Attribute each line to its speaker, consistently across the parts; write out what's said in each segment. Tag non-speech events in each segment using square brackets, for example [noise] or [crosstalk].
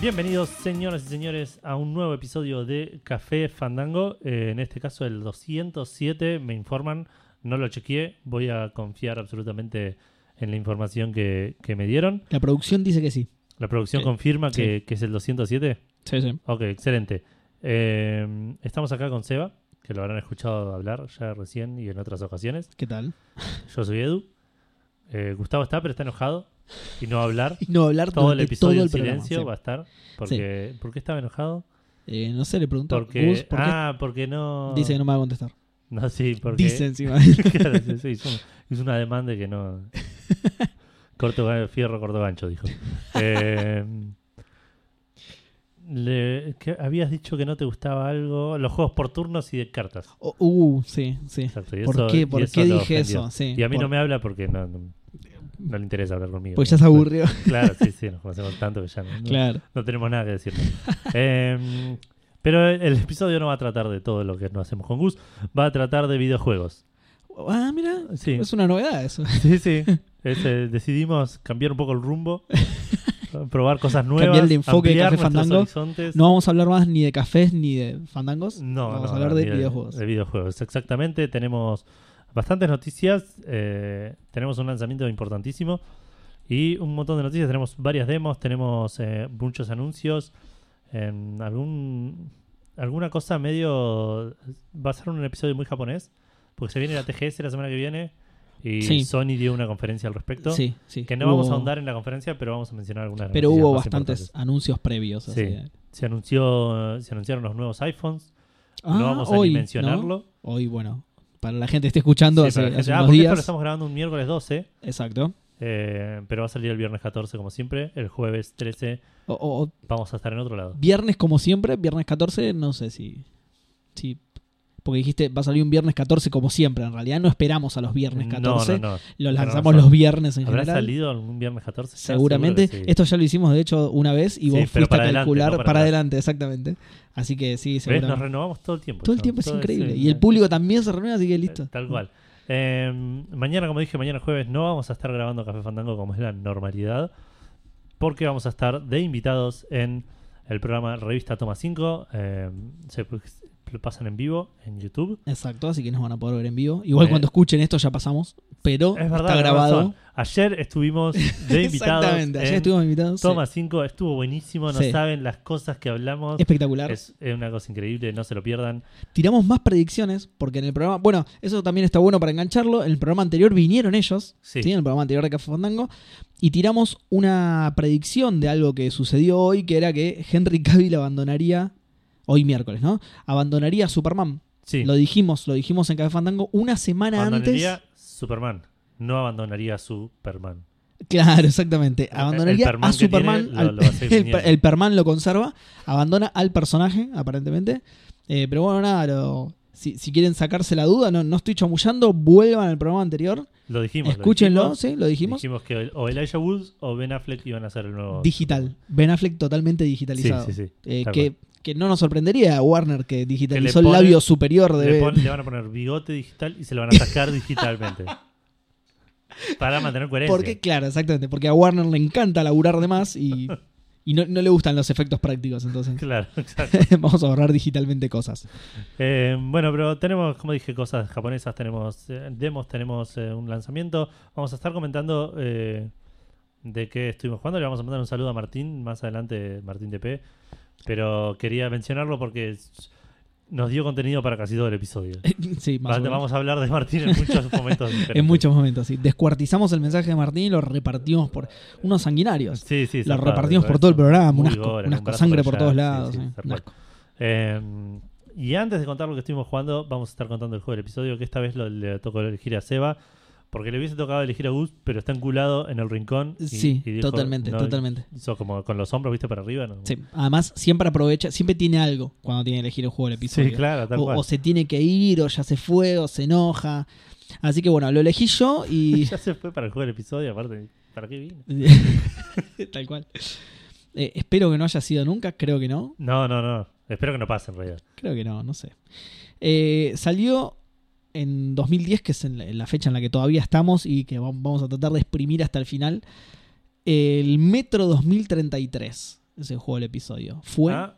Speaker 1: Bienvenidos, señoras y señores, a un nuevo episodio de Café Fandango. Eh, en este caso, el 207, me informan. No lo chequeé, voy a confiar absolutamente en la información que, que me dieron.
Speaker 2: La producción dice que sí.
Speaker 1: ¿La producción
Speaker 2: Eh,
Speaker 3: Sí.
Speaker 1: confirma que, que es el 207?
Speaker 3: Sí, sí.
Speaker 1: Ok, excelente. Eh, estamos acá con Seba, que lo habrán escuchado hablar ya recién y en otras ocasiones.
Speaker 2: ¿Qué tal? [laughs]
Speaker 1: Yo soy Edu. Eh, Gustavo está, pero está enojado y no va a
Speaker 2: [laughs]
Speaker 1: hablar.
Speaker 2: Y no hablar
Speaker 1: Todo el
Speaker 2: durante
Speaker 1: episodio
Speaker 2: todo
Speaker 1: en
Speaker 2: el programa,
Speaker 1: silencio
Speaker 2: sí.
Speaker 1: va a estar. Porque, ¿Por qué estaba enojado?
Speaker 2: Eh, no sé, le pregunto
Speaker 1: Porque,
Speaker 2: Gus, ¿por qué
Speaker 1: ah, porque no.
Speaker 2: [laughs] dice que no me va a contestar?
Speaker 1: [laughs] No, sí, porque.
Speaker 2: Dice encima.
Speaker 1: [laughs] Claro, sí, sí, hizo, un- hizo una demanda que
Speaker 2: [laughs]
Speaker 1: no. corto ga- fierro, corto gancho, dijo. Eh, le- que habías dicho que no te gustaba algo. Los juegos por turnos y de cartas.
Speaker 2: Oh, uh, sí, sí.
Speaker 1: Exacto, y
Speaker 2: ¿Por
Speaker 1: eso-
Speaker 2: qué,
Speaker 1: y
Speaker 2: ¿Por
Speaker 1: eso
Speaker 2: qué
Speaker 1: lo
Speaker 2: dije
Speaker 1: ofendió.
Speaker 2: eso? Sí,
Speaker 1: Y a mí
Speaker 2: por-
Speaker 1: no
Speaker 2: [laughs]
Speaker 1: me habla porque no, no, no le interesa hablar conmigo.
Speaker 2: Porque ya
Speaker 1: [laughs]
Speaker 2: se aburrió.
Speaker 1: Claro, sí, sí, nos conocemos tanto que ya
Speaker 2: [laughs]
Speaker 1: no, no-
Speaker 2: claro.
Speaker 1: no tenemos nada que decir. [laughs] Eh, pero el, el episodio no va a tratar de todo lo que no hacemos con Gus, va a tratar de videojuegos.
Speaker 2: Ah, mira.
Speaker 1: Sí,
Speaker 2: [laughs] Es una novedad eso.
Speaker 1: sí, sí. Es, eh, decidimos cambiar un poco el
Speaker 2: [laughs]
Speaker 1: rumbo, probar cosas nuevas,
Speaker 2: Cambiar el enfoque de
Speaker 1: ampliar
Speaker 2: Café
Speaker 1: nuestros
Speaker 2: Fandango.
Speaker 1: horizontes.
Speaker 2: No vamos a hablar más ni de cafés ni de fandangos.
Speaker 1: No,
Speaker 2: Vamos
Speaker 1: no,
Speaker 2: a hablar
Speaker 1: no,
Speaker 2: de
Speaker 1: ni
Speaker 2: videojuegos.
Speaker 1: De videojuegos, exactamente. Tenemos bastantes noticias. eh, tenemos un lanzamiento importantísimo. Y un montón de noticias. Tenemos varias demos, tenemos eh, muchos anuncios. em, algún, alguna cosa medio. Va a ser un episodio muy japonés. Porque se viene la TGS la semana que viene. Y
Speaker 2: Sí.
Speaker 1: Sony dio una conferencia al respecto.
Speaker 2: Sí, sí.
Speaker 1: Que no
Speaker 2: Hubo-
Speaker 1: vamos a ahondar en la conferencia, pero vamos a mencionar algunas de las
Speaker 2: Pero
Speaker 1: noticias
Speaker 2: hubo
Speaker 1: más
Speaker 2: bastantes
Speaker 1: importantes.
Speaker 2: anuncios previos. así
Speaker 1: Sí.
Speaker 2: que-
Speaker 1: Se, anunció, eh, se anunciaron los nuevos iPhones.
Speaker 2: Ah,
Speaker 1: no vamos a
Speaker 2: hoy,
Speaker 1: ni
Speaker 2: ¿no?
Speaker 1: mencionarlo.
Speaker 2: Hoy, bueno, para la gente que esté escuchando
Speaker 1: Sí,
Speaker 2: hace,
Speaker 1: para la gente-
Speaker 2: eh, hace
Speaker 1: ah,
Speaker 2: unos
Speaker 1: porque esto
Speaker 2: días.
Speaker 1: lo estamos grabando un miércoles 12,
Speaker 2: Exacto.
Speaker 1: eh, pero va a salir el viernes 14 como siempre. El jueves 13
Speaker 2: O- o- o
Speaker 1: vamos a estar en otro lado.
Speaker 2: viernes como siempre, viernes 14, no sé si... si porque dijiste, va a salir un viernes 14 como siempre. En realidad no esperamos a los viernes
Speaker 1: no,
Speaker 2: 14.
Speaker 1: no, no.
Speaker 2: Lo lanzamos
Speaker 1: Tenés razón.
Speaker 2: los viernes en
Speaker 1: ¿Habrá
Speaker 2: general.
Speaker 1: salido algún viernes 14? Ya,
Speaker 2: Seguramente.
Speaker 1: seguro que sí.
Speaker 2: Esto ya lo hicimos, de hecho, una vez y
Speaker 1: Sí,
Speaker 2: vos
Speaker 1: pero
Speaker 2: fuiste
Speaker 1: para
Speaker 2: a
Speaker 1: adelante,
Speaker 2: calcular
Speaker 1: no para
Speaker 2: para,
Speaker 1: atrás.
Speaker 2: adelante, exactamente. Así que
Speaker 1: ¿Ves?
Speaker 2: sí,
Speaker 1: Nos
Speaker 2: seguramente.
Speaker 1: renovamos todo el tiempo.
Speaker 2: Todo el
Speaker 1: chabón.
Speaker 2: tiempo es
Speaker 1: Todo
Speaker 2: increíble.
Speaker 1: ese-
Speaker 2: Y el público también se reúne, así que
Speaker 1: eh,
Speaker 2: listo.
Speaker 1: Tal cual. Eh, mañana, como dije, mañana jueves no vamos a estar grabando Café Fandango como es la normalidad, porque vamos a estar de invitados en el programa Revista Toma 5. eh, se lo pasan en vivo en YouTube.
Speaker 2: Exacto, así que nos van a poder ver en vivo. Igual
Speaker 1: Eh.
Speaker 2: cuando escuchen esto ya pasamos, pero
Speaker 1: Es verdad,
Speaker 2: está
Speaker 1: tenés
Speaker 2: grabado.
Speaker 1: razón. Ayer
Speaker 2: [laughs]
Speaker 1: estuvimos de invitados.
Speaker 2: Exactamente, ayer
Speaker 1: en
Speaker 2: estuvimos invitados. sí.
Speaker 1: Toma 5, estuvo buenísimo, no
Speaker 2: Sí.
Speaker 1: saben las cosas que hablamos.
Speaker 2: Espectacular.
Speaker 1: Es, es una cosa increíble, no se lo pierdan.
Speaker 2: Tiramos más predicciones porque en el programa, bueno, eso también está bueno para engancharlo. En el programa anterior vinieron ellos,
Speaker 1: Sí.
Speaker 2: ¿sí? en el programa anterior de Café Fandango, y tiramos una predicción de algo que sucedió hoy, que era que Henry Cavill abandonaría, hoy miércoles, ¿no? Abandonaría a Superman.
Speaker 1: Sí,
Speaker 2: Lo dijimos, lo dijimos en Café Fandango una semana antes.
Speaker 1: abandonaría Superman. No abandonaría Superman.
Speaker 2: Claro, exactamente.
Speaker 1: El- el
Speaker 2: Abandonaría
Speaker 1: Perman
Speaker 2: a
Speaker 1: que tiene,
Speaker 2: Superman.
Speaker 1: lo-
Speaker 2: al-
Speaker 1: lo va a seguir
Speaker 2: [laughs] el,
Speaker 1: teniendo.
Speaker 2: el Perman lo conserva. Abandona al personaje, aparentemente. Eh, pero bueno, nada, lo- si, si quieren sacarse la duda, no, no estoy chamullando, vuelvan al programa anterior.
Speaker 1: Lo dijimos. lo
Speaker 2: Escúchenlo,
Speaker 1: dijimos.
Speaker 2: sí, lo dijimos.
Speaker 1: Dijimos que el- o Elijah Woods o Ben Affleck iban a ser el nuevo.
Speaker 2: Digital. Ben Affleck totalmente
Speaker 1: Sí,
Speaker 2: digitalizado.
Speaker 1: sí, sí.
Speaker 2: Eh,
Speaker 1: tal
Speaker 2: que, que no nos sorprendería a Warner que digitalizó
Speaker 1: pone-
Speaker 2: el labio superior
Speaker 1: cual.
Speaker 2: de
Speaker 1: Le,
Speaker 2: Ben.
Speaker 1: pon- le van a poner bigote digital y se lo van a
Speaker 2: [laughs]
Speaker 1: sacar digitalmente. Para mantener coherencia.
Speaker 2: Porque, claro, exactamente. Porque a Warner le encanta laburar de
Speaker 1: [laughs]
Speaker 2: más y, y no, no le gustan los efectos prácticos. Entonces, [laughs]
Speaker 1: Claro, [laughs] exacto.
Speaker 2: vamos a ahorrar digitalmente cosas.
Speaker 1: Eh, bueno, pero tenemos, como dije, cosas japonesas, tenemos eh, demos, tenemos eh, un lanzamiento. Vamos a estar comentando eh, de qué estuvimos jugando. Le vamos a mandar un saludo a Martín, más adelante Martín TP. Pero quería mencionarlo porque s- nos dio contenido para casi todo el episodio.
Speaker 2: [laughs] Sí, Eh, más
Speaker 1: Va-
Speaker 2: o menos.
Speaker 1: vamos a hablar de Martín en
Speaker 2: [laughs]
Speaker 1: muchos momentos. diferentes.
Speaker 2: En muchos momentos, sí. Descuartizamos el mensaje de Martín y lo repartimos por unos sanguinarios.
Speaker 1: Sí, sí,
Speaker 2: lo
Speaker 1: zarpado,
Speaker 2: repartimos por
Speaker 1: ¿verdad?
Speaker 2: todo el programa,
Speaker 1: Muy
Speaker 2: unas, co-
Speaker 1: gore,
Speaker 2: unas
Speaker 1: un
Speaker 2: con
Speaker 1: brazo
Speaker 2: sangre por
Speaker 1: para
Speaker 2: todos
Speaker 1: allá,
Speaker 2: lados.
Speaker 1: sí, sí,
Speaker 2: eh,
Speaker 1: zarpado.
Speaker 2: unas co-
Speaker 1: Eh, y antes de contar lo que estuvimos jugando, vamos a estar contando el juego del episodio, que esta vez lo, le tocó elegir a Seba, porque le hubiese tocado elegir a Gus, pero está enculado en el rincón. y-
Speaker 2: sí,
Speaker 1: y dijo,
Speaker 2: totalmente,
Speaker 1: no,
Speaker 2: totalmente.
Speaker 1: Hizo como con los hombros, viste, para arriba. ¿no?
Speaker 2: Sí. Además, siempre aprovecha, siempre tiene algo cuando tiene que elegir el juego del
Speaker 1: Sí,
Speaker 2: episodio.
Speaker 1: claro, tal
Speaker 2: o,
Speaker 1: cual.
Speaker 2: o se tiene que ir, o ya se fue, o se enoja. Así que bueno, lo elegí yo y.
Speaker 1: [laughs]
Speaker 2: [laughs]
Speaker 1: ya se fue para el juego del episodio, aparte, ¿para qué vino?
Speaker 2: Tal cual. Eh, espero que no haya sido nunca, creo que no.
Speaker 1: No, no, no. Espero que no pase en realidad.
Speaker 2: Creo que no, no sé. Eh, salió en 2010, que es en la, en la fecha en la que todavía estamos y que vam- vamos a tratar de exprimir hasta el final, el Metro 2033. se jugó el episodio. Fue.
Speaker 1: Ah,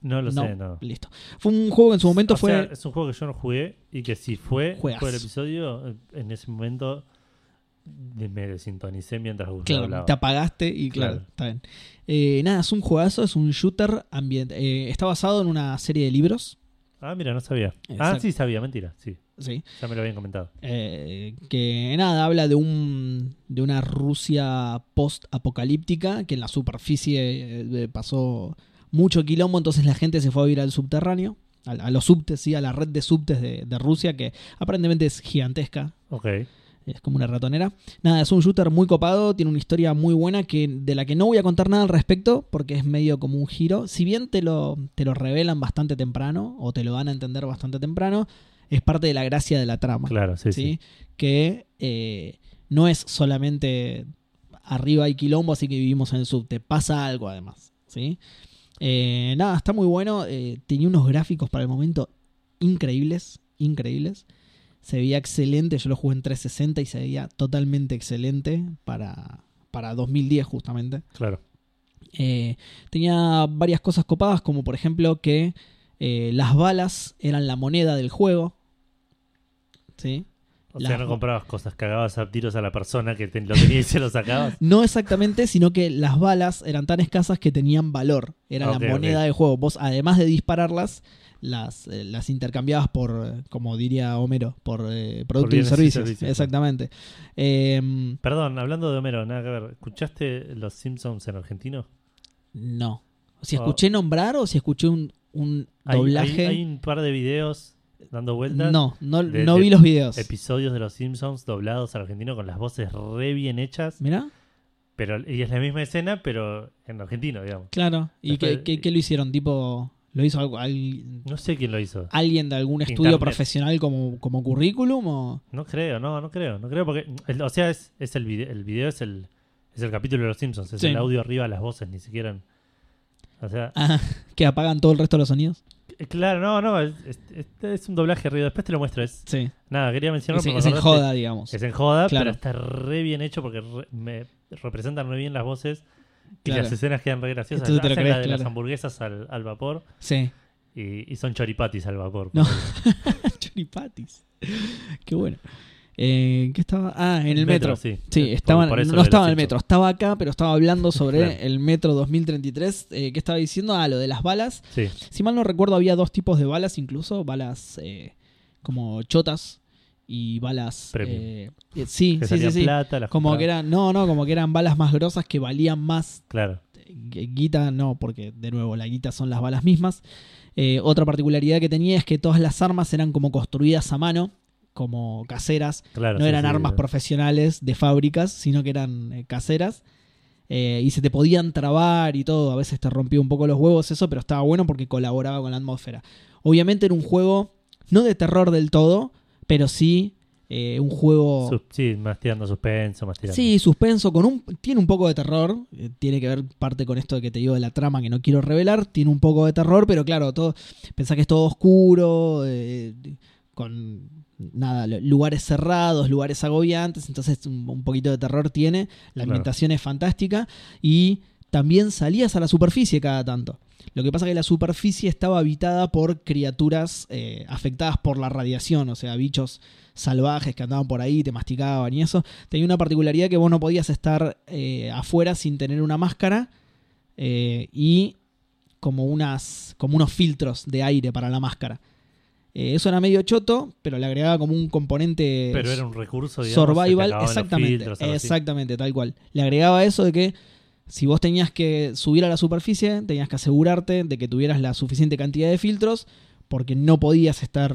Speaker 1: no lo sé, no.
Speaker 2: Listo. Fue un juego que en su momento
Speaker 1: O
Speaker 2: fue.
Speaker 1: sea, es un juego que yo no jugué y que si fue,
Speaker 2: Juegas.
Speaker 1: fue el episodio, eh, en ese momento de- me desintonicé mientras Gustavo
Speaker 2: Claro,
Speaker 1: hablaba.
Speaker 2: te apagaste y claro,
Speaker 1: Claro.
Speaker 2: está bien. Eh, nada, es un juegazo, es un shooter ambiente. eh, está basado en una serie de libros,
Speaker 1: Ah, mira, no sabía. Ah,
Speaker 2: Exacto.
Speaker 1: sí, sabía, mentira, sí.
Speaker 2: ¿sí?
Speaker 1: Ya me lo habían comentado.
Speaker 2: Eh, que nada, habla de un de una Rusia post-apocalíptica que en la superficie eh, pasó mucho quilombo, entonces la gente se fue a vivir al subterráneo, a, a los subtes, sí, a la red de subtes de, de Rusia, que aparentemente es gigantesca,
Speaker 1: Ok.
Speaker 2: es como una ratonera. Nada, es un shooter muy copado, tiene una historia muy buena que, de la que no voy a contar nada al respecto porque es medio como un giro. Si bien te lo, te lo revelan bastante temprano o te lo dan a entender bastante temprano, es parte de la gracia de la trama.
Speaker 1: Claro, sí, sí.
Speaker 2: ¿sí? Que eh, no es solamente arriba hay quilombo, así que vivimos en el subte. Pasa algo además, ¿sí? Eh, nada, está muy bueno. eh, tenía unos gráficos para el momento increíbles, increíbles. Se veía excelente, yo lo jugué en 360 y se veía totalmente excelente para, para 2010 justamente.
Speaker 1: Claro.
Speaker 2: Eh, tenía varias cosas copadas, como por ejemplo que eh, las balas eran la moneda del juego. ¿Sí?
Speaker 1: O
Speaker 2: La-
Speaker 1: sea, no comprabas cosas, cagabas a tiros a la persona que te- lo tenía y se lo
Speaker 2: [laughs]
Speaker 1: sacabas.
Speaker 2: No exactamente, sino que las balas eran tan escasas que tenían valor. Era
Speaker 1: Ok,
Speaker 2: la
Speaker 1: ok.
Speaker 2: moneda del juego. Vos, además de dispararlas, las, eh, las intercambiabas por, eh, como diría Homero, por eh, productos y
Speaker 1: bienes y
Speaker 2: servicios.
Speaker 1: servicios,
Speaker 2: Exactamente. Eh,
Speaker 1: Perdón, hablando de Homero, nada que ver. ¿Escuchaste Los Simpsons en argentino?
Speaker 2: no. Si
Speaker 1: Oh.
Speaker 2: escuché nombrar o si escuché un, un
Speaker 1: Hay-
Speaker 2: doblaje.
Speaker 1: Hay, hay un par de videos dando vueltas.
Speaker 2: no, no,
Speaker 1: de-
Speaker 2: no
Speaker 1: de
Speaker 2: vi los videos.
Speaker 1: Episodios de Los Simpsons doblados al argentino con las voces re bien hechas.
Speaker 2: Mirá,
Speaker 1: Pero, y es la misma escena, pero en argentino, digamos.
Speaker 2: claro. ¿Y qué,
Speaker 1: Después-
Speaker 2: qué- qué lo hicieron? Tipo, ¿lo hizo algo- al-
Speaker 1: No sé quién lo hizo.
Speaker 2: alguien de algún estudio
Speaker 1: Internet.
Speaker 2: profesional como, como currículum? O...
Speaker 1: No creo, no, no creo. No creo porque. el- O sea, es, es el video, el video es el, es el capítulo de Los Simpsons. Es
Speaker 2: Sí.
Speaker 1: el audio arriba de las voces, ni siquiera. en- o sea,
Speaker 2: Ah, que apagan todo el resto de los sonidos.
Speaker 1: eh, claro, no, no. Es, es- es- es un doblaje arriba. Después te lo muestro. Es,
Speaker 2: Sí.
Speaker 1: nada, quería mencionarlo.
Speaker 2: es,
Speaker 1: porque
Speaker 2: es en
Speaker 1: me acordaste.
Speaker 2: joda, digamos.
Speaker 1: Es en joda,
Speaker 2: Claro.
Speaker 1: pero está re bien hecho porque re- me representan muy bien las voces y
Speaker 2: Claro.
Speaker 1: las escenas quedan re graciosas.
Speaker 2: Entonces te lo
Speaker 1: Hacen
Speaker 2: crees,
Speaker 1: la de las
Speaker 2: claro.
Speaker 1: hamburguesas al, al vapor
Speaker 2: [laughs] Sí.
Speaker 1: y, y son choripatis al vapor.
Speaker 2: No. Choripatis. Qué bueno. Eh, ¿Qué estaba? Ah, en el metro.
Speaker 1: sí.
Speaker 2: Sí,
Speaker 1: Por-
Speaker 2: estaban,
Speaker 1: por eso
Speaker 2: no
Speaker 1: de
Speaker 2: estaba en
Speaker 1: los
Speaker 2: el metro,
Speaker 1: Simpsons.
Speaker 2: estaba acá, pero estaba hablando sobre
Speaker 1: Claro.
Speaker 2: el metro 2033. Eh, ¿Qué estaba diciendo? Ah, lo de las balas.
Speaker 1: Sí.
Speaker 2: Si mal no recuerdo, había dos tipos de balas, incluso balas eh, como chotas y balas.
Speaker 1: Premium.
Speaker 2: eh, eh, sí,
Speaker 1: Que
Speaker 2: sí, sí,
Speaker 1: salía
Speaker 2: sí.
Speaker 1: plata, las
Speaker 2: Como
Speaker 1: compraba.
Speaker 2: que eran, no, no, como que eran balas más grosas que valían más
Speaker 1: Claro.
Speaker 2: este, guita no, porque de nuevo la guita son las balas mismas. Eh, otra particularidad que tenía es que todas las armas eran como construidas a mano, como caseras.
Speaker 1: Claro,
Speaker 2: no
Speaker 1: sí,
Speaker 2: eran
Speaker 1: sí,
Speaker 2: armas
Speaker 1: sí.
Speaker 2: profesionales de fábricas, sino que eran eh, caseras. Eh, y se te podían trabar y todo. A veces te rompía un poco los huevos eso, pero estaba bueno porque colaboraba con la atmósfera. Obviamente era un juego no de terror del todo, pero sí eh, un juego...
Speaker 1: Sus- sí, más tirando suspenso, más tirando.
Speaker 2: Sí, suspenso, con un, tiene un poco de terror. eh, tiene que ver parte con esto que te digo de la trama que no quiero revelar. Tiene un poco de terror, pero claro, todo, pensá que es todo oscuro, eh, con nada, lo- lugares cerrados, lugares agobiantes. Entonces un, un poquito de terror tiene. La
Speaker 1: Claro.
Speaker 2: ambientación es fantástica. Y también salías a la superficie cada tanto. Lo que pasa es que la superficie estaba habitada por criaturas eh, afectadas por la radiación, o sea, bichos salvajes que andaban por ahí, te masticaban y eso. Tenía una particularidad que vos no podías estar eh, afuera sin tener una máscara eh, y como, unas, como unos filtros de aire para la máscara. Eh, eso era medio choto, pero le agregaba como un componente
Speaker 1: Pero era un recurso, digamos. se te
Speaker 2: survival,
Speaker 1: acababan los
Speaker 2: exactamente,
Speaker 1: filtros, algo así.
Speaker 2: exactamente, tal cual. Le agregaba eso de que si vos tenías que subir a la superficie, tenías que asegurarte de que tuvieras la suficiente cantidad de filtros, porque no podías estar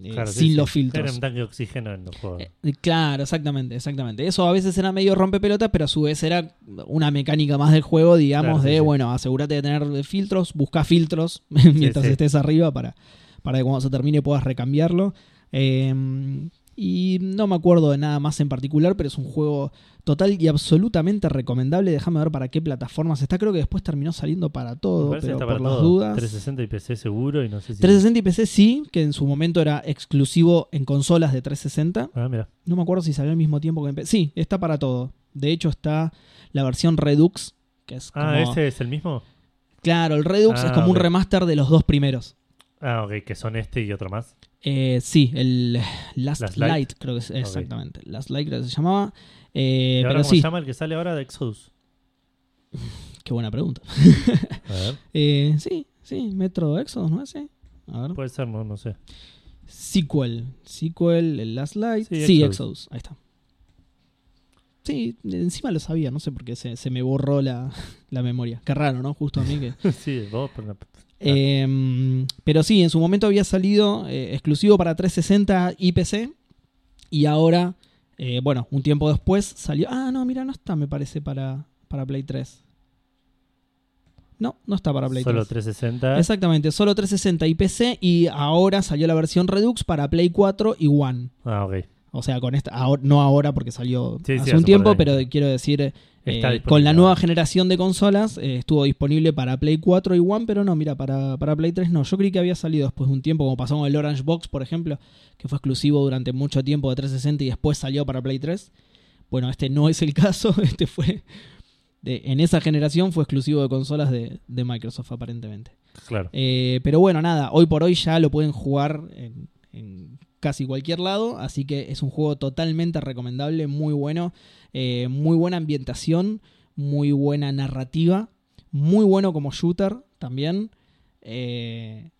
Speaker 2: eh,
Speaker 1: Claro, sí,
Speaker 2: sin
Speaker 1: sí.
Speaker 2: los
Speaker 1: Era
Speaker 2: filtros.
Speaker 1: un tanque de oxígeno en los juegos.
Speaker 2: Eh, claro, exactamente, exactamente. Eso a veces era medio rompepelotas, pero a su vez era una mecánica más del juego, digamos,
Speaker 1: Claro, sí,
Speaker 2: de,
Speaker 1: sí.
Speaker 2: bueno, asegúrate de tener filtros, busca filtros [laughs] mientras
Speaker 1: sí.
Speaker 2: estés arriba para, para que cuando se termine puedas recambiarlo. Eh, y no me acuerdo de nada más en particular, pero es un juego total y absolutamente recomendable. Déjame ver para qué plataformas está. Creo que después terminó saliendo para
Speaker 1: Me
Speaker 2: todo,
Speaker 1: parece que
Speaker 2: pero
Speaker 1: está
Speaker 2: por
Speaker 1: para
Speaker 2: las
Speaker 1: todo.
Speaker 2: dudas.
Speaker 1: 360 y PC seguro y no sé si.
Speaker 2: 360 y PC sí, que en su momento era exclusivo en consolas de 360.
Speaker 1: Ah, mira.
Speaker 2: No me acuerdo si salió al mismo tiempo que empecé. Sí, está para todo. De hecho, está la versión Redux, que es como.
Speaker 1: Ah, ¿ese es el mismo?
Speaker 2: Claro, el Redux
Speaker 1: Ah,
Speaker 2: es como
Speaker 1: ok.
Speaker 2: un remaster de los dos primeros.
Speaker 1: Ah, ok, que son este y otro más.
Speaker 2: Eh, sí, el Last,
Speaker 1: Last Light.
Speaker 2: Light. creo que es, exactamente. Last Light creo que se llamaba. Eh,
Speaker 1: ¿Y ahora
Speaker 2: pero
Speaker 1: cómo
Speaker 2: sí,
Speaker 1: se llama el que sale ahora de Exodus?
Speaker 2: qué buena pregunta.
Speaker 1: A ver,
Speaker 2: Eh, sí, sí, Metro Exodus, ¿no es? Sí. A ver.
Speaker 1: puede ser, no, no sé. [laughs]
Speaker 2: Sequel. Sequel, el Last Light.
Speaker 1: Sí,
Speaker 2: Sí,
Speaker 1: Exodus.
Speaker 2: Exodus. Ahí está. Sí, encima lo sabía, no sé por qué se, se me borró la, [laughs] la memoria. Qué raro, ¿no? Justo a mí que.
Speaker 1: sí, vos, pero no-
Speaker 2: Eh, pero sí, en su momento había salido eh, exclusivo para 360 y PC. Y ahora, eh, bueno, un tiempo después salió. Ah, no, mira, no está, me parece, para, para Play 3. No, no está para Play
Speaker 1: solo ¿eh?
Speaker 2: 3.
Speaker 1: 360.
Speaker 2: Exactamente, solo 360 y PC. Y ahora salió la versión Redux para Play 4 y One.
Speaker 1: Ah, ok.
Speaker 2: O sea, con esta, ahora- no ahora porque salió
Speaker 1: Sí, sí,
Speaker 2: hace
Speaker 1: hace un par
Speaker 2: un
Speaker 1: de
Speaker 2: tiempo,
Speaker 1: años.
Speaker 2: pero quiero decir, eh,
Speaker 1: disponible
Speaker 2: con la
Speaker 1: ahora.
Speaker 2: nueva generación de consolas eh, estuvo disponible para Play 4 y One, pero no, mira, para, para Play 3 no. Yo creí que había salido después de un tiempo, como pasó con el Orange Box, por ejemplo, que fue exclusivo durante mucho tiempo de 360 y después salió para Play 3. Bueno, este no es el caso, [laughs] este fue... de- en esa generación fue exclusivo de consolas de- de Microsoft, aparentemente.
Speaker 1: Claro.
Speaker 2: Eh, pero bueno, nada, hoy por hoy ya lo pueden jugar en, en casi cualquier lado, así que es un juego totalmente recomendable, muy bueno, eh, muy buena ambientación, muy buena narrativa, muy bueno como shooter también. eh,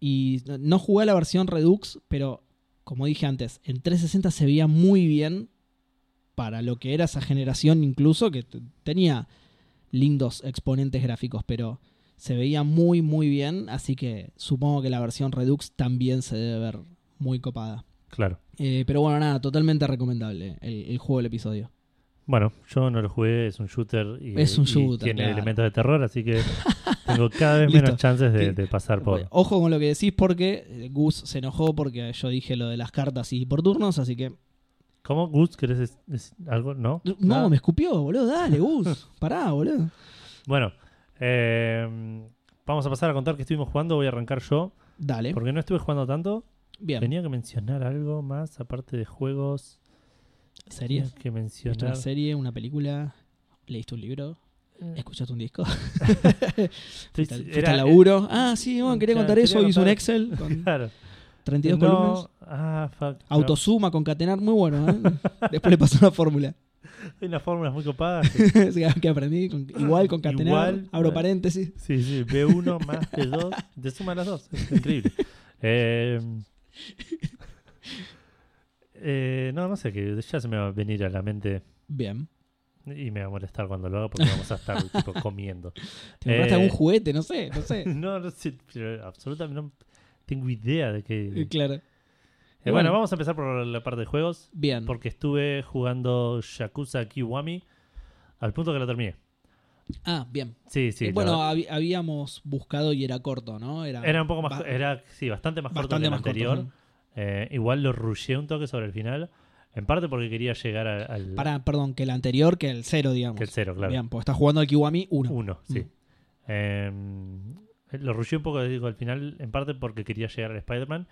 Speaker 2: y no- no jugué a la versión Redux, pero como dije antes, en 360 se veía muy bien para lo que era esa generación incluso, que t- tenía lindos exponentes gráficos, pero se veía muy, muy bien, así que supongo que la versión Redux también se debe ver muy copada.
Speaker 1: Claro.
Speaker 2: Eh, pero bueno, nada, totalmente recomendable el, el juego del episodio.
Speaker 1: Bueno, yo no lo jugué, es un shooter y,
Speaker 2: Es un
Speaker 1: y
Speaker 2: shooter,
Speaker 1: tiene
Speaker 2: claro.
Speaker 1: elementos de terror, así
Speaker 2: [laughs]
Speaker 1: que tengo cada vez
Speaker 2: Listo.
Speaker 1: menos chances de,
Speaker 2: Sí.
Speaker 1: de pasar por.
Speaker 2: Ojo con lo que decís porque eh, Gus se enojó porque yo dije lo de las cartas y por turnos, así que...
Speaker 1: ¿Cómo, Gus? ¿Querés es- es algo? ¿No?
Speaker 2: No,
Speaker 1: Nada.
Speaker 2: me escupió, boludo, dale, Gus, [laughs] pará, boludo.
Speaker 1: Bueno, eh, vamos a pasar a contar que estuvimos jugando. Voy a arrancar yo,
Speaker 2: Dale,
Speaker 1: porque no estuve jugando tanto.
Speaker 2: bien,
Speaker 1: Tenía que mencionar algo más, aparte de juegos.
Speaker 2: serie.
Speaker 1: Tenía que
Speaker 2: ¿Viste una
Speaker 1: mencionar.
Speaker 2: serie, una película, leíste un libro, escuchaste
Speaker 1: [laughs]
Speaker 2: un disco,
Speaker 1: Estoy-
Speaker 2: fuiste al- fuiste
Speaker 1: era-
Speaker 2: al laburo. Ah, sí, bueno, quería
Speaker 1: Claro,
Speaker 2: contar eso,
Speaker 1: quería
Speaker 2: hice un
Speaker 1: contar-
Speaker 2: Excel
Speaker 1: [laughs]
Speaker 2: con
Speaker 1: Claro.
Speaker 2: 32
Speaker 1: No,
Speaker 2: columnas.
Speaker 1: Ah, fuck. no.
Speaker 2: Autosuma, concatenar, muy
Speaker 1: [laughs]
Speaker 2: bueno. ¿eh? Después le pasó una fórmula [laughs]
Speaker 1: Hay unas fórmulas muy copadas. que-
Speaker 2: O sea, que aprendí. con- igual concatenar,
Speaker 1: Igual,
Speaker 2: abro
Speaker 1: claro.
Speaker 2: paréntesis.
Speaker 1: Sí, sí, B1 más B2, te suma las dos, es increíble. Eh, eh, no, no sé, que ya se me va a venir a la mente
Speaker 2: Bien.
Speaker 1: y me va a molestar cuando lo haga porque vamos a
Speaker 2: [laughs]
Speaker 1: estar tipo, comiendo.
Speaker 2: ¿Te compraste
Speaker 1: Eh,
Speaker 2: algún juguete? No sé,
Speaker 1: [laughs]
Speaker 2: no sé.
Speaker 1: No, no sé, pero absolutamente no tengo idea de qué...
Speaker 2: Eh, claro.
Speaker 1: Eh, bueno,
Speaker 2: bueno. Mm.
Speaker 1: vamos a empezar por la parte de juegos,
Speaker 2: Bien.
Speaker 1: porque estuve jugando Yakuza Kiwami al punto que lo terminé.
Speaker 2: Ah, bien.
Speaker 1: Sí, sí.
Speaker 2: Eh,
Speaker 1: la
Speaker 2: bueno,
Speaker 1: verdad-
Speaker 2: habi- habíamos buscado y era corto, ¿no? Era,
Speaker 1: era un poco más...
Speaker 2: ba-
Speaker 1: Era, sí, bastante más corto que
Speaker 2: bastante
Speaker 1: el
Speaker 2: más
Speaker 1: anterior.
Speaker 2: corto. ¿no?
Speaker 1: Eh, igual lo rushé un toque sobre el final. En parte porque quería llegar al, al-
Speaker 2: Pará, perdón, que el anterior, que el cero, digamos.
Speaker 1: que el cero, claro.
Speaker 2: Bien, pues estás jugando al Kiwami 1.
Speaker 1: Uno, sí.
Speaker 2: Mm.
Speaker 1: Em, lo rushé un poco digo, al final, en parte porque quería llegar al Spider-Man.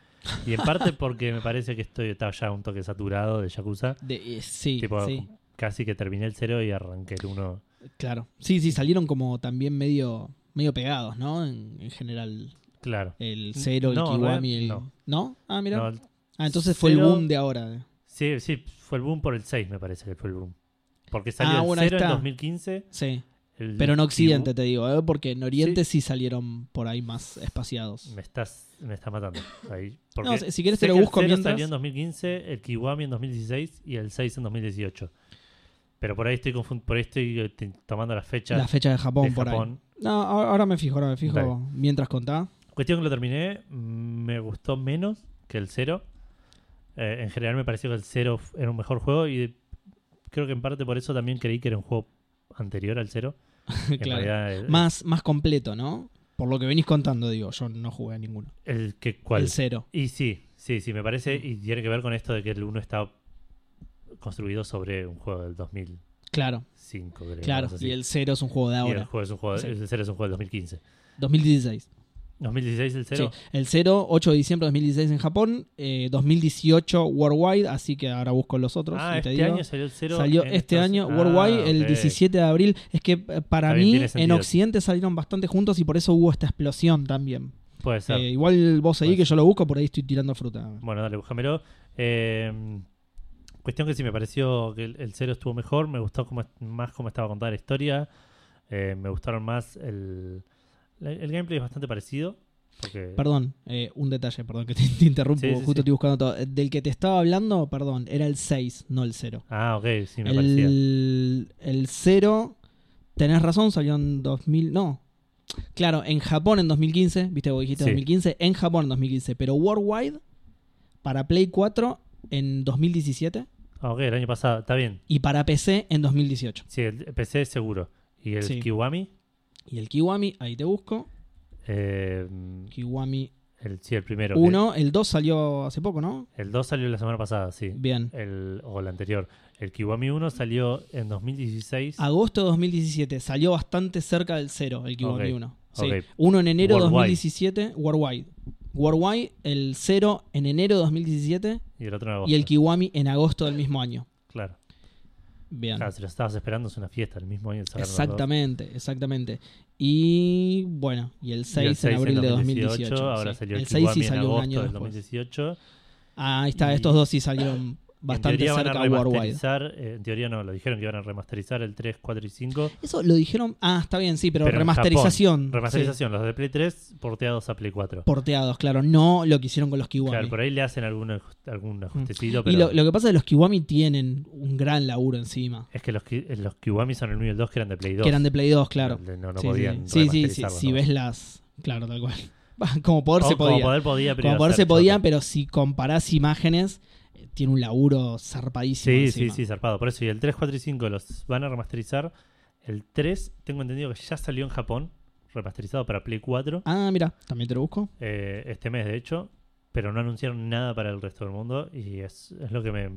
Speaker 1: Y en
Speaker 2: [laughs]
Speaker 1: parte porque me parece que estoy estaba ya un toque saturado de Yakuza.
Speaker 2: De- eh, sí,
Speaker 1: tipo,
Speaker 2: sí,
Speaker 1: casi que terminé el cero y arranqué el uno.
Speaker 2: claro. Sí, sí, salieron como también medio, medio pegados, ¿no? En, en general,
Speaker 1: Claro.
Speaker 2: el cero,
Speaker 1: No,
Speaker 2: el Kiwami,
Speaker 1: bueno,
Speaker 2: el...
Speaker 1: no.
Speaker 2: ¿No? Ah, mira.
Speaker 1: No, el-
Speaker 2: Ah, entonces fue el
Speaker 1: Cero-
Speaker 2: boom de ahora. eh.
Speaker 1: sí, sí, fue el boom por el 6, me parece que fue el boom. Porque salió
Speaker 2: Ah,
Speaker 1: el
Speaker 2: bueno, ahí
Speaker 1: 0 en
Speaker 2: está.
Speaker 1: 2015.
Speaker 2: Sí.
Speaker 1: el
Speaker 2: Pero en
Speaker 1: Kiwu-
Speaker 2: Occidente, te digo, ¿eh? porque en Oriente sí. salieron por ahí más espaciados.
Speaker 1: Me estás me está matando ahí. Porque
Speaker 2: No, si- si quieres
Speaker 1: sé
Speaker 2: te lo
Speaker 1: que el
Speaker 2: busco
Speaker 1: Zero
Speaker 2: mientras.
Speaker 1: salió en 2015, el Kiwami en 2016 y el 6 en 2018. Pero por ahí estoy confun- por ahí estoy eh, te- tomando las fechas
Speaker 2: La fecha de Japón
Speaker 1: de
Speaker 2: por
Speaker 1: Japón.
Speaker 2: ahí. No, ahora ahora me fijo, ahora me fijo.
Speaker 1: Dale.
Speaker 2: Mientras contá.
Speaker 1: Cuestión que lo terminé, mm, me gustó menos que el 0. en general me pareció que el 0 era un mejor juego y de- creo que en parte por eso también creí que era un juego anterior al
Speaker 2: [laughs]
Speaker 1: 0. En
Speaker 2: Claro.
Speaker 1: realidad, el-
Speaker 2: Más, más completo, ¿no? Por lo que venís contando, digo, yo no jugué a ninguno.
Speaker 1: el que cuál
Speaker 2: El cero.
Speaker 1: Y sí, sí, sí, me parece.
Speaker 2: Mm.
Speaker 1: Y tiene que ver con esto de que el 1 está construido sobre un juego del 2005,
Speaker 2: Claro,
Speaker 1: creo. una
Speaker 2: claro.
Speaker 1: cosa así.
Speaker 2: Y el cero es un juego de
Speaker 1: Y el
Speaker 2: ahora.
Speaker 1: juego es un juego,
Speaker 2: Sí.
Speaker 1: el cero es un juego del 2015.
Speaker 2: 2016.
Speaker 1: 2016 el cero.
Speaker 2: Sí, el 0, 8 de diciembre de 2016 en Japón, eh, 2018 worldwide, así que ahora busco los otros.
Speaker 1: ah,
Speaker 2: y te
Speaker 1: este
Speaker 2: digo.
Speaker 1: año salió el cero.
Speaker 2: Salió
Speaker 1: en
Speaker 2: este
Speaker 1: Estados-
Speaker 2: año
Speaker 1: Ah,
Speaker 2: worldwide el
Speaker 1: ok.
Speaker 2: 17 de abril. Es que eh, para
Speaker 1: Está bien,
Speaker 2: mí
Speaker 1: tiene
Speaker 2: en
Speaker 1: sentido.
Speaker 2: Occidente salieron bastante juntos y por eso hubo esta explosión también.
Speaker 1: Puede ser.
Speaker 2: Eh, igual vos seguís
Speaker 1: Puede
Speaker 2: que yo lo busco, por ahí estoy tirando fruta.
Speaker 1: Bueno, dale, búscamelo. Eh, cuestión que sí me pareció que el, el cero estuvo mejor, me gustó cómo, es- más cómo estaba contada la historia, eh, me gustaron más el... la- El gameplay es bastante parecido. porque-
Speaker 2: Perdón, eh, un detalle, perdón que te, [laughs] te interrumpo,
Speaker 1: Sí, sí,
Speaker 2: justo
Speaker 1: sí.
Speaker 2: estoy buscando todo. Eh, Del que te estaba hablando, perdón, era el 6, no el 0.
Speaker 1: Ah, ok, sí, me parecía.
Speaker 2: El, el 0, tenés razón, salió en 2000. No. Claro, en Japón en 2015, viste, vos dijiste
Speaker 1: Sí.
Speaker 2: 2015, en Japón en 2015, pero Worldwide para Play 4 en 2017
Speaker 1: Ah, ok, el año pasado, está bien.
Speaker 2: y para PC en 2018.
Speaker 1: Sí, el PC seguro. Y el
Speaker 2: Sí.
Speaker 1: Kiwami,
Speaker 2: Y el Kiwami, ahí te busco,
Speaker 1: eh,
Speaker 2: Kiwami
Speaker 1: el, sí, el primero.
Speaker 2: 1, el 2 salió hace poco, ¿no?
Speaker 1: El 2 salió la semana pasada, sí.
Speaker 2: Bien.
Speaker 1: El, o el anterior. El Kiwami 1 salió en 2016.
Speaker 2: Agosto de 2017, salió bastante cerca del 0 el Kiwami
Speaker 1: Ok,
Speaker 2: 1. Sí.
Speaker 1: ok.
Speaker 2: Uno en enero de
Speaker 1: Worldwide.
Speaker 2: 2017, Worldwide. Worldwide, el 0 en enero de 2017
Speaker 1: y el otro en agosto.
Speaker 2: y el Kiwami en agosto del mismo año.
Speaker 1: Claro.
Speaker 2: Bien.
Speaker 1: Claro, si lo estabas esperando es una fiesta el mismo año. sacaron los dos.
Speaker 2: Exactamente, exactamente. Y bueno, y el 6,
Speaker 1: Y el
Speaker 2: en
Speaker 1: 6
Speaker 2: abril de 2018.
Speaker 1: Ahora
Speaker 2: sí.
Speaker 1: salió el,
Speaker 2: el 6 sí
Speaker 1: Kiwami en
Speaker 2: salió un
Speaker 1: agosto
Speaker 2: año
Speaker 1: del
Speaker 2: después.
Speaker 1: 2018.
Speaker 2: Ah, ahí está,
Speaker 1: Y-
Speaker 2: estos dos sí salieron bastante
Speaker 1: en teoría
Speaker 2: cerca
Speaker 1: van a
Speaker 2: Worldwide.
Speaker 1: remasterizar, eh, en teoría no, lo dijeron que iban a remasterizar el 3, 4 y 5.
Speaker 2: Eso lo dijeron. Ah, está bien, sí, pero,
Speaker 1: Pero en
Speaker 2: remasterización. sí.
Speaker 1: Remasterización, los de Play 3 porteados a Play 4.
Speaker 2: Porteados, claro. No lo que hicieron con los Kiwami. Mm.
Speaker 1: Claro, por ahí le hacen algún, ajust- algún ajustecito,
Speaker 2: Y
Speaker 1: pero
Speaker 2: lo, lo que pasa es que los Kiwami tienen un gran laburo encima.
Speaker 1: es que los, ki- los Kiwami son el 1 y el 2 que eran de Play 2.
Speaker 2: Que eran de Play 2, claro.
Speaker 1: No, no
Speaker 2: Sí, sí,
Speaker 1: podían
Speaker 2: sí, sí, sí,
Speaker 1: remasterizarlos,
Speaker 2: si
Speaker 1: ¿no?
Speaker 2: ves las... Claro, tal cual. [laughs] Como poder
Speaker 1: O
Speaker 2: se podía.
Speaker 1: Como poder podía, pero
Speaker 2: Como
Speaker 1: iba a
Speaker 2: poder
Speaker 1: ser
Speaker 2: se podía,
Speaker 1: choto.
Speaker 2: pero si comparás imágenes, eh, tiene un laburo zarpadísimo
Speaker 1: Sí, sí,
Speaker 2: encima.
Speaker 1: sí, zarpado. Por eso, y el 3, 4 y 5 los van a remasterizar. El 3, tengo entendido que ya salió en Japón, remasterizado para Play 4,
Speaker 2: Ah, mira, también te lo busco.
Speaker 1: eh, este mes de hecho, pero no anunciaron nada para el resto del mundo y es, es lo que me...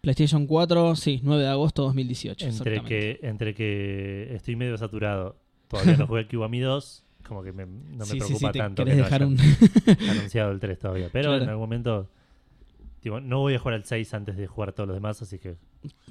Speaker 2: PlayStation 4, sí, 9 de agosto de 2018.
Speaker 1: Entre
Speaker 2: exactamente.
Speaker 1: que, entre que estoy medio saturado, todavía no jugué el Kiwami 2, como que me- no me
Speaker 2: sí, sí,
Speaker 1: preocupa
Speaker 2: sí, te
Speaker 1: tanto que
Speaker 2: querés
Speaker 1: no
Speaker 2: dejar
Speaker 1: hayan [laughs]
Speaker 2: un... [laughs]
Speaker 1: anunciado el 3 todavía, pero en
Speaker 2: Claro.
Speaker 1: algún momento... tipo, no voy a jugar al 6 antes de jugar todos los demás, así que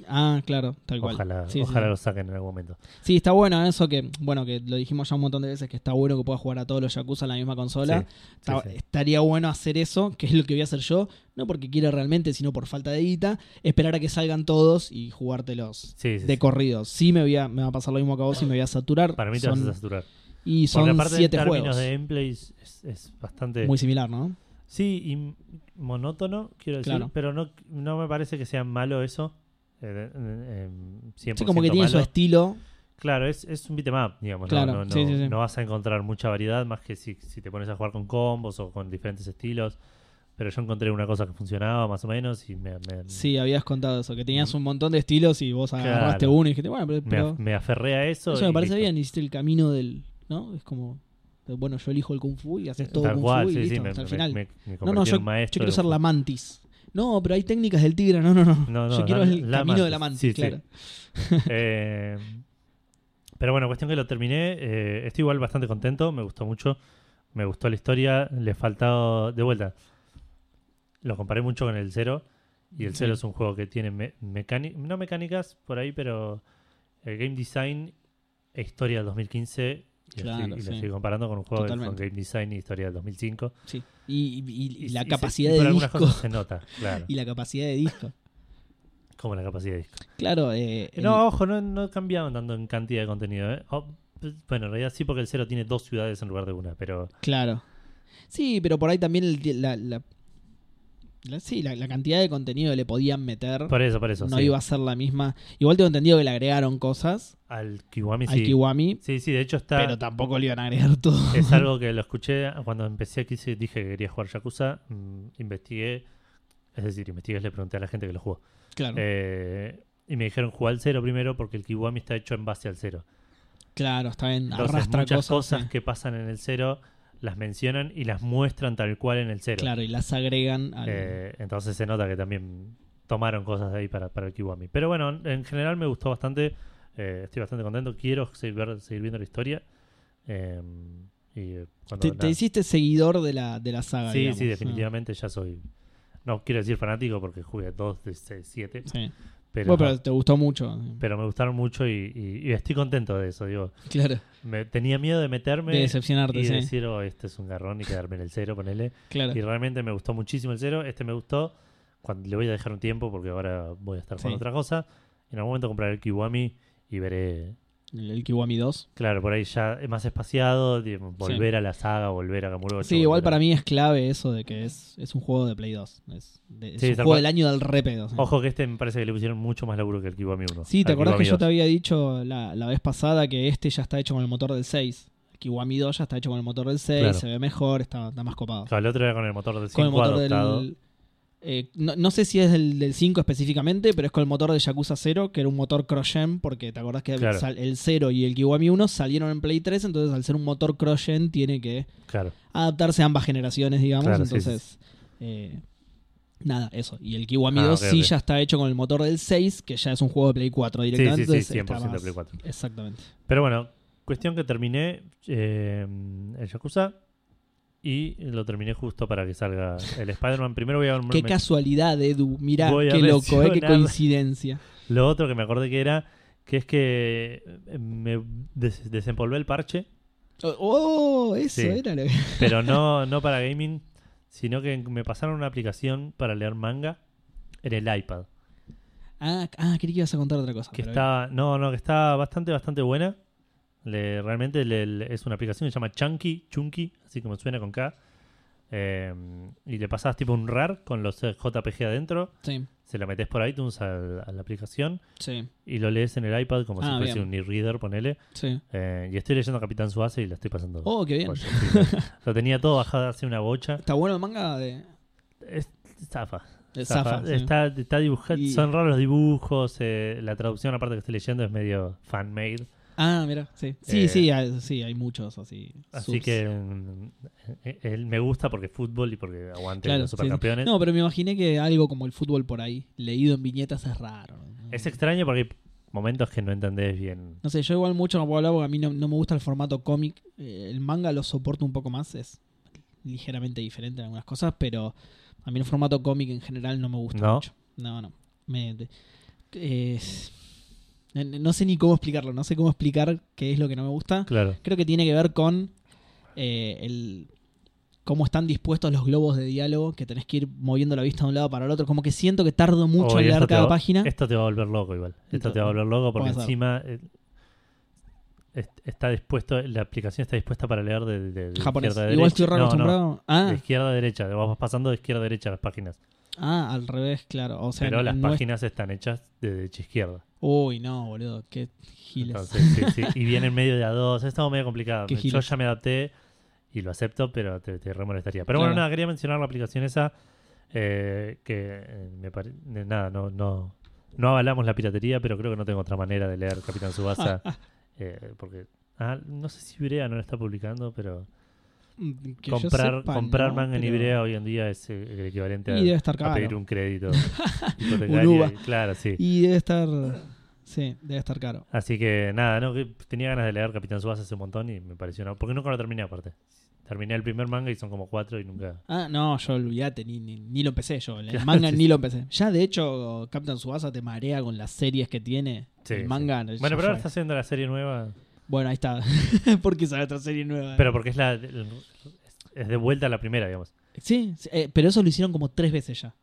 Speaker 2: ah, claro, tal cual.
Speaker 1: ojalá,
Speaker 2: Sí, sí,
Speaker 1: ojalá
Speaker 2: sí.
Speaker 1: lo saquen en algún momento.
Speaker 2: Sí, está bueno eso que, bueno, que lo dijimos ya un montón de veces, que está bueno que puedas jugar a todos los Yakuza en la misma consola.
Speaker 1: Sí, sí,
Speaker 2: Está-
Speaker 1: sí.
Speaker 2: Estaría bueno hacer eso, que es lo que voy a hacer yo, no porque quiera realmente, sino por falta de guita, esperar a que salgan todos y jugártelos
Speaker 1: Sí, sí,
Speaker 2: de
Speaker 1: sí.
Speaker 2: corrido. Sí me, voy a, me va a pasar lo mismo que a vos y me voy a saturar.
Speaker 1: Para mí te
Speaker 2: Son-
Speaker 1: vas a saturar.
Speaker 2: Y
Speaker 1: Porque
Speaker 2: son
Speaker 1: aparte
Speaker 2: siete
Speaker 1: en términos
Speaker 2: juegos.
Speaker 1: de gameplay es, es- es bastante...
Speaker 2: Muy similar, ¿no?
Speaker 1: Sí, y m- monótono, quiero decir,
Speaker 2: Claro.
Speaker 1: pero no, no me parece que sea malo eso. Eh, eh, eh, 100%
Speaker 2: Sí, como que tiene su
Speaker 1: malo.
Speaker 2: estilo.
Speaker 1: Mm. Claro, es, es un beatmap, digamos. no-
Speaker 2: Claro,
Speaker 1: no, no-
Speaker 2: sí, sí, sí.
Speaker 1: no vas a encontrar mucha variedad más que si, si te pones a jugar con combos o con diferentes estilos. Pero yo encontré una cosa que funcionaba más o menos y me, me-
Speaker 2: Sí, habías contado eso, que tenías un montón de estilos y vos
Speaker 1: Mm. Claro.
Speaker 2: agarraste uno y dijiste, bueno, pero,
Speaker 1: me
Speaker 2: pero
Speaker 1: af- me aferré a eso.
Speaker 2: eso me
Speaker 1: y
Speaker 2: parece
Speaker 1: listo.
Speaker 2: bien, hiciste el camino del, ¿no? Es como, bueno, yo elijo el Kung Fu y haces todo
Speaker 1: Eh, Tal
Speaker 2: Kung
Speaker 1: cual,
Speaker 2: Fu y
Speaker 1: sí,
Speaker 2: listo,
Speaker 1: sí, me,
Speaker 2: hasta el
Speaker 1: me-
Speaker 2: final.
Speaker 1: me- me
Speaker 2: No,
Speaker 1: convertí
Speaker 2: no,
Speaker 1: en
Speaker 2: yo,
Speaker 1: un maestro
Speaker 2: yo quiero
Speaker 1: de
Speaker 2: ser
Speaker 1: Kung [laughs]
Speaker 2: la mantis. No, pero hay técnicas del tigre. No, no, no.
Speaker 1: No,
Speaker 2: yo
Speaker 1: no,
Speaker 2: quiero
Speaker 1: la-
Speaker 2: el
Speaker 1: la
Speaker 2: camino de la mantis,
Speaker 1: mantis, sí, sí.
Speaker 2: claro.
Speaker 1: Eh, pero bueno, cuestión que lo terminé. eh, estoy igual bastante contento. Me gustó mucho. Me gustó la historia. Le faltado De vuelta. Lo comparé mucho con el Zero. Y el
Speaker 2: Sí.
Speaker 1: Zero es un juego que tiene me- mecáni- No mecánicas por ahí, pero. El game design e historia del 2015. Y lo estoy-
Speaker 2: Claro,
Speaker 1: y lo
Speaker 2: sí.
Speaker 1: estoy comparando con un juego que- con
Speaker 2: Totalmente.
Speaker 1: game design y historia del 2005.
Speaker 2: Sí. Y, y- y
Speaker 1: Y-
Speaker 2: la
Speaker 1: y se-
Speaker 2: capacidad
Speaker 1: y por
Speaker 2: de
Speaker 1: algunas
Speaker 2: disco.
Speaker 1: cosas se nota, claro.
Speaker 2: Y la capacidad de disco.
Speaker 1: Como la capacidad de disco.
Speaker 2: Claro, eh, el-
Speaker 1: No, ojo, no, no cambiaron tanto en cantidad de contenido. ¿eh? O- bueno, en realidad sí, porque el cero tiene dos ciudades en lugar de una, pero
Speaker 2: claro. Sí, pero por ahí también el- la, la- la- sí, la, la cantidad de contenido que le podían meter
Speaker 1: por eso, por eso.
Speaker 2: no
Speaker 1: sí.
Speaker 2: iba a ser la misma. Igual tengo entendido que le agregaron cosas
Speaker 1: Al Kiwami
Speaker 2: al
Speaker 1: sí.
Speaker 2: Kiwami,
Speaker 1: Sí, sí, de hecho
Speaker 2: pero
Speaker 1: está.
Speaker 2: tampoco le iban a agregar [laughs] todo.
Speaker 1: Es algo que lo escuché cuando empecé aquí, sí, dije que quería jugar Yakuza. mm, investigué, es decir, investigué, le pregunté a la gente que lo jugó.
Speaker 2: Claro,
Speaker 1: Eh, y me dijeron jugar al cero primero porque el Kiwami está hecho en base al cero.
Speaker 2: claro, está bien.
Speaker 1: Entonces,
Speaker 2: Arrastra
Speaker 1: muchas
Speaker 2: cosas.
Speaker 1: cosas
Speaker 2: sí.
Speaker 1: que pasan en el cero las mencionan y las muestran tal cual en el cero.
Speaker 2: Claro, y las agregan al.
Speaker 1: Eh, entonces se nota que también tomaron cosas de ahí para, para el Kiwami. Pero bueno, en- en general me gustó bastante. eh, estoy bastante contento. Quiero seguir, ver- seguir viendo la historia. eh, Y, eh, cuando
Speaker 2: Te,
Speaker 1: la-
Speaker 2: te hiciste seguidor de la, de la saga.
Speaker 1: Sí,
Speaker 2: digamos.
Speaker 1: sí, definitivamente ya soy. No quiero decir fanático porque jugué dos de se- siete,
Speaker 2: Ah, sí.
Speaker 1: pero,
Speaker 2: Bueno, pero te gustó mucho.
Speaker 1: pero me gustaron mucho y, y- y estoy contento de eso. Digo,
Speaker 2: Claro.
Speaker 1: me, tenía miedo de meterme
Speaker 2: De decepcionarte,
Speaker 1: y
Speaker 2: sí.
Speaker 1: decir, oh, este es un garrón y quedarme en el cero, ponele.
Speaker 2: Claro.
Speaker 1: Y realmente me gustó muchísimo el cero. Este me gustó. Cuando, le voy a dejar un tiempo porque ahora voy a estar jugando
Speaker 2: Sí.
Speaker 1: otra cosa. En algún momento compraré el Kiwami y veré.
Speaker 2: El, el Kiwami 2.
Speaker 1: Claro, por ahí ya es más espaciado. de Volver a la saga, volver a Kamurocho.
Speaker 2: Sí, igual para mí es clave eso de que es, es un juego de Play 2. Es, de- es
Speaker 1: Sí,
Speaker 2: un
Speaker 1: tal
Speaker 2: juego
Speaker 1: cual.
Speaker 2: del año del repedo. sí.
Speaker 1: Ojo que este me parece que le pusieron mucho más laburo que el Kiwami 1.
Speaker 2: Sí, ¿te
Speaker 1: Al
Speaker 2: acordás que
Speaker 1: Kiwami
Speaker 2: yo te
Speaker 1: 2.
Speaker 2: había dicho la, la vez pasada que este ya está hecho con el motor del 6? Kiwami 2 ya está hecho con el motor del 6,
Speaker 1: Claro.
Speaker 2: se ve mejor, está, está más copado.
Speaker 1: Claro, el otro era con el motor del 5
Speaker 2: con el motor
Speaker 1: adoptado.
Speaker 2: del. eh, no, no sé si es del, del 5 específicamente, pero es con el motor de Yakuza 0, que era un motor cross-gen, porque te acordás que
Speaker 1: Claro.
Speaker 2: sal- el 0 y el Kiwami 1 salieron en Play 3, entonces al ser un motor cross-gen tiene que
Speaker 1: Claro.
Speaker 2: adaptarse a ambas generaciones, digamos.
Speaker 1: Claro, sí,
Speaker 2: Entonces, eh, nada, eso. Y el Kiwami
Speaker 1: Ah,
Speaker 2: 2
Speaker 1: ok,
Speaker 2: sí
Speaker 1: ok.
Speaker 2: ya está hecho con el motor del 6, que ya es un juego de Play 4 directamente.
Speaker 1: Sí, sí, sí,
Speaker 2: entonces está
Speaker 1: 100%
Speaker 2: más-
Speaker 1: Play 4.
Speaker 2: Exactamente.
Speaker 1: Pero bueno, cuestión que terminé eh, el Yakuza y lo terminé justo para que salga el Spider-Man. Primero voy a...
Speaker 2: Qué
Speaker 1: me-
Speaker 2: casualidad, Edu. Mirá,
Speaker 1: Voy a
Speaker 2: qué loco, eh, qué
Speaker 1: mencionar-
Speaker 2: coincidencia.
Speaker 1: Lo otro que me acordé que era que es que eh, me des- desempolvé el parche,
Speaker 2: Oh, oh, eso
Speaker 1: Sí.
Speaker 2: era lo que-
Speaker 1: pero no, [laughs] no para gaming, sino que me pasaron una aplicación para leer manga en el iPad.
Speaker 2: Ah, ah, creí que ibas a contar otra cosa.
Speaker 1: Que
Speaker 2: pero-
Speaker 1: está, no, no, que está bastante, bastante buena. Le- realmente le- le- es una aplicación que se llama Chunky, Chunky, así como suena con K. Eh, y le pasás tipo un RAR con los eh, JPG adentro,
Speaker 2: Sí,
Speaker 1: se la metes por iTunes al- a la aplicación
Speaker 2: sí,
Speaker 1: y lo lees en el iPad como si
Speaker 2: Ah,
Speaker 1: fuese
Speaker 2: bien.
Speaker 1: un e-reader, ponele.
Speaker 2: sí.
Speaker 1: Eh, y estoy leyendo Capitán Suárez y la estoy pasando.
Speaker 2: Oh, qué bien.
Speaker 1: joya, sí, [laughs] lo- lo tenía todo bajado hace una bocha.
Speaker 2: Está bueno el manga de,
Speaker 1: Es zafa.
Speaker 2: de
Speaker 1: zafa.
Speaker 2: Zafa. sí.
Speaker 1: Está, está dibujado,
Speaker 2: Y-
Speaker 1: son raros los dibujos, eh, la traducción aparte que estoy leyendo es medio fan-made.
Speaker 2: Ah, mira, sí. Sí,
Speaker 1: Eh,
Speaker 2: sí, hay, sí, hay muchos así.
Speaker 1: Así
Speaker 2: subs.
Speaker 1: que mm, eh, él me gusta porque fútbol y porque aguante
Speaker 2: Claro,
Speaker 1: los
Speaker 2: sí, sí.
Speaker 1: supercampeones.
Speaker 2: No, pero me imaginé que algo como el fútbol por ahí, leído en viñetas, es raro. ¿no?
Speaker 1: Es extraño porque hay momentos que no entendés bien.
Speaker 2: No sé, yo igual mucho no puedo hablar porque a mí no, no me gusta el formato cómic. Eh, el manga lo soporto un poco más, es ligeramente diferente en algunas cosas, pero a mí el formato cómic en general no me gusta
Speaker 1: ¿No?
Speaker 2: mucho. No, no. Me- de- eh, n- no sé ni cómo explicarlo, no sé cómo explicar qué es lo que no me gusta.
Speaker 1: Claro.
Speaker 2: Creo que tiene que ver con eh, el cómo están dispuestos los globos de diálogo, que tenés que ir moviendo la vista de un lado para el otro. Como que siento que tardo mucho
Speaker 1: Oh, y
Speaker 2: en
Speaker 1: esto
Speaker 2: leer
Speaker 1: te
Speaker 2: cada
Speaker 1: va-
Speaker 2: página.
Speaker 1: Esto te va a volver loco igual. Esto te va a volver loco porque
Speaker 2: Vamos a ver.
Speaker 1: encima eh, es- está dispuesto, la aplicación está dispuesta para leer de, de- de
Speaker 2: Japonés.
Speaker 1: izquierda a
Speaker 2: Igual
Speaker 1: derecha.
Speaker 2: estoy re
Speaker 1: No, no,
Speaker 2: acostumbrado. ah,
Speaker 1: de izquierda a derecha. Vas pasando de izquierda a derecha las páginas.
Speaker 2: ah, al revés, claro. O sea,
Speaker 1: Pero las
Speaker 2: no es-
Speaker 1: páginas están hechas de derecha a izquierda.
Speaker 2: Uy, no, boludo, qué giles.
Speaker 1: Entonces, sí, sí. Y viene en medio de a dos. Es todo medio complicado.
Speaker 2: Qué
Speaker 1: Yo
Speaker 2: giles.
Speaker 1: ya me adapté y lo acepto, pero te, te remolestaría. Pero bueno,
Speaker 2: Claro.
Speaker 1: nada, quería mencionar la aplicación esa eh, que eh, me parece... Nada, no, no, no avalamos la piratería, pero creo que no tengo otra manera de leer Capitán
Speaker 2: [laughs]
Speaker 1: Subasa. porque... Ah, no sé si Ibrea no la está publicando, pero
Speaker 2: Mm, que yo
Speaker 1: comprar,
Speaker 2: sepa,
Speaker 1: comprar
Speaker 2: no,
Speaker 1: manga en
Speaker 2: pero-
Speaker 1: Ibrea hoy en día es eh, el equivalente
Speaker 2: Y
Speaker 1: a,
Speaker 2: debe estar
Speaker 1: a
Speaker 2: caro.
Speaker 1: pedir un
Speaker 2: [laughs]
Speaker 1: crédito hipotecario.
Speaker 2: UVA.
Speaker 1: Claro, sí.
Speaker 2: Y debe estar. Sí, debe estar caro.
Speaker 1: Así que nada, no, que tenía ganas de leer Capitán Subasa hace un montón y me pareció una- Porque nunca lo terminé aparte. Terminé el primer manga y son como cuatro y nunca.
Speaker 2: Ah, no, yo olvídate, ni, ni, ni lo empecé yo. El
Speaker 1: Claro,
Speaker 2: manga
Speaker 1: sí,
Speaker 2: ni
Speaker 1: sí.
Speaker 2: lo empecé. Ya de hecho, Captain Subasa te marea con las series que tiene.
Speaker 1: Sí,
Speaker 2: el manga. ya
Speaker 1: Bueno, pero ahora
Speaker 2: fue.
Speaker 1: está haciendo la serie nueva.
Speaker 2: Bueno, ahí está. [laughs] Porque sale otra serie nueva.
Speaker 1: Pero porque es la. Es de vuelta a la primera, digamos.
Speaker 2: Sí, sí, eh, pero eso lo hicieron como tres veces ya.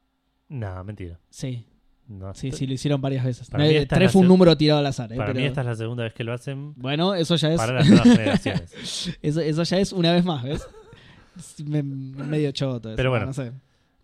Speaker 1: No, mentira.
Speaker 2: Sí,
Speaker 1: No,
Speaker 2: sí,
Speaker 1: esto-
Speaker 2: sí, lo hicieron varias veces.
Speaker 1: Para
Speaker 2: No,
Speaker 1: mí
Speaker 2: eh,
Speaker 1: esta
Speaker 2: tres
Speaker 1: es
Speaker 2: fue un
Speaker 1: la se-
Speaker 2: número tirado al azar. eh,
Speaker 1: Para
Speaker 2: pero-
Speaker 1: mí esta es la segunda vez que lo hacen
Speaker 2: Bueno, eso ya es.
Speaker 1: para las
Speaker 2: [laughs]
Speaker 1: nuevas generaciones.
Speaker 2: Eso, eso ya es una vez más, ¿ves? Es me- medio choto. eso,
Speaker 1: Pero bueno,
Speaker 2: No sé.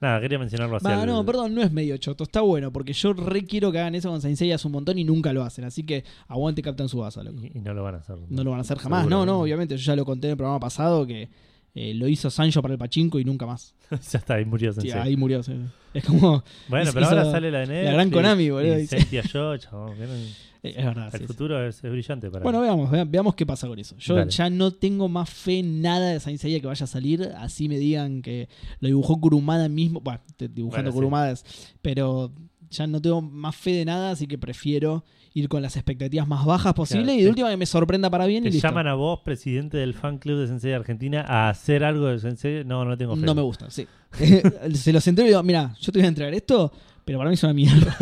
Speaker 1: Nada, quería mencionarlo así.
Speaker 2: Va,
Speaker 1: al-
Speaker 2: no, perdón, no es medio choto. Está bueno, porque yo re quiero que hagan eso con Sensei hace un montón y nunca lo hacen. Así que aguante Captain Subasa, loco.
Speaker 1: Y, y no lo van a hacer.
Speaker 2: No
Speaker 1: [laughs]
Speaker 2: lo van a hacer jamás.
Speaker 1: Seguro.
Speaker 2: No, no, obviamente. Yo ya lo conté en el programa pasado que eh, lo hizo Sancho para el Pachinko y nunca más.
Speaker 1: ya está, ahí murió
Speaker 2: Sí,
Speaker 1: Sensei.
Speaker 2: ahí murió. sí. Es como.
Speaker 1: Bueno,
Speaker 2: hizo-
Speaker 1: pero ahora
Speaker 2: hizo
Speaker 1: sale la de Netflix.
Speaker 2: gran Konami, boludo,
Speaker 1: Y
Speaker 2: dice.
Speaker 1: Sentia yo, chabón, que no-
Speaker 2: eh, Es verdad. [laughs] sí,
Speaker 1: El
Speaker 2: sí.
Speaker 1: futuro es, es brillante para
Speaker 2: Bueno, veamos, vea- veamos qué pasa con eso. Yo
Speaker 1: Dale.
Speaker 2: ya no tengo más fe en nada de Saint Seiya que vaya a salir. Así me digan que lo dibujó Kurumada mismo. Bueno, te- dibujando
Speaker 1: Bueno, sí.
Speaker 2: Kurumada es. Pero ya no tengo más fe de nada, así que prefiero ir con las expectativas más bajas posible y de
Speaker 1: te-
Speaker 2: última que me sorprenda para bien y
Speaker 1: Te
Speaker 2: listo.
Speaker 1: llaman a vos, presidente del fan club de Sensei de Argentina, a hacer algo de Sensei. No, no tengo fe.
Speaker 2: No me gusta, sí. [laughs] Se los entrego y digo, mira, yo te voy a entregar esto, pero para mí es
Speaker 1: [laughs]
Speaker 2: una mierda.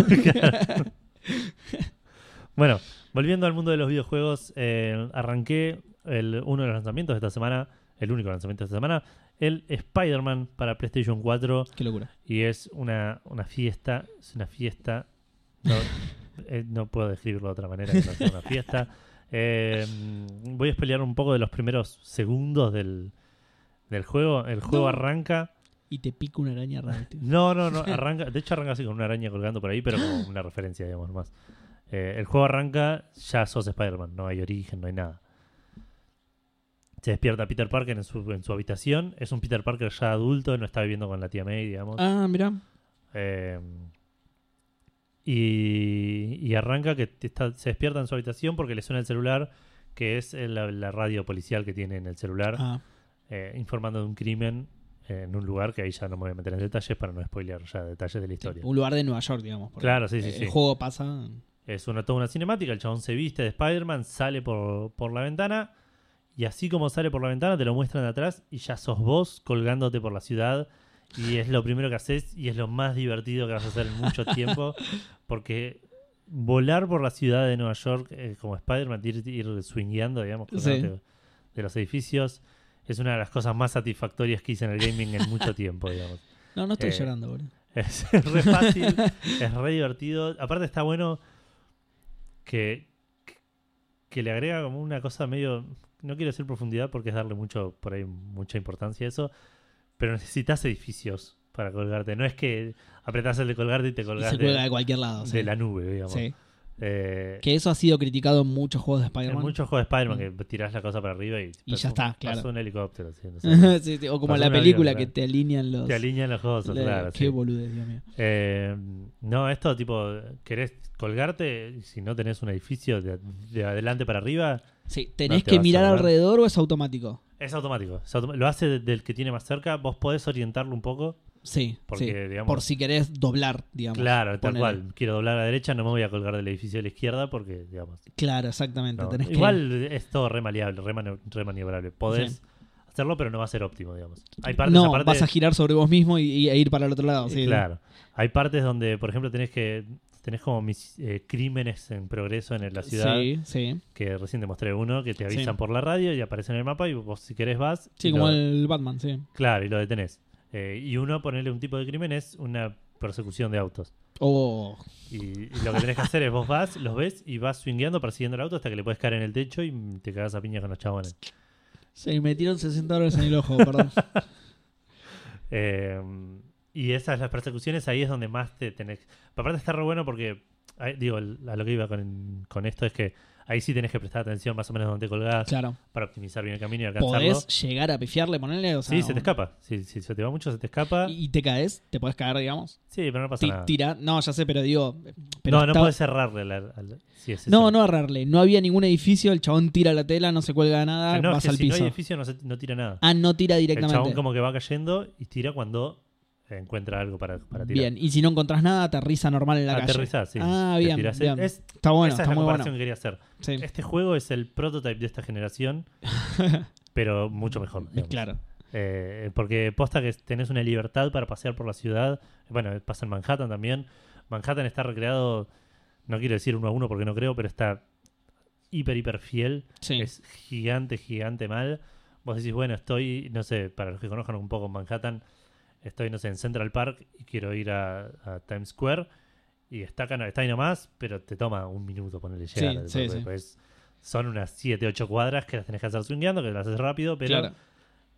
Speaker 1: Bueno, volviendo al mundo de los videojuegos, eh, arranqué el, uno de los lanzamientos de esta semana, el único lanzamiento de esta semana, el Spider-Man para PlayStation 4.
Speaker 2: Qué locura.
Speaker 1: Y es una, una fiesta, es una fiesta.
Speaker 2: [laughs]
Speaker 1: No, eh, no puedo describirlo de otra manera que no sea una
Speaker 2: [laughs]
Speaker 1: fiesta. Eh, voy a pelear un poco de los primeros segundos del, del juego. El juego
Speaker 2: No.
Speaker 1: arranca.
Speaker 2: Y te pica una araña rara. tío.
Speaker 1: No, no, no. Arranca, de hecho, arranca así con una araña colgando por ahí, pero como una referencia, digamos, más. Eh, el juego arranca, ya sos Spider-Man. No hay origen, no hay nada. Se despierta Peter Parker en su, en su habitación. Es un Peter Parker ya adulto, no está viviendo con la tía May, digamos.
Speaker 2: Ah, mira.
Speaker 1: Eh, y, y arranca que te está- se despierta en su habitación porque le suena el celular, que es eh, la, la radio policial que tiene en el celular,
Speaker 2: Ah,
Speaker 1: eh, informando de un crimen eh, en un lugar que ahí ya no me voy a meter en detalles para no spoilear ya detalles de la historia.
Speaker 2: un lugar de Nueva York, digamos. porque
Speaker 1: Claro, sí, sí,
Speaker 2: el
Speaker 1: sí.
Speaker 2: juego pasa.
Speaker 1: Es una, toda una cinemática, el chabón se viste de Spider-Man, sale por, por la ventana y así como sale por la ventana te lo muestran de atrás y ya sos vos colgándote por la ciudad y es lo primero que haces y es lo más divertido que vas a hacer en mucho tiempo porque volar por la ciudad de Nueva York eh, como Spider-Man, ir, ir swingueando, digamos,
Speaker 2: Sí.
Speaker 1: colgándote de los edificios, es una de las cosas más satisfactorias que hice en el gaming en mucho tiempo, digamos.
Speaker 2: No, no estoy
Speaker 1: Eh,
Speaker 2: llorando, boludo. [laughs]
Speaker 1: Es re fácil, es re divertido. Aparte está bueno que, que le agrega como una cosa medio... No quiero decir profundidad porque es darle mucho por ahí mucha importancia a eso, pero necesitas edificios para colgarte. No es que apretás el de colgarte y te
Speaker 2: Y
Speaker 1: colgás
Speaker 2: se
Speaker 1: de,
Speaker 2: cuelga de cualquier lado.
Speaker 1: de
Speaker 2: sí.
Speaker 1: la nube, digamos.
Speaker 2: Sí.
Speaker 1: Eh,
Speaker 2: Que eso ha sido criticado en muchos juegos
Speaker 1: en
Speaker 2: de [laughs] Spider-Man. Mm.
Speaker 1: muchos juegos de Spider-Man que tirás la cosa para arriba y,
Speaker 2: Y ya está, claro.
Speaker 1: pasa un helicóptero. sí,
Speaker 2: [laughs]
Speaker 1: no sé.
Speaker 2: Sí, sí, O como
Speaker 1: Pasó
Speaker 2: la
Speaker 1: un avión,
Speaker 2: película
Speaker 1: claro.
Speaker 2: que te alinean los.
Speaker 1: Te alinean los cosas,
Speaker 2: la-
Speaker 1: claro.
Speaker 2: Qué
Speaker 1: sí.
Speaker 2: boludez, Dios mío.
Speaker 1: Eh, no, esto tipo, querés colgarte, y si no tenés un edificio de, de adelante para arriba,
Speaker 2: Sí, ¿tenés
Speaker 1: No te
Speaker 2: que
Speaker 1: vas a
Speaker 2: mirar
Speaker 1: ahogar.
Speaker 2: alrededor o es automático?
Speaker 1: es automático. Es autom- lo hace de- del que tiene más cerca, vos podés orientarlo un poco.
Speaker 2: Sí.
Speaker 1: Porque,
Speaker 2: sí.
Speaker 1: digamos-
Speaker 2: Por si querés doblar, digamos.
Speaker 1: claro, tal
Speaker 2: ponele.
Speaker 1: cual. Quiero doblar a la derecha, no me voy a colgar del edificio de la izquierda porque, digamos...
Speaker 2: Claro, exactamente.
Speaker 1: no.
Speaker 2: Tenés que-
Speaker 1: Igual es todo re maleable, re, mane- re maniobrable. Podés hacerlo, pero no va a ser óptimo, digamos. Hay partes,
Speaker 2: no,
Speaker 1: aparte-
Speaker 2: vas a girar sobre vos mismo y, y- e ir para el otro lado. Sí,
Speaker 1: claro. Hay partes donde, por ejemplo, tenés que... Tenés como mis eh, crímenes en progreso en la ciudad.
Speaker 2: Sí, sí.
Speaker 1: que recién te mostré uno, que te avisan
Speaker 2: Sí.
Speaker 1: por la radio y aparece en el mapa y vos si querés vas.
Speaker 2: Sí,
Speaker 1: y
Speaker 2: como
Speaker 1: lo-
Speaker 2: el Batman, sí.
Speaker 1: Claro, y lo detenés. Eh, y uno, ponerle un tipo de crimen es una persecución de autos.
Speaker 2: O
Speaker 1: Y, y lo que tenés que hacer es vos vas, los ves y vas swingueando, persiguiendo el auto hasta que le puedes caer en el techo y te cagás a piña con los chabones.
Speaker 2: se metieron 60 dólares en el
Speaker 1: [laughs]
Speaker 2: ojo, perdón.
Speaker 1: Eh, y esas las persecuciones ahí es donde más te tenés. Pero aparte está re bueno porque, ay, digo, a lo que iba con, con esto es que ahí sí tenés que prestar atención más o menos donde te colgás
Speaker 2: Claro.
Speaker 1: para optimizar bien el camino y alcanzarlo.
Speaker 2: Podés llegar a pifiarle, ponerle. O sea,
Speaker 1: Sí, se
Speaker 2: un-
Speaker 1: te escapa. Si, si se te va mucho, se te escapa.
Speaker 2: Ah, Y, y te caes, te podés caer, digamos.
Speaker 1: Sí, pero no pasa
Speaker 2: Ti-
Speaker 1: nada.
Speaker 2: Tira. No, ya sé, pero digo. eh, Pero
Speaker 1: no, no
Speaker 2: estaba-
Speaker 1: puedes cerrarle. al- al- si es eso.
Speaker 2: No, no agarrarle. No había ningún edificio, el chabón tira la tela, no se cuelga de nada,
Speaker 1: Ah, no, es
Speaker 2: vas
Speaker 1: que
Speaker 2: al
Speaker 1: si
Speaker 2: piso.
Speaker 1: no hay edificio, no, se- no tira nada.
Speaker 2: ah, no tira
Speaker 1: el
Speaker 2: directamente.
Speaker 1: chabón como que va cayendo y tira cuando encuentra algo para, para tirar.
Speaker 2: Bien, y si no encontrás nada, aterriza normal en la
Speaker 1: Aterrizás, sí.
Speaker 2: calle. Ah,
Speaker 1: Te
Speaker 2: bien,
Speaker 1: tirás.
Speaker 2: bien.
Speaker 1: Es-
Speaker 2: Está bueno,
Speaker 1: esa
Speaker 2: está
Speaker 1: es la
Speaker 2: muy
Speaker 1: comparación
Speaker 2: bueno.
Speaker 1: que quería hacer.
Speaker 2: Sí,
Speaker 1: Este juego es el prototype de esta generación,
Speaker 2: [laughs]
Speaker 1: pero mucho mejor. digamos.
Speaker 2: claro.
Speaker 1: Eh, porque posta que tenés una libertad para pasear por la ciudad. Bueno, pasa en Manhattan también. Manhattan está recreado, no quiero decir uno a uno porque no creo, pero está hiper, hiper fiel.
Speaker 2: Sí.
Speaker 1: Es gigante, gigante mal. Vos decís, bueno, estoy, no sé, para los que conozcan un poco Manhattan, estoy, no sé, en Central Park y quiero ir a, a Times Square. Y está acá, está ahí nomás, pero te toma un minuto ponerle llegar.
Speaker 2: Sí,
Speaker 1: porque
Speaker 2: sí, sí.
Speaker 1: después son unas 7, 8 cuadras que las tenés que hacer swingueando, que las haces rápido, pero
Speaker 2: claro.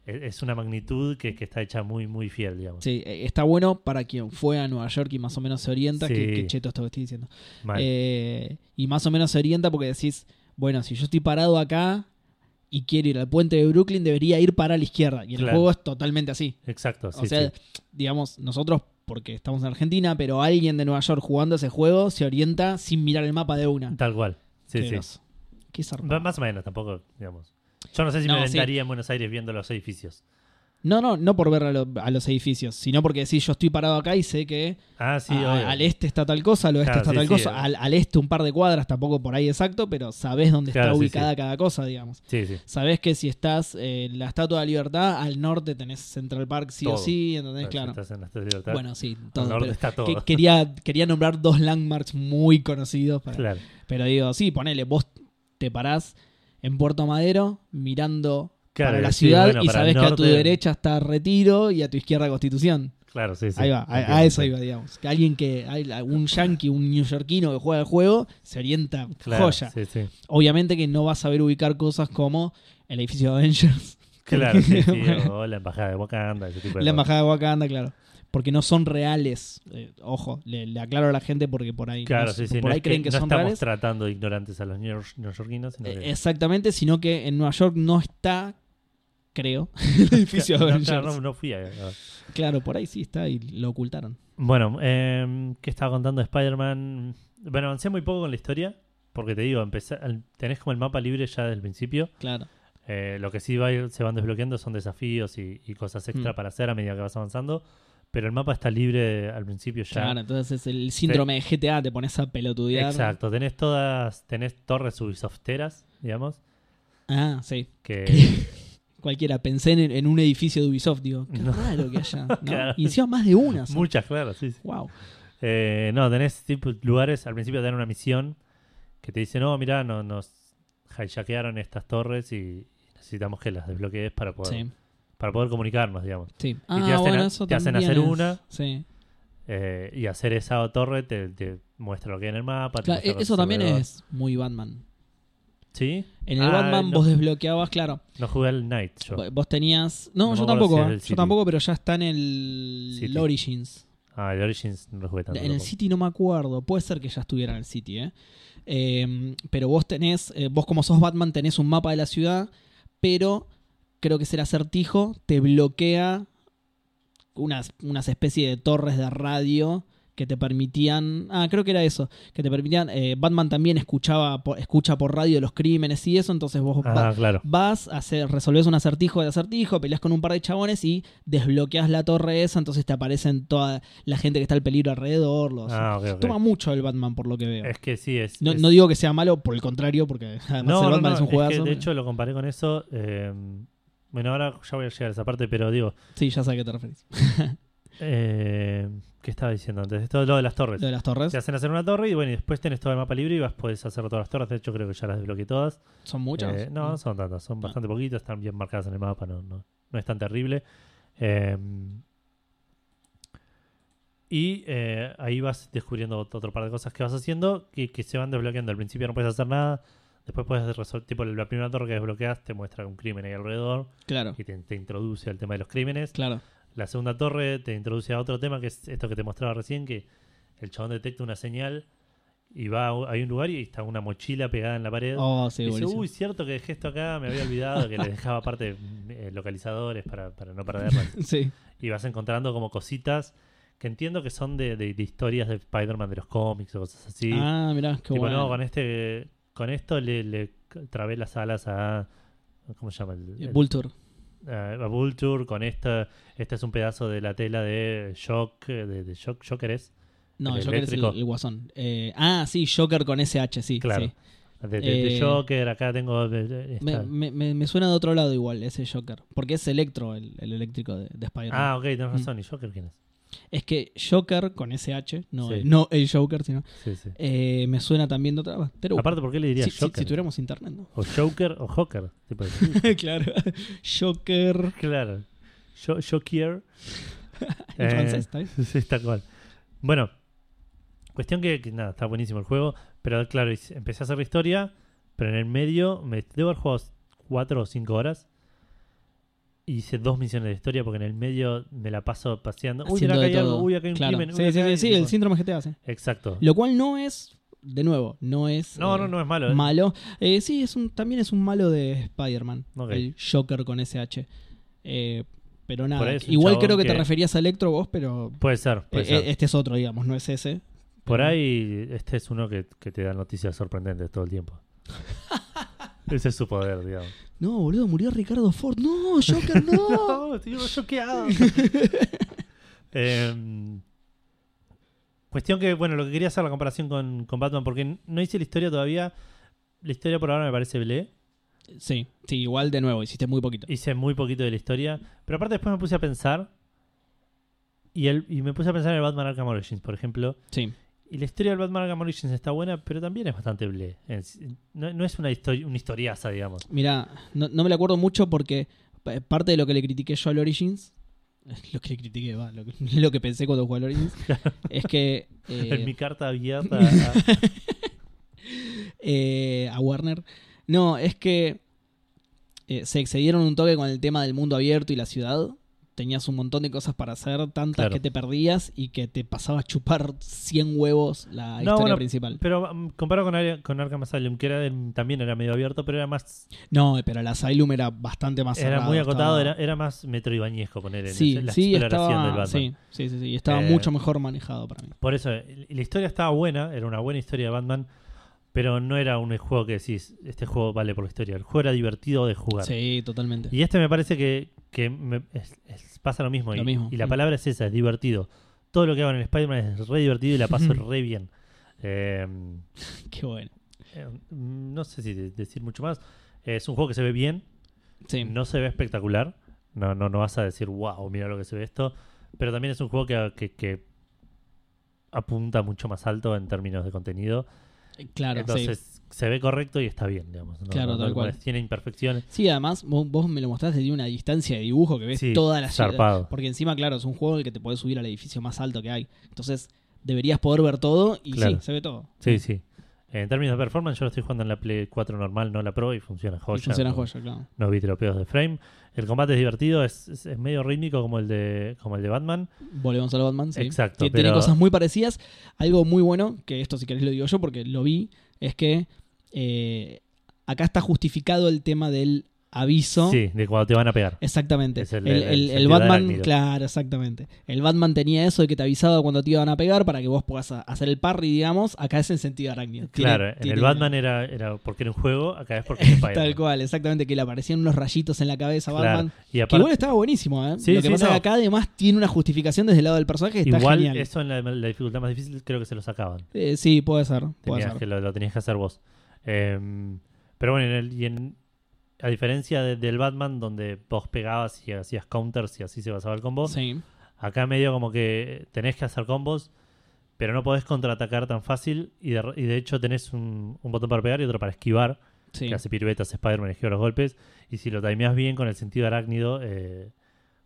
Speaker 1: es es una magnitud que, que está hecha muy, muy fiel, digamos.
Speaker 2: Sí, eh, está bueno para quien fue a Nueva York y más o menos se orienta,
Speaker 1: Sí.
Speaker 2: que, que cheto esto que estoy diciendo.
Speaker 1: Mal.
Speaker 2: Eh, y más o menos se orienta porque decís, bueno, si yo estoy parado acá y quiero ir al puente de Brooklyn, debería ir para la izquierda. Y el
Speaker 1: Claro.
Speaker 2: juego es totalmente así.
Speaker 1: Exacto, sí,
Speaker 2: o sea,
Speaker 1: sí.
Speaker 2: digamos, nosotros, porque estamos en Argentina, pero alguien de Nueva York jugando ese juego se orienta sin mirar el mapa de una.
Speaker 1: Tal cual. Sí,
Speaker 2: Qué
Speaker 1: sí.
Speaker 2: groso. Qué zarpado.
Speaker 1: Va- Más o menos, tampoco, digamos. Yo no sé si
Speaker 2: No,
Speaker 1: me
Speaker 2: sí.
Speaker 1: aventaría en Buenos Aires viendo los edificios.
Speaker 2: No, no, no por ver a, lo- a los edificios, sino porque decís, yo estoy parado acá y sé que
Speaker 1: Ah, sí,
Speaker 2: a-
Speaker 1: obvio.
Speaker 2: al este está tal cosa, al oeste
Speaker 1: Claro,
Speaker 2: está
Speaker 1: sí,
Speaker 2: tal
Speaker 1: sí,
Speaker 2: cosa,
Speaker 1: eh.
Speaker 2: al, al este un par de cuadras, tampoco por ahí exacto, pero sabés dónde
Speaker 1: Claro,
Speaker 2: está
Speaker 1: sí,
Speaker 2: ubicada
Speaker 1: sí.
Speaker 2: cada cosa, digamos.
Speaker 1: Sí, sí.
Speaker 2: Sabés que si estás en la Estatua de la Libertad, al norte tenés Central Park sí o
Speaker 1: Todo.
Speaker 2: sí, ¿entendés? Claro.
Speaker 1: Estás en la Estatua de Libertad.
Speaker 2: Bueno, sí, todo,
Speaker 1: Al norte
Speaker 2: pero
Speaker 1: está todo.
Speaker 2: que- quería, quería nombrar dos landmarks muy conocidos, para-
Speaker 1: Claro.
Speaker 2: pero digo, sí, ponele, vos te parás en Puerto Madero mirando
Speaker 1: Claro,
Speaker 2: para la
Speaker 1: sí,
Speaker 2: ciudad
Speaker 1: bueno,
Speaker 2: y
Speaker 1: para el
Speaker 2: sabés que a tu
Speaker 1: norte.
Speaker 2: derecha está Retiro y a tu izquierda Constitución.
Speaker 1: Claro, sí, sí.
Speaker 2: ahí va, a, a
Speaker 1: Entiendo,
Speaker 2: eso
Speaker 1: sí.
Speaker 2: iba, digamos. Que alguien que, hay un yankee, un neoyorquino que juega el juego, se orienta
Speaker 1: Claro,
Speaker 2: joya.
Speaker 1: Sí,
Speaker 2: [laughs]
Speaker 1: sí.
Speaker 2: Obviamente que no va a saber ubicar cosas como el edificio de Avengers,
Speaker 1: Claro, sí, sí. O la embajada de Wakanda, ese tipo de cosas.
Speaker 2: la embajada de Wakanda, claro. Porque no son reales. Eh, ojo, le, le aclaro a la gente porque por ahí,
Speaker 1: Claro,
Speaker 2: no-
Speaker 1: sí, sí.
Speaker 2: por
Speaker 1: no
Speaker 2: ahí
Speaker 1: es
Speaker 2: creen que,
Speaker 1: no
Speaker 2: son
Speaker 1: estamos
Speaker 2: reales.
Speaker 1: tratando de ignorantes a los neor- neoyorquinos. sino
Speaker 2: Eh,
Speaker 1: que-
Speaker 2: Exactamente, sino que en Nueva York no está, creo, [laughs]
Speaker 1: [laughs]
Speaker 2: el edificio de
Speaker 1: No,
Speaker 2: Avengers.
Speaker 1: claro, no, no fui a... a-
Speaker 2: Claro, por ahí sí está y lo ocultaron.
Speaker 1: Bueno, eh, ¿qué estaba contando de Spider-Man? Bueno, avancé muy poco con la historia, porque te digo, empecé, al- tenés como el mapa libre ya desde el principio.
Speaker 2: Claro.
Speaker 1: Eh, lo que sí va a ir- se van desbloqueando son desafíos y, y cosas extra
Speaker 2: Mm.
Speaker 1: para hacer a medida que vas avanzando, pero el mapa está libre al principio ya.
Speaker 2: Claro, entonces es el síndrome de GTA, te pones a pelotudear.
Speaker 1: Exacto, tenés todas, tenés torres ubisofteras, digamos,
Speaker 2: Ah, sí.
Speaker 1: que
Speaker 2: [laughs] Cualquiera, pensé en, en un edificio de Ubisoft, digo, qué
Speaker 1: No.
Speaker 2: raro que haya. ¿no?
Speaker 1: [laughs] Claro.
Speaker 2: Y encima más de una.
Speaker 1: [laughs] muchas, claro, sí, sí.
Speaker 2: Wow.
Speaker 1: Eh, no, tenés tipo lugares, al principio te dan una misión que te dice, no, mirá, no, nos hijackearon estas torres y necesitamos que las desbloquees para poder,
Speaker 2: Sí,
Speaker 1: para poder comunicarnos, digamos.
Speaker 2: sí.
Speaker 1: Y
Speaker 2: Ah,
Speaker 1: te hacen,
Speaker 2: bueno,
Speaker 1: a-
Speaker 2: eso
Speaker 1: te hacen
Speaker 2: también
Speaker 1: hacer
Speaker 2: es-
Speaker 1: una
Speaker 2: Sí.
Speaker 1: eh, y hacer esa torre te, te muestra lo que hay en el mapa. te
Speaker 2: Claro,
Speaker 1: muestra
Speaker 2: e-
Speaker 1: lo que
Speaker 2: eso también
Speaker 1: alrededor.
Speaker 2: es muy Batman.
Speaker 1: ¿Sí?
Speaker 2: En el
Speaker 1: Ah,
Speaker 2: Batman
Speaker 1: no,
Speaker 2: vos desbloqueabas, claro.
Speaker 1: no jugué al Knight yo.
Speaker 2: Vos tenías. No,
Speaker 1: No me
Speaker 2: yo
Speaker 1: acuerdo
Speaker 2: tampoco.
Speaker 1: si es
Speaker 2: ¿eh?
Speaker 1: del
Speaker 2: yo
Speaker 1: City.
Speaker 2: tampoco, pero ya está en el
Speaker 1: City.
Speaker 2: Origins.
Speaker 1: Ah, el Origins no lo jugué tanto.
Speaker 2: En el
Speaker 1: tampoco.
Speaker 2: City no me acuerdo. Puede ser que ya estuviera en el City, ¿eh? Eh, pero vos tenés. eh, vos, como sos Batman, tenés un mapa de la ciudad. Pero creo que es el acertijo. Te bloquea unas, unas especies de torres de radio que te permitían. Ah, creo que era eso. Que te permitían. eh, Batman también escuchaba por- escucha por radio los crímenes y eso. Entonces vos va-
Speaker 1: Ah, claro.
Speaker 2: Vas, hacer, resolvés un acertijo de acertijo, peleas con un par de chabones y desbloqueas la torre esa, entonces te aparecen toda la gente que está al peligro alrededor. Los...
Speaker 1: Ah, ok, ok.
Speaker 2: Toma mucho el Batman por lo que veo.
Speaker 1: Es que sí, es.
Speaker 2: no,
Speaker 1: es-
Speaker 2: no digo que sea malo, por el contrario, porque [laughs] además
Speaker 1: No,
Speaker 2: el
Speaker 1: no,
Speaker 2: Batman
Speaker 1: no,
Speaker 2: es un
Speaker 1: es que
Speaker 2: juegazo.
Speaker 1: de
Speaker 2: pero-
Speaker 1: hecho lo comparé con eso. eh, bueno, ahora ya voy a llegar a esa parte, pero digo,
Speaker 2: Sí, ya sé a qué te referís.
Speaker 1: eh, ¿qué estaba diciendo antes? Esto lo de las torres.
Speaker 2: Lo de las torres
Speaker 1: Te hacen hacer una torre y bueno, y después tenés todo el mapa libre y vas podés hacer todas las torres. De hecho, creo que ya las desbloqueé todas.
Speaker 2: son muchas. Mm.
Speaker 1: Eh, no, no son tantas, son bastante poquitas, están bien marcadas en el mapa, no, no, no es tan terrible. Eh, y eh, ahí vas descubriendo ot- otro par de cosas que vas haciendo que, que se van desbloqueando. Al principio no puedes hacer nada, después puedes resolver, tipo la primera torre que desbloqueas te muestra un crimen ahí alrededor
Speaker 2: Claro,
Speaker 1: y te, te introduce al tema de los crímenes.
Speaker 2: claro.
Speaker 1: La segunda torre te introduce a otro tema que es esto que te mostraba recién, que el chabón detecta una señal y va a, u- hay un lugar y está una mochila pegada en la pared.
Speaker 2: Oh, sí,
Speaker 1: Y dice,
Speaker 2: buenísimo.
Speaker 1: uy, cierto que dejé esto acá, me había olvidado que le dejaba aparte eh, localizadores para, para no perderlas.
Speaker 2: [laughs] Sí,
Speaker 1: Y vas encontrando como cositas que entiendo que son de, de- de historias de Spider-Man de los cómics o cosas así.
Speaker 2: Ah, mirá, qué
Speaker 1: Tipo,
Speaker 2: bueno.
Speaker 1: no, con este con esto le, le trabé las alas a ¿cómo se llama? El-
Speaker 2: Eh,
Speaker 1: el-
Speaker 2: Vulture.
Speaker 1: eh, a Vulture con esta. Este es un pedazo de la tela de Shock. eh, De, de Shock, Shocker es.
Speaker 2: No,
Speaker 1: el
Speaker 2: Joker es
Speaker 1: eléctrico.
Speaker 2: el, el guasón. Eh, ah, sí, Joker con SH, sí.
Speaker 1: Claro.
Speaker 2: sí.
Speaker 1: De, de- de
Speaker 2: Eh,
Speaker 1: Joker, acá tengo. de- de-
Speaker 2: Me,
Speaker 1: esta.
Speaker 2: me- me- me suena de otro lado igual ese Joker. Porque es Electro, el, el eléctrico de, de Spider-Man.
Speaker 1: ah, ok, tenés
Speaker 2: Mm.
Speaker 1: razón. ¿Y Joker quién es?
Speaker 2: Es que Joker con SH, no,
Speaker 1: Sí.
Speaker 2: el, no el Joker, sino.
Speaker 1: Sí, sí.
Speaker 2: eh, me suena también de otra. ah, pero-
Speaker 1: Aparte, ¿por qué le diría
Speaker 2: si, si-
Speaker 1: Joker?
Speaker 2: si tuviéramos internet, ¿no? [laughs]
Speaker 1: O Joker o Joker. tipo, sí,
Speaker 2: claro. Joker.
Speaker 1: claro. Yo,
Speaker 2: [laughs]
Speaker 1: Joker.
Speaker 2: En
Speaker 1: Eh,
Speaker 2: francés, ¿está bien?
Speaker 1: [laughs] Sí, tal cual. Bueno, cuestión que, que nada, está buenísimo el juego. Pero claro, hice- empecé a hacer la historia, pero en el medio me debo haber jugado 4 o 5 horas. y Hice dos misiones de historia porque en el medio me la paso paseando. Uy, mira,
Speaker 2: Haciendo
Speaker 1: acá
Speaker 2: de
Speaker 1: hay algo,
Speaker 2: todo.
Speaker 1: uy, acá hay un
Speaker 2: Claro.
Speaker 1: crimen. uy,
Speaker 2: Sí,
Speaker 1: acá
Speaker 2: sí,
Speaker 1: hay-
Speaker 2: sí, sí, el
Speaker 1: tipo-
Speaker 2: síndrome GTA, sí.
Speaker 1: Exacto.
Speaker 2: Lo cual no es, de nuevo, no es.
Speaker 1: No,
Speaker 2: eh,
Speaker 1: no, no es malo. eh.
Speaker 2: Malo. Eh, sí, es un, también es un malo de Spider-Man.
Speaker 1: Ok.
Speaker 2: El Joker con SH. Eh, pero
Speaker 1: Por ahí
Speaker 2: nada.
Speaker 1: es un
Speaker 2: Igual
Speaker 1: chabón
Speaker 2: creo que, te
Speaker 1: que-
Speaker 2: referías a Electro vos, pero.
Speaker 1: Puede ser, puede
Speaker 2: eh,
Speaker 1: ser.
Speaker 2: eh, este es otro, digamos, no es ese.
Speaker 1: Por
Speaker 2: pero-
Speaker 1: ahí, este es uno que, que te da noticias
Speaker 2: [laughs]
Speaker 1: sorprendentes todo el tiempo. Ese es su poder, digamos.
Speaker 2: No, boludo, murió Ricardo Ford. No. No,
Speaker 1: [laughs]
Speaker 2: Joker, no.
Speaker 1: No, estoy choqueado. Em, cuestión que, bueno, lo que quería hacer la comparación con, con Batman, porque n- no hice la historia todavía. La historia por ahora me parece bleh.
Speaker 2: sí, sí, igual de nuevo, hiciste muy poquito.
Speaker 1: Hice muy poquito de la historia. Pero aparte después me puse a pensar. Y, el, y me puse a pensar en el Batman Arkham Origins, por ejemplo.
Speaker 2: Sí,
Speaker 1: Y la historia del Batman Arkham Origins está buena, pero también es bastante bleh. Es- no, no es una, histori- una historiaza, digamos.
Speaker 2: mira, no, no me lo acuerdo mucho porque pa- parte de lo que le critiqué yo al Origins, [laughs] lo que le critiqué, va, lo que, [laughs] lo que pensé cuando jugué
Speaker 1: [laughs]
Speaker 2: al Origins, es que eh,
Speaker 1: En mi carta abierta. a-
Speaker 2: eh, a Warner. No, es que eh, se excedieron un toque con el tema del mundo abierto y la ciudad. Tenías un montón de cosas para hacer, tantas
Speaker 1: Claro.
Speaker 2: que te perdías y que te pasaba a chupar 100 huevos la
Speaker 1: No,
Speaker 2: historia
Speaker 1: bueno,
Speaker 2: principal.
Speaker 1: pero mm, comparado con, Ar- con Arkham Asylum, que era, del- también era medio abierto, pero era más
Speaker 2: No, pero la Asylum era bastante más
Speaker 1: Era
Speaker 2: cerrado,
Speaker 1: muy acotado,
Speaker 2: estaba-
Speaker 1: era, era más metro ibañezco poner en
Speaker 2: Sí,
Speaker 1: la
Speaker 2: sí,
Speaker 1: exploración
Speaker 2: estaba,
Speaker 1: del Batman.
Speaker 2: sí, sí, sí, sí, y estaba
Speaker 1: Eh,
Speaker 2: mucho mejor manejado para mí.
Speaker 1: Por eso, eh, la historia estaba buena, era una buena historia de Batman, pero no era un juego que decís, este juego vale por la historia. El juego era divertido de jugar.
Speaker 2: Sí, totalmente.
Speaker 1: Y este me parece que, que me- es- es- pasa lo mismo.
Speaker 2: Lo
Speaker 1: y,
Speaker 2: mismo,
Speaker 1: y la
Speaker 2: mm.
Speaker 1: palabra es esa, es divertido. Todo lo que hago en el Spider-Man es re divertido y la
Speaker 2: [laughs]
Speaker 1: paso re bien. Eh,
Speaker 2: Qué bueno.
Speaker 1: eh, no sé si de- decir mucho más. Es un juego que se ve bien,
Speaker 2: Sí.
Speaker 1: No se ve espectacular. No, no, no vas a decir, wow, mira lo que se ve esto. Pero también es un juego que, que- que apunta mucho más alto en términos de contenido.
Speaker 2: Claro, sí.
Speaker 1: Entonces se ve correcto y está bien, digamos. No-
Speaker 2: Claro,
Speaker 1: no-
Speaker 2: tal
Speaker 1: no-
Speaker 2: cual.
Speaker 1: Tiene imperfecciones.
Speaker 2: Sí, además, vos, vos me lo mostraste, tiene una distancia de dibujo que ves
Speaker 1: Sí,
Speaker 2: toda la ciudad.
Speaker 1: zarpado.
Speaker 2: Porque encima, claro, es un juego en el que te podés subir al edificio más alto que hay. Entonces, deberías poder ver todo y
Speaker 1: Claro.
Speaker 2: sí, se ve todo.
Speaker 1: Sí, sí. En términos de performance, yo lo estoy jugando en la Play 4 normal, no la Pro, y funciona
Speaker 2: Y
Speaker 1: joya.
Speaker 2: funciona
Speaker 1: no,
Speaker 2: joya, claro.
Speaker 1: no vi tropeos de frame. El combate es divertido, es, es- es medio rítmico como el de, como el de Batman.
Speaker 2: Volvemos al Batman, sí.
Speaker 1: Exacto,
Speaker 2: Tie- Tiene
Speaker 1: pero-
Speaker 2: cosas muy parecidas. Algo muy bueno, que esto si querés lo digo yo porque lo vi, es que eh, acá está justificado el tema del aviso.
Speaker 1: Sí, de cuando te van a pegar.
Speaker 2: Exactamente.
Speaker 1: Es
Speaker 2: el,
Speaker 1: el- el-
Speaker 2: el-
Speaker 1: el
Speaker 2: el
Speaker 1: sentido
Speaker 2: Batman,
Speaker 1: arácnido.
Speaker 2: claro, exactamente. El Batman tenía eso de que te avisaba cuando te iban a pegar para que vos puedas a- hacer el parry, digamos. Acá es el sentido arácnido. Tiene-
Speaker 1: Claro, en
Speaker 2: tiene-
Speaker 1: el Batman era, era porque era un juego, acá es porque es
Speaker 2: [laughs]
Speaker 1: Spider-Man.
Speaker 2: Tal cual, exactamente, que le aparecían unos rayitos en la cabeza a
Speaker 1: Claro.
Speaker 2: Batman.
Speaker 1: Y
Speaker 2: Que
Speaker 1: aparte,
Speaker 2: igual estaba buenísimo, ¿eh?
Speaker 1: Sí,
Speaker 2: Lo que
Speaker 1: sí,
Speaker 2: pasa es que
Speaker 1: no.
Speaker 2: acá además tiene una justificación desde el lado del personaje que está
Speaker 1: Igual
Speaker 2: genial.
Speaker 1: eso en la, la dificultad más difícil creo que se lo sacaban.
Speaker 2: Eh, sí, puede ser. Puede
Speaker 1: Tenías
Speaker 2: ser.
Speaker 1: que lo, lo tenías que hacer vos. Eh, pero bueno, en el- y en- a diferencia de- del Batman, donde vos pegabas y hacías counters y así se basaba el combo,
Speaker 2: Sí,
Speaker 1: acá medio como que tenés que hacer combos, pero no podés contraatacar tan fácil y de, y de hecho tenés un, un botón para pegar y otro para esquivar,
Speaker 2: sí.
Speaker 1: que hace piruetas, Spider-Man esquiva los golpes, y si lo timeás bien con el sentido arácnido, eh,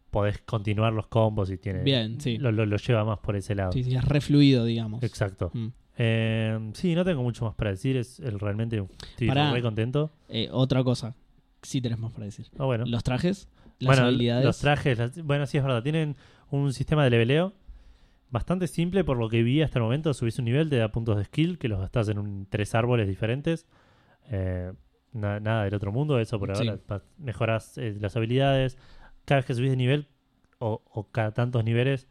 Speaker 1: podés continuar los combos y tiene...
Speaker 2: Bien, sí.
Speaker 1: Lo, lo- lo lleva más por ese lado.
Speaker 2: Sí, sí, es refluido, digamos.
Speaker 1: Exacto.
Speaker 2: Mm.
Speaker 1: Eh, sí, no tengo mucho más para decir. Es el- realmente estoy
Speaker 2: Pará.
Speaker 1: muy contento.
Speaker 2: Eh, otra cosa, sí tenés más para decir.
Speaker 1: Ah, bueno.
Speaker 2: Los trajes, las
Speaker 1: Bueno,
Speaker 2: habilidades.
Speaker 1: los trajes. las- bueno, sí, es verdad. Tienen un sistema de leveleo bastante simple por lo que vi hasta el momento. Subís un nivel, te da puntos de skill que los gastás en un- tres árboles diferentes. Eh, na- nada del otro mundo. Eso por
Speaker 2: Sí.
Speaker 1: ahora. Pa- Mejorás eh, las habilidades. Cada vez que subís de nivel o, o cada tantos niveles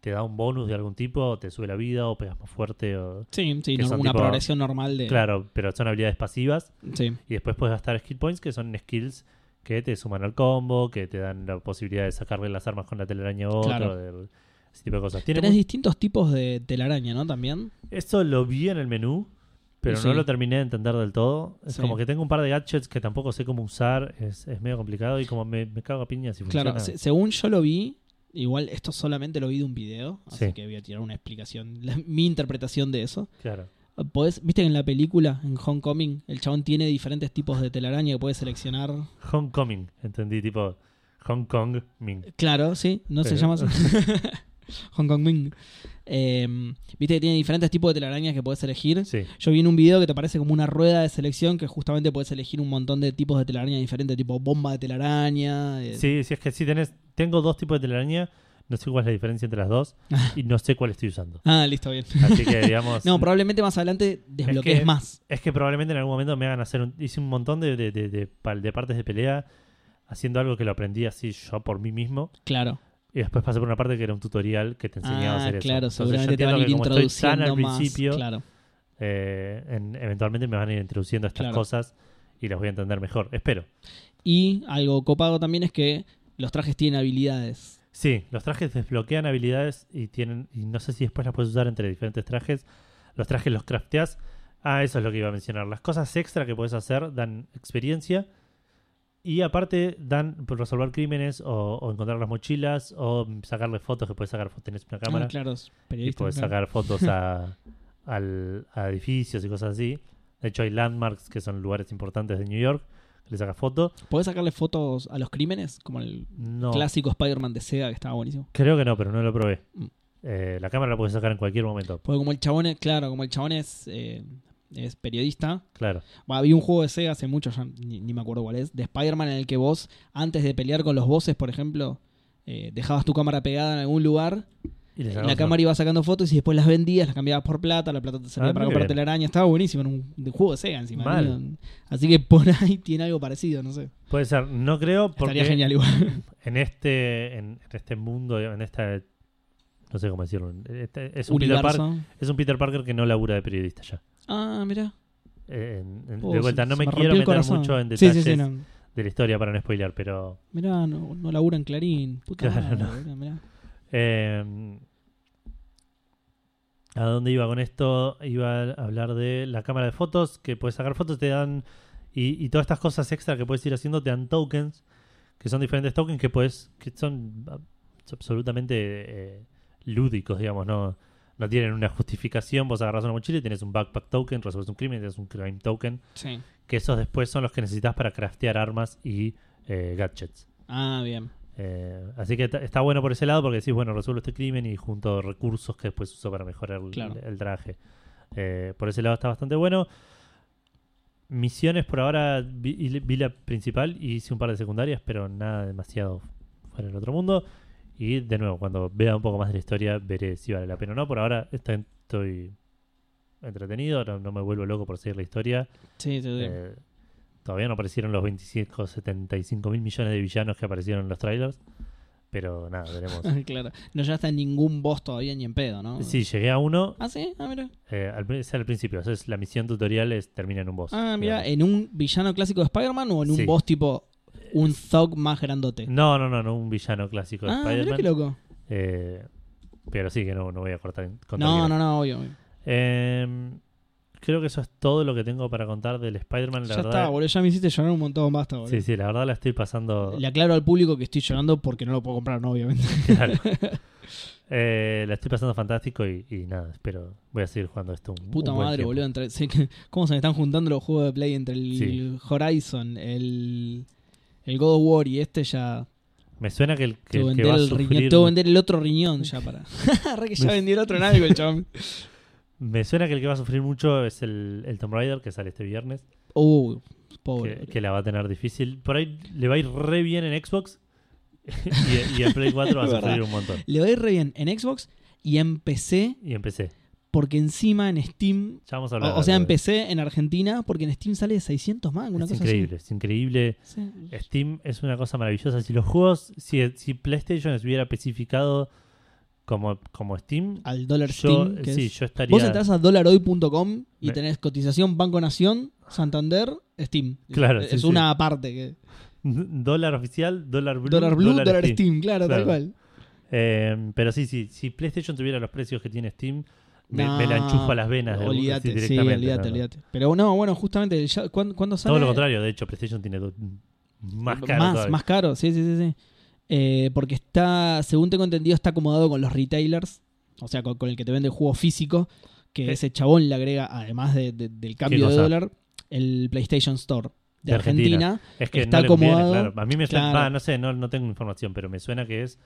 Speaker 1: te da un bonus de algún tipo. O te sube la vida o pegas más fuerte. O...
Speaker 2: sí, sí,
Speaker 1: que
Speaker 2: no-
Speaker 1: son
Speaker 2: una
Speaker 1: tipo-
Speaker 2: progresión normal de.
Speaker 1: Claro, pero son habilidades pasivas.
Speaker 2: Sí.
Speaker 1: Y después puedes gastar skill points, que son skills que te suman al combo, que te dan la posibilidad de sacarle las armas con la telaraña a otro,
Speaker 2: Claro.
Speaker 1: de- ese tipo de cosas. Tiene
Speaker 2: Tenés
Speaker 1: mu-
Speaker 2: distintos tipos de telaraña, ¿no? También.
Speaker 1: Eso lo vi en el menú, pero
Speaker 2: Sí.
Speaker 1: no lo terminé de entender del todo. Es
Speaker 2: Sí.
Speaker 1: como que tengo un par de gadgets que tampoco sé cómo usar, es, es medio complicado y como me, me cago a piña si
Speaker 2: Claro,
Speaker 1: funciona.
Speaker 2: se- según yo lo vi, igual esto solamente lo vi de un video, así
Speaker 1: Sí.
Speaker 2: que voy a tirar una explicación, la- mi interpretación de eso.
Speaker 1: Claro.
Speaker 2: Podés, viste que en la película, en Homecoming, el chabón tiene diferentes tipos de telaraña que puede seleccionar.
Speaker 1: Homecoming, entendí, tipo Hong Kong Ming.
Speaker 2: Claro, sí, no se
Speaker 1: Pero-
Speaker 2: llama así. [laughs] Homecoming. Eh, viste que tiene diferentes tipos de telarañas que podés elegir.
Speaker 1: Sí,
Speaker 2: Yo vi en un video que te aparece como una rueda de selección que justamente puedes elegir un montón de tipos de telaraña diferentes, tipo bomba de telaraña. eh,
Speaker 1: sí, sí, es que sí, tenés, tengo dos tipos de telaraña, no sé cuál es la diferencia entre las
Speaker 2: [laughs]
Speaker 1: dos y no sé cuál estoy usando.
Speaker 2: Ah, listo, bien.
Speaker 1: Así que digamos...
Speaker 2: No, probablemente más adelante desbloquees
Speaker 1: que-
Speaker 2: más.
Speaker 1: Es que probablemente en algún momento me hagan hacer un, hice un montón de, de- de- de pal- de partes de pelea haciendo algo que lo aprendí así yo por mí mismo
Speaker 2: Claro.
Speaker 1: y después pasé por una parte que era un tutorial que te enseñaba a
Speaker 2: Ah,
Speaker 1: hacer eso.
Speaker 2: claro,
Speaker 1: Entonces, yo
Speaker 2: seguramente te
Speaker 1: entiendo
Speaker 2: van a ir
Speaker 1: que como estoy tan
Speaker 2: introduciendo
Speaker 1: al
Speaker 2: más.
Speaker 1: principio,
Speaker 2: Claro,
Speaker 1: eh, en- eventualmente me van a ir introduciendo estas
Speaker 2: Claro.
Speaker 1: cosas y las voy a entender mejor. Espero.
Speaker 2: Y algo copado también es que los trajes tienen habilidades.
Speaker 1: Sí, los trajes desbloquean habilidades y tienen. Y no sé si después las puedes usar entre diferentes trajes. Los trajes los crafteas. Ah, eso es lo que iba a mencionar. Las cosas extra que puedes hacer dan experiencia. Y aparte dan por resolver crímenes o, o encontrar las mochilas o sacarle fotos que puedes sacar. Tenés una cámara
Speaker 2: Ah, claro, es
Speaker 1: y
Speaker 2: periodista,
Speaker 1: puedes
Speaker 2: claro.
Speaker 1: sacar fotos
Speaker 2: [laughs]
Speaker 1: a, al- a edificios y cosas así. De hecho, hay landmarks que son lugares importantes de New York. Le sacas fotos.
Speaker 2: ¿Podés sacarle fotos a los crímenes? Como el
Speaker 1: No.
Speaker 2: clásico Spider-Man de Sega que estaba buenísimo.
Speaker 1: Creo que no, pero no lo probé.
Speaker 2: Mm.
Speaker 1: Eh, la cámara la puedes sacar en cualquier momento.
Speaker 2: Porque como el chabón es, claro, como el chabón es, eh, es periodista.
Speaker 1: Claro.
Speaker 2: Bueno, había un juego de Sega hace mucho, ya ni, ni me acuerdo cuál es, de Spider-Man en el que vos, antes de pelear con los bosses, por ejemplo, eh, dejabas tu cámara pegada en algún lugar,
Speaker 1: Y le
Speaker 2: y
Speaker 1: sacamos
Speaker 2: la cámara iba sacando fotos y después las vendías, las cambiabas por plata, la plata te servía
Speaker 1: Ah,
Speaker 2: para
Speaker 1: muy
Speaker 2: comprarte
Speaker 1: bien.
Speaker 2: la araña, estaba buenísimo, era un de juego de Sega encima.
Speaker 1: Mal.
Speaker 2: amigo. Así que por ahí tiene algo parecido, no sé.
Speaker 1: una- Puede ser. No creo porque
Speaker 2: Estaría
Speaker 1: [laughs]
Speaker 2: genial igual.
Speaker 1: en este en, en este mundo, en esta no sé cómo decirlo. Este- es, un Peter Park-
Speaker 2: Universo.
Speaker 1: es un Peter Parker que no labura de periodista ya.
Speaker 2: Ah, mirá.
Speaker 1: Eh, en- en-
Speaker 2: Oh,
Speaker 1: de
Speaker 2: se-
Speaker 1: vuelta, no
Speaker 2: se
Speaker 1: me
Speaker 2: rompió
Speaker 1: quiero
Speaker 2: el
Speaker 1: meter
Speaker 2: corazón.
Speaker 1: mucho en
Speaker 2: Sí,
Speaker 1: detalles
Speaker 2: sí, sí, no.
Speaker 1: de la historia para no spoilear, pero
Speaker 2: Mirá, no, no labura en Clarín. Puta
Speaker 1: Claro,
Speaker 2: madre, mirá, mirá.
Speaker 1: Eh, ¿A dónde iba con esto? Iba a hablar de la cámara de fotos, que puedes sacar fotos, te dan. Y, y todas estas cosas extra que puedes ir haciendo te dan tokens, que son diferentes tokens que puedes. que son ah, absolutamente eh, lúdicos, digamos, no, no tienen una justificación. Vos agarras una mochila y tienes un backpack token, resuelves un crimen, tienes un crime token,
Speaker 2: Sí.
Speaker 1: que esos después son los que necesitas para craftear armas y eh, gadgets.
Speaker 2: Ah, bien.
Speaker 1: Eh, así que ta- está bueno por ese lado porque decís, bueno, resuelvo este crimen y junto recursos que después uso para mejorar el,
Speaker 2: Claro.
Speaker 1: el traje. Eh, por ese lado está bastante bueno. Misiones por ahora vi, y le- vi la principal y hice un par de secundarias, pero nada demasiado fuera del otro mundo. Y de nuevo, cuando vea un poco más de la historia, veré si vale la pena o no. Por ahora está- estoy entretenido, no, no me vuelvo loco por seguir la historia.
Speaker 2: Sí, sí, sí.
Speaker 1: Eh, todavía no aparecieron los 25, 75 mil millones de villanos que aparecieron en los trailers. Pero nada, veremos.
Speaker 2: [laughs] claro. No llegaste a ningún boss todavía ni en pedo, [laughs] ¿no?
Speaker 1: sí, llegué a uno.
Speaker 2: Ah, sí, ah, mira.
Speaker 1: eh, al, es al principio. Esa es la misión tutorial es termina en un boss.
Speaker 2: Ah, mira,
Speaker 1: digamos.
Speaker 2: ¿en un villano clásico de Spider-Man o en un
Speaker 1: Sí.
Speaker 2: boss tipo un thug más grandote?
Speaker 1: No, no, no, no, un villano clásico de
Speaker 2: eh. ah, mira qué
Speaker 1: Spider-Man.
Speaker 2: loco.
Speaker 1: Eh, pero sí que no, no voy a cortar. en- contar
Speaker 2: No,
Speaker 1: bien.
Speaker 2: no, no, obvio. obvio.
Speaker 1: Em, creo que eso es todo lo que tengo para contar del Spider-Man. La
Speaker 2: Ya
Speaker 1: verdad.
Speaker 2: está, eh. boludo, ya me hiciste llorar un montón, basta, boludo.
Speaker 1: sí, sí, la verdad la estoy pasando.
Speaker 2: Le aclaro al público que estoy llorando porque no lo puedo comprar, no, obviamente.
Speaker 1: Claro.
Speaker 2: [laughs]
Speaker 1: Eh, la estoy pasando fantástico y, y nada, espero. Voy a seguir jugando esto un
Speaker 2: Puta
Speaker 1: un buen
Speaker 2: madre,
Speaker 1: tiempo.
Speaker 2: boludo. Entre, sí, que- ¿Cómo se me están juntando los juegos de Play entre el
Speaker 1: Sí.
Speaker 2: Horizon, el, el God of War y este ya?
Speaker 1: Me suena que el que,
Speaker 2: Te voy
Speaker 1: el
Speaker 2: a
Speaker 1: que va
Speaker 2: vender
Speaker 1: a
Speaker 2: el riñón-
Speaker 1: sufrir,
Speaker 2: tengo que vender el otro riñón
Speaker 1: [laughs]
Speaker 2: ya para. [laughs] Re que ya vendí el otro en algo, el chabón.
Speaker 1: me suena que el que va a sufrir mucho es el, el Tomb Raider que sale este viernes,
Speaker 2: Uh, pobre.
Speaker 1: que, que la va a tener difícil. Por ahí le va a ir re bien en Xbox [laughs] y, y en Play 4 va a
Speaker 2: [laughs] Es verdad.
Speaker 1: sufrir un montón.
Speaker 2: Le doy re bien en Xbox y en PC,
Speaker 1: Y empecé.
Speaker 2: porque encima en Steam.
Speaker 1: Ya vamos a
Speaker 2: O,
Speaker 1: hablar.
Speaker 2: o sea,
Speaker 1: algo de-
Speaker 2: empecé en Argentina, porque en Steam sale de 600 más, una
Speaker 1: Es
Speaker 2: cosa
Speaker 1: increíble, es increíble.
Speaker 2: así. Eh, Sí.
Speaker 1: Steam es una cosa maravillosa. Si los juegos, si, si PlayStation se hubiera especificado como, como Steam,
Speaker 2: Al dólar
Speaker 1: yo, eh,
Speaker 2: Steam. que
Speaker 1: sí,
Speaker 2: es-
Speaker 1: yo estaría.
Speaker 2: Vos entras a dollarhoy.com y
Speaker 1: Me-
Speaker 2: tenés cotización Banco Nación, Santander, Steam.
Speaker 1: Claro,
Speaker 2: Es,
Speaker 1: sí,
Speaker 2: es
Speaker 1: sí.
Speaker 2: una parte. Que,
Speaker 1: Dólar oficial, dólar blue,
Speaker 2: dólar Blue, dólar, Steam.
Speaker 1: Steam.
Speaker 2: claro,
Speaker 1: Claro.
Speaker 2: tal cual.
Speaker 1: Eh, pero sí, sí, si PlayStation tuviera los precios que tiene Steam, me,
Speaker 2: No,
Speaker 1: me la enchufa a las venas. de- así
Speaker 2: Olvídate, sí,
Speaker 1: directamente,
Speaker 2: olvídate,
Speaker 1: no, no.
Speaker 2: olvídate. Pero no, bueno, justamente, ya- ¿cuán- ¿cuándo sale?
Speaker 1: Todo lo contrario, de hecho, PlayStation tiene do- más caro.
Speaker 2: Más,
Speaker 1: todavía.
Speaker 2: más caro, sí, sí, sí. sí. Eh, porque está, según tengo entendido, está acomodado con los retailers, o sea, con, con el que te vende el juego físico, que
Speaker 1: Sí.
Speaker 2: ese chabón le agrega, además de- de- del cambio de
Speaker 1: cosa?
Speaker 2: dólar, el PlayStation Store de,
Speaker 1: De Argentina.
Speaker 2: Argentina.
Speaker 1: Es que
Speaker 2: está
Speaker 1: no le conviene,
Speaker 2: acomodado,
Speaker 1: claro. A mí me suena,
Speaker 2: claro.
Speaker 1: va, no sé, no, no tengo información, pero me suena que es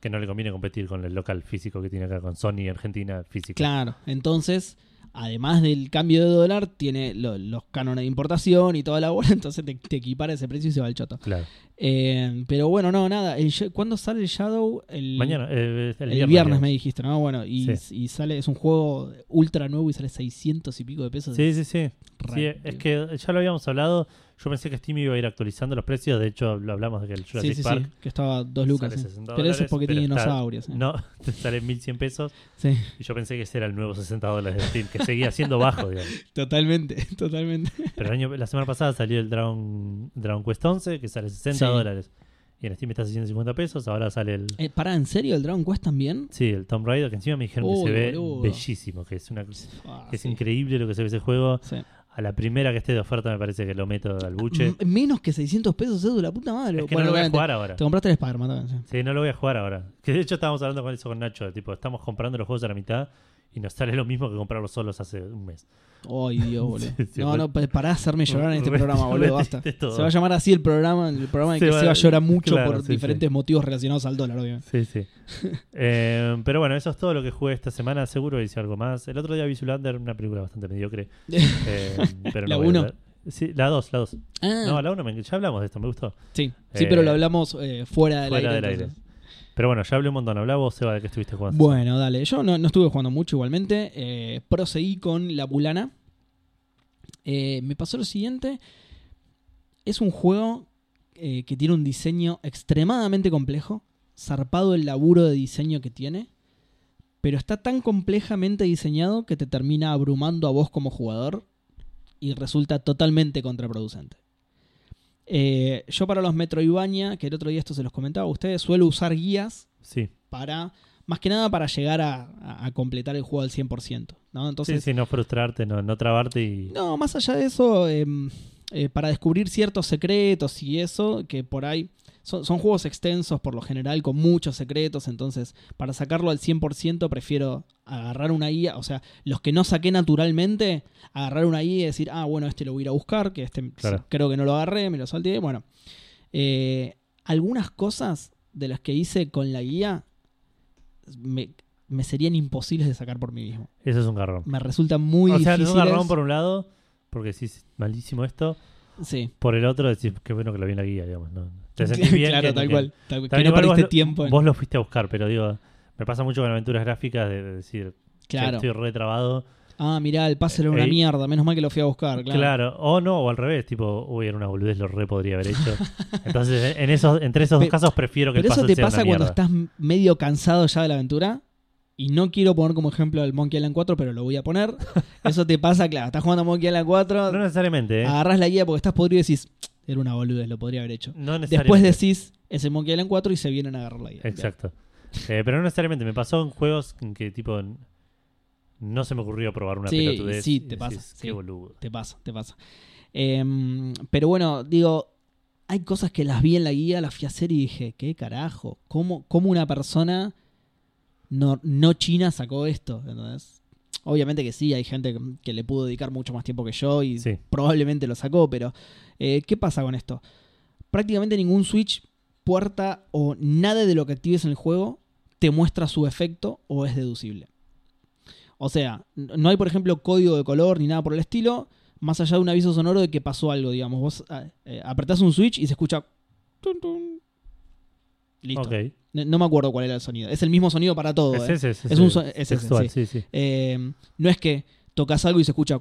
Speaker 1: que no le conviene competir con el local físico que tiene acá, con Sony Argentina físico.
Speaker 2: Claro, entonces, además del cambio de dólar, tiene lo- los cánones de importación y toda la bola, [laughs] entonces te, te equipara ese precio y se va el choto.
Speaker 1: Claro.
Speaker 2: Eh, pero bueno, no, nada. el Sh- ¿Cuándo sale el Shadow? El,
Speaker 1: Mañana, eh, el,
Speaker 2: El,
Speaker 1: viernes.
Speaker 2: viernes,
Speaker 1: digamos.
Speaker 2: me dijiste, ¿no? Bueno, y, y sale, es un juego ultra nuevo y sale 600 y pico de pesos.
Speaker 1: Sí, sí, sí.
Speaker 2: Re-
Speaker 1: Sí, es que ya lo habíamos hablado. Yo pensé que Steam iba a ir actualizando los precios. De hecho, lo hablamos de que el Jurassic
Speaker 2: sí, sí,
Speaker 1: Park
Speaker 2: sí, que estaba dos lucas.
Speaker 1: sale
Speaker 2: sí.
Speaker 1: 60
Speaker 2: Pero eso
Speaker 1: dólares,
Speaker 2: es porque
Speaker 1: pero
Speaker 2: tiene
Speaker 1: está-
Speaker 2: dinosaurios. eh.
Speaker 1: No, [laughs] te sale 1100 pesos.
Speaker 2: Sí, [laughs]
Speaker 1: Y yo pensé que ese era el nuevo 60 dólares de Steam, que seguía siendo bajo,
Speaker 2: [laughs]
Speaker 1: digamos.
Speaker 2: totalmente, totalmente.
Speaker 1: Pero el año- la semana pasada salió el Dragon, Dragon Quest 11, que sale 60
Speaker 2: Sí.
Speaker 1: dólares. Y en Steam está a 650 pesos. Ahora sale el.
Speaker 2: Eh, pará, ¿en serio el Dragon Quest también?
Speaker 1: Sí, el Tomb Raider, que encima me dijeron
Speaker 2: Uy,
Speaker 1: que se ve
Speaker 2: boludo.
Speaker 1: bellísimo, que es una que
Speaker 2: Ah,
Speaker 1: es
Speaker 2: sí,
Speaker 1: increíble lo que se ve ese juego.
Speaker 2: sí.
Speaker 1: A la primera que esté de oferta me parece que lo meto al buche.
Speaker 2: M- Menos que 600 pesos, Edu, la puta madre.
Speaker 1: Es que
Speaker 2: Mm,
Speaker 1: no lo voy
Speaker 2: Bueno,
Speaker 1: a
Speaker 2: obviamente,
Speaker 1: jugar ahora.
Speaker 2: Te compraste el Spider-Man también, sí.
Speaker 1: Sí, no lo voy a jugar ahora. Que de hecho estábamos hablando con eso con Nacho, tipo, estamos comprando los juegos a la mitad y nos sale lo mismo que comprarlos solos hace un mes.
Speaker 2: Ay,
Speaker 1: [laughs]
Speaker 2: Dios, boludo.
Speaker 1: Sí, sí,
Speaker 2: no,
Speaker 1: re-
Speaker 2: no, pa- pará de hacerme llorar en este
Speaker 1: re-
Speaker 2: programa, boludo, basta.
Speaker 1: repetiste todo.
Speaker 2: Se va a llamar así el programa, el programa en
Speaker 1: Se
Speaker 2: que
Speaker 1: va-
Speaker 2: Seba llora mucho
Speaker 1: claro,
Speaker 2: por
Speaker 1: sí,
Speaker 2: diferentes motivos relacionados al dólar,
Speaker 1: Sí,
Speaker 2: obviamente.
Speaker 1: sí. [laughs] Eh, pero bueno, eso es todo lo que jugué esta semana. Seguro hice algo más. El otro día vi Zoolander, una película bastante mediocre.
Speaker 2: [laughs]
Speaker 1: Eh, pero
Speaker 2: ¿La
Speaker 1: no voy a
Speaker 2: uno?
Speaker 1: hablar. Sí, la 2, la 2.
Speaker 2: Ah,
Speaker 1: No, la 1, ya hablamos de esto, me gustó.
Speaker 2: sí, sí, pero
Speaker 1: eh,
Speaker 2: lo hablamos eh, fuera del
Speaker 1: Fuera
Speaker 2: aire.
Speaker 1: del aire.
Speaker 2: entonces.
Speaker 1: Pero bueno, ya hablé un montón. Hablá vos, Seba, de que estuviste jugando.
Speaker 2: Bueno, dale. Yo no, no estuve jugando mucho igualmente. Eh, proseguí con La Pulana. Eh, me pasó lo siguiente. Es un juego eh, que tiene un diseño extremadamente complejo. Zarpado el laburo de diseño que tiene. Pero está tan complejamente diseñado que te termina abrumando a vos como jugador. Y resulta totalmente contraproducente. Eh, yo para los Metroidvania, que el otro día esto se los comentaba a ustedes, suelo usar guías
Speaker 1: Sí.
Speaker 2: para, más que nada para llegar a, a- a completar el juego al 100%, ¿no? Entonces,
Speaker 1: sí, sí, no frustrarte, no, no trabarte y.
Speaker 2: no, más allá de eso, eh, eh, para descubrir ciertos secretos y eso, que por ahí son, son juegos extensos por lo general, con muchos secretos, entonces para sacarlo al 100% prefiero agarrar una guía, o sea, los que no saqué naturalmente, agarrar una guía y decir, ah, bueno, este lo voy a ir a buscar, que este
Speaker 1: Claro.
Speaker 2: sí, creo que no lo agarré, me lo salté, bueno. Eh, algunas cosas de las que hice con la guía me, me serían imposibles de sacar por mí mismo.
Speaker 1: Eso es un garrón.
Speaker 2: Me resulta muy
Speaker 1: o sea,
Speaker 2: difícil.
Speaker 1: es un garrón por un lado, porque sí, malísimo esto.
Speaker 2: Sí.
Speaker 1: Por el otro, decís, qué bueno que lo vi en la guía, digamos. ¿no?
Speaker 2: [laughs]
Speaker 1: Te sentís bien.
Speaker 2: claro,
Speaker 1: que-
Speaker 2: tal
Speaker 1: que-
Speaker 2: cual. tal
Speaker 1: También
Speaker 2: cual. que no
Speaker 1: igual
Speaker 2: perdiste
Speaker 1: vos,
Speaker 2: tiempo. en-
Speaker 1: Vos lo fuiste a buscar, pero digo, me pasa mucho con aventuras gráficas de, de decir, "Che,
Speaker 2: claro.
Speaker 1: estoy retrabado.
Speaker 2: Ah, mirá, el pase era una
Speaker 1: Ey.
Speaker 2: mierda. Menos mal que lo fui a buscar, claro.
Speaker 1: Claro. O no, o al revés, tipo, uy, era una boludez, lo re podría haber
Speaker 2: [laughs]
Speaker 1: hecho. Entonces, en esos, entre esos dos
Speaker 2: Pe-
Speaker 1: casos prefiero que
Speaker 2: Pero
Speaker 1: el
Speaker 2: eso
Speaker 1: puzzle
Speaker 2: te
Speaker 1: sea
Speaker 2: pasa
Speaker 1: una
Speaker 2: cuando
Speaker 1: mierda.
Speaker 2: estás medio cansado ya de la aventura. Y no quiero poner como ejemplo el Monkey Island 4, pero lo voy
Speaker 1: [laughs]
Speaker 2: a poner. Eso te pasa, claro. Estás jugando a Monkey Island 4,
Speaker 1: No necesariamente, ¿eh?
Speaker 2: agarras la guía porque estás podrido y decís, era una boludez, lo podría haber hecho.
Speaker 1: no
Speaker 2: Después
Speaker 1: necesariamente.
Speaker 2: decís, es el Monkey Island 4 y se vienen a agarrar la guía.
Speaker 1: Exacto. Eh, pero no necesariamente. Me pasó en juegos en que, tipo, n- no se me ocurrió probar una
Speaker 2: Sí,
Speaker 1: pelotudez.
Speaker 2: sí,
Speaker 1: y
Speaker 2: te pasa,
Speaker 1: decís,
Speaker 2: sí.
Speaker 1: Qué boludo.
Speaker 2: Te pasa, te pasa. Em, pero bueno, digo, hay cosas que las vi en la guía, las fui a hacer y dije, ¿qué carajo? ¿Cómo, cómo una persona no, no china sacó esto? ¿Entendés? Obviamente que sí, hay gente que- que le pudo dedicar mucho más tiempo que yo y
Speaker 1: Sí.
Speaker 2: probablemente lo sacó, pero eh, ¿qué pasa con esto? Prácticamente ningún switch, puerta o nada de lo que actives en el juego te muestra su efecto o es deducible. O sea, n- no hay, por ejemplo, código de color ni nada por el estilo, más allá de un aviso sonoro de que pasó algo, digamos. Vos ah, eh, apretás un switch y se escucha... tun, tun. Listo.
Speaker 1: Ok.
Speaker 2: No, no me acuerdo cuál era el sonido. Es el mismo sonido para todo.
Speaker 1: Es
Speaker 2: ¿eh?
Speaker 1: ese, es,
Speaker 2: Es un so- es ese,
Speaker 1: textual,
Speaker 2: sí.
Speaker 1: sí, sí.
Speaker 2: Eh, no es que tocas algo y se escucha.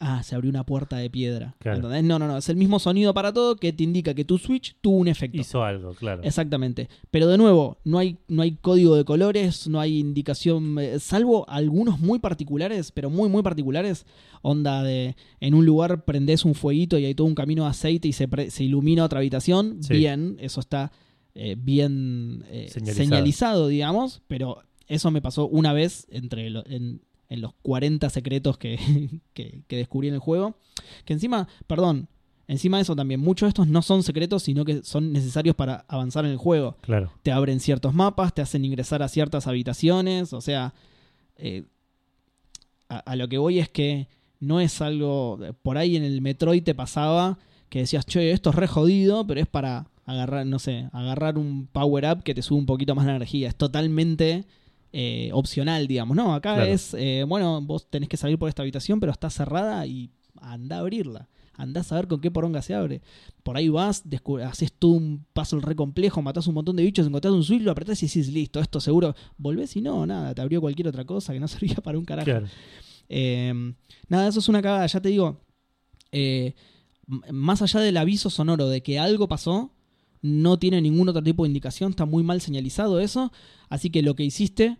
Speaker 2: Ah, se abrió una puerta de piedra.
Speaker 1: Claro.
Speaker 2: ¿Entendés? No, no, no. Es el mismo sonido para todo que te indica que tu Switch tuvo un efecto.
Speaker 1: Hizo algo, claro.
Speaker 2: Exactamente. Pero de nuevo, no hay, no hay código de colores, no hay indicación, eh, salvo algunos muy particulares, pero muy, muy particulares. Onda de en un lugar prendés un fueguito y hay todo un camino de aceite y se, pre- se ilumina otra habitación.
Speaker 1: Sí.
Speaker 2: Bien, eso está eh, bien eh,
Speaker 1: Señalizado.
Speaker 2: señalizado. digamos, pero eso me pasó una vez entre lo- en, en los 40 secretos que, [laughs] que- que descubrí en el juego. Que encima, perdón, encima de eso también, muchos de estos no son secretos, sino que son necesarios para avanzar en el juego.
Speaker 1: Claro.
Speaker 2: Te abren ciertos mapas, te hacen ingresar a ciertas habitaciones, o sea, eh, a, a lo que voy es que no es algo, por ahí en el Metroid te pasaba que decías, che, esto es re jodido, pero es para agarrar, no sé, agarrar un power-up que te sube un poquito más la energía, es totalmente... eh, opcional, digamos, no, acá
Speaker 1: Claro.
Speaker 2: es, eh, bueno, vos tenés que salir por esta habitación, pero está cerrada y anda a abrirla, anda a saber con qué poronga se abre. Por ahí vas, descu- haces tú un puzzle re complejo, matás un montón de bichos, encontrás un switch, lo apretás y decís, listo, esto seguro. Volvés y no, nada, te abrió cualquier otra cosa que no [laughs] servía para un carajo.
Speaker 1: Claro.
Speaker 2: Em, Eh, nada, eso es una cagada, ya te digo. eh, m- más allá del aviso sonoro de que algo pasó, no tiene ningún otro tipo de indicación, está muy mal señalizado eso, así que lo que hiciste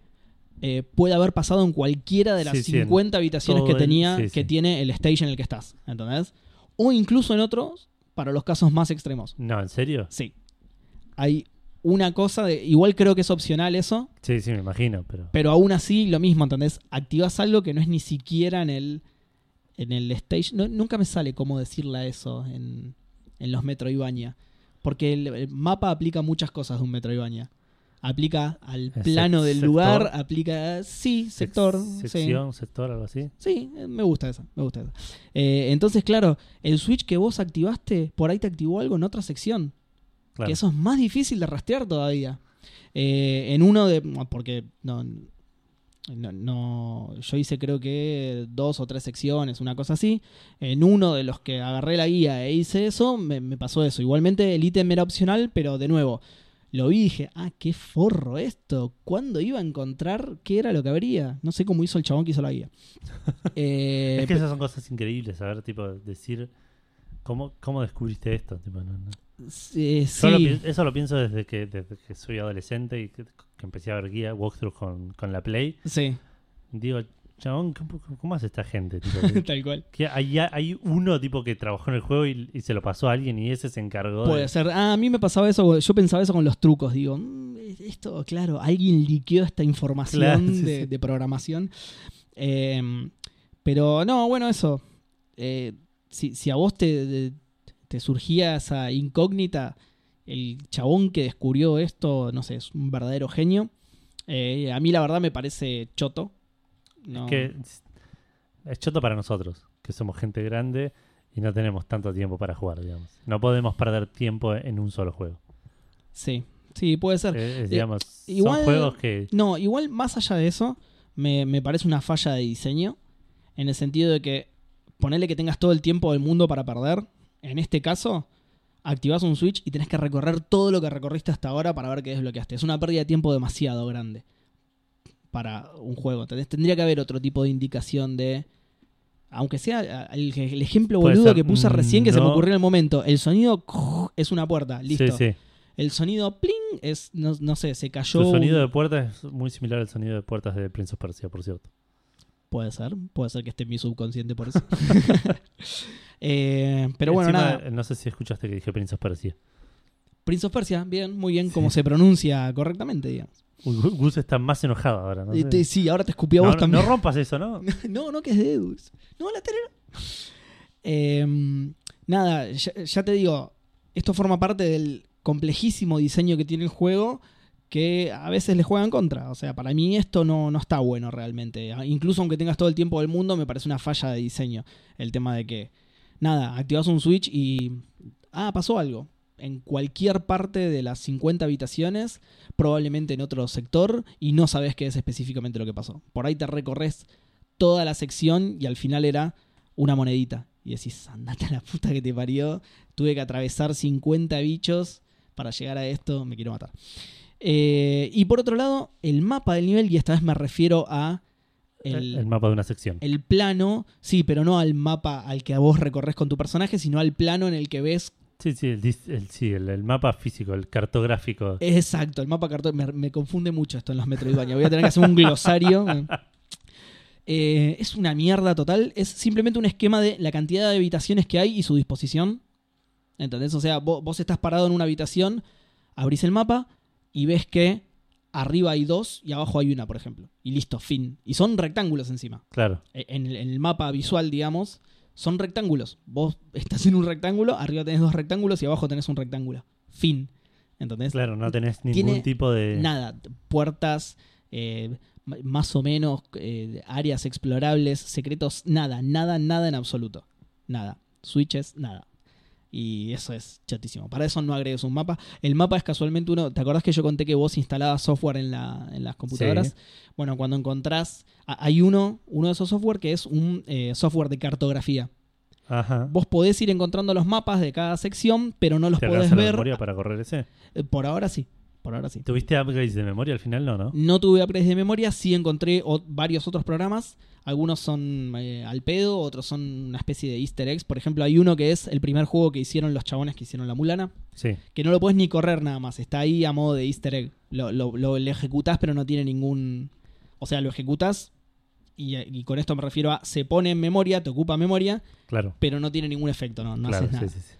Speaker 2: eh, puede haber pasado en cualquiera de las
Speaker 1: Sí, sí, en
Speaker 2: 50 habitaciones
Speaker 1: todo
Speaker 2: que
Speaker 1: el-
Speaker 2: tenía,
Speaker 1: sí,
Speaker 2: que
Speaker 1: sí.
Speaker 2: tiene el stage en el que estás, ¿entendés? O incluso en otros, para los casos más extremos.
Speaker 1: No, ¿en serio?
Speaker 2: Sí. Hay una cosa de. Igual creo que es opcional eso,
Speaker 1: Sí, sí, me imagino, pero.
Speaker 2: pero aún así lo mismo, ¿entendés? Activas algo que no es ni siquiera en el. En el stage. No- nunca me sale cómo decirla eso en, en los Metroidvania. Porque el, el mapa aplica muchas cosas de un Metroidvania. Aplica al
Speaker 1: Eh, Sec-
Speaker 2: plano del
Speaker 1: sector.
Speaker 2: lugar, aplica. Sí, sector.
Speaker 1: Sec-
Speaker 2: sí.
Speaker 1: Sección, sector, algo así.
Speaker 2: Sí, eh, me gusta esa, me gusta esa. Eh, entonces, claro, el switch que vos activaste, por ahí te activó algo en otra sección.
Speaker 1: Claro.
Speaker 2: Que eso es más difícil de rastrear todavía. Eh, en uno de. Porque no, no, no- Yo hice creo que dos o tres secciones, una cosa así. En uno de los que agarré la guía e hice eso, me, me pasó eso. Igualmente el ítem era opcional, pero de nuevo. Lo vi y dije, ah, qué forro esto. ¿Cuándo iba a encontrar qué era lo que habría? No sé cómo hizo el chabón que hizo
Speaker 1: [laughs]
Speaker 2: la guía. Eh,
Speaker 1: es que esas son cosas increíbles, saber, tipo, decir. ¿Cómo, cómo descubriste esto? Tipo, no- no.
Speaker 2: eh,
Speaker 1: Yo lo
Speaker 2: sí.
Speaker 1: pi- eso lo pienso desde que, desde que soy adolescente y que, que empecé a ver guía, walkthrough con, con la Play.
Speaker 2: Sí, [laughs]
Speaker 1: Digo, chabón, ¿cómo, cómo hace esta gente? Tipo,
Speaker 2: tal cual.
Speaker 1: que hay, hay uno tipo que trabajó en el juego y, y se lo pasó a alguien y ese se encargó de-
Speaker 2: Puede ser. Ah, a mí me pasaba eso, yo pensaba eso con los trucos, digo, "Mm, esto, claro, alguien liqueó esta información
Speaker 1: Claro, [laughs] sí,
Speaker 2: de,
Speaker 1: sí.
Speaker 2: de programación. Eh, pero no, bueno, eso. Eh, si, si a vos te, de- te surgía esa incógnita, el chabón que descubrió esto, no sé, es un verdadero genio. Eh, a mí la verdad me parece choto. No.
Speaker 1: que es- es choto para nosotros, que somos gente grande y no tenemos tanto tiempo para jugar, digamos. No podemos perder tiempo en un solo juego.
Speaker 2: Sí, sí, puede ser.
Speaker 1: Es- es, digamos,
Speaker 2: Eh, igual-
Speaker 1: son juegos que
Speaker 2: No, igual más allá de eso, me, me parece una falla de diseño. En el sentido de que ponerle que tengas todo el tiempo del mundo para perder. En este caso, activas un Switch y tenés que recorrer todo lo que recorriste hasta ahora para ver qué desbloqueaste. Es una pérdida de tiempo demasiado grande para un juego. ¿entendés? Tendría que haber otro tipo de indicación de. Aunque sea a- el, el ejemplo
Speaker 1: Puede
Speaker 2: boludo
Speaker 1: ser,
Speaker 2: que puse recién que se me
Speaker 1: no.
Speaker 2: ocurrió en el momento. El sonido [laughs] es una puerta, listo.
Speaker 1: Sí, sí.
Speaker 2: El sonido pling es, no, no sé, se cayó.
Speaker 1: Su
Speaker 2: un-
Speaker 1: sonido de puertas es muy similar al sonido de puertas de Prince of Persia, por cierto.
Speaker 2: Puede ser, puede ser que esté en mi subconsciente
Speaker 1: [laughs]
Speaker 2: por eso. [laughs] Eh, pero bueno,
Speaker 1: Encima,
Speaker 2: nada.
Speaker 1: eh, No sé si escuchaste que dije Prince of Persia.
Speaker 2: Prince of Persia, bien, muy bien, como se pronuncia correctamente, digamos.
Speaker 1: Uy, Gu- Gus está más enojado ahora, ¿no?
Speaker 2: Eh,
Speaker 1: sé.
Speaker 2: te- sí, ahora te escupí a
Speaker 1: Ah, No,
Speaker 2: vos
Speaker 1: no-
Speaker 2: también.
Speaker 1: no rompas eso,
Speaker 2: [laughs]
Speaker 1: ¿no?
Speaker 2: No, no, que es de Edus. No, la tele no. Eh, nada, ya, ya te digo, esto forma parte del complejísimo diseño que tiene el juego que a veces le juegan contra. O sea, para mí esto no, no está bueno realmente. Ah, Incluso aunque tengas todo el tiempo del mundo, me parece una falla de diseño. El tema de que, nada, activas un Switch y... Ah, pasó algo. En cualquier parte de las 50 habitaciones, probablemente en otro sector, y no sabes qué es específicamente lo que pasó. Por ahí te recorres toda la sección y al final era una monedita. Y decís, andate a la puta que te parió. Tuve que atravesar 50 bichos para llegar a esto. Me quiero matar. Eh, y por otro lado, el mapa del nivel, y esta vez me refiero a
Speaker 1: El, mapa de una sección.
Speaker 2: el plano, sí, pero no al mapa al que a vos recorres con tu personaje, sino al plano en el que ves.
Speaker 1: Sí, sí, el, dis- el- sí el, el mapa físico, el cartográfico.
Speaker 2: Eh, Exacto, el mapa cartón. Me, me confunde mucho esto en los Metroidvania. Voy a tener que hacer un glosario. Eh, es una mierda total. Es simplemente un esquema de la cantidad de habitaciones que hay y su disposición. ¿Entendés? O sea, vos, vos estás parado en una habitación, abrís el mapa y ves que arriba hay dos y abajo hay una, por ejemplo. Y listo, fin. Y son rectángulos encima.
Speaker 1: Claro.
Speaker 2: eh, en el, en el mapa visual, digamos, son rectángulos. Vos estás en un rectángulo, arriba tenés dos rectángulos y abajo tenés un rectángulo. Fin. ¿Entendés?
Speaker 1: Claro, no tenés ningún
Speaker 2: Tiene
Speaker 1: tipo de.
Speaker 2: Nada, puertas, eh, ma- más o menos, eh, áreas explorables, secretos, nada, nada, nada en absoluto. Nada. Switches, nada. Y eso es chatísimo. Para eso no agregues un mapa. El mapa es casualmente uno. ¿Te acordás que yo conté que vos instalabas software en, la- en las computadoras?
Speaker 1: Sí.
Speaker 2: Bueno, cuando encontrás. a- Hay uno, uno de esos software que es un eh, software de cartografía.
Speaker 1: Ajá.
Speaker 2: Vos podés ir encontrando los mapas de cada sección, pero no
Speaker 1: [laughs]
Speaker 2: los
Speaker 1: ¿Te
Speaker 2: podés
Speaker 1: alcanza la
Speaker 2: ver.
Speaker 1: memoria para correr ese?
Speaker 2: Eh, Por ahora sí. Por por ahora sí.
Speaker 1: ¿Tuviste upgrades de memoria al final? No, ¿no?
Speaker 2: No tuve upgrades de memoria, sí encontré o- varios otros programas. Algunos son eh, al pedo, otros son una especie de easter eggs. Por ejemplo, hay uno que es el primer juego que hicieron los chabones que hicieron la mulana,
Speaker 1: Sí.
Speaker 2: que no lo puedes ni correr nada más, está ahí a modo de easter egg. Lo, lo, lo- lo ejecutás, pero no tiene ningún... O sea, lo ejecutas y, y con esto me refiero a se pone en memoria, te ocupa memoria,
Speaker 1: Claro.
Speaker 2: pero no tiene ningún efecto, no, no
Speaker 1: claro,
Speaker 2: haces nada.
Speaker 1: sí, sí, sí.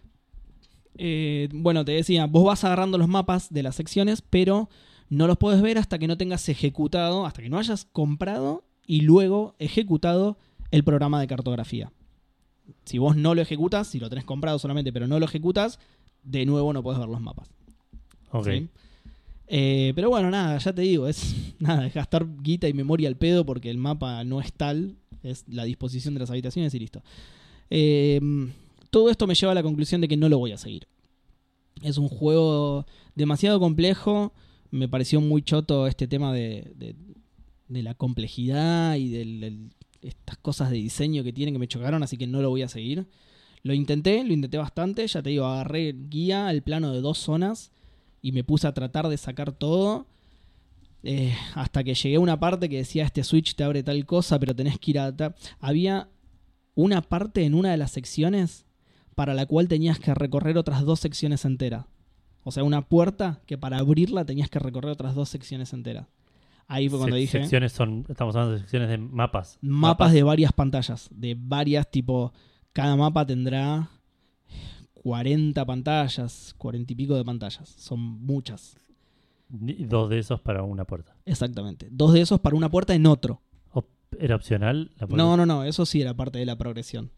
Speaker 2: Eh, bueno, te decía, vos vas agarrando los mapas de las secciones, pero no los podés ver hasta que no tengas ejecutado, hasta que no hayas comprado y luego ejecutado el programa de cartografía. Si vos no lo ejecutas, si lo tenés comprado solamente, pero no lo ejecutas, de nuevo no podés ver los mapas.
Speaker 1: Ok.
Speaker 2: ¿sí? Eh, pero bueno, nada, ya te digo, es [laughs] nada, es gastar guita y memoria al pedo porque el mapa no es tal, es la disposición de las habitaciones y listo. Eh, todo esto me lleva a la conclusión de que no lo voy a seguir. Es un juego demasiado complejo, me pareció muy choto este tema de, de- de la complejidad y de estas cosas de diseño que tienen que me chocaron, así que no lo voy a seguir. Lo intenté, lo intenté bastante, ya te digo, agarré guía al plano de dos zonas y me puse a tratar de sacar todo. eh, hasta que llegué a una parte que decía este switch te abre tal cosa, pero tenés que ir a... ta-". Había una parte en una de las secciones para la cual tenías que recorrer otras dos secciones enteras. O sea, una puerta que para abrirla tenías que recorrer otras dos secciones enteras. Ahí fue cuando
Speaker 1: Sec-
Speaker 2: dije
Speaker 1: Secciones son, estamos hablando de secciones de mapas.
Speaker 2: mapas de varias pantallas, de varias tipo, cada mapa tendrá 40 pantallas, 40 y pico de pantallas, son muchas.
Speaker 1: Ni- Dos de esos para una puerta.
Speaker 2: Exactamente. Dos de esos para una puerta en otro.
Speaker 1: Op- ¿Era opcional la puerta?
Speaker 2: No, no, no, eso sí era parte de la progresión.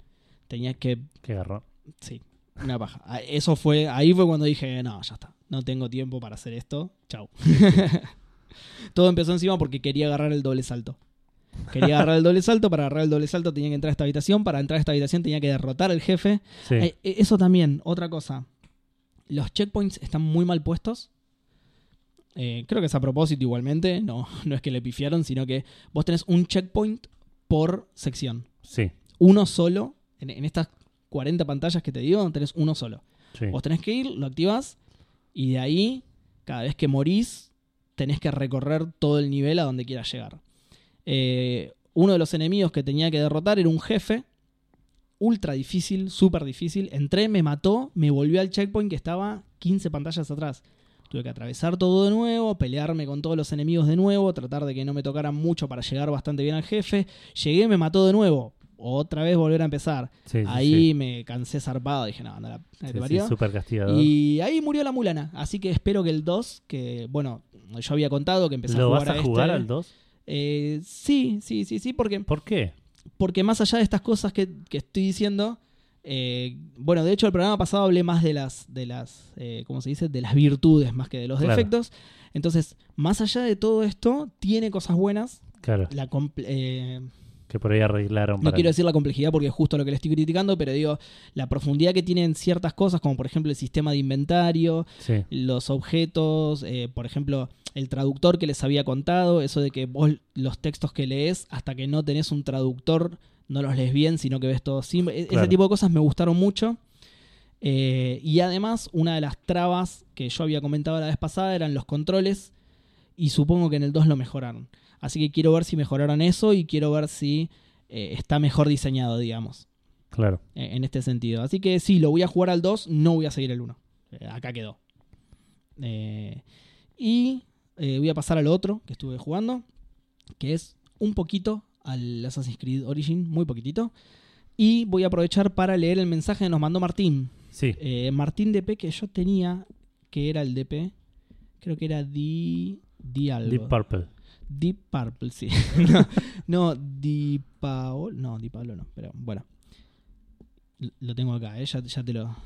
Speaker 2: Tenías que,
Speaker 1: Qué garrón.
Speaker 2: sí, una paja. Ah, Eso fue, ahí fue cuando dije, no, ya está, no tengo tiempo para hacer esto, chau. [laughs] Todo empezó encima porque quería agarrar el doble salto. Quería agarrar el doble salto, para agarrar el doble salto tenía que entrar a esta habitación, para entrar a esta habitación tenía que derrotar al jefe,
Speaker 1: Sí.
Speaker 2: Eh, eh, Eso también, otra cosa. Los checkpoints están muy mal puestos. Eh, creo que es a propósito igualmente. No, [laughs] no es que le pifiaron, sino que vos tenés un checkpoint por sección.
Speaker 1: sí,
Speaker 2: Uno solo. En, en estas 40 pantallas que te digo, tenés uno solo.
Speaker 1: sí.
Speaker 2: Vos tenés que ir, lo activas y de ahí, cada vez que morís, tenés que recorrer todo el nivel a donde quieras llegar. Eh, uno de los enemigos que tenía que derrotar era un jefe, ultra difícil, súper difícil. Entré, me mató, me volvió al checkpoint que estaba 15 pantallas atrás. Tuve que atravesar todo de nuevo, pelearme con todos los enemigos de nuevo, tratar de que no me tocaran mucho para llegar bastante bien al jefe. Llegué, me mató de nuevo. Otra vez volver a empezar.
Speaker 1: sí, sí,
Speaker 2: Ahí
Speaker 1: sí.
Speaker 2: me cansé zarpado. Dije, no, anda, la- te
Speaker 1: Sí, sí,
Speaker 2: parió.
Speaker 1: súper castigador.
Speaker 2: Y ahí murió la mulana. Así que espero que el 2, que bueno, yo había contado que empecé a
Speaker 1: ¿Lo
Speaker 2: jugar.
Speaker 1: vas
Speaker 2: a
Speaker 1: a
Speaker 2: este.
Speaker 1: jugar al 2?
Speaker 2: Eh, sí, sí, sí, sí, porque,
Speaker 1: ¿Por qué?
Speaker 2: porque más allá de estas cosas que, que estoy diciendo. eh, bueno, de hecho, el programa pasado hablé más de las, de las eh, ¿cómo se dice? De las virtudes más que de los
Speaker 1: Claro.
Speaker 2: defectos. Entonces, más allá de todo esto, tiene cosas buenas.
Speaker 1: Claro,
Speaker 2: La comple- eh,
Speaker 1: que por ahí arreglaron.
Speaker 2: no
Speaker 1: para
Speaker 2: quiero decir la complejidad porque es justo lo que le estoy criticando, pero digo, la profundidad que tienen ciertas cosas, como por ejemplo el sistema de inventario,
Speaker 1: Sí,
Speaker 2: los objetos, eh, por ejemplo, el traductor que les había contado, eso de que vos los textos que lees, hasta que no tenés un traductor, no los lees bien, sino que ves todo simple. E-
Speaker 1: Claro.
Speaker 2: Ese tipo de cosas me gustaron mucho. Eh, y además, una de las trabas que yo había comentado la vez pasada eran los controles, y supongo que en el 2 lo mejoraron. Así que quiero ver si mejoraron eso y quiero ver si eh, está mejor diseñado, digamos,
Speaker 1: claro.
Speaker 2: eh, en este sentido. Así que sí, lo voy a jugar al 2, no voy a seguir el 1. Eh, acá quedó. Eh, y eh, voy a pasar al otro que estuve jugando, que es un poquito al Assassin's Creed Origin, muy poquitito. Y voy a aprovechar para leer el mensaje que nos mandó Martín.
Speaker 1: Sí,
Speaker 2: Eh, Martín DP que yo tenía, que era el DP, creo que era Di... Di algo.
Speaker 1: Deep Purple.
Speaker 2: Deep
Speaker 1: [laughs]
Speaker 2: Purple, sí. no, no, Di Paolo. No, Di Paolo no, pero bueno. L- Lo tengo acá, ¿eh? ya, ya te lo.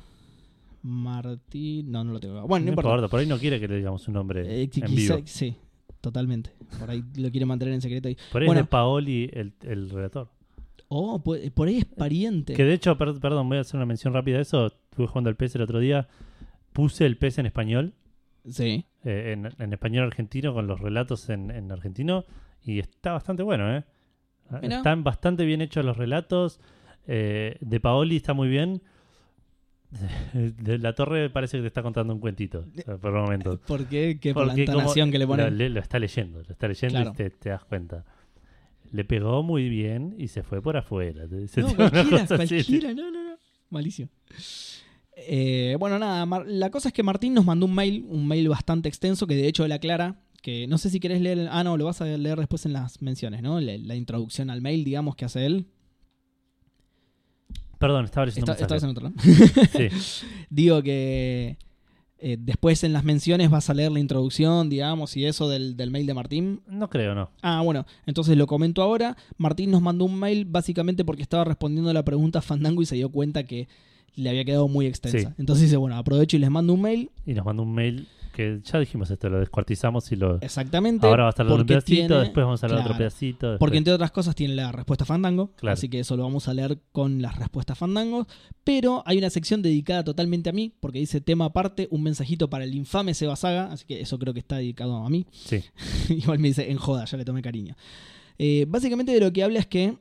Speaker 2: Martín. No, no lo tengo acá. Bueno, no, importa.
Speaker 1: Por ahí no quiere que le digamos un nombre
Speaker 2: Eh, qui-
Speaker 1: en
Speaker 2: quizá-
Speaker 1: vivo.
Speaker 2: Sí, totalmente. Por ahí lo quiere mantener en secreto. y-
Speaker 1: Por ahí
Speaker 2: bueno.
Speaker 1: es de Paoli el, el relator.
Speaker 2: Oh, pu- por ahí es pariente.
Speaker 1: Que de hecho, per- perdón, voy a hacer una mención rápida de eso. Estuve jugando al PES el otro día. Puse el PES en español,
Speaker 2: Sí.
Speaker 1: eh, en, en español argentino, con los relatos en, en argentino. Y está bastante bueno, ¿eh?
Speaker 2: Mirá.
Speaker 1: Están bastante bien hechos los relatos. eh, de Paoli está muy bien. [laughs] De La torre parece que te está contando un cuentito o sea, por
Speaker 2: [laughs]
Speaker 1: momentos.
Speaker 2: ¿Por qué? ¿Qué por la entonación
Speaker 1: como-
Speaker 2: que le ponen?
Speaker 1: Lo, le- lo está leyendo, lo está leyendo
Speaker 2: Claro.
Speaker 1: y te, te das cuenta. Le pegó muy bien y se fue por afuera. Te dice [laughs]
Speaker 2: No,
Speaker 1: una
Speaker 2: cualquiera,
Speaker 1: cosa así.
Speaker 2: cualquiera, no, no, no. Malísimo. Eh, bueno, nada, Mar- la cosa es que Martín nos mandó un mail, un mail bastante extenso que de hecho él aclara, que no sé si querés leer, ah, no, lo vas a leer después en las menciones, ¿no? La, la introducción al mail, digamos, que hace él.
Speaker 1: Perdón, estaba leyendo
Speaker 2: Está-
Speaker 1: un
Speaker 2: estabas
Speaker 1: mensaje.
Speaker 2: en otro, ¿no?
Speaker 1: Sí.
Speaker 2: [laughs] Digo que eh, después en las menciones vas a leer la introducción, digamos, y eso del, del mail de Martín.
Speaker 1: No creo, no.
Speaker 2: Ah, bueno, entonces lo comento ahora. Martín nos mandó un mail básicamente porque estaba respondiendo a la pregunta a Fandango y se dio cuenta que le había quedado muy extensa.
Speaker 1: Sí.
Speaker 2: Entonces dice, bueno, aprovecho y les mando un mail.
Speaker 1: Y nos mandó un mail que ya dijimos esto, lo descuartizamos y lo.
Speaker 2: Exactamente.
Speaker 1: Ahora va a estar un
Speaker 2: porque
Speaker 1: pedacito,
Speaker 2: tiene-
Speaker 1: después vamos a hablar de
Speaker 2: Claro.
Speaker 1: otro pedacito. después-
Speaker 2: Porque entre otras cosas tiene la respuesta Fandango,
Speaker 1: Claro.
Speaker 2: así que eso lo vamos a leer con las respuestas Fandango. Pero hay una sección dedicada totalmente a mí, porque dice tema aparte, un mensajito para el infame Sebasaga, así que eso creo que está dedicado a mí.
Speaker 1: Sí.
Speaker 2: [laughs] Igual me dice, en joda, ya le tomé cariño. Eh, básicamente de lo que habla es que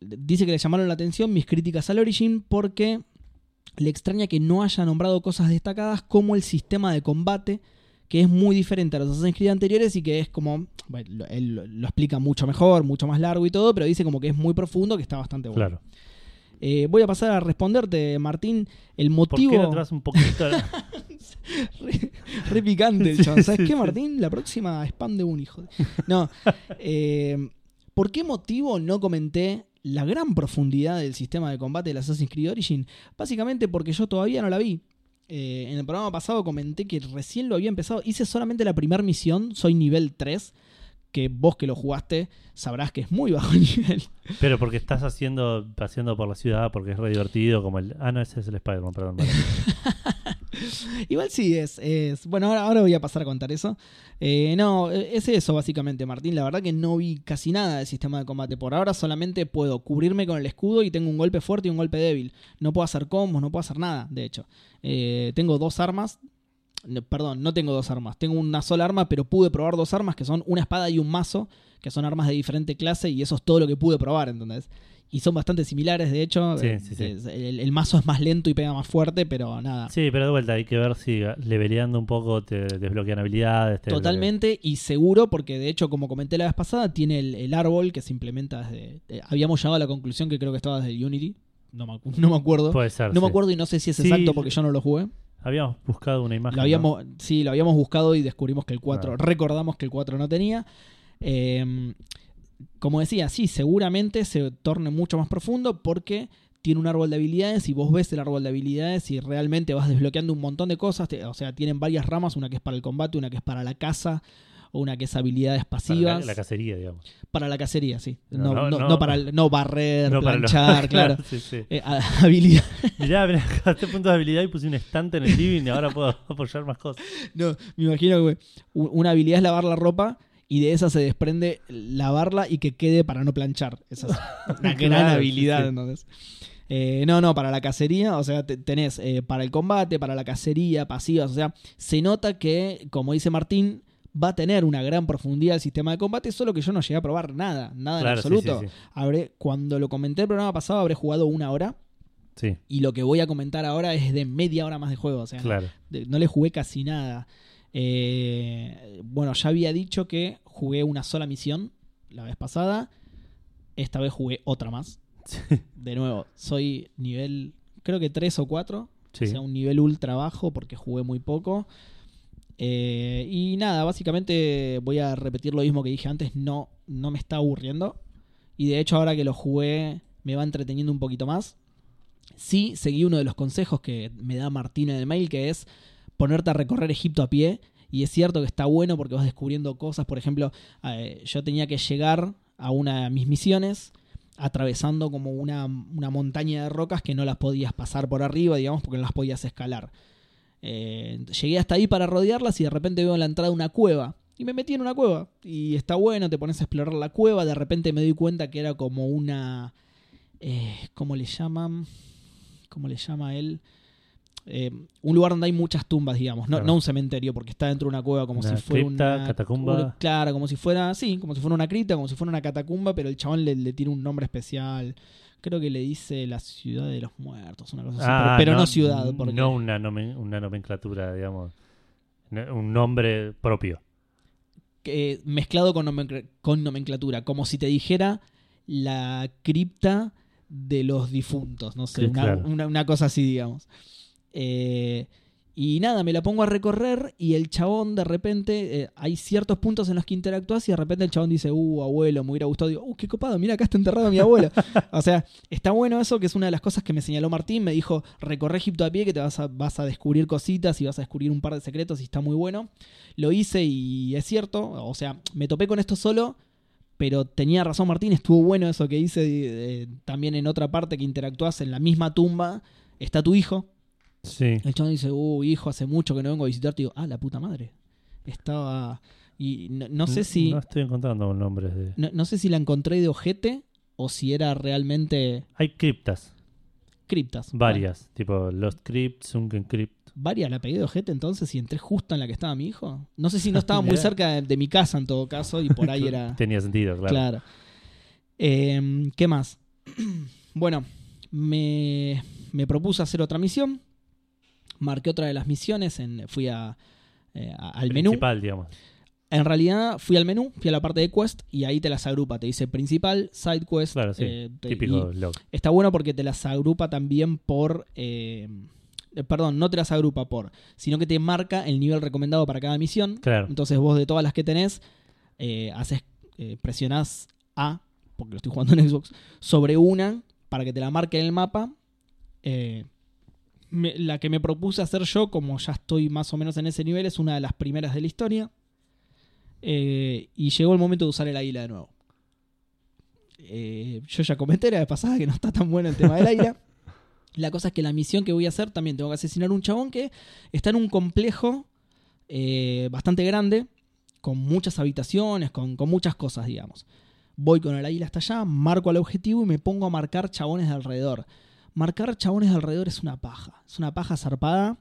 Speaker 2: dice que le llamaron la atención mis críticas al Origin porque le extraña que no haya nombrado cosas destacadas como el sistema de combate, que es muy diferente a los Assassin's Creed anteriores y que es como, bueno, lo- él lo, lo explica mucho mejor, mucho más largo y todo, pero dice como que es muy profundo, que está bastante bueno.
Speaker 1: Claro.
Speaker 2: Eh, voy a pasar a responderte, Martín, el
Speaker 1: ¿Por qué
Speaker 2: motivo...
Speaker 1: no [laughs] traes un poquito? a-
Speaker 2: Re, [laughs] re picante el
Speaker 1: Sí,
Speaker 2: chabón. ¿Sabes
Speaker 1: sí,
Speaker 2: qué,
Speaker 1: sí.
Speaker 2: Martín? La próxima spam de un hijo. de- No. eh, ¿Por qué motivo no comenté la gran profundidad del sistema de combate del Assassin's Creed Origin? Básicamente porque yo todavía no la vi. Eh, en el programa pasado comenté que recién lo había empezado. Hice solamente la primera misión, soy nivel 3. Que vos que lo jugaste sabrás que es muy bajo [laughs] el nivel.
Speaker 1: Pero porque estás haciendo, paseando por la ciudad, porque es re divertido, como el. Ah, no, ese es el Spider-Man, perdón. vale.
Speaker 2: Igual sí es. es- bueno, ahora, ahora voy a pasar a contar eso. Eh, no, eh, es eso básicamente, Martín. La verdad que no vi casi nada del sistema de combate. Por ahora solamente puedo cubrirme con el escudo y tengo un golpe fuerte y un golpe débil. No puedo hacer combos, no puedo hacer nada, de hecho. Eh, tengo dos armas. No, perdón, no tengo dos armas. Tengo una sola arma, pero pude probar dos armas que son una espada y un mazo, que son armas de diferente clase y eso es todo lo que pude probar, ¿entendés? Y son bastante similares, de hecho.
Speaker 1: Sí,
Speaker 2: Eh,
Speaker 1: sí, sí.
Speaker 2: es- El, el mazo es más lento y pega más fuerte, pero nada.
Speaker 1: Sí, pero de vuelta hay que ver si leveleando un poco te desbloquean habilidades. te
Speaker 2: Totalmente y seguro, porque de hecho, como comenté la vez pasada, tiene el, el árbol que se implementa desde. eh, habíamos llegado a la conclusión que creo que estaba desde el Unity. No me, acu- [laughs] no me acuerdo.
Speaker 1: desbloquean. Puede ser.
Speaker 2: no me
Speaker 1: sí.
Speaker 2: acuerdo y no sé si es
Speaker 1: Sí,
Speaker 2: exacto porque yo no lo jugué.
Speaker 1: Habíamos buscado una imagen.
Speaker 2: Lo habíamos, Sí, lo habíamos buscado y descubrimos que el 4.
Speaker 1: Ah.
Speaker 2: Recordamos que el 4 no tenía. Eh, como decía, sí, seguramente se torne mucho más profundo porque tiene un árbol de habilidades y vos ves el árbol de habilidades y realmente vas desbloqueando un montón de cosas. Te- O sea, tienen varias ramas, una que es para el combate, una que es para la caza, una que es habilidades
Speaker 1: ¿no? Para
Speaker 2: pasivas.
Speaker 1: la, la cacería, digamos.
Speaker 2: Para la cacería, sí. No,
Speaker 1: No, no,
Speaker 2: no-
Speaker 1: no.
Speaker 2: no para el- no barrer,
Speaker 1: No para los- [laughs]
Speaker 2: planchar, claro.
Speaker 1: sí, sí.
Speaker 2: Eh, a- [laughs] habilidad.
Speaker 1: Mirá, mirá, [laughs] gasté puntos de habilidad y puse un estante en el living y ahora puedo [laughs] apoyar más cosas.
Speaker 2: No, me imagino que u- una habilidad es lavar la ropa y de esa se desprende lavarla y que quede para no planchar. Esa
Speaker 1: [laughs]
Speaker 2: es una gran
Speaker 1: Claro,
Speaker 2: habilidad,
Speaker 1: sí, sí.
Speaker 2: entonces. Eh, no, no, para la cacería, o sea, te- tenés eh, para el combate, para la cacería, pasivas, o sea, se nota que, como dice Martín, va a tener una gran profundidad el sistema de combate, solo que yo no llegué a probar nada, nada en
Speaker 1: Claro, sí,
Speaker 2: absoluto.
Speaker 1: sí, sí.
Speaker 2: Habré, cuando lo comenté el programa pasado, habré jugado una hora
Speaker 1: Sí,
Speaker 2: y lo que voy a comentar ahora es de media hora más de juego, o sea,
Speaker 1: claro.
Speaker 2: de- no le jugué casi nada. Eh, bueno, ya había dicho que jugué una sola misión la vez pasada. Esta vez jugué otra más.
Speaker 1: Sí,
Speaker 2: De nuevo, soy nivel, creo que 3 o 4.
Speaker 1: sí.
Speaker 2: O sea, un nivel ultra bajo porque jugué muy poco. Eh, y nada, básicamente voy a repetir lo mismo que dije antes. No, no me está aburriendo. Y de hecho, ahora que lo jugué, me va entreteniendo un poquito más. Sí, seguí uno de los consejos que me da Martín en el mail, que es ponerte a recorrer Egipto a pie. Y es cierto que está bueno porque vas descubriendo cosas. Por ejemplo, eh, yo tenía que llegar a una de mis misiones atravesando como una, una montaña de rocas que no las podías pasar por arriba, digamos, porque no las podías escalar. Eh, llegué hasta ahí para rodearlas y de repente veo en la entrada una cueva. Y me metí en una cueva. Y está bueno, te pones a explorar la cueva. De repente me doy cuenta que era como una. eh, ¿Cómo le llaman? ¿Cómo le llama él? eh, un lugar donde hay muchas tumbas, digamos, no,
Speaker 1: Claro.
Speaker 2: no un cementerio, porque está dentro de una cueva como
Speaker 1: Una
Speaker 2: si fuera
Speaker 1: cripta,
Speaker 2: una
Speaker 1: catacumba.
Speaker 2: una- claro, como si fuera, sí, como si fuera una cripta, como si fuera una catacumba, pero el chabón le, le tiene un nombre especial. Creo que le dice la ciudad de los muertos, una cosa así,
Speaker 1: Ah,
Speaker 2: pero, pero no, ciudad, porque
Speaker 1: No una, nomen- una nomenclatura, digamos. No- Un nombre propio.
Speaker 2: eh, mezclado con, nomencla- con nomenclatura, como si te dijera la cripta de los difuntos, no sé,
Speaker 1: Sí,
Speaker 2: una,
Speaker 1: claro.
Speaker 2: una- una cosa así, digamos. Eh, y nada, me la pongo a recorrer y el chabón de repente, eh, hay ciertos puntos en los que interactúas y de repente el chabón dice, uh, abuelo, me hubiera gustado, digo, uh, qué copado, mira, acá está enterrado mi
Speaker 1: [laughs]
Speaker 2: abuelo. o sea, está bueno eso, que es una de las cosas que me señaló Martín, me dijo, recorre Egipto a pie, que te vas a, vas a descubrir cositas y vas a descubrir un par de secretos y está muy bueno. Lo hice y es cierto, o sea, me topé con esto solo, pero tenía razón Martín, estuvo bueno eso que hice eh, también en otra parte que interactúas en la misma tumba, está tu hijo,
Speaker 1: Sí.
Speaker 2: el chabón dice, uh, hijo, hace mucho que no vengo a visitarte. Y digo, ah, la puta madre. Estaba. Y no, no sé si.
Speaker 1: No
Speaker 2: No,
Speaker 1: estoy encontrando nombres de.
Speaker 2: no sé si la encontré de ojete o si era realmente
Speaker 1: Hay criptas,
Speaker 2: criptas.
Speaker 1: varias. Tipo Lost Crypt, Sunken Crypt.
Speaker 2: Varias la pegué de ojete entonces y entré justo en la que estaba mi hijo.
Speaker 1: [laughs]
Speaker 2: No sé si no estaba muy
Speaker 1: Mirá.
Speaker 2: cerca de, de mi casa en todo caso
Speaker 1: [laughs]
Speaker 2: y por ahí era.
Speaker 1: Tenía sentido, claro.
Speaker 2: Claro. Eh, ¿Qué más? [clears throat] bueno, me, me propuse hacer otra misión. Marqué otra de las misiones. En, fui a, eh, a- al menú.
Speaker 1: Principal, digamos.
Speaker 2: En realidad fui al menú, fui a la parte de quest y ahí te las agrupa. Te dice principal, side quest.
Speaker 1: Claro, sí.
Speaker 2: eh, te-
Speaker 1: Típico
Speaker 2: y
Speaker 1: log.
Speaker 2: Está bueno porque te las agrupa también por... eh, eh, perdón, no te las agrupa por, sino que te marca el nivel recomendado para cada misión.
Speaker 1: Claro.
Speaker 2: Entonces vos de todas las que tenés, eh, haces, eh, presionás A, porque lo estoy jugando en Xbox, sobre una para que te la marque en el mapa. Eh, me- la que me propuse hacer yo, como ya estoy más o menos en ese nivel, es una de las primeras de la historia. Eh, y llegó el momento de usar el águila de nuevo. Eh, yo ya comenté la vez pasada que no está tan bueno el tema del águila. La cosa es que la misión que voy a hacer también tengo que asesinar un chabón que está en un complejo eh, bastante grande, con muchas habitaciones, con, con muchas cosas, digamos. Voy con el águila hasta allá, marco al objetivo y me pongo a marcar chabones de alrededor. Marcar chabones de alrededor es una paja, es una paja zarpada,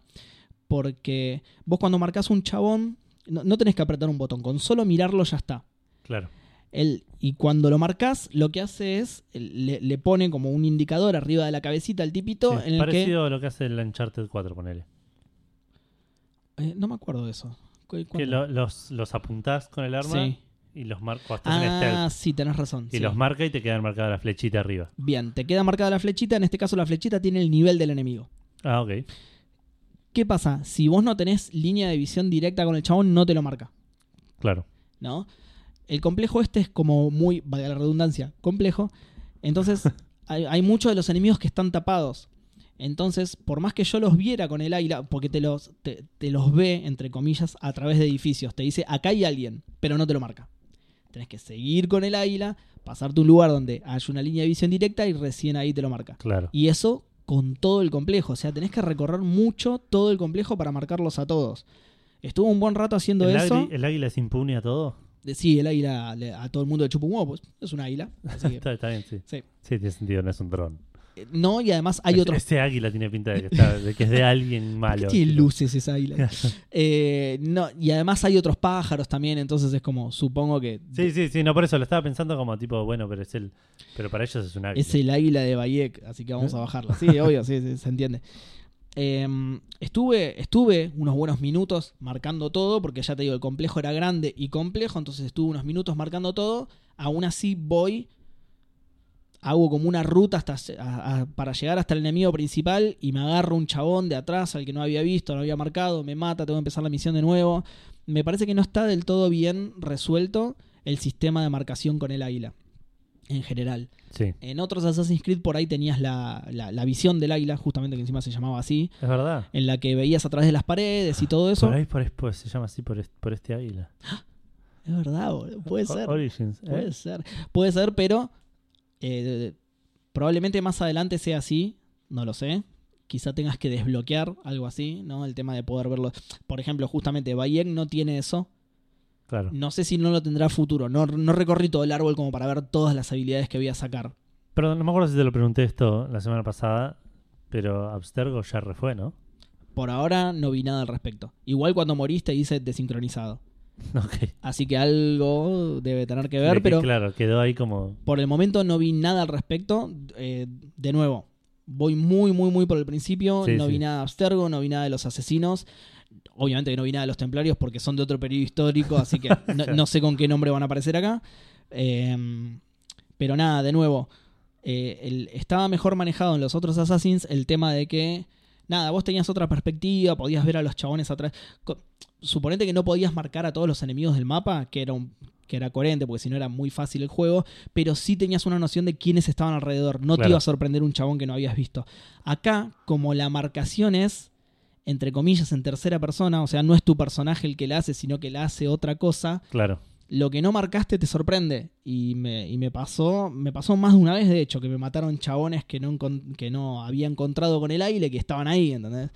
Speaker 2: porque vos cuando marcas un chabón, no, no tenés que apretar un botón, con solo mirarlo ya está.
Speaker 1: Claro.
Speaker 2: Él- y cuando lo marcas, lo que hace es, le, le pone como un indicador arriba de la cabecita al tipito
Speaker 1: Sí,
Speaker 2: en el
Speaker 1: Parecido a lo que hace el Uncharted 4, ponele.
Speaker 2: que... Eh, no me acuerdo de eso. ¿Cu-
Speaker 1: Que
Speaker 2: cuándo?
Speaker 1: lo- los, los apuntás con el arma
Speaker 2: Sí.
Speaker 1: y los marcas.
Speaker 2: Ah, sí, tenés razón.
Speaker 1: y
Speaker 2: sí.
Speaker 1: los marca y te quedan marcadas la flechita arriba.
Speaker 2: Bien, te queda marcada la flechita. En este caso, la flechita tiene el nivel del enemigo.
Speaker 1: Ah, ok.
Speaker 2: ¿Qué pasa? Si vos no tenés línea de visión directa con el chabón, no te lo marca,
Speaker 1: Claro.
Speaker 2: ¿no? El complejo este es como muy, valga la redundancia, complejo. Entonces, hay, hay muchos de los enemigos que están tapados. Entonces, por más que yo los viera con el águila, porque te los, te, te los ve, entre comillas, a través de edificios. Te dice, acá hay alguien, pero no te lo marca. Tenés que seguir con el águila, pasarte a un lugar donde hay una línea de visión directa y recién ahí te lo marca.
Speaker 1: Claro.
Speaker 2: Y eso con todo el complejo. O sea, tenés que recorrer mucho todo el complejo para marcarlos a todos. Estuvo un buen rato haciendo
Speaker 1: ¿El, eh.
Speaker 2: eso.
Speaker 1: águi- el águila es impune a todo?
Speaker 2: De- Sí, el águila le- a todo el mundo le chupa un huevo, pues es un
Speaker 1: [laughs]
Speaker 2: águila. Así que,
Speaker 1: Está, está bien, sí.
Speaker 2: Sí.
Speaker 1: tiene sentido, no es un dron.
Speaker 2: eh, no, y además hay
Speaker 1: Ese-
Speaker 2: otros.
Speaker 1: Ese águila tiene pinta de que, está- de que es de
Speaker 2: [laughs]
Speaker 1: alguien
Speaker 2: ¿Por qué
Speaker 1: malo.
Speaker 2: tiene
Speaker 1: tipo.
Speaker 2: luces
Speaker 1: [laughs]
Speaker 2: esa águila? Eh, no, y además hay otros pájaros también, entonces es como, supongo que
Speaker 1: Sí, sí, sí, no, por eso lo estaba pensando como tipo, bueno, pero es el. Pero para ellos es un águila.
Speaker 2: Es el águila de Bayek, así que vamos a bajarla. Sí, obvio, sí, sí, se entiende. Em, estuve, estuve unos buenos minutos marcando todo, porque ya te digo, el complejo era grande y complejo, entonces estuve unos minutos marcando todo. Aún así voy, hago como una ruta hasta, a- a- para llegar hasta el enemigo principal y me agarro un chabón de atrás al que no había visto, no había marcado, me mata, tengo que empezar la misión de nuevo. Me parece que no está del todo bien resuelto el sistema de marcación con el águila, en general.
Speaker 1: Sí,
Speaker 2: En otros Assassin's Creed por ahí tenías la, la- la visión del águila, justamente que encima se llamaba así,
Speaker 1: es verdad.
Speaker 2: en la que veías a través de las paredes y todo eso.
Speaker 1: Por ahí por, por- se llama así por, es- por este águila.
Speaker 2: Es verdad, boludo, puede
Speaker 1: [laughs] O-
Speaker 2: ser.
Speaker 1: Origins, ¿eh?
Speaker 2: Puede ser. Puede ser, pero eh, probablemente más adelante sea así, no lo sé. Quizá tengas que desbloquear algo así, ¿no? El tema de poder verlo. Por ejemplo, justamente Bayek no tiene eso.
Speaker 1: Claro.
Speaker 2: No sé si no lo tendrá a futuro. No, no recorrí todo el árbol como para ver todas las habilidades que voy a sacar.
Speaker 1: Perdón, no [laughs] me acuerdo si te lo pregunté esto la semana pasada, pero Abstergo ya refue, ¿no?
Speaker 2: Por ahora no vi nada al respecto. Igual cuando moriste dice desincronizado.
Speaker 1: Ok.
Speaker 2: Así que algo debe tener que ver,
Speaker 1: Que-
Speaker 2: pero
Speaker 1: Claro, quedó ahí como.
Speaker 2: por el momento no vi nada al respecto. Eh, de nuevo, voy muy, muy, muy por el principio.
Speaker 1: Sí,
Speaker 2: no vi
Speaker 1: sí.
Speaker 2: nada de Abstergo, no vi nada de los asesinos. Obviamente que no vi nada de los templarios porque son de otro periodo histórico,
Speaker 1: [laughs]
Speaker 2: así que no, no sé con qué nombre van a aparecer acá. Eh, pero nada, de nuevo, eh, el- estaba mejor manejado en los otros Assassins el tema de que, nada, vos tenías otra perspectiva, podías ver a los chabones atrás. Co- Suponete que no podías marcar a todos los enemigos del mapa, que era un que era coherente, porque si no era muy fácil el juego, pero sí tenías una noción de quiénes estaban alrededor. No te
Speaker 1: Claro.
Speaker 2: iba a sorprender un chabón que no habías visto. Acá, como la marcación es, entre comillas, en tercera persona, o sea, no es tu personaje el que la hace, sino que la hace otra cosa,
Speaker 1: Claro.
Speaker 2: lo que no marcaste te sorprende. Y me, y me pasó, me pasó más de una vez, de hecho, que me mataron chabones que no, encon- que no había encontrado con el aire, que estaban ahí, ¿entendés?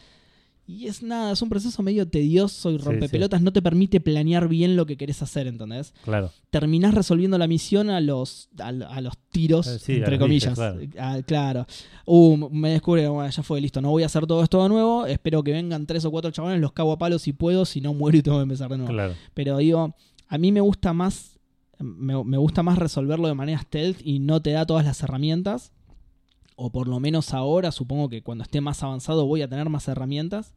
Speaker 2: Y es nada, es un proceso medio tedioso y
Speaker 1: Sí,
Speaker 2: rompepelotas, no te permite planear bien lo que querés hacer, ¿entendés?
Speaker 1: Claro.
Speaker 2: Terminás resolviendo la misión a los, a, a los tiros,
Speaker 1: Eh, sí, a
Speaker 2: entre
Speaker 1: los
Speaker 2: comillas.
Speaker 1: bichos,
Speaker 2: Ah, claro. Uh, me descubre, bueno, ya fue, listo, no voy a hacer todo esto de nuevo, espero que vengan tres o cuatro chabones, los cago a palos si puedo, si no muero y tengo que empezar de nuevo.
Speaker 1: Claro.
Speaker 2: Pero digo, a mí me gusta más. Me, me gusta más resolverlo de manera stealth y no te da todas las herramientas. O por lo menos ahora, supongo que cuando esté más avanzado voy a tener más herramientas.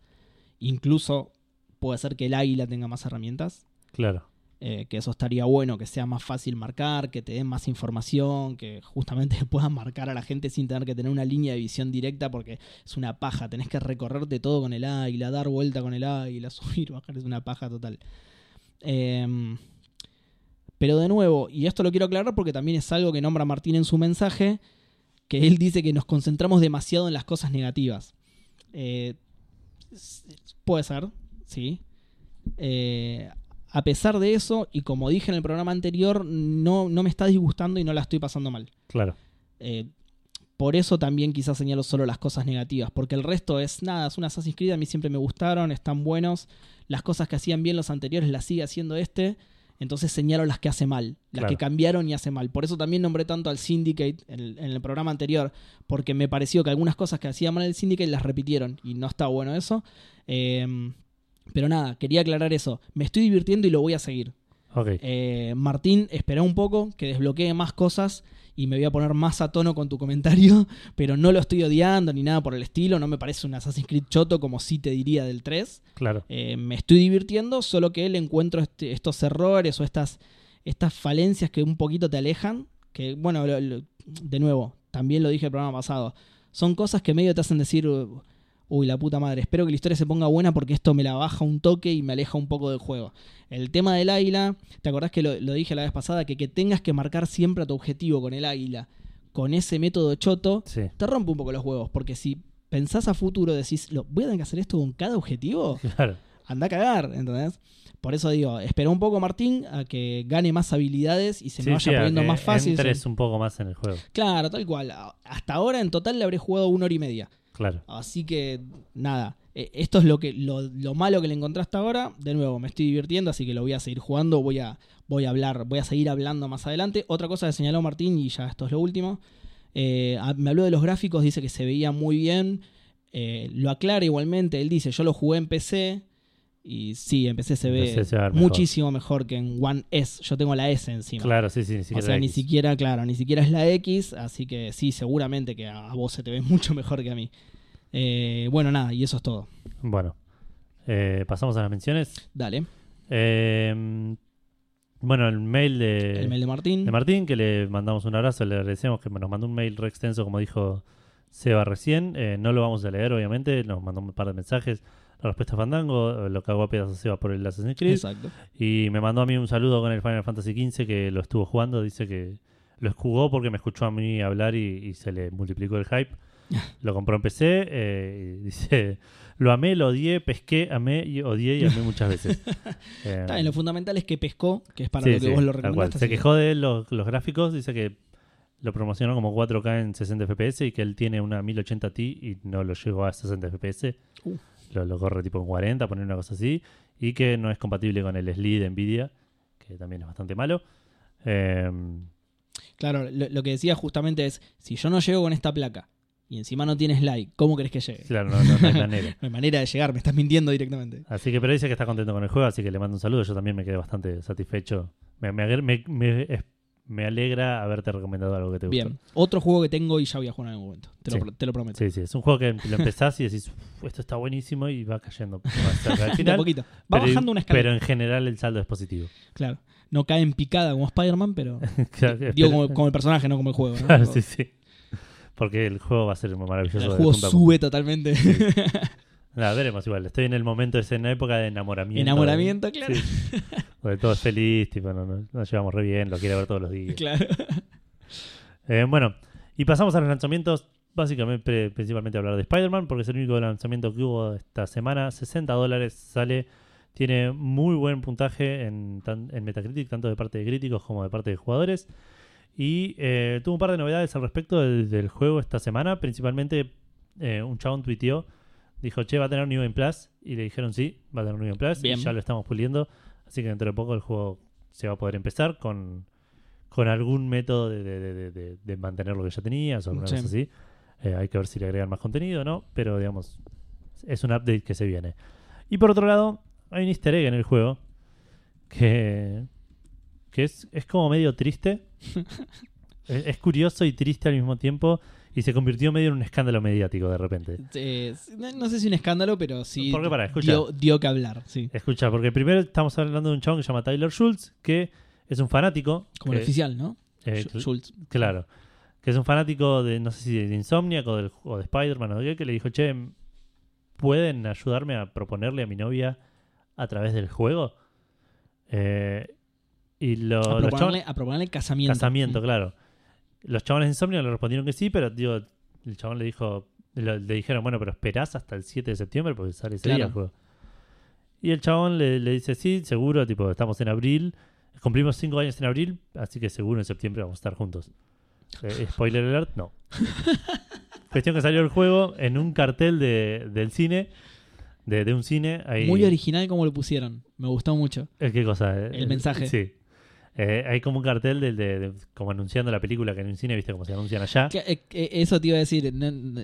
Speaker 2: Incluso puede ser que el águila tenga más herramientas.
Speaker 1: Claro.
Speaker 2: eh, que eso estaría bueno, que sea más fácil marcar, que te den más información, que justamente [laughs] puedas marcar a la gente sin tener que tener una línea de visión directa porque es una paja. Tenés que recorrerte todo con el águila, dar vuelta con el águila, [laughs] subir, bajar, es una paja total. Em, pero de nuevo, y esto lo quiero aclarar porque también es algo que nombra Martín en su mensaje, que él dice que nos concentramos demasiado en las cosas negativas. Eh, s- puede ser, sí. Eh, a pesar de eso, y como dije en el programa anterior, no, no me está disgustando y no la estoy pasando mal.
Speaker 1: Claro.
Speaker 2: Eh, por eso también quizás señalo solo las cosas negativas, porque el resto es nada, es una Assassin's Creed, a mí siempre me gustaron, están buenos, las cosas que hacían bien los anteriores las sigue haciendo este, entonces señalo las que hace mal, las
Speaker 1: Claro.
Speaker 2: que cambiaron y hace mal. Por eso también nombré tanto al Syndicate en el, en el programa anterior, porque me pareció que algunas cosas que hacía mal el Syndicate las repitieron y no está bueno eso. Eh, pero nada, quería aclarar eso, me estoy divirtiendo y lo voy a seguir.
Speaker 1: Ok.
Speaker 2: Eh, Martín, espera un poco, que desbloquee más cosas y me voy a poner más a tono con tu comentario, [laughs] pero no lo estoy odiando ni nada por el estilo, no me parece un Assassin's Creed choto como sí te diría del 3.
Speaker 1: Claro.
Speaker 2: Eh, me estoy divirtiendo, solo que le encuentro este- estos errores o estas, estas falencias que un poquito te alejan, que bueno, lo- lo- de nuevo, también lo dije el programa pasado, son cosas que medio te hacen decir, uy, la puta madre, espero que la historia se ponga buena porque esto me la baja un toque y me aleja un poco del juego. El tema del águila, ¿te acordás que lo, lo dije la vez pasada? Que, que tengas que marcar siempre a tu objetivo con el águila, con ese método choto,
Speaker 1: Sí. [laughs]
Speaker 2: te rompe un poco los huevos, porque si pensás a futuro, decís, ¿lo, ¿voy a tener que hacer esto con cada objetivo?
Speaker 1: Claro.
Speaker 2: anda a cagar, ¿entendés? Por eso digo, espera un poco Martín a que gane más habilidades y se
Speaker 1: Sí,
Speaker 2: me vaya
Speaker 1: sí, a
Speaker 2: poniendo
Speaker 1: que
Speaker 2: más fácil.
Speaker 1: entres un poco más en el juego.
Speaker 2: Claro, tal cual. A- Hasta ahora en total le habré jugado una hora y media.
Speaker 1: Claro.
Speaker 2: Así que nada, Eh, esto es lo que lo, lo malo que le encontré hasta ahora. De nuevo, me estoy divirtiendo, así que lo voy a seguir jugando, voy a, voy a hablar, voy a seguir hablando más adelante. Otra cosa que señaló Martín, y ya esto es lo último, eh, a- me habló de los gráficos, dice que se veía muy bien. Eh, lo aclara igualmente, él dice, yo lo jugué en PC. Y sí, en PC se
Speaker 1: En
Speaker 2: ve
Speaker 1: PC se va a ver mejor.
Speaker 2: muchísimo mejor que en One S. Yo tengo la S encima.
Speaker 1: Claro, sí, sí, ni siquiera.
Speaker 2: o sea,
Speaker 1: la
Speaker 2: ni
Speaker 1: X.
Speaker 2: siquiera, claro, ni siquiera es la X, así que sí, seguramente que a a vos se te ve [laughs] mucho mejor que a mí. Eh, bueno, nada, y eso es todo.
Speaker 1: Bueno. Eh, pasamos a las menciones.
Speaker 2: Dale.
Speaker 1: Eh, bueno, el mail de.
Speaker 2: el mail de Martín.
Speaker 1: Eh, de Martín, que le mandamos un abrazo, le agradecemos que nos mandó un mail re extenso, como dijo Seba recién. Eh, no lo vamos a leer, obviamente, nos mandó un par de mensajes. La respuesta a Fandango, eh, lo cagó a pedazos Seba por el Assassin's Creed.
Speaker 2: Exacto.
Speaker 1: Y me mandó a mí un saludo con el Final Fantasy XV que lo estuvo jugando. Dice que lo escugó porque me escuchó a mí hablar y, y se le multiplicó el
Speaker 2: [laughs]
Speaker 1: hype. Lo compró en PC eh, y dice: Lo amé, lo odié, pesqué, amé y odié y amé muchas veces. Eh,
Speaker 2: [laughs] Está bien, lo fundamental es que pescó, que es para
Speaker 1: Sí,
Speaker 2: lo que
Speaker 1: sí,
Speaker 2: vos lo
Speaker 1: tal cual.
Speaker 2: recomendaste.
Speaker 1: Se
Speaker 2: así que-
Speaker 1: quejó de los, los gráficos, dice que lo promocionó como 4K en 60 FPS y que él tiene una 1080 Ti y no lo llegó a 60 FPS.
Speaker 2: Uh.
Speaker 1: Lo, lo corre tipo en 40, poner una cosa así. Y que no es compatible con el SLI de Nvidia, que también es bastante malo. Em, Eh,
Speaker 2: Claro, lo, lo que decía justamente es, si yo no llego con esta placa y encima no tienes like, ¿cómo crees que llegue?
Speaker 1: Claro, no, no, no hay
Speaker 2: [laughs]
Speaker 1: manera.
Speaker 2: No hay manera de llegar, me estás mintiendo directamente.
Speaker 1: Así que, pero dice que está contento con el juego, así que le mando un saludo. Yo también me quedé bastante satisfecho. Me, me agre- me- me- es- me alegra haberte recomendado algo que te gustó.
Speaker 2: Bien, otro juego que tengo y ya voy a jugar en algún momento, te,
Speaker 1: Sí.
Speaker 2: lo, pro- te lo prometo.
Speaker 1: Sí, sí, es un juego que lo empezás y decís, "Uf, esto está buenísimo y va cayendo más
Speaker 2: [laughs]
Speaker 1: cerca. Al
Speaker 2: De a
Speaker 1: final,
Speaker 2: poquito. Va
Speaker 1: pero-
Speaker 2: bajando una escala.
Speaker 1: Pero en general el saldo es
Speaker 2: [laughs]
Speaker 1: positivo.
Speaker 2: Claro. No cae en picada como Spider-Man, pero.
Speaker 1: Claro,
Speaker 2: Digo,
Speaker 1: espero-
Speaker 2: como, como el personaje, no como el juego.
Speaker 1: [laughs]
Speaker 2: ¿no?
Speaker 1: Claro, sí, sí. Porque el juego va a ser maravilloso.
Speaker 2: el
Speaker 1: de
Speaker 2: juego
Speaker 1: punta a
Speaker 2: sube totalmente. [laughs]
Speaker 1: punta. Nada, veremos igual. Estoy en el momento, es en la época de enamoramiento.
Speaker 2: Enamoramiento, claro.
Speaker 1: Donde
Speaker 2: [laughs]
Speaker 1: todo es feliz, tipo, no- no- nos llevamos re bien, lo quiere ver todos los días.
Speaker 2: Claro.
Speaker 1: Eh, bueno, y pasamos a los lanzamientos. Básicamente, pre- principalmente hablar de Spider-Man, porque es el único lanzamiento que hubo esta semana. 60 dólares sale. Tiene muy buen puntaje en, tan- en Metacritic, tanto de parte de críticos como de parte de jugadores. Y eh, tuvo un par de novedades al respecto del, del juego esta semana. Principalmente, eh, un chabón tuiteó, dijo, che, va a tener New Game Plus. Y le dijeron, sí, va a tener New Game Plus.
Speaker 2: Bien.
Speaker 1: Y ya lo estamos puliendo. Así que dentro de poco el juego se va a poder empezar con, con algún método de, de- de- de- de- de mantener lo que ya tenías o alguna
Speaker 2: Sí.
Speaker 1: cosa así. Eh, hay que ver si le agregan más contenido o no, pero digamos, es un update que se viene. Y por otro lado, hay un easter egg en el juego que, que es, es como medio triste.
Speaker 2: [laughs]
Speaker 1: es, es curioso y triste al mismo tiempo y se convirtió medio en un escándalo mediático de repente.
Speaker 2: Eh, no, no sé si un escándalo, pero sí.
Speaker 1: Porque, pará, escucha.
Speaker 2: dio, dio que hablar, sí.
Speaker 1: Escucha, porque primero estamos hablando de un chabón que se llama Tyler Schultz, que es un fanático.
Speaker 2: Como
Speaker 1: que-
Speaker 2: el oficial, ¿no?
Speaker 1: eh,
Speaker 2: Sch- Schultz.
Speaker 1: Claro. Que es un fanático de, no sé si de Insomniac o, del- o de Spider-Man o de qué, que le dijo, che, m- ¿pueden ayudarme a proponerle a mi novia a través del juego? Eh, y lo,
Speaker 2: A
Speaker 1: los
Speaker 2: proponerle,
Speaker 1: chabones-
Speaker 2: a proponerle casamiento.
Speaker 1: casamiento,
Speaker 2: Mm.
Speaker 1: claro. Los chabones de Insomniac le respondieron que sí, pero digo, el chabón le dijo, lo- le dijeron, bueno, pero esperás hasta el 7 de septiembre porque sale ese
Speaker 2: Claro.
Speaker 1: día el juego. Y el chabón le, le dice, sí, seguro, tipo, estamos en abril, cumplimos 5 años en abril, así que seguro en septiembre vamos a estar juntos. Eh, spoiler alert, no. [laughs] Cuestión que salió el juego en un cartel de, del cine, de, de un cine. Ahí,
Speaker 2: Muy original como lo pusieron. Me gustó mucho.
Speaker 1: eh, ¿Qué cosa? Eh,
Speaker 2: El mensaje.
Speaker 1: Sí. Eh, hay como un cartel del de, de- como anunciando la película que en el cine, viste, como se anuncian allá.
Speaker 2: Que- eh, eh, Eso te iba a decir. no- no-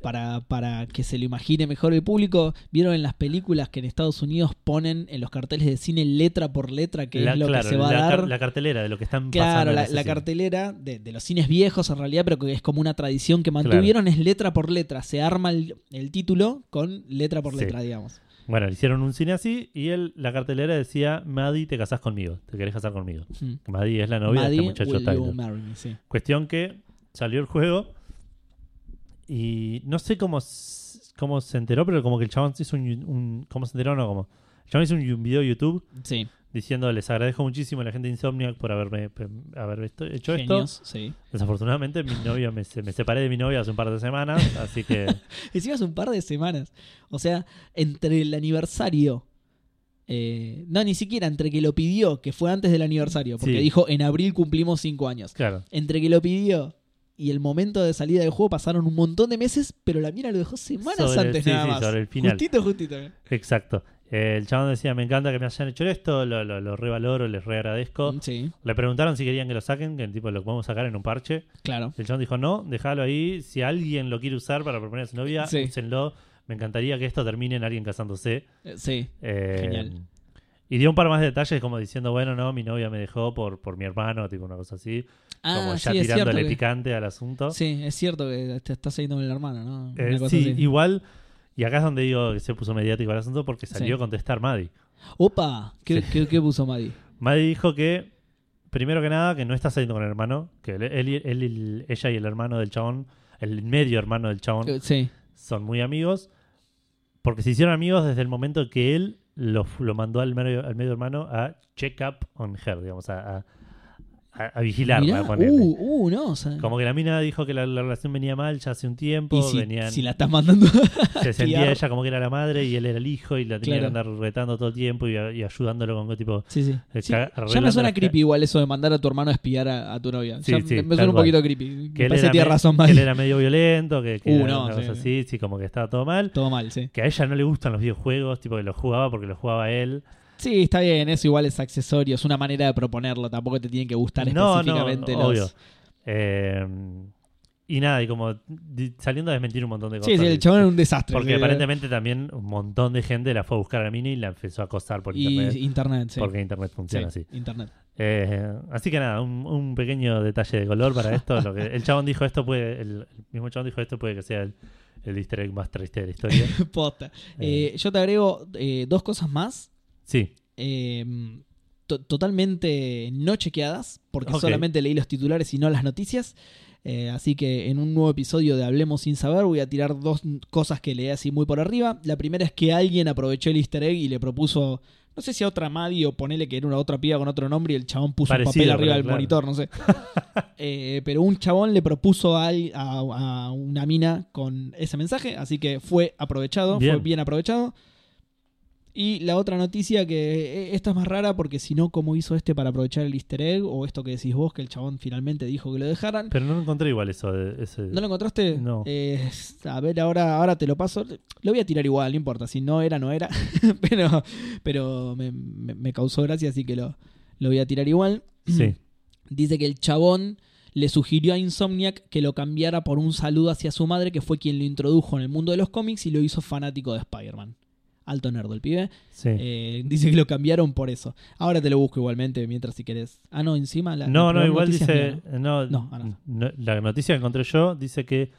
Speaker 2: Para, para que se lo imagine mejor el público, vieron en las películas que en Estados Unidos ponen en los carteles de cine letra por letra que es lo
Speaker 1: claro,
Speaker 2: que se va
Speaker 1: la
Speaker 2: a
Speaker 1: car-
Speaker 2: dar.
Speaker 1: la cartelera de lo que están pasando.
Speaker 2: Claro,
Speaker 1: en
Speaker 2: la,
Speaker 1: ese
Speaker 2: la
Speaker 1: cine.
Speaker 2: cartelera de, de los cines viejos en realidad, pero que es como una tradición que mantuvieron, es letra por letra. Se arma el, el título con letra por
Speaker 1: Sí.
Speaker 2: letra, digamos.
Speaker 1: Bueno, le hicieron un cine así y él, la cartelera decía, Maddie, te casás conmigo, te querés casar conmigo.
Speaker 2: Hmm.
Speaker 1: Maddie es la novia de
Speaker 2: Maddie,
Speaker 1: este muchacho
Speaker 2: will you
Speaker 1: Tyler.
Speaker 2: marry me? Sí.
Speaker 1: Cuestión que salió el juego y no sé cómo, s- cómo se enteró, pero como que el chabón hizo un, un- ¿Cómo se enteró? No, como... El chabón hizo un, un video de YouTube
Speaker 2: Sí,
Speaker 1: diciendo les agradezco muchísimo a la gente de Insomniac por haberme pe- haber esto- hecho esto.
Speaker 2: genios, sí.
Speaker 1: Desafortunadamente mi novia me, se- me separé de mi novia hace un par de semanas, así
Speaker 2: [laughs]
Speaker 1: que
Speaker 2: Encima hace un par de semanas. O sea, entre el aniversario. eh, no, ni siquiera entre que lo pidió, que fue antes del aniversario, porque
Speaker 1: Sí.
Speaker 2: dijo en abril cumplimos cinco años.
Speaker 1: claro,
Speaker 2: Entre que lo pidió y el momento de salida del juego pasaron un montón de meses, pero la mira lo dejó semanas
Speaker 1: Sobre-
Speaker 2: antes
Speaker 1: sí,
Speaker 2: nada
Speaker 1: sí,
Speaker 2: más.
Speaker 1: sobre el final.
Speaker 2: Justito, justito.
Speaker 1: exacto. Eh, el chabón decía, me encanta que me hayan hecho esto, lo, lo, lo revaloro, les reagradezco.
Speaker 2: Mm, Sí,
Speaker 1: Le preguntaron si querían que lo saquen, que tipo lo podemos sacar en un parche.
Speaker 2: claro.
Speaker 1: El chabón dijo, no, déjalo ahí. Si alguien lo quiere usar para proponer a su novia,
Speaker 2: Sí.
Speaker 1: úsenlo. Me encantaría que esto termine en alguien casándose.
Speaker 2: Eh, Sí,
Speaker 1: Eh,
Speaker 2: Genial.
Speaker 1: Y dio un par más de detalles como diciendo, bueno, no, mi novia me dejó por, por mi hermano, tipo una cosa así.
Speaker 2: Ah,
Speaker 1: como ya
Speaker 2: sí, es cierto
Speaker 1: tirándole
Speaker 2: que-
Speaker 1: picante al asunto.
Speaker 2: sí, es cierto que te está siguiendo con el hermano, ¿no?
Speaker 1: Eh,
Speaker 2: Una cosa
Speaker 1: sí,
Speaker 2: así.
Speaker 1: igual. Y acá es donde digo que se puso mediático el asunto porque salió
Speaker 2: Sí.
Speaker 1: a contestar Maddie.
Speaker 2: Opa, ¿qué,
Speaker 1: Sí.
Speaker 2: qué- qué puso Madi?
Speaker 1: Maddie dijo que, primero que nada, que no está saliendo con el hermano, que él, él y- él y- ella y el hermano del chabón, el medio hermano del chabón,
Speaker 2: Eh, Sí,
Speaker 1: son muy amigos. Porque se hicieron amigos desde el momento que él lo, fu- lo mandó al medio, al medio hermano a check up on her, digamos, a, a- a- a vigilarla.
Speaker 2: Mirá,
Speaker 1: ponele.
Speaker 2: uh, uh, no, o sea,
Speaker 1: Como que la mina dijo que la, la relación venía mal ya hace un tiempo,
Speaker 2: y si,
Speaker 1: venían-
Speaker 2: si la estás mandando [laughs]
Speaker 1: se sentía
Speaker 2: espiar.
Speaker 1: ella como que era la madre y él era el hijo y la tenía que
Speaker 2: Claro.
Speaker 1: andar retando todo el tiempo y, a- y ayudándolo con tipo...
Speaker 2: Sí, sí.
Speaker 1: Eh,
Speaker 2: Sí,
Speaker 1: ca-
Speaker 2: Ya me
Speaker 1: arreglando
Speaker 2: suena
Speaker 1: las-
Speaker 2: creepy igual eso de mandar a tu hermano a espiar a, a tu novia.
Speaker 1: Sí,
Speaker 2: Ya
Speaker 1: sí,
Speaker 2: me- me
Speaker 1: tal
Speaker 2: suena un
Speaker 1: cual.
Speaker 2: poquito creepy.
Speaker 1: Que
Speaker 2: Me
Speaker 1: él,
Speaker 2: parece
Speaker 1: era
Speaker 2: que tiene
Speaker 1: me-
Speaker 2: razón,
Speaker 1: que él
Speaker 2: Madi.
Speaker 1: era medio violento, que, que
Speaker 2: Uh,
Speaker 1: era
Speaker 2: no,
Speaker 1: una
Speaker 2: sí,
Speaker 1: cosa
Speaker 2: sí.
Speaker 1: así, sí, como que estaba todo mal.
Speaker 2: Todo mal, sí.
Speaker 1: Que a ella no le gustan los videojuegos, tipo que los jugaba porque los jugaba él.
Speaker 2: Sí, está bien, eso igual es accesorio, es una manera de proponerlo, tampoco te tienen que gustar
Speaker 1: no, no,
Speaker 2: específicamente los...
Speaker 1: obvio. Eh, Y nada, y como di- saliendo a desmentir un montón de cosas.
Speaker 2: Sí, sí, el chabón era un desastre.
Speaker 1: Porque
Speaker 2: Sí,
Speaker 1: aparentemente también un montón de gente la fue a buscar a la mina y la empezó a acostar por
Speaker 2: Y
Speaker 1: internet.
Speaker 2: internet, sí.
Speaker 1: Porque internet
Speaker 2: Sí,
Speaker 1: funciona así.
Speaker 2: internet. [laughs]
Speaker 1: Eh, así que nada, un, un pequeño detalle de color para esto. lo que, el chabón dijo esto puede, el, el mismo chabón dijo esto puede que sea el, el easter egg más triste de la historia.
Speaker 2: Posta.
Speaker 1: Eh,
Speaker 2: Eh, yo te agrego eh, dos cosas más.
Speaker 1: sí,
Speaker 2: eh, to- totalmente no chequeadas, porque
Speaker 1: Ok.
Speaker 2: solamente leí los titulares y no las noticias. Eh, así que en un nuevo episodio de Hablemos sin saber voy a tirar dos n- cosas que leí así muy por arriba. La primera es que alguien aprovechó el easter egg y le propuso, no sé si a otra Maddie o ponele que era una otra piba con otro nombre y el chabón puso
Speaker 1: Parecido,
Speaker 2: un papel arriba
Speaker 1: pero
Speaker 2: del
Speaker 1: claro.
Speaker 2: monitor,
Speaker 1: [laughs]
Speaker 2: no sé. Eh, pero un chabón le propuso a, al- a- a una mina con ese mensaje, así que fue aprovechado, fue
Speaker 1: Bien.
Speaker 2: bien aprovechado. Y la otra noticia que eh, esta es más rara porque si no, ¿cómo hizo este para aprovechar el easter egg? O esto que decís vos, que el chabón finalmente dijo que lo dejaran.
Speaker 1: pero no encontré igual eso. de- ese-
Speaker 2: ¿No lo encontraste?
Speaker 1: No.
Speaker 2: Eh, a ver, ahora, ahora te lo paso. Lo voy a tirar igual, no importa. Si no era, no era. [laughs] pero pero me, me- me causó gracia, así que lo, lo voy a tirar igual.
Speaker 1: Sí,
Speaker 2: Dice que el chabón le sugirió a Insomniac que lo cambiara por un saludo hacia su madre, que fue quien lo introdujo en el mundo de los cómics y lo hizo fanático de Spider-Man. Alto nerd el pibe.
Speaker 1: sí.
Speaker 2: Eh, dice que lo cambiaron por eso. Ahora te lo busco igualmente, mientras si querés. Ah, no, encima la.
Speaker 1: no, no,
Speaker 2: la primera
Speaker 1: igual
Speaker 2: noticia es
Speaker 1: dice. Mm.
Speaker 2: mía, ¿no?
Speaker 1: No,
Speaker 2: No, ah, no.
Speaker 1: no, la noticia que encontré yo dice que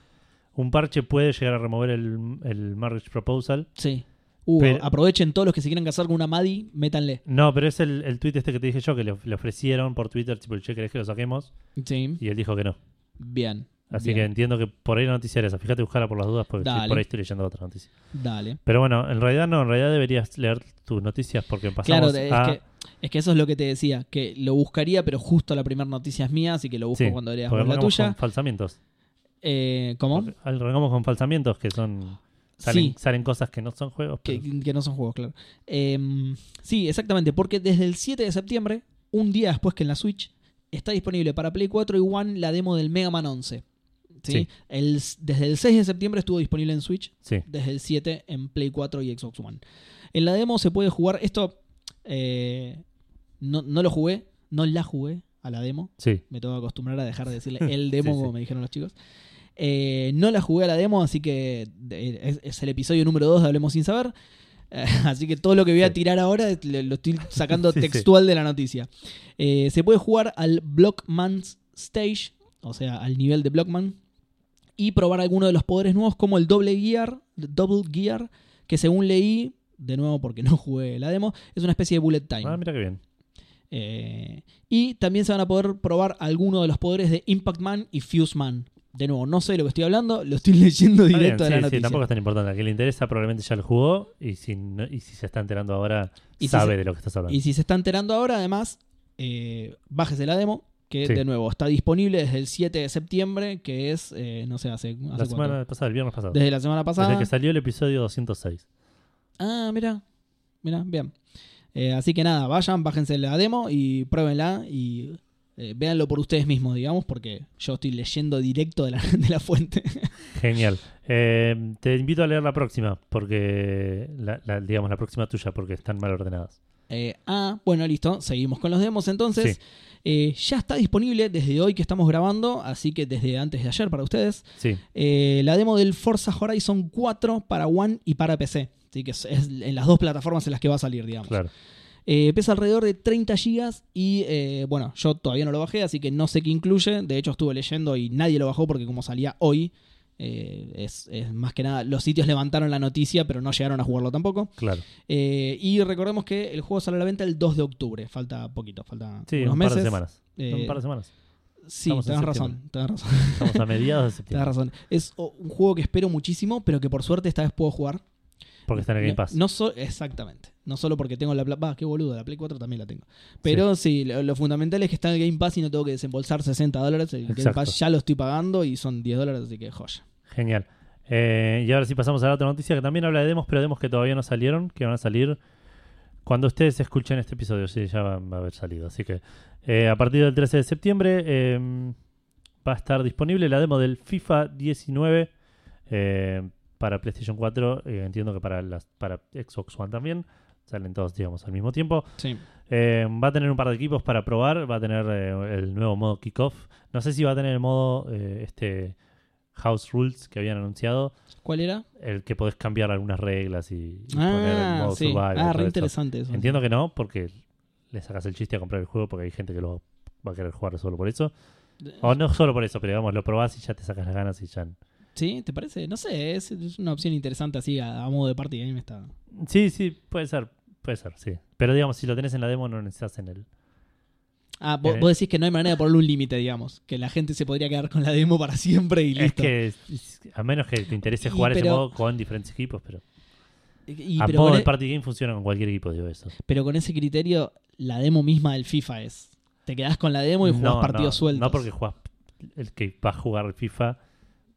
Speaker 1: un parche puede llegar a remover el, el marriage proposal.
Speaker 2: Sí. Uh,
Speaker 1: Pero-
Speaker 2: aprovechen todos los que se quieran casar con una Maddie, métanle.
Speaker 1: No, pero es el, el tweet este que te dije yo que le, le ofrecieron por Twitter, tipo, che, ¿querés que lo saquemos?
Speaker 2: Sí.
Speaker 1: Y él dijo que no.
Speaker 2: Bien.
Speaker 1: Así que
Speaker 2: bien.
Speaker 1: entiendo que por ahí la noticia era esa. Fíjate, buscarla por las dudas porque estoy-
Speaker 2: Dale.
Speaker 1: por ahí estoy leyendo otra noticia.
Speaker 2: Dale.
Speaker 1: Pero bueno, en realidad no, en realidad deberías leer tus noticias porque pasamos
Speaker 2: Claro, es,
Speaker 1: a...
Speaker 2: que, es que eso es lo que te decía, que lo buscaría, pero justo la primera noticia es mía, así que lo busco
Speaker 1: Sí,
Speaker 2: cuando leas
Speaker 1: porque
Speaker 2: vos la
Speaker 1: arrancamos
Speaker 2: tuya.
Speaker 1: con falsamientos.
Speaker 2: Eh, ¿Cómo?
Speaker 1: Porque Arrancamos con falsamientos que son... Salen,
Speaker 2: Sí,
Speaker 1: salen cosas que no son juegos.
Speaker 2: que,
Speaker 1: pero-
Speaker 2: que no son juegos, claro. Em, sí, exactamente, porque desde el 7 de septiembre, un día después que en la Switch, está disponible para Play 4 y One la demo del Mega Man 11. ¿sí?
Speaker 1: Sí.
Speaker 2: El- desde el 6 de septiembre estuvo disponible en Switch,
Speaker 1: Sí,
Speaker 2: desde el 7 en Play 4 y Xbox One. En la demo se puede jugar, esto eh, no, no lo jugué, no la jugué a la demo,
Speaker 1: sí.
Speaker 2: me tengo que acostumbrar a dejar de
Speaker 1: [laughs]
Speaker 2: decirle el demo,
Speaker 1: Sí, sí.
Speaker 2: como me dijeron los chicos. Eh, no la jugué a la demo, así que eh, es, es el episodio número 2 de Hablemos Sin Saber. Eh, [laughs] Así que todo lo que voy a
Speaker 1: Sí.
Speaker 2: tirar ahora eh, lo lo estoy
Speaker 1: [laughs]
Speaker 2: sacando
Speaker 1: Sí, sí.
Speaker 2: textual de la noticia. Eh, se puede jugar al Blockman's Stage, o sea, al nivel de Blockman, y probar alguno de los poderes nuevos, como el doble gear, double gear, que según leí, de nuevo porque [laughs] no jugué la demo, es una especie de bullet time.
Speaker 1: Ah, mira qué bien.
Speaker 2: Eh, y también se van a poder probar algunos de los poderes de Impact Man y Fuse Man. De nuevo, no sé de lo que estoy hablando, [laughs] lo estoy
Speaker 1: Está
Speaker 2: leyendo
Speaker 1: bien,
Speaker 2: directo de
Speaker 1: sí,
Speaker 2: la
Speaker 1: sí,
Speaker 2: noticia.
Speaker 1: tampoco es tan importante. Al que le interesa probablemente ya lo jugó y si, no- y si se está enterando ahora
Speaker 2: Y si
Speaker 1: sabe
Speaker 2: se-
Speaker 1: de lo que estás hablando.
Speaker 2: Y si se está enterando ahora, además, eh, bájese la demo, que
Speaker 1: Sí.
Speaker 2: de nuevo está disponible desde el 7 de septiembre, que es, eh, no sé, hace, hace
Speaker 1: la
Speaker 2: cuánto.
Speaker 1: semana pasada, el viernes pasado.
Speaker 2: Desde la semana
Speaker 1: Desde
Speaker 2: pasada.
Speaker 1: que salió el episodio 206.
Speaker 2: Ah, mira, mira, bien. Eh, así que nada, vayan, bájense la demo y pruébenla y eh, véanlo por ustedes mismos, digamos, porque yo estoy leyendo directo de la, [laughs] de la fuente. [laughs]
Speaker 1: Genial. Eh, te invito a leer la próxima, porque la, la- digamos la próxima tuya, porque están mal ordenadas.
Speaker 2: Eh, ah, bueno, listo. Seguimos con los demos entonces.
Speaker 1: Sí.
Speaker 2: Eh, ya está disponible desde hoy que estamos grabando, así que desde antes de ayer para ustedes.
Speaker 1: Sí,
Speaker 2: eh, la demo del Forza Horizon 4 para One y para PC. Así que es, es en las dos plataformas en las que va a salir, digamos.
Speaker 1: claro.
Speaker 2: Eh, pesa alrededor de 30 gigas y eh, bueno, yo todavía no lo bajé, así que no sé qué incluye. De hecho, estuve leyendo y nadie lo bajó porque como salía hoy, eh, es- es más que nada, los sitios levantaron la noticia, pero no llegaron a jugarlo tampoco.
Speaker 1: Claro.
Speaker 2: Eh, y recordemos que el juego sale a la venta el 2 de octubre. Falta poquito, falta
Speaker 1: Sí,
Speaker 2: unos
Speaker 1: un par
Speaker 2: meses.
Speaker 1: de semanas.
Speaker 2: Eh,
Speaker 1: un par de semanas.
Speaker 2: Sí,
Speaker 1: Estamos en
Speaker 2: tenés
Speaker 1: septiembre.
Speaker 2: razón, tenés razón,
Speaker 1: Estamos a
Speaker 2: [laughs]
Speaker 1: mediados de
Speaker 2: tenés
Speaker 1: septiembre.
Speaker 2: razón. Es o- un juego que espero muchísimo, pero que por suerte esta vez puedo jugar.
Speaker 1: Porque está en el Game
Speaker 2: No-
Speaker 1: Pass.
Speaker 2: No, so- exactamente. No solo porque tengo la Play... Bah, qué boludo, la Play 4 también la tengo. Pero sí, lo, lo fundamental es que está en el Game Pass y no tengo que desembolsar 60 dólares. El Game
Speaker 1: Exacto.
Speaker 2: Pass ya lo estoy pagando y son 10 dólares, así que joya.
Speaker 1: Genial. Eh, y ahora sí pasamos a la otra noticia que también habla de demos, pero demos que todavía no salieron, que van a salir cuando ustedes escuchen este episodio. Sí, ya van a haber salido. Así que eh, a partir del 13 de septiembre eh, va a estar disponible la demo del FIFA 19 eh, para PlayStation 4. eh, entiendo que para, las, para Xbox One también. Salen todos, digamos, al mismo tiempo.
Speaker 2: Sí.
Speaker 1: Eh, va a tener un par de equipos para probar. Va a tener eh, el nuevo modo kickoff. No sé si va a tener el modo eh, este House Rules que habían anunciado,
Speaker 2: ¿Cuál era?
Speaker 1: el que podés cambiar algunas reglas y, y poner el
Speaker 2: Ah,
Speaker 1: modo
Speaker 2: sí.
Speaker 1: survival,
Speaker 2: Ah,
Speaker 1: todo
Speaker 2: re
Speaker 1: eso.
Speaker 2: interesante eso.
Speaker 1: Entiendo que no, porque le sacas el chiste a comprar el juego porque hay gente que lo va a querer jugar solo por eso. O no solo por eso, pero digamos, lo probás y ya te sacas las ganas y ya.
Speaker 2: ¿Sí? ¿Te parece? No sé, es, es una opción interesante así a, a modo de party game está.
Speaker 1: Sí, sí, puede ser, puede ser, sí. Pero digamos, si lo tenés en la demo no necesitas en el...
Speaker 2: Ah, vos,
Speaker 1: Eh.
Speaker 2: vos decís que no hay manera de ponerle un límite, digamos. Que la gente se podría quedar con la demo para siempre y
Speaker 1: Es
Speaker 2: listo.
Speaker 1: que es- a menos que te interese
Speaker 2: Y
Speaker 1: jugar ese
Speaker 2: pero-
Speaker 1: modo con diferentes equipos, pero...
Speaker 2: Y-
Speaker 1: a
Speaker 2: pero,
Speaker 1: modo
Speaker 2: con
Speaker 1: de
Speaker 2: e-
Speaker 1: party game funciona con cualquier equipo, digo eso.
Speaker 2: pero con ese criterio, la demo misma del FIFA es. Te quedás con la demo y jugás partidos
Speaker 1: no,
Speaker 2: sueltos.
Speaker 1: No porque jugás... El que va a jugar FIFA,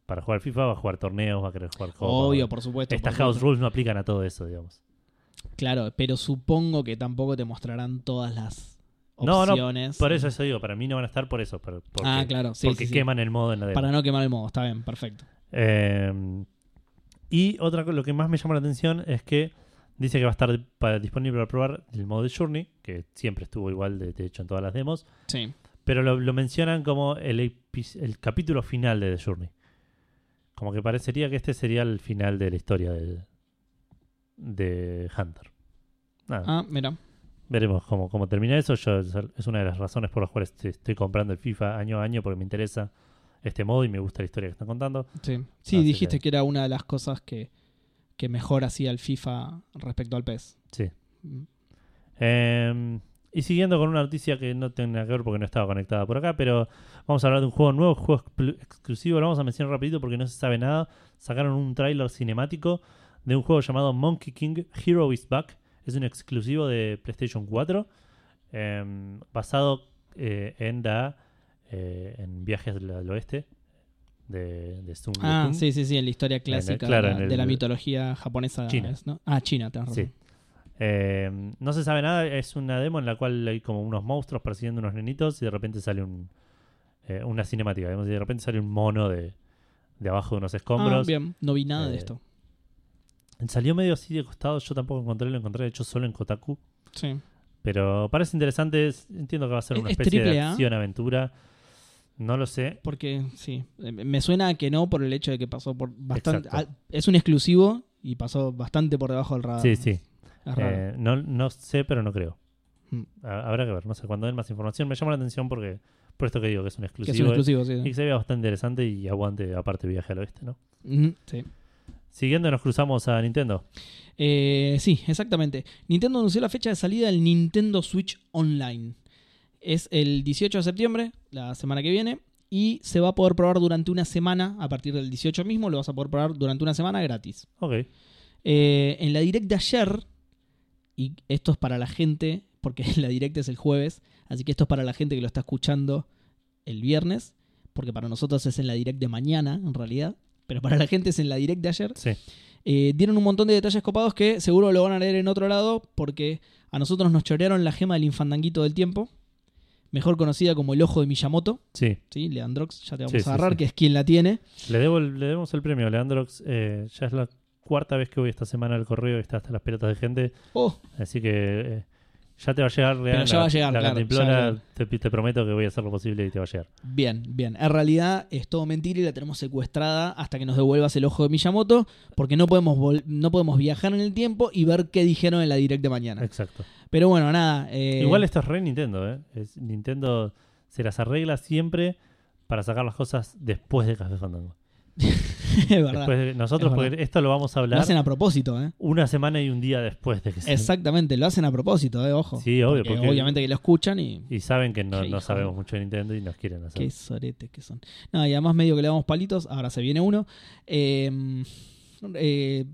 Speaker 1: para jugar FIFA va a jugar torneos, va a querer jugar copas, va
Speaker 2: Obvio,
Speaker 1: a-
Speaker 2: por supuesto.
Speaker 1: Estas
Speaker 2: por
Speaker 1: house
Speaker 2: supuesto.
Speaker 1: rules no aplican a todo eso, digamos.
Speaker 2: Claro, pero supongo que tampoco te mostrarán todas las
Speaker 1: No, no,
Speaker 2: opciones.
Speaker 1: Por eso eso digo, para mí no van a estar por eso. por- Porque,
Speaker 2: ah, claro, sí.
Speaker 1: porque
Speaker 2: sí, sí.
Speaker 1: queman el modo en la demo.
Speaker 2: Para no quemar el modo, está bien, perfecto.
Speaker 1: Eh, y otra cosa, lo que más me llama la atención es que dice que va a estar para- disponible para probar el modo de Journey, que siempre estuvo igual, de, de hecho, en todas las demos,
Speaker 2: Sí.
Speaker 1: pero lo, lo mencionan como el, epi- el capítulo final de The Journey. Como que parecería que este sería el final de la historia de, de Hunter. Nada,
Speaker 2: Ah, mira.
Speaker 1: veremos cómo, cómo termina eso. Yo, es es una de las razones por las cuales te- estoy comprando el FIFA año a año, porque me interesa este modo y me gusta la historia que están contando.
Speaker 2: Sí, sí
Speaker 1: Así
Speaker 2: dijiste
Speaker 1: que-
Speaker 2: que... era una de las cosas que, que mejor hacía el FIFA respecto al PES.
Speaker 1: Sí.
Speaker 2: Mm.
Speaker 1: Eh, y siguiendo con una noticia que no tiene nada que ver porque no estaba conectada por acá, pero vamos a hablar de un juego nuevo, juego exclu- exclusivo, lo vamos a mencionar rapidito porque no se sabe nada. Sacaron un tráiler cinemático de un juego llamado Monkey King Hero is Back. Es un exclusivo de PlayStation 4, eh, basado eh, en la eh, en viajes del, al oeste de, de Sun
Speaker 2: Ah,
Speaker 1: Wukong.
Speaker 2: sí, sí, sí, en la historia clásica
Speaker 1: claro,
Speaker 2: de, la,
Speaker 1: en el-
Speaker 2: de la mitología japonesa.
Speaker 1: China.
Speaker 2: es, ¿no? Ah, China, tenés
Speaker 1: Sí.
Speaker 2: razón.
Speaker 1: Eh, no se sabe nada, es una demo en la cual hay como unos monstruos persiguiendo unos nenitos y de repente sale un, eh, una cinemática, digamos, y de repente sale un mono de, de abajo de unos
Speaker 2: Ah,
Speaker 1: escombros.
Speaker 2: bien, no vi nada de
Speaker 1: Eh,
Speaker 2: esto.
Speaker 1: Salió medio así de costado, yo tampoco encontré, lo encontré de hecho solo en Kotaku,
Speaker 2: Sí.
Speaker 1: pero parece interesante, es- entiendo que va a ser
Speaker 2: ¿Es-
Speaker 1: una
Speaker 2: es
Speaker 1: especie de
Speaker 2: triple A?
Speaker 1: acción-aventura, no lo sé.
Speaker 2: Porque sí, eh, me suena a que no por el hecho de que pasó por bastante.
Speaker 1: Exacto.
Speaker 2: ah, es un exclusivo y pasó bastante por debajo del radar.
Speaker 1: Sí, sí,
Speaker 2: Ah, Es raro.
Speaker 1: Eh, no, no sé, pero no creo.
Speaker 2: Mm.
Speaker 1: Ha- Habrá que ver, no sé, cuando den más información, me llama la atención porque, por esto que digo que es un
Speaker 2: que
Speaker 1: exclusivo. eh,
Speaker 2: es un exclusivo, sí.
Speaker 1: Y que se veía bastante interesante y aguante, aparte, viaje al oeste, ¿no?
Speaker 2: Ujú, sí.
Speaker 1: Siguiendo, nos cruzamos a Nintendo.
Speaker 2: Eh, sí, exactamente. Nintendo anunció la fecha de salida del Nintendo Switch Online. Es el 18 de septiembre, la semana que viene, y se va a poder probar durante una semana, a partir del 18 mismo, lo vas a poder probar durante una semana gratis.
Speaker 1: Ok.
Speaker 2: Eh, en la direct de ayer, y esto es para la gente, porque [laughs] la direct es el jueves, así que esto es para la gente que lo está escuchando el viernes, porque para nosotros es en la direct de mañana, en realidad, pero para la gente es en la direct de ayer.
Speaker 1: Sí.
Speaker 2: Eh, dieron un montón de detalles copados que seguro lo van a leer en otro lado porque a nosotros nos chorearon la gema del infandanguito del tiempo, mejor conocida como el ojo de Miyamoto,
Speaker 1: Sí.
Speaker 2: ¿sí? Leandrox, ya te vamos
Speaker 1: Sí, sí,
Speaker 2: a agarrar,
Speaker 1: sí.
Speaker 2: que es quien la tiene.
Speaker 1: Le, debo el- le debemos el premio, Leandrox. Eh, ya es la cuarta vez que voy esta semana al correo y está hasta las pelotas de gente.
Speaker 2: Oh,
Speaker 1: Así que eh, ya te va a llegar, Leandro.
Speaker 2: ya va a llegar,
Speaker 1: La
Speaker 2: claro,
Speaker 1: cantimplora,
Speaker 2: ya
Speaker 1: te, te prometo que voy a hacer lo posible y te va a llegar.
Speaker 2: Bien, bien. En realidad es todo mentira y la tenemos secuestrada hasta que nos devuelvas el ojo de Miyamoto, porque no podemos, vol- no podemos viajar en el tiempo y ver qué dijeron en la direct de mañana.
Speaker 1: Exacto.
Speaker 2: Pero bueno, nada. eh,
Speaker 1: Igual esto es re Nintendo, ¿eh? Es- Nintendo se las arregla siempre para sacar las cosas después de Café Fandango.
Speaker 2: [laughs] es verdad.
Speaker 1: Después de- nosotros,
Speaker 2: Es
Speaker 1: porque
Speaker 2: verdad.
Speaker 1: esto lo vamos a
Speaker 2: Lo
Speaker 1: hablar
Speaker 2: hacen a propósito, ¿eh?
Speaker 1: una semana y un día después de que se-
Speaker 2: Exactamente, lo hacen a propósito, ¿eh? Ojo.
Speaker 1: Sí, obvio,
Speaker 2: Porque
Speaker 1: porque-
Speaker 2: obviamente que lo escuchan y...
Speaker 1: Y saben que no,
Speaker 2: Qué
Speaker 1: no
Speaker 2: hijo
Speaker 1: sabemos
Speaker 2: de-
Speaker 1: mucho de Nintendo y nos quieren hacer.
Speaker 2: Qué soretes que son. No, y además medio que le damos palitos, ahora se viene uno. Eh, eh,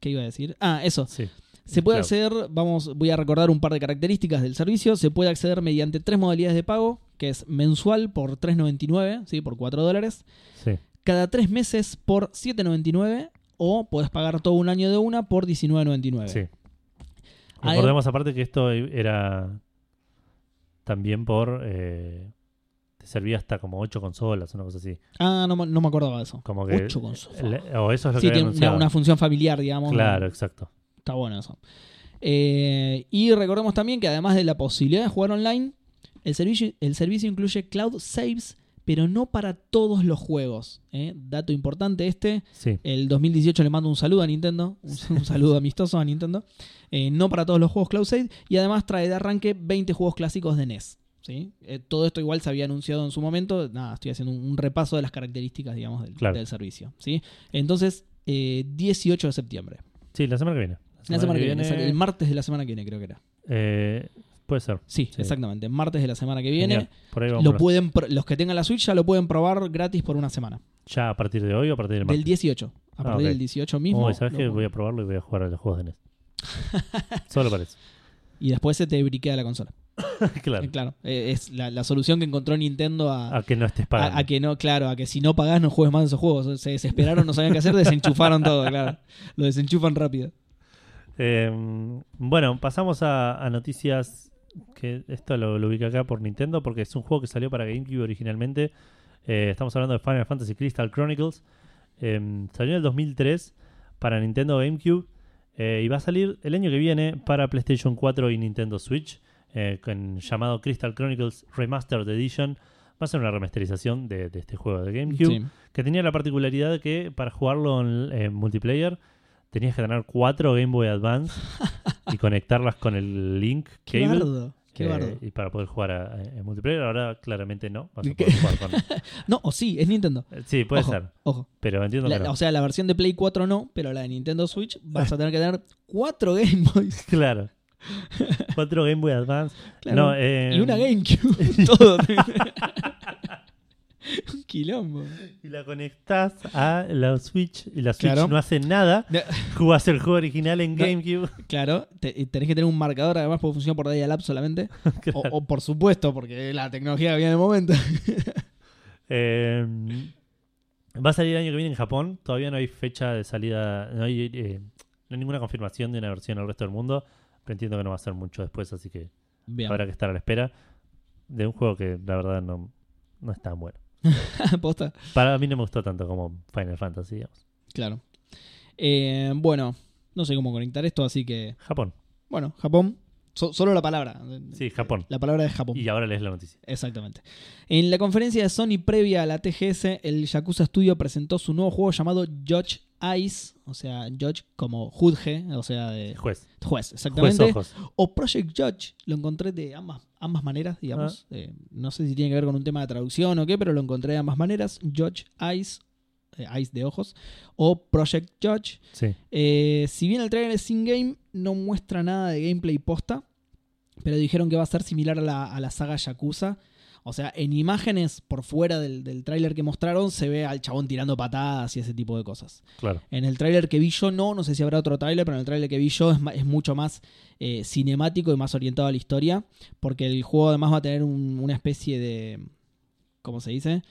Speaker 2: ¿Qué iba a decir? Ah, eso.
Speaker 1: Sí.
Speaker 2: Se puede
Speaker 1: Claro.
Speaker 2: acceder, vamos, voy a recordar un par de características del servicio. Se puede acceder mediante tres modalidades de pago, que es mensual por 3.99, ¿sí? por 4 dólares.
Speaker 1: Sí.
Speaker 2: Cada tres meses por 7.99 o podés pagar todo un año de una por 19.99.
Speaker 1: Sí.
Speaker 2: Hay-
Speaker 1: Recordemos aparte que esto era también por... eh, te servía hasta como ocho consolas, una cosa así.
Speaker 2: Ah, no, me- no me acordaba de eso.
Speaker 1: Como que...
Speaker 2: Ocho consolas.
Speaker 1: le- o eso es lo
Speaker 2: Sí,
Speaker 1: que había
Speaker 2: tiene una,
Speaker 1: anunciado.
Speaker 2: una función familiar, digamos.
Speaker 1: Claro, exacto.
Speaker 2: Está bueno eso. Eh, y recordemos también que además de la posibilidad de jugar online, el servicio, el servicio incluye cloud saves pero no para todos los juegos. ¿eh? Dato importante este,
Speaker 1: Sí.
Speaker 2: el 2018 le mando un saludo a Nintendo, un, un saludo amistoso a Nintendo. Eh, no para todos los juegos Cloud Save y además trae de arranque 20 juegos clásicos de NES. ¿sí? Eh, todo esto igual se había anunciado en su momento. Nada, estoy haciendo un, un repaso de las características, digamos, del,
Speaker 1: Claro.
Speaker 2: del servicio. ¿sí? Entonces, eh, 18 de septiembre.
Speaker 1: Sí, la semana que viene.
Speaker 2: La semana que viene, sale el martes de la semana que viene, creo que era.
Speaker 1: eh, puede ser.
Speaker 2: Sí,
Speaker 1: Sí.
Speaker 2: exactamente, martes de la semana que viene.
Speaker 1: Genial. Por ahí vamos.
Speaker 2: Lo
Speaker 1: a-
Speaker 2: pueden, pro- los que tengan la Switch ya lo pueden probar gratis por una semana.
Speaker 1: Ya a partir de hoy o a partir del martes.
Speaker 2: Del 18. A
Speaker 1: Ah,
Speaker 2: partir
Speaker 1: ok.
Speaker 2: del 18 mismo.
Speaker 1: Oh, ¿Sabes
Speaker 2: lo-
Speaker 1: qué? Voy a probarlo y voy a jugar a los juegos
Speaker 2: [laughs]
Speaker 1: de NES. Solo para eso. [laughs]
Speaker 2: Y después se te briquea la consola.
Speaker 1: claro.
Speaker 2: Eh, Claro, eh, es la, la solución que encontró Nintendo a,
Speaker 1: A que no estés pagando.
Speaker 2: a, a que no, claro, a que si no pagás no juegues más esos juegos. Se desesperaron, no sabían qué hacer, desenchufaron todo, claro. Lo desenchufan rápido.
Speaker 1: Eh, bueno, pasamos a, a noticias que esto lo, lo ubica acá por Nintendo porque es un juego que salió para GameCube originalmente. Eh, estamos hablando de Final Fantasy Crystal Chronicles. Eh, salió en el 2003 para Nintendo GameCube eh, y va a salir el año que viene para PlayStation 4 y Nintendo Switch eh, con llamado Crystal Chronicles Remastered Edition. Va a ser una remasterización de, de este juego de GameCube
Speaker 2: Sí.
Speaker 1: que tenía la particularidad de que para jugarlo en, en multiplayer tenías que tener cuatro Game Boy Advance
Speaker 2: [laughs]
Speaker 1: y conectarlas con el link
Speaker 2: Qué
Speaker 1: cable,
Speaker 2: bardo, qué
Speaker 1: eh,
Speaker 2: bardo.
Speaker 1: y para poder jugar a- a- en multiplayer ahora claramente no vas a
Speaker 2: ¿Qué?
Speaker 1: poder jugar
Speaker 2: [laughs]
Speaker 1: con
Speaker 2: No, o sí, es Nintendo.
Speaker 1: Eh, sí puede
Speaker 2: Ojo,
Speaker 1: ser
Speaker 2: Ojo.
Speaker 1: pero entiendo
Speaker 2: La-
Speaker 1: que no.
Speaker 2: O sea, la versión de Play 4 no, pero la de Nintendo Switch
Speaker 1: [laughs]
Speaker 2: vas a tener que tener cuatro Game Boys. [laughs]
Speaker 1: claro cuatro Game Boy Advance
Speaker 2: Claro.
Speaker 1: no eh,
Speaker 2: Y
Speaker 1: [laughs]
Speaker 2: una GameCube. Todo. Un quilombo.
Speaker 1: y la conectás a la Switch y la Switch
Speaker 2: Claro.
Speaker 1: no hace nada
Speaker 2: No,
Speaker 1: jugás el juego original en
Speaker 2: No.
Speaker 1: GameCube
Speaker 2: Claro, te- y tenés que tener un marcador además porque funciona por
Speaker 1: [laughs]
Speaker 2: dial-up solamente. O- o, por supuesto, porque la tecnología que había en el momento.
Speaker 1: Eh, va a salir el año que viene en Japón. Todavía no hay fecha de salida, no hay, eh, no hay ninguna confirmación de una versión al resto del mundo. Pero entiendo que no va a ser mucho después, así que
Speaker 2: Bien. [laughs]
Speaker 1: habrá que estar a la espera de un juego que la verdad no, no es tan bueno.
Speaker 2: Posta.
Speaker 1: Para mí no me gustó tanto como Final Fantasy, digamos.
Speaker 2: Claro. Eh, bueno, no sé cómo conectar esto, así que.
Speaker 1: Japón,
Speaker 2: Bueno, Japón. So- solo la palabra.
Speaker 1: sí, Japón.
Speaker 2: La palabra de Japón.
Speaker 1: Y ahora lees la noticia.
Speaker 2: Exactamente. En la conferencia de Sony previa a la TGS, el Yakuza Studio presentó su nuevo juego llamado Judge Eyes, o sea, Judge como juzge, o sea, de
Speaker 1: Juez,
Speaker 2: juez, exactamente.
Speaker 1: juez ojos.
Speaker 2: o Project Judge. Lo encontré de ambas, ambas maneras, digamos. Eh, no sé si tiene que ver con un tema de traducción o qué, pero lo encontré de ambas maneras. Judge Eyes, eh, Eyes de ojos, o Project Judge.
Speaker 1: Sí,
Speaker 2: Eh, si bien el trailer es in-game, no muestra nada de gameplay posta, pero dijeron que va a ser similar a la, a la saga Yakuza. O sea, en imágenes por fuera del, del tráiler que mostraron se ve al chabón tirando patadas y ese tipo de cosas.
Speaker 1: claro.
Speaker 2: En el tráiler que vi yo no, no sé si habrá otro tráiler, pero en el tráiler que vi yo es, ma- es mucho más eh, cinemático y más orientado a la historia, porque el juego además va a tener un- una especie de... ¿Cómo se dice?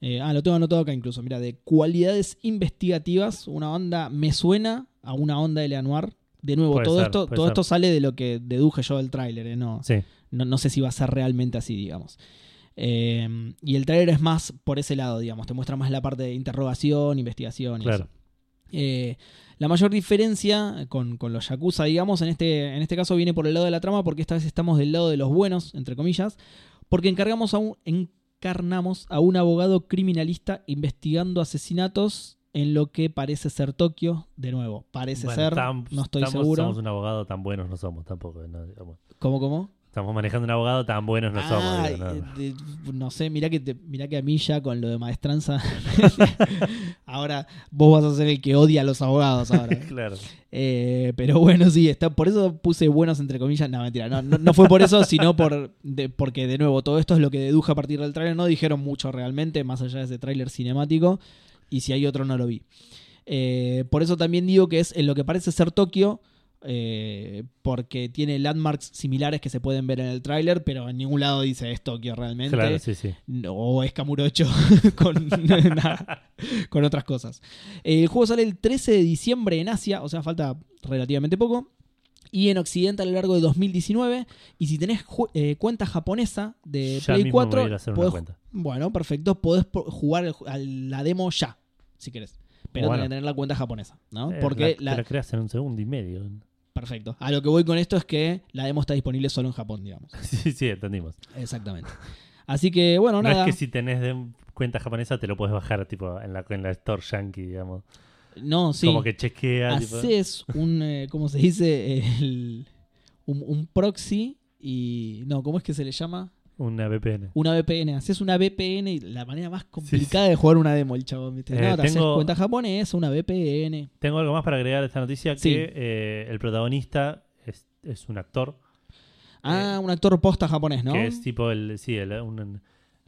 Speaker 2: Eh, ah, lo tengo anotado acá incluso, mira, de cualidades investigativas, una onda me suena a una onda de Leanuar. De nuevo,
Speaker 1: Puede
Speaker 2: todo,
Speaker 1: ser,
Speaker 2: esto,
Speaker 1: puede
Speaker 2: todo
Speaker 1: ser.
Speaker 2: esto sale de lo que deduje yo del tráiler, ¿eh? no,
Speaker 1: Sí,
Speaker 2: no, no sé si va a ser realmente así, digamos. Eh, y el tráiler es más por ese lado, digamos, te muestra más la parte de interrogación, investigación y eso.
Speaker 1: claro.
Speaker 2: Eh, la mayor diferencia con, con los Yakuza, digamos, en este, en este caso viene por el lado de la trama, porque esta vez estamos del lado de los buenos, entre comillas, porque encargamos a un, encarnamos a un abogado criminalista investigando asesinatos en lo que parece ser Tokio, de nuevo, parece
Speaker 1: Bueno,
Speaker 2: ser,
Speaker 1: tam-
Speaker 2: no estoy
Speaker 1: estamos- Somos
Speaker 2: seguro.
Speaker 1: un abogado tan buenos no somos tampoco. no, digamos.
Speaker 2: ¿Cómo, cómo?
Speaker 1: Estamos manejando un abogado tan buenos no
Speaker 2: Ah,
Speaker 1: somos. digo, no,
Speaker 2: eh,
Speaker 1: no.
Speaker 2: de- no sé, mirá que, te- mirá que a mí ya con lo
Speaker 1: [laughs]
Speaker 2: de maestranza, [laughs] ahora vos vas a ser el que odia a los
Speaker 1: [laughs]
Speaker 2: abogados ahora.
Speaker 1: Claro.
Speaker 2: Eh, pero bueno, sí, está, por eso puse buenos entre comillas. No, mentira, no, no, no fue por eso, sino por de- porque de nuevo, todo esto es lo que deduje a partir del tráiler. No dijeron mucho realmente, más allá de ese tráiler cinemático. Y si hay otro, no lo vi. Eh, por eso también digo que es en lo que parece ser Tokio. eh, porque tiene landmarks similares que se pueden ver en el tráiler, pero en ningún lado dice es Tokio realmente.
Speaker 1: Claro, sí, sí.
Speaker 2: No, o es Camurocho [laughs] con, nada, con otras cosas. El juego sale el 13 de diciembre en Asia, o sea, falta relativamente poco. Y en Occidente a lo largo de 2019. Y si tenés ju- eh, cuenta japonesa de
Speaker 1: Ya
Speaker 2: Eh, Play pues,
Speaker 1: mismo me
Speaker 2: 4,
Speaker 1: voy a ir a hacer
Speaker 2: podés
Speaker 1: una
Speaker 2: ju-
Speaker 1: cuenta.
Speaker 2: bueno, perfecto, podés po- jugar el ju- a la demo ya, si querés. Pero
Speaker 1: Bueno.
Speaker 2: tenés que tener la cuenta japonesa, ¿no?
Speaker 1: Eh,
Speaker 2: Porque
Speaker 1: la,
Speaker 2: la-
Speaker 1: te la creas en un segundo y medio. [laughs]
Speaker 2: Perfecto.
Speaker 1: [laughs]
Speaker 2: A lo que voy con esto es que la demo está disponible solo en Japón, digamos.
Speaker 1: sí, sí, entendimos.
Speaker 2: Exactamente. Así que, bueno,
Speaker 1: no
Speaker 2: nada.
Speaker 1: es que si tenés de cuenta japonesa te lo puedes bajar tipo en la, en la store yankee, digamos.
Speaker 2: No, sí.
Speaker 1: Como que chequea. tipo.
Speaker 2: haces un, eh, ¿cómo se dice? El- un, un proxy y... No, ¿cómo es que se le llama?
Speaker 1: Una VPN.
Speaker 2: Una VPN. Haces una VPN y la manera más complicada de jugar una demo, el chabón. ¿viste?
Speaker 1: Eh,
Speaker 2: no, te haces
Speaker 1: tengo-
Speaker 2: cuenta japonesa, una VPN.
Speaker 1: Tengo algo más para agregar a esta noticia
Speaker 2: Sí.
Speaker 1: que eh, el protagonista es, es un actor
Speaker 2: Ah, un actor posta japonés, ¿no?
Speaker 1: Eh, que es tipo el sí el- un-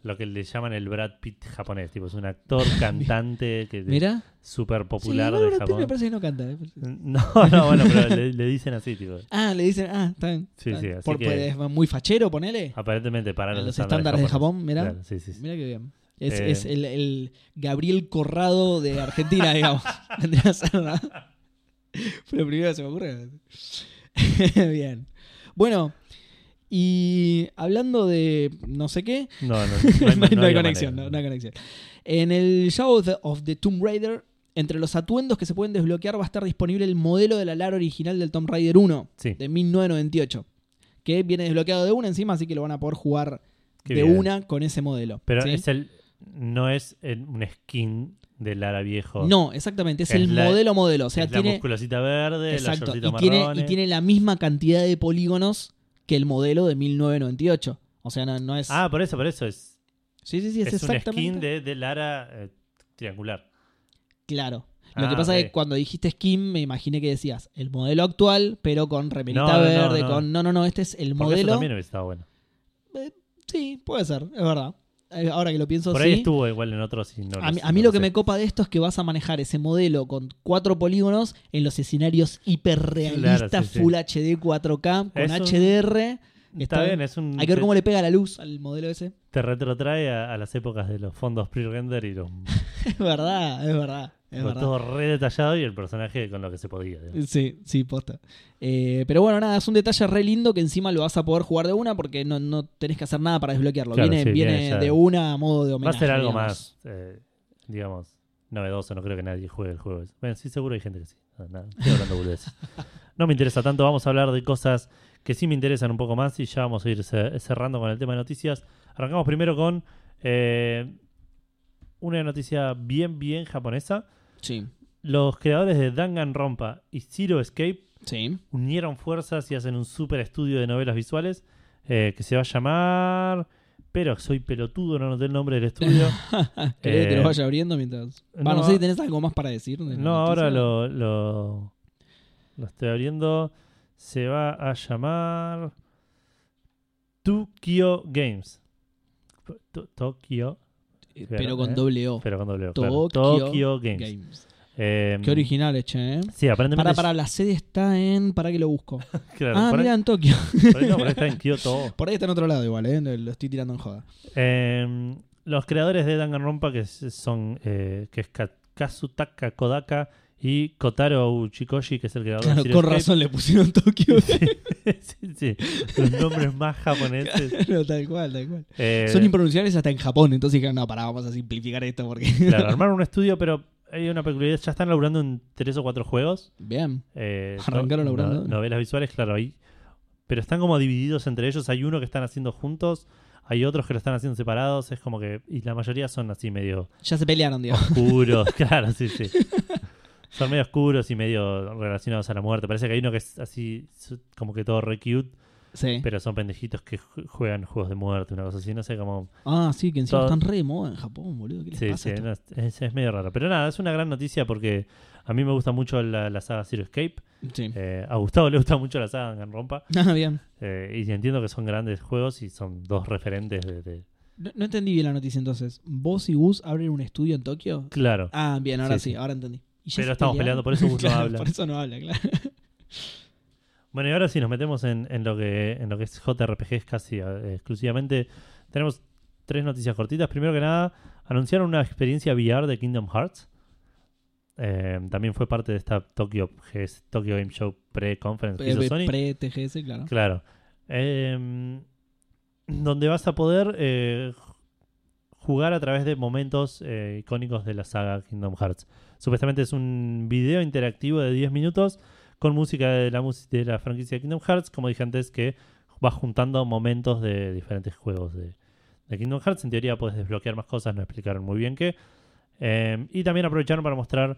Speaker 1: lo que le llaman el Brad Pitt japonés, tipo es un
Speaker 2: [laughs]
Speaker 1: actor cantante que
Speaker 2: Mira.
Speaker 1: súper
Speaker 2: Sí,
Speaker 1: popular
Speaker 2: igual
Speaker 1: de
Speaker 2: Brad Pitt
Speaker 1: Japón.
Speaker 2: me parece que no canta. eh.
Speaker 1: [laughs] No, no, bueno, pero le, le dicen así, tipo.
Speaker 2: Ah, le dicen, ah, está bien.
Speaker 1: Sí,
Speaker 2: está
Speaker 1: sí,
Speaker 2: bien.
Speaker 1: así
Speaker 2: Por-
Speaker 1: que-
Speaker 2: pues, es muy fachero, ponele.
Speaker 1: Aparentemente para
Speaker 2: A
Speaker 1: los,
Speaker 2: los estándares de Japón, mirá.
Speaker 1: Claro, sí, sí, sí.
Speaker 2: Mira qué bien. Es,
Speaker 1: Eh.
Speaker 2: es el, el Gabriel Corrado
Speaker 1: [laughs]
Speaker 2: de Argentina, digamos. Vendría a ser, ¿no? Fue lo primero que se me ocurre. [laughs] bien. Bueno, y hablando de no sé qué,
Speaker 1: No, no,
Speaker 2: [laughs] no hay, no hay
Speaker 1: había
Speaker 2: conexión,
Speaker 1: manera.
Speaker 2: no, no hay conexión. En el Shadow of the, of the Tomb Raider, entre los atuendos que se pueden desbloquear va a estar disponible el modelo de la lara original del Tomb Raider 1
Speaker 1: Sí,
Speaker 2: de 1998, que viene desbloqueado de una encima, así que lo van a poder jugar
Speaker 1: qué
Speaker 2: de
Speaker 1: bien.
Speaker 2: una con ese modelo.
Speaker 1: Pero
Speaker 2: ¿sí?
Speaker 1: es el, no es el- un skin de Lara Viejo.
Speaker 2: No, exactamente, es,
Speaker 1: Es
Speaker 2: el
Speaker 1: la-
Speaker 2: modelo modelo, o sea,
Speaker 1: es la
Speaker 2: tiene
Speaker 1: musculosita verde,
Speaker 2: exacto,
Speaker 1: los
Speaker 2: y
Speaker 1: shortcitos
Speaker 2: tiene y
Speaker 1: marrones.
Speaker 2: tiene la misma cantidad de polígonos que el modelo de 1998. O sea, no, no es
Speaker 1: Ah, por eso, por eso. Es,
Speaker 2: Sí, sí, sí, es,
Speaker 1: es, un
Speaker 2: exactamente.
Speaker 1: skin de, de Lara eh, triangular.
Speaker 2: Claro. Lo
Speaker 1: Ah,
Speaker 2: que pasa es
Speaker 1: ok.
Speaker 2: que cuando dijiste skin me imaginé que decías el modelo actual, pero con remerita
Speaker 1: No, no, no,
Speaker 2: verde,
Speaker 1: no.
Speaker 2: con... No, no, no, este es el
Speaker 1: Porque eso
Speaker 2: modelo...
Speaker 1: también hubiese estado bueno.
Speaker 2: Sí, puede ser, es verdad. Eh, Ahora que lo pienso
Speaker 1: Por
Speaker 2: sí.
Speaker 1: ahí estuvo igual en otros y no
Speaker 2: a
Speaker 1: los-
Speaker 2: mí, a mí
Speaker 1: no
Speaker 2: lo
Speaker 1: los
Speaker 2: que
Speaker 1: sé.
Speaker 2: me copa de esto es que vas a manejar ese modelo con cuatro polígonos en los escenarios hiperrealistas,
Speaker 1: Claro, sí, sí.
Speaker 2: Full HD 4K, con
Speaker 1: Es un-
Speaker 2: HDR.
Speaker 1: Está bien, es un.
Speaker 2: Hay que ver
Speaker 1: te-
Speaker 2: cómo le pega la luz al modelo ese. [laughs]
Speaker 1: Te retrotrae a, a las épocas de los fondos pre-render y los,
Speaker 2: Es verdad, es verdad. Es
Speaker 1: con
Speaker 2: verdad.
Speaker 1: [laughs] todo re detallado y el personaje con lo que se podía. digamos.
Speaker 2: Sí, sí, posta. Eh, pero bueno, nada, es un detalle re lindo que encima lo vas a poder jugar de una porque no, no tenés que hacer nada para desbloquearlo.
Speaker 1: Claro,
Speaker 2: viene
Speaker 1: sí,
Speaker 2: viene
Speaker 1: viene ya.
Speaker 2: de una a modo de
Speaker 1: Va a
Speaker 2: homenaje.
Speaker 1: ser algo
Speaker 2: digamos.
Speaker 1: más, eh, digamos, novedoso. No creo que nadie juegue el juego. ese. Bueno, sí, seguro hay gente que sí. No, nada, estoy hablando boludeces. No me interesa tanto. Vamos a hablar de cosas que sí me interesan un poco más y ya vamos a ir ce- cerrando con el tema de noticias. Arrancamos primero con eh, una noticia bien, bien japonesa.
Speaker 2: Sí,
Speaker 1: Los creadores de Danganronpa y Zero Escape
Speaker 2: sí.
Speaker 1: unieron fuerzas y hacen un super estudio de novelas visuales eh, que se va a llamar. Pero soy pelotudo, no noté el nombre del estudio.
Speaker 2: ¿Querés que te
Speaker 1: Eh,
Speaker 2: lo vaya abriendo mientras. Va, No,
Speaker 1: no,
Speaker 2: sé si tenés algo más para decir. de la
Speaker 1: No, ahora
Speaker 2: noticia.
Speaker 1: lo, lo, lo estoy abriendo. Se va a llamar Tokyo Games. To- Tokyo,
Speaker 2: Eh, Pero con
Speaker 1: eh,
Speaker 2: doble O.
Speaker 1: pero con doble O, claro.
Speaker 2: Tokyo
Speaker 1: Tokyo Games.
Speaker 2: Games.
Speaker 1: Eh,
Speaker 2: Qué originales, che.
Speaker 1: Sí, aparentemente.
Speaker 2: Para, para, la sede está en. ¿Para que lo busco?
Speaker 1: claro,
Speaker 2: Ah,
Speaker 1: por ahí-
Speaker 2: mira, en Tokio.
Speaker 1: por ahí no, por ahí está en Kyoto.
Speaker 2: [laughs] Por ahí está en otro lado, igual, ¿eh? Lo estoy tirando en joda.
Speaker 1: Eh, los creadores de Danganronpa que s- son eh, que es Ka- Kazutaka Kodaka y Kotaro Uchikoshi que es el creador
Speaker 2: Claro,
Speaker 1: de Serious
Speaker 2: con
Speaker 1: Escape.
Speaker 2: razón le pusieron
Speaker 1: [laughs]
Speaker 2: Tokio.
Speaker 1: sí, sí, los nombres más japoneses
Speaker 2: Claro, tal cual, tal cual.
Speaker 1: Eh,
Speaker 2: Son impronunciables hasta en Japón, entonces dijeron, no, pará, vamos a simplificar esto porque... [laughs]
Speaker 1: claro, armaron un estudio pero hay una peculiaridad ya están laburando en tres o cuatro juegos
Speaker 2: Bien,
Speaker 1: eh,
Speaker 2: Arrancaron
Speaker 1: no-
Speaker 2: laburando.
Speaker 1: no- novelas visuales claro ahí pero están como divididos entre ellos hay uno que están haciendo juntos hay otros que lo están haciendo separados es como que y la mayoría son así medio
Speaker 2: ya se pelearon,
Speaker 1: [laughs]
Speaker 2: digamos.
Speaker 1: oscuros, claro, sí, sí. Son medio oscuros y medio relacionados a la muerte. Parece que hay uno que es así, su- como que todo re cute,
Speaker 2: Sí.
Speaker 1: pero son pendejitos que ju- juegan juegos de muerte, una cosa así, no sé cómo.
Speaker 2: Ah, sí, que encima
Speaker 1: Todo-
Speaker 2: están re de moda en Japón, boludo. ¿Qué les
Speaker 1: Sí,
Speaker 2: pasa
Speaker 1: sí,
Speaker 2: a esto?
Speaker 1: no, es, es medio raro. Pero nada, es una gran noticia porque a mí me gusta mucho la, la saga Zero Escape.
Speaker 2: Sí.
Speaker 1: Eh, a Gustavo le gusta mucho la saga Ganrompa.
Speaker 2: Ah, [laughs] bien.
Speaker 1: y entiendo que son grandes juegos y son dos referentes de. de-
Speaker 2: No, no entendí bien la noticia entonces. ¿Vos y Gus abren un estudio en Tokio?
Speaker 1: Claro.
Speaker 2: Ah, bien, ahora
Speaker 1: Sí,
Speaker 2: sí,
Speaker 1: sí.
Speaker 2: ahora entendí. ¿Y ya
Speaker 1: Pero
Speaker 2: se
Speaker 1: estamos peleando,
Speaker 2: pelearon?
Speaker 1: por eso Gus no
Speaker 2: [laughs] Claro,
Speaker 1: habla.
Speaker 2: Por eso no habla, claro.
Speaker 1: Bueno, y ahora sí nos metemos en, en lo, que, en lo que es JRPGs casi eh, exclusivamente. Tenemos tres noticias cortitas. Primero que nada, anunciaron una experiencia VR de Kingdom Hearts. Eh, también fue parte de esta Tokyo, GS Tokyo Game Show pre-conference que hizo
Speaker 2: Eh,
Speaker 1: Sony.
Speaker 2: Pre-TGS, claro.
Speaker 1: Claro. Eh, donde vas a poder eh, jugar a través de momentos eh, icónicos de la saga Kingdom Hearts. Supuestamente es un video interactivo de 10 minutos con música de la, mus- de la franquicia Kingdom Hearts, como dije antes, que va juntando momentos de diferentes juegos de, de Kingdom Hearts. En teoría puedes desbloquear más cosas, no explicaron muy bien qué. Eh, y también aprovecharon para mostrar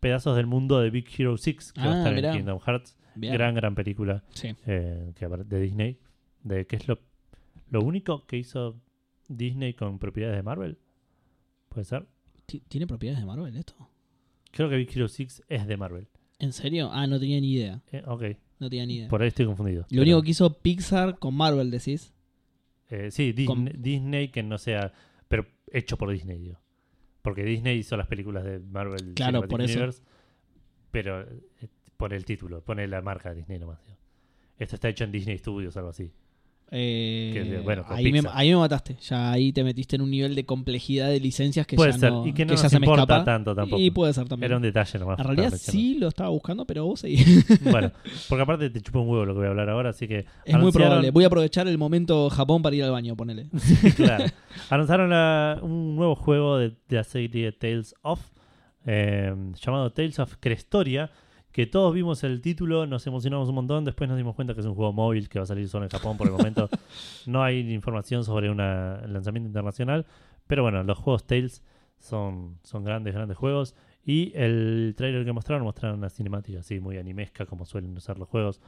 Speaker 1: pedazos del mundo de Big Hero 6 que va
Speaker 2: Ah,
Speaker 1: a estar
Speaker 2: mirá.
Speaker 1: en Kingdom Hearts.
Speaker 2: Bien.
Speaker 1: Gran, gran película
Speaker 2: Sí.
Speaker 1: eh, que apare- de Disney. De que es lo, lo único que hizo Disney con propiedades de Marvel. ¿Puede ser?
Speaker 2: Ti- ¿Tiene propiedades de Marvel esto?
Speaker 1: Creo que Big Hero 6 es de Marvel.
Speaker 2: ¿En serio? Ah, no tenía ni idea.
Speaker 1: Eh, ok,
Speaker 2: No tenía ni idea.
Speaker 1: por ahí estoy confundido.
Speaker 2: Lo único que hizo Pixar con Marvel, decís.
Speaker 1: Eh, sí, Disney,
Speaker 2: Con-
Speaker 1: Disney que no sea, pero hecho por Disney, digo. Porque Disney hizo las películas de Marvel
Speaker 2: Claro,
Speaker 1: Cinematic
Speaker 2: por eso.
Speaker 1: Universe, pero eh, pone el título, pone la marca de Disney nomás. digo. Esto está hecho en Disney Studios, algo así.
Speaker 2: Eh,
Speaker 1: Que, bueno, con
Speaker 2: ahí, me,
Speaker 1: Pixar.
Speaker 2: ahí me mataste. Ya ahí te metiste en un nivel de complejidad de licencias que
Speaker 1: puede
Speaker 2: ya
Speaker 1: ser,
Speaker 2: no,
Speaker 1: y que no
Speaker 2: ya
Speaker 1: nos
Speaker 2: se me
Speaker 1: importa
Speaker 2: escapa.
Speaker 1: tanto tampoco.
Speaker 2: Y puede ser también.
Speaker 1: Era un detalle nomás.
Speaker 2: en realidad
Speaker 1: para
Speaker 2: sí lo estaba buscando, pero vos [laughs] seguís.
Speaker 1: mencionar. Bueno, porque aparte te chupa un huevo lo que voy a hablar ahora, así que...
Speaker 2: Es muy
Speaker 1: anunciaron-
Speaker 2: probable. Voy a aprovechar el momento Japón para ir al baño, ponele.
Speaker 1: claro. Anunciaron la- un nuevo juego de, de la serie Tales of, eh, llamado Tales of Crestoria, que todos vimos el título, nos emocionamos un montón, después nos dimos cuenta que es un juego móvil que va a salir solo en Japón por el momento. no hay información sobre un lanzamiento internacional, pero bueno, los juegos Tales son, son grandes, grandes juegos. Y el trailer que mostraron, mostraron una cinemática así muy animesca como suelen usar los juegos.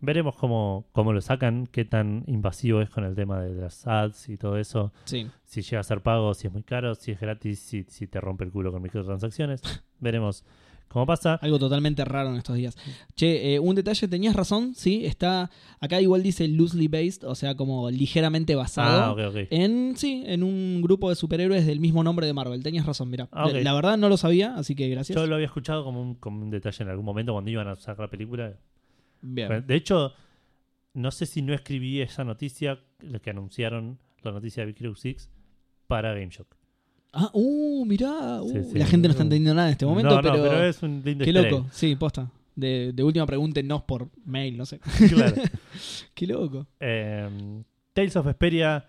Speaker 1: Veremos cómo, cómo lo sacan, qué tan invasivo es con el tema de las ads y todo eso
Speaker 2: Sí.
Speaker 1: si llega a ser pago, si es muy caro, si es gratis, si, si te rompe el culo con
Speaker 2: [laughs]
Speaker 1: microtransacciones. Veremos cómo pasa.
Speaker 2: Algo totalmente raro en estos días. Che, eh, un detalle, tenías razón, sí, está. Acá igual dice loosely based, o sea, como ligeramente basado.
Speaker 1: Ah, ok, ok.
Speaker 2: En sí, en un grupo de superhéroes del mismo nombre de Marvel. Tenías razón, mira.
Speaker 1: Ah, ok.
Speaker 2: La, la verdad no lo sabía, así que gracias.
Speaker 1: Yo lo había escuchado como un, como un detalle en algún momento cuando iban a usar la película.
Speaker 2: Bien.
Speaker 1: De hecho, no sé si no escribí esa noticia, la que anunciaron la noticia de Big Hero 6 para GameShock.
Speaker 2: Ah, uh, mirá. uh,
Speaker 1: Sí, sí.
Speaker 2: la gente no está entendiendo nada en este momento,
Speaker 1: no, no,
Speaker 2: pero.
Speaker 1: pero, es un lindo
Speaker 2: Qué
Speaker 1: easter egg.
Speaker 2: loco. Sí, posta. De, de última pregúntenos por mail, no sé.
Speaker 1: [laughs]
Speaker 2: [laughs]
Speaker 1: Claro.
Speaker 2: Qué loco.
Speaker 1: Eh, Tales of Vesperia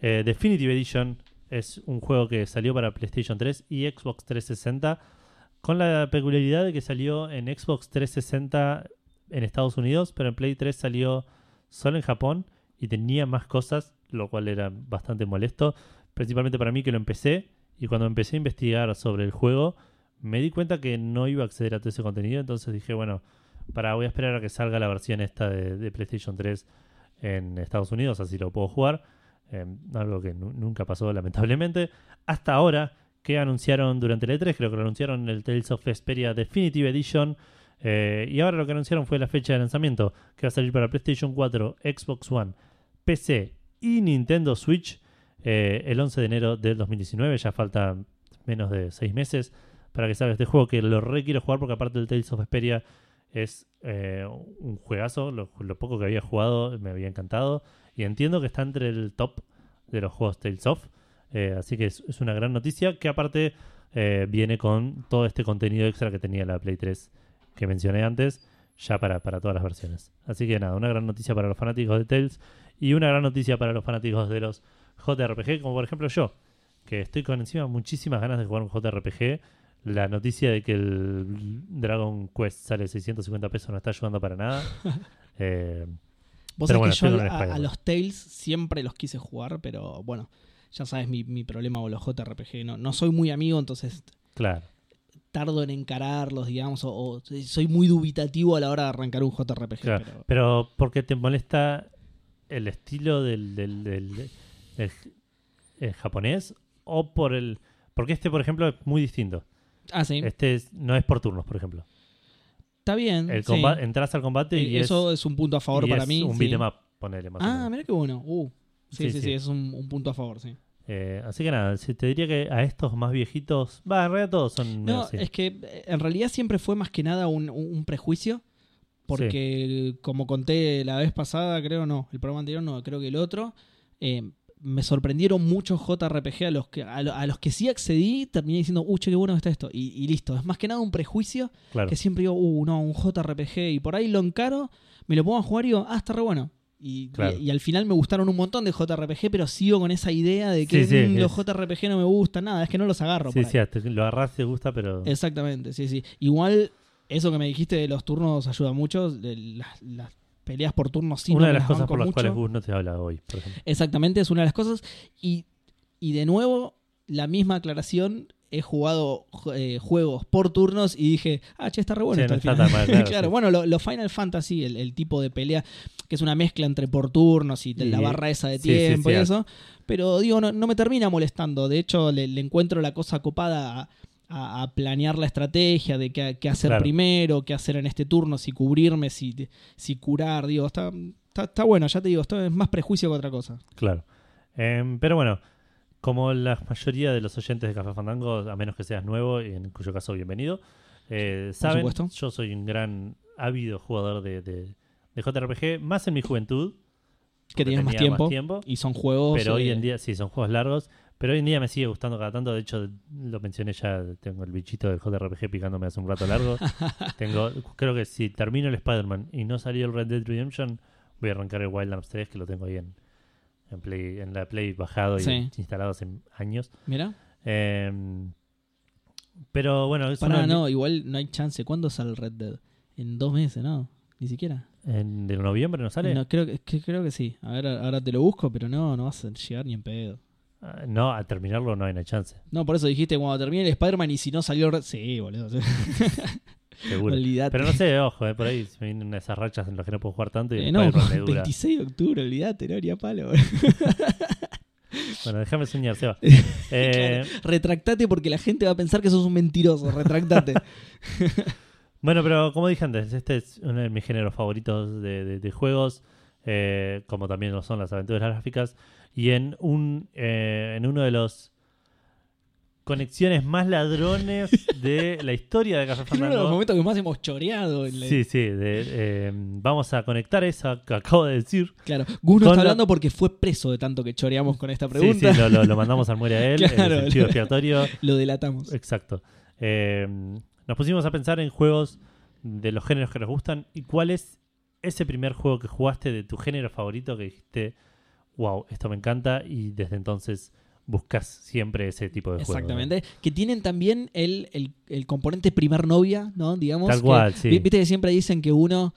Speaker 1: eh, Definitive Edition es un juego que salió para PlayStation 3 y Xbox 360 con la peculiaridad de que salió en Xbox 360 en Estados Unidos, pero en Play 3 salió solo en Japón y tenía más cosas, lo cual era bastante molesto, principalmente para mí que lo empecé y cuando empecé a investigar sobre el juego me di cuenta que no iba a acceder a todo ese contenido, entonces dije, bueno, para voy a esperar a que salga la versión esta de- de PlayStation 3 en Estados Unidos, así lo puedo jugar. Eh, algo que nu- nunca pasó, lamentablemente. Hasta ahora, que anunciaron durante el E3, creo que lo anunciaron en el Tales of Vesperia Definitive Edition. eh, y ahora lo que anunciaron fue la fecha de lanzamiento, que va a salir para PlayStation 4, Xbox One, PC y Nintendo Switch eh, el 11 de enero del 2019. Ya falta menos de 6 meses para que salga este juego, que lo re quiero jugar porque aparte del Tales of Vesperia es eh, un juegazo. Lo, lo poco que había jugado me había encantado. Y entiendo que está entre el top de los juegos Tales of. eh, así que es, es una gran noticia que aparte eh, viene con todo este contenido extra que tenía la Play 3 que mencioné antes, ya para, para todas las versiones. Así que nada, una gran noticia para los fanáticos de Tales y una gran noticia para los fanáticos de los JRPG, como por ejemplo yo, que estoy con encima muchísimas ganas de jugar un JRPG. La noticia de que el Dragon Quest sale 650 pesos no está ayudando para nada.
Speaker 2: [laughs]
Speaker 1: Eh,
Speaker 2: Vos
Speaker 1: Pero
Speaker 2: sabés
Speaker 1: bueno,
Speaker 2: que
Speaker 1: Spider-Man
Speaker 2: yo a,
Speaker 1: es
Speaker 2: a
Speaker 1: Spider-Man.
Speaker 2: los Tales siempre los quise jugar, pero bueno, ya sabes mi, mi problema con los JRPG. No, no soy muy amigo, entonces
Speaker 1: claro.
Speaker 2: tardo en encararlos, digamos, o, o soy muy dubitativo a la hora de arrancar un JRPG.
Speaker 1: Claro,
Speaker 2: pero-
Speaker 1: pero porque te molesta el estilo del, del- del- del- del- el japonés o por el... Porque este, por ejemplo, es muy distinto.
Speaker 2: Ah, sí.
Speaker 1: Este es- no es por turnos, por ejemplo.
Speaker 2: Está bien.
Speaker 1: El
Speaker 2: Mm, sí.
Speaker 1: comba- Entras al combate y
Speaker 2: Eh, eso
Speaker 1: es,
Speaker 2: es, un punto a favor
Speaker 1: y
Speaker 2: para
Speaker 1: es
Speaker 2: mí.
Speaker 1: un
Speaker 2: sí.
Speaker 1: beat 'em up, ponele más o
Speaker 2: Ah,
Speaker 1: menos.
Speaker 2: mira qué bueno. Uh,
Speaker 1: Sí,
Speaker 2: sí, sí, sí,
Speaker 1: sí.
Speaker 2: es un, un punto a favor, sí.
Speaker 1: Eh, así que nada, sí, te diría que a estos más viejitos... Va, en realidad todos son... medio
Speaker 2: No,
Speaker 1: así.
Speaker 2: es que eh, en realidad siempre fue más que nada un, un- un prejuicio. Porque, como conté la vez pasada, creo, no, el programa anterior, no, creo que el otro, eh, me sorprendieron muchos JRPG a los que, a, lo- a los que sí accedí, terminé diciendo, uh, che, qué bueno que está esto. Y, y listo, es más que nada un prejuicio
Speaker 1: Claro.
Speaker 2: que siempre digo, uh, no, un JRPG, y por ahí lo encaro, me lo pongo a jugar y digo, ah, está re bueno. Y,
Speaker 1: Claro.
Speaker 2: y- y al final me gustaron un montón de JRPG, pero sigo con esa idea de que
Speaker 1: Sí, sí,
Speaker 2: "Mm, los
Speaker 1: es-
Speaker 2: JRPG no me gustan, nada, es que no los agarro.
Speaker 1: Sí,
Speaker 2: por ahí".
Speaker 1: sí, hasta que lo agarras te gusta, pero...
Speaker 2: Exactamente, sí, sí. Igual, eso que me dijiste de los turnos ayuda mucho. de las, las peleas por turnos sí
Speaker 1: Una
Speaker 2: no
Speaker 1: de
Speaker 2: me
Speaker 1: las cosas
Speaker 2: banco
Speaker 1: por las
Speaker 2: mucho.
Speaker 1: cuales Gus no te habla hoy, por ejemplo.
Speaker 2: Exactamente, es una de las cosas. Y, y de nuevo, la misma aclaración. He jugado eh, juegos por turnos y dije, ah, che, está re bueno.
Speaker 1: Sí,
Speaker 2: esto
Speaker 1: no
Speaker 2: al
Speaker 1: está
Speaker 2: final".
Speaker 1: tan mal,
Speaker 2: [laughs]
Speaker 1: claro, sí.
Speaker 2: bueno, lo, lo Final Fantasy, el, el tipo de pelea, que es una mezcla entre por turnos y, la
Speaker 1: Y-
Speaker 2: barra esa de
Speaker 1: sí, sí,
Speaker 2: tiempo y
Speaker 1: sí.
Speaker 2: eso. Pero digo, no, no me termina molestando. De hecho, le, le encuentro la cosa copada a, a- a planear la estrategia de qué, qué hacer
Speaker 1: Claro.
Speaker 2: primero, qué hacer en este turno, si cubrirme, si, si curar. Digo, está, está, está bueno, ya te digo, esto es más prejuicio que otra cosa.
Speaker 1: Claro. Em, pero bueno, como la mayoría de los oyentes de Café Fandango, a menos que seas nuevo, y en cuyo caso bienvenido, eh, saben,
Speaker 2: supuesto.
Speaker 1: yo soy un gran ávido jugador de, de- de JRPG, más en mi juventud.
Speaker 2: que
Speaker 1: porque
Speaker 2: tienes más
Speaker 1: tenía
Speaker 2: tiempo, y son juegos
Speaker 1: pero hoy en
Speaker 2: eh,
Speaker 1: día, sí, son juegos largos, pero hoy en día me sigue gustando cada tanto. De hecho, lo mencioné ya, tengo el bichito del JRPG picándome hace un rato
Speaker 2: [laughs]
Speaker 1: largo. tengo Creo que si termino el Spider-Man y no salió el Red Dead Redemption, voy a arrancar el Wildlands 3, que lo tengo ahí en, en, Play, en la Play bajado y
Speaker 2: Sí.
Speaker 1: instalado hace años.
Speaker 2: mira
Speaker 1: Eh, pero bueno, es
Speaker 2: para
Speaker 1: una-
Speaker 2: no igual no hay chance cuándo sale el Red Dead en dos meses no ni siquiera
Speaker 1: en, de noviembre no sale.
Speaker 2: no creo que, que- creo que sí a ver ahora te lo busco pero no no vas a llegar ni en pedo
Speaker 1: Ah, No, al terminarlo no hay una chance,
Speaker 2: no por eso dijiste cuando termine el Spider-Man y si no salió el Red sí boludo [laughs]
Speaker 1: seguro.
Speaker 2: olvidate
Speaker 1: Pero no sé, ojo, eh, por ahí se vienen esas rachas en las que no puedo jugar tanto y el
Speaker 2: Eh, no,
Speaker 1: Spider-Man
Speaker 2: [laughs]
Speaker 1: me dura.
Speaker 2: 26 de octubre olvidate no ni a palo
Speaker 1: Bueno, déjame soñar,
Speaker 2: [laughs]
Speaker 1: Seba.
Speaker 2: Claro,
Speaker 1: Eh,
Speaker 2: retractate porque la gente va a pensar que sos un mentiroso retractate
Speaker 1: Bueno, pero como dije antes, este es uno de mis géneros favoritos de, de- de juegos, eh, como también lo son las aventuras gráficas. Y en un eh, en uno de los conexiones más
Speaker 2: [laughs]
Speaker 1: ladrones de la historia de Café
Speaker 2: es uno de los
Speaker 1: Fandango.
Speaker 2: momentos que más hemos choreado en la-
Speaker 1: Sí, sí, de, eh, vamos a conectar esa que acabo de decir.
Speaker 2: Claro,
Speaker 1: Con
Speaker 2: Gus no está
Speaker 1: la-
Speaker 2: hablando porque fue preso de tanto que choreamos con esta pregunta.
Speaker 1: Sí, sí, lo, lo- lo mandamos al muere a él,
Speaker 2: Claro.
Speaker 1: el sentido expiatorio.
Speaker 2: [laughs] Lo delatamos.
Speaker 1: Exacto. Eh, nos pusimos a pensar en juegos de los géneros que nos gustan y cuál es ese primer juego que jugaste de tu género favorito que dijiste, wow, esto me encanta y desde entonces buscas siempre ese tipo de juegos.
Speaker 2: Exactamente. Que tienen también el, el- el componente primer novia, ¿no? Digamos.
Speaker 1: Tal
Speaker 2: que-
Speaker 1: cual, sí.
Speaker 2: vi- Viste que siempre dicen que uno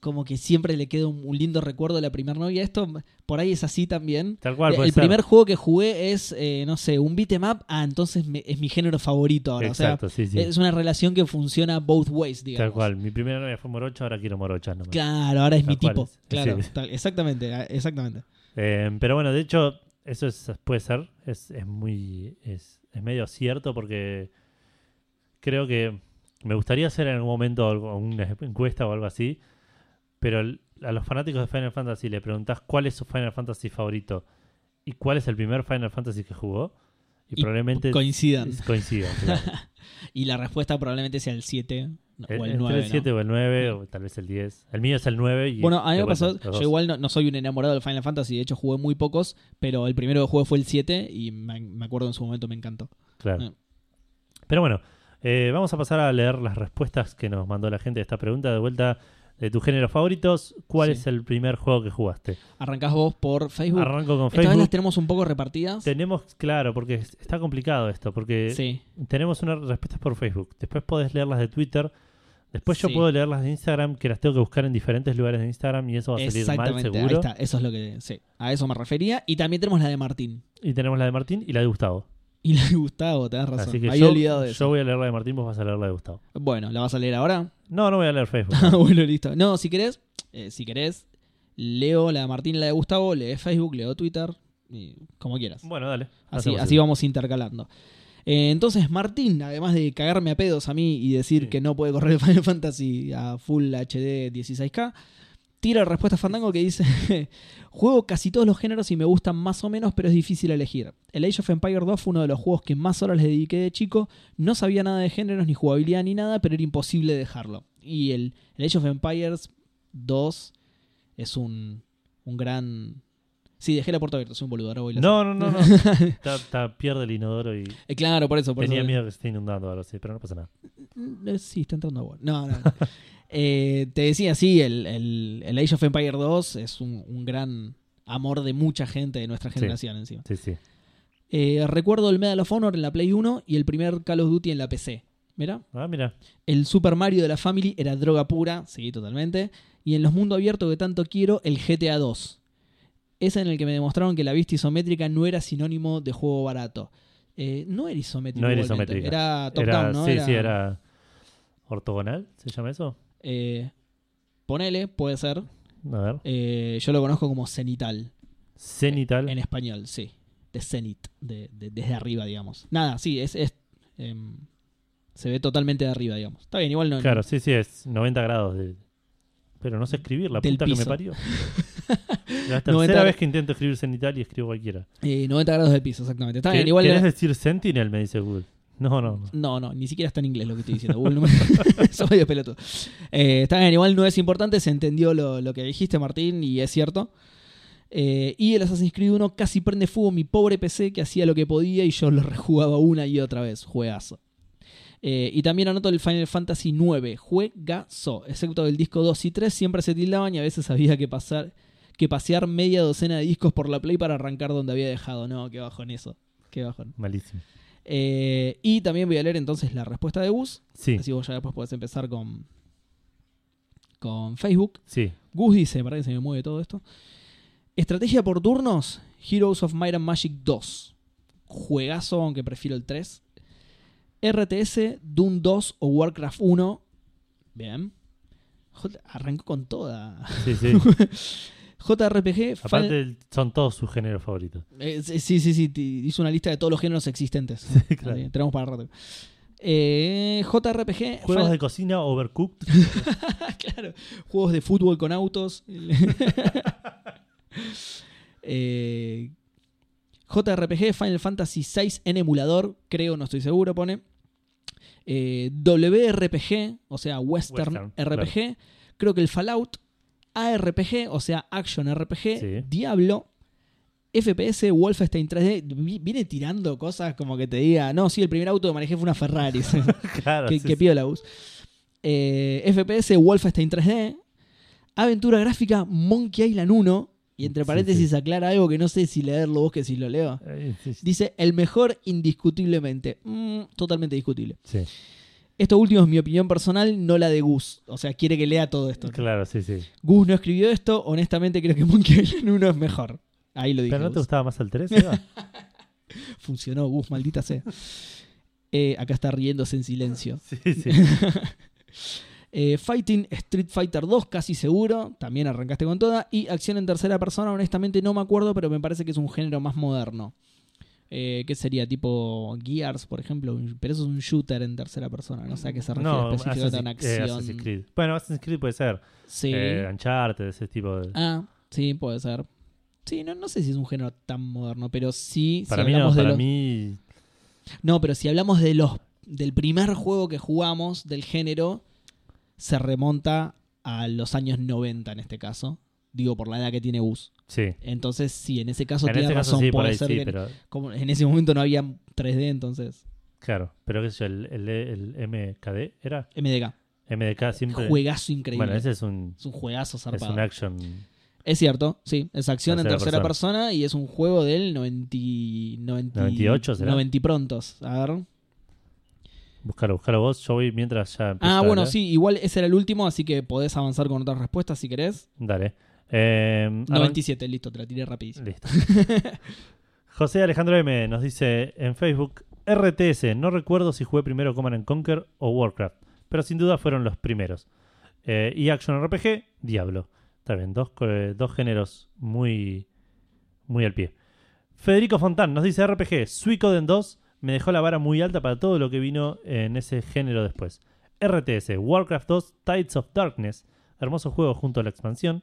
Speaker 2: como que siempre le queda un, un lindo recuerdo de la primer novia. Esto por ahí es así también.
Speaker 1: Tal cual,
Speaker 2: Eh,
Speaker 1: puede
Speaker 2: el
Speaker 1: ser.
Speaker 2: primer juego que jugué es, eh, no sé, un beat em up. Ah, entonces me- es mi género favorito ahora.
Speaker 1: Exacto, sí,
Speaker 2: O
Speaker 1: sí.
Speaker 2: sea, es una relación que funciona both ways, digamos.
Speaker 1: Tal cual. Mi primera novia fue morocha, ahora quiero morochas nomás.
Speaker 2: Claro, ahora es mi
Speaker 1: Tal cual
Speaker 2: tipo.
Speaker 1: es.
Speaker 2: Claro,
Speaker 1: Sí.
Speaker 2: tal- exactamente, ah, exactamente.
Speaker 1: Eh, pero bueno, de hecho, eso es- puede ser. Es, es muy. Es, es medio cierto porque creo que me gustaría hacer en algún momento algo- una encuesta o algo así. Pero el- a los fanáticos de Final Fantasy le preguntás cuál es su Final Fantasy favorito y cuál es el primer Final Fantasy que jugó. Y,
Speaker 2: Y
Speaker 1: probablemente
Speaker 2: Coincidan.
Speaker 1: [laughs]
Speaker 2: [laughs]
Speaker 1: coincidan. claro.
Speaker 2: Y la respuesta probablemente sea el 7 no,
Speaker 1: El-
Speaker 2: o el
Speaker 1: entre
Speaker 2: 9.
Speaker 1: el 7 o el 9, o tal vez el 10. El mío es el 9. Y
Speaker 2: Bueno, a mí
Speaker 1: de
Speaker 2: me
Speaker 1: vuelta,
Speaker 2: pasó,
Speaker 1: los
Speaker 2: yo
Speaker 1: dos.
Speaker 2: igual no, no soy un enamorado del Final Fantasy, de hecho jugué muy pocos, pero el primero que jugué fue el 7 y me, me acuerdo en su momento me encantó.
Speaker 1: Claro.
Speaker 2: Eh.
Speaker 1: Pero bueno, eh, vamos a pasar a leer las respuestas que nos mandó la gente de esta pregunta. De vuelta, de tus géneros favoritos, ¿cuál
Speaker 2: Sí.
Speaker 1: es el primer juego que jugaste?
Speaker 2: Arrancás vos por Facebook.
Speaker 1: Arranco con
Speaker 2: Esta vez las
Speaker 1: Facebook.
Speaker 2: tenemos un poco repartidas.
Speaker 1: Tenemos, claro, porque es- está complicado esto, porque
Speaker 2: Sí,
Speaker 1: tenemos unas respuestas por Facebook. Después podés leerlas de Twitter. Después yo
Speaker 2: Sí.
Speaker 1: puedo leer las de Instagram, que las tengo que buscar en diferentes lugares de Instagram y eso va a salir mal
Speaker 2: exactamente. Ahí
Speaker 1: seguro.
Speaker 2: está, eso es lo que. Sí, a eso me refería. Y también tenemos la de Martín.
Speaker 1: Y tenemos la de Martín y la de Gustavo.
Speaker 2: Y la de Gustavo, tenés razón.
Speaker 1: Así que
Speaker 2: me
Speaker 1: yo,
Speaker 2: había olvidado de
Speaker 1: yo
Speaker 2: eso.
Speaker 1: voy a leer la de Martín, vos vas a leer la de Gustavo.
Speaker 2: Bueno, ¿la vas a leer ahora? [laughs]
Speaker 1: No, no voy a leer Facebook.
Speaker 2: bueno, listo. No, si querés, eh, si querés, leo la de Martín y la de Gustavo, lees Facebook, leo Twitter, y como quieras.
Speaker 1: bueno, dale.
Speaker 2: Así,
Speaker 1: Hacemos
Speaker 2: así
Speaker 1: eso.
Speaker 2: vamos intercalando. Eh, entonces, Martín, además de cagarme a pedos a mí y decir
Speaker 1: Sí.
Speaker 2: que no puede correr el [laughs] Final Fantasy a Full HD 16K, tira la respuesta a Fandango que dice: [laughs] Juego casi todos los géneros y me gustan más o menos, pero es difícil elegir. El Age of Empire 2 fue uno de los juegos que más horas le dediqué de chico. No sabía nada de géneros, ni jugabilidad, ni nada, pero era imposible dejarlo. Y el, el Age of Empires 2 es un, un gran. Sí, dejé la puerta abierta, soy un boludo, ahora voy a la
Speaker 1: No, no, no,
Speaker 2: [laughs]
Speaker 1: no. Ta- ta- pierde el inodoro y
Speaker 2: Eh, Claro, por eso. Por
Speaker 1: tenía
Speaker 2: eso.
Speaker 1: miedo que se esté inundando o algo así, pero no pasa nada.
Speaker 2: Eh, Sí, está entrando agua.
Speaker 1: [laughs]
Speaker 2: No, no. Eh, te decía, sí, el, el- el Age of Empire 2 es un, un gran amor de mucha gente de nuestra
Speaker 1: Sí.
Speaker 2: generación encima.
Speaker 1: Sí, sí.
Speaker 2: Eh, recuerdo el Medal of Honor en la Play 1 y el primer Call of Duty en la PC. Mira,
Speaker 1: Ah, mira.
Speaker 2: el Super Mario de la Family era droga pura, sí, totalmente. Y en los mundos abiertos que tanto quiero, el GTA 2. Es en el que me demostraron que la vista isométrica no era sinónimo de juego barato. Eh, no era isométrica.
Speaker 1: No era
Speaker 2: igualmente.
Speaker 1: isométrica.
Speaker 2: Era top
Speaker 1: Era-
Speaker 2: down, ¿no?
Speaker 1: sí, sí, era ortogonal, ¿se llama eso?
Speaker 2: eh, ponele, puede ser.
Speaker 1: A ver.
Speaker 2: Eh, yo lo conozco como cenital.
Speaker 1: Cenital.
Speaker 2: En español, sí. De cenit, de, de- desde arriba, digamos. Nada, sí, es. es, em, se ve totalmente de arriba, digamos. Está bien, igual no.
Speaker 1: Claro, sí, sí, es 90 grados. de- Pero no sé escribir, la
Speaker 2: Del
Speaker 1: puta que me
Speaker 2: piso. [laughs]
Speaker 1: parió. La
Speaker 2: 90
Speaker 1: tercera vez que intento escribir cenital y escribo cualquiera.
Speaker 2: eh, 90 grados del piso, exactamente. Está bien,
Speaker 1: ¿Qué-
Speaker 2: igual.
Speaker 1: ¿Querés
Speaker 2: era-
Speaker 1: decir sentinel? Me dice Google. No, no, no.
Speaker 2: No, no, ni siquiera está en inglés lo que estoy diciendo. Google no me- [laughs] Soy medio pelotudo. Eh, está bien, igual no es importante. Se entendió lo, lo que dijiste, Martín, y es cierto. Eh, y el Assassin's Creed 1 casi prende fuego mi pobre PC que hacía lo que podía y yo lo rejugaba una y otra vez. Juegazo. Eh, y también anoto el Final Fantasy 9, juegazo. Excepto del disco 2 y 3, siempre se tildaban y a veces había que pasar que pasear media docena de discos por la Play para arrancar donde había dejado. No, qué bajón eso. Qué bajón.
Speaker 1: Malísimo.
Speaker 2: Eh, y también voy a leer entonces la respuesta de Gus.
Speaker 1: Sí,
Speaker 2: Así vos ya después podés empezar con, con Facebook.
Speaker 1: sí.
Speaker 2: Gus dice, para que se me mueve todo esto. Estrategia por turnos, Heroes of Might and Magic 2. Juegazo, aunque prefiero el 3. RTS, Doom 2 o Warcraft 1. Bien. Joder, Arrancó con toda. [laughs]
Speaker 1: Sí, sí.
Speaker 2: JRPG, Final-
Speaker 1: Aparte, el- son todos sus géneros favoritos.
Speaker 2: Eh, sí, sí, sí, te- hizo una lista de todos los
Speaker 1: [laughs]
Speaker 2: géneros existentes.
Speaker 1: claro.
Speaker 2: Así que Tenemos para rato. Eh, JRPG,
Speaker 1: Juegos
Speaker 2: fan-
Speaker 1: de cocina, overcooked. [laughs]
Speaker 2: [laughs] claro, juegos de fútbol con autos. [laughs] Eh, JRPG, Final Fantasy VI en emulador, creo, no estoy seguro, pone. Eh, WRPG, o sea, Western,
Speaker 1: Western,
Speaker 2: RPG. Creo que el Fallout. ARPG, o sea, Action RPG.
Speaker 1: Sí.
Speaker 2: Diablo. FPS, Wolfenstein 3D. Vi- Viene tirando cosas como que te diga, no, sí, el primer auto que manejé fue
Speaker 1: [laughs]
Speaker 2: una Ferrari.
Speaker 1: claro.
Speaker 2: que,
Speaker 1: sí,
Speaker 2: que
Speaker 1: sí.
Speaker 2: piola, Gus. Eh, FPS Wolfenstein 3D. Aventura gráfica Monkey Island 1. Y entre
Speaker 1: Sí,
Speaker 2: paréntesis
Speaker 1: sí.
Speaker 2: aclara algo que no sé si leerlo vos que si lo leo.
Speaker 1: Eh, sí, sí.
Speaker 2: Dice, el mejor indiscutiblemente. Mm, totalmente discutible.
Speaker 1: Sí,
Speaker 2: Esto último es mi opinión personal, no la de Gus. O sea, quiere que lea todo esto.
Speaker 1: claro, sí, sí.
Speaker 2: Gus no escribió esto, honestamente creo que Monkey Island 1 es mejor. Ahí lo dije.
Speaker 1: ¿Pero no te
Speaker 2: Gus.
Speaker 1: gustaba más el [laughs] 3? Eva?
Speaker 2: Funcionó, Gus, maldita sea. Eh, acá está riéndose en silencio.
Speaker 1: sí, sí.
Speaker 2: [laughs] Eh, Fighting Street Fighter 2, casi seguro. También arrancaste con toda. Y acción en tercera persona, honestamente no me acuerdo, pero me parece que es un género más moderno. Eh, ¿Qué sería? Tipo Gears, por ejemplo. un- Pero eso es un shooter en tercera persona. No sé a qué se refiere
Speaker 1: No,
Speaker 2: específicamente a una
Speaker 1: Assassin's, eh,
Speaker 2: acción.
Speaker 1: Assassin's Creed. Bueno, Assassin's Creed puede ser.
Speaker 2: Sí.
Speaker 1: Eh, Uncharted, ese tipo de.
Speaker 2: Ah, sí, puede ser. Sí, no, no sé si es un género tan moderno, pero sí. si
Speaker 1: para mí, no,
Speaker 2: hablamos de
Speaker 1: para
Speaker 2: los-
Speaker 1: mí.
Speaker 2: No, pero si hablamos de los del primer juego que jugamos del género, se remonta a los años 90 en este caso. Digo, por la edad que tiene Gus.
Speaker 1: Sí.
Speaker 2: Entonces, sí, en ese caso
Speaker 1: En
Speaker 2: tiene
Speaker 1: ese caso
Speaker 2: razón.
Speaker 1: sí, por
Speaker 2: puede
Speaker 1: ahí
Speaker 2: ser
Speaker 1: sí,
Speaker 2: que-
Speaker 1: pero.
Speaker 2: como en ese momento no había 3D, entonces.
Speaker 1: Claro, pero qué sé yo, el, el, el MKD era.
Speaker 2: MDK.
Speaker 1: MDK siempre.
Speaker 2: Juegazo increíble.
Speaker 1: bueno, ese es un.
Speaker 2: Es un juegazo
Speaker 1: Es
Speaker 2: zarpado.
Speaker 1: un action.
Speaker 2: Es cierto, sí. Es acción en
Speaker 1: Tercera
Speaker 2: tercera
Speaker 1: persona.
Speaker 2: persona. y es un juego del 90, 90
Speaker 1: 98 será.
Speaker 2: 90 y prontos. A ver.
Speaker 1: Búscalo, búscalo vos. Yo voy mientras ya. ¿eh? empiezo
Speaker 2: Ah,
Speaker 1: a
Speaker 2: bueno,
Speaker 1: leer.
Speaker 2: sí. Igual ese era el último, así que podés avanzar con otras respuestas si querés.
Speaker 1: Dale. Eh, arran-
Speaker 2: 97, listo, te la tiré rapidísimo.
Speaker 1: Listo. [laughs] José Alejandro M nos dice en Facebook RTS, no recuerdo si jugué primero Command and Conquer o Warcraft, pero sin duda fueron los primeros. Eh, y Action RPG, Diablo. Está bien, dos, co- eh, dos géneros muy, muy al pie. Federico Fontán nos dice RPG, Suicoden 2 me dejó la vara muy alta para todo lo que vino en ese género después. RTS, Warcraft 2, Tides of Darkness, hermoso juego junto a la expansión.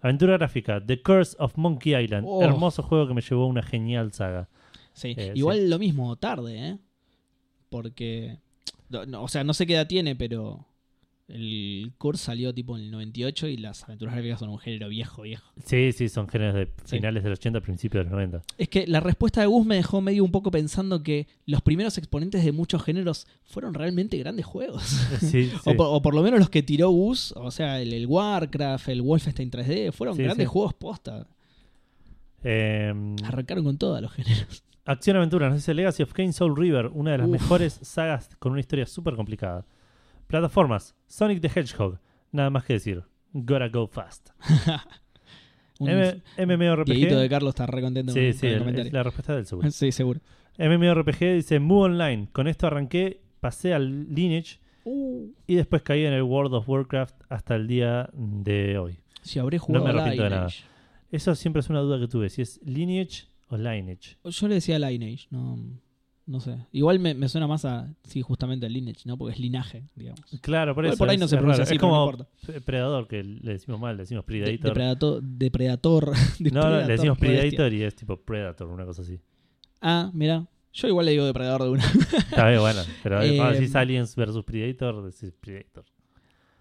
Speaker 1: Aventura gráfica, The Curse of Monkey Island,
Speaker 2: Oh.
Speaker 1: hermoso juego que me llevó a una genial saga.
Speaker 2: Mm. Sí.
Speaker 1: Eh,
Speaker 2: Igual lo mismo, tarde, ¿eh? Porque. no, no, o sea, no sé qué edad tiene, pero. El curso salió tipo en el 98 y las aventuras gráficas son un género viejo, viejo.
Speaker 1: Sí, sí, son géneros de
Speaker 2: Sí.
Speaker 1: finales del 80, principios de los 90.
Speaker 2: Es que la respuesta de Gus me dejó medio un poco pensando que los primeros exponentes de muchos géneros fueron realmente grandes [laughs] juegos.
Speaker 1: Sí, sí.
Speaker 2: O, por, o por lo menos los que tiró Gus, o sea, el, el Warcraft, el Wolfenstein 3D, fueron
Speaker 1: Sí,
Speaker 2: grandes
Speaker 1: sí.
Speaker 2: juegos posta.
Speaker 1: Eh,
Speaker 2: Arrancaron con todos los géneros.
Speaker 1: Acción Aventura nos dice Legacy of Kane Soul River, una de las
Speaker 2: Uf.
Speaker 1: mejores sagas con una historia súper complicada. Plataformas, Sonic the Hedgehog, nada más que decir. Gotta Go Fast.
Speaker 2: Un
Speaker 1: M-
Speaker 2: Dieguito de
Speaker 1: MMORPG.
Speaker 2: Carlos está re contento
Speaker 1: Sí,
Speaker 2: con,
Speaker 1: sí,
Speaker 2: con el
Speaker 1: el- es
Speaker 2: comentario.
Speaker 1: la respuesta del seguro.
Speaker 2: [laughs] Sí, seguro.
Speaker 1: Ah. MMORPG dice Move Online. Con esto arranqué, pasé al Lineage
Speaker 2: Uh,
Speaker 1: y después caí en el World of Warcraft hasta el día de hoy.
Speaker 2: si habré jugado
Speaker 1: me
Speaker 2: a
Speaker 1: arrepiento de nada.
Speaker 2: Lineage.
Speaker 1: Eso siempre es una duda que tuve, si es Lineage o Lineage.
Speaker 2: Yo le decía Lineage, no, no sé. Igual me, me suena más a, sí, justamente el Lineage, ¿no? Porque es linaje, digamos.
Speaker 1: Claro, por
Speaker 2: Igual
Speaker 1: eso.
Speaker 2: por ahí
Speaker 1: es-
Speaker 2: no se
Speaker 1: es
Speaker 2: pronuncia
Speaker 1: raro.
Speaker 2: así,
Speaker 1: Es
Speaker 2: pero no
Speaker 1: como
Speaker 2: importa.
Speaker 1: pre- Predador, que le decimos mal, le decimos
Speaker 2: De-
Speaker 1: Predator.
Speaker 2: Depredator. Depredator. [laughs]
Speaker 1: no, no, le decimos
Speaker 2: re bestia.
Speaker 1: Predator y es tipo Predator, una cosa así.
Speaker 2: Ah, mira. Yo igual le digo depredador de una. [laughs]
Speaker 1: Está bien, bueno. Pero
Speaker 2: Eh,
Speaker 1: cuando decís Aliens versus Predator, decís Predator.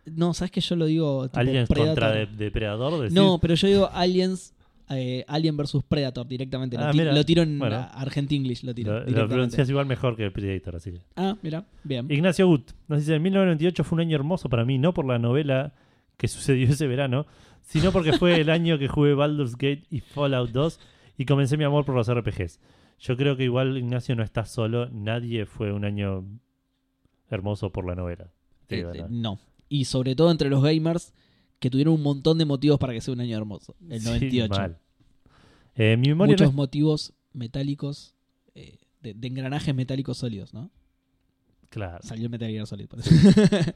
Speaker 2: No, ¿sabes que yo lo digo tipo
Speaker 1: aliens contra
Speaker 2: Predator?
Speaker 1: de- Depredador, decís.
Speaker 2: No, pero yo digo Aliens, eh, Alien versus Predator directamente. Lo,
Speaker 1: Ah,
Speaker 2: ti-
Speaker 1: mira.
Speaker 2: lo tiro en
Speaker 1: Bueno.
Speaker 2: a- Argentin English, lo tiro.
Speaker 1: lo, lo
Speaker 2: directamente.
Speaker 1: pronuncias igual mejor que Predator, así que.
Speaker 2: Ah, mira, bien.
Speaker 1: Ignacio Gut nos dice: 1998 fue un año hermoso para mí, no por la novela que sucedió ese verano, sino porque fue el año que jugué Baldur's Gate y Fallout 2 y comencé mi amor por los RPGs. Yo creo que igual Ignacio no está solo, nadie fue un año hermoso por la novela. Te
Speaker 2: Eh,
Speaker 1: digo,
Speaker 2: eh,
Speaker 1: ¿no?
Speaker 2: no. Y sobre todo entre los gamers que tuvieron un montón de motivos para que sea un año hermoso. El
Speaker 1: Sí,
Speaker 2: 98.
Speaker 1: mal. Eh, mi memoria
Speaker 2: Muchos
Speaker 1: no
Speaker 2: motivos metálicos, eh, de, de engranajes metálicos sólidos, ¿no?
Speaker 1: es- claro.
Speaker 2: Salió el Metal Gear Solid. por eso. [laughs]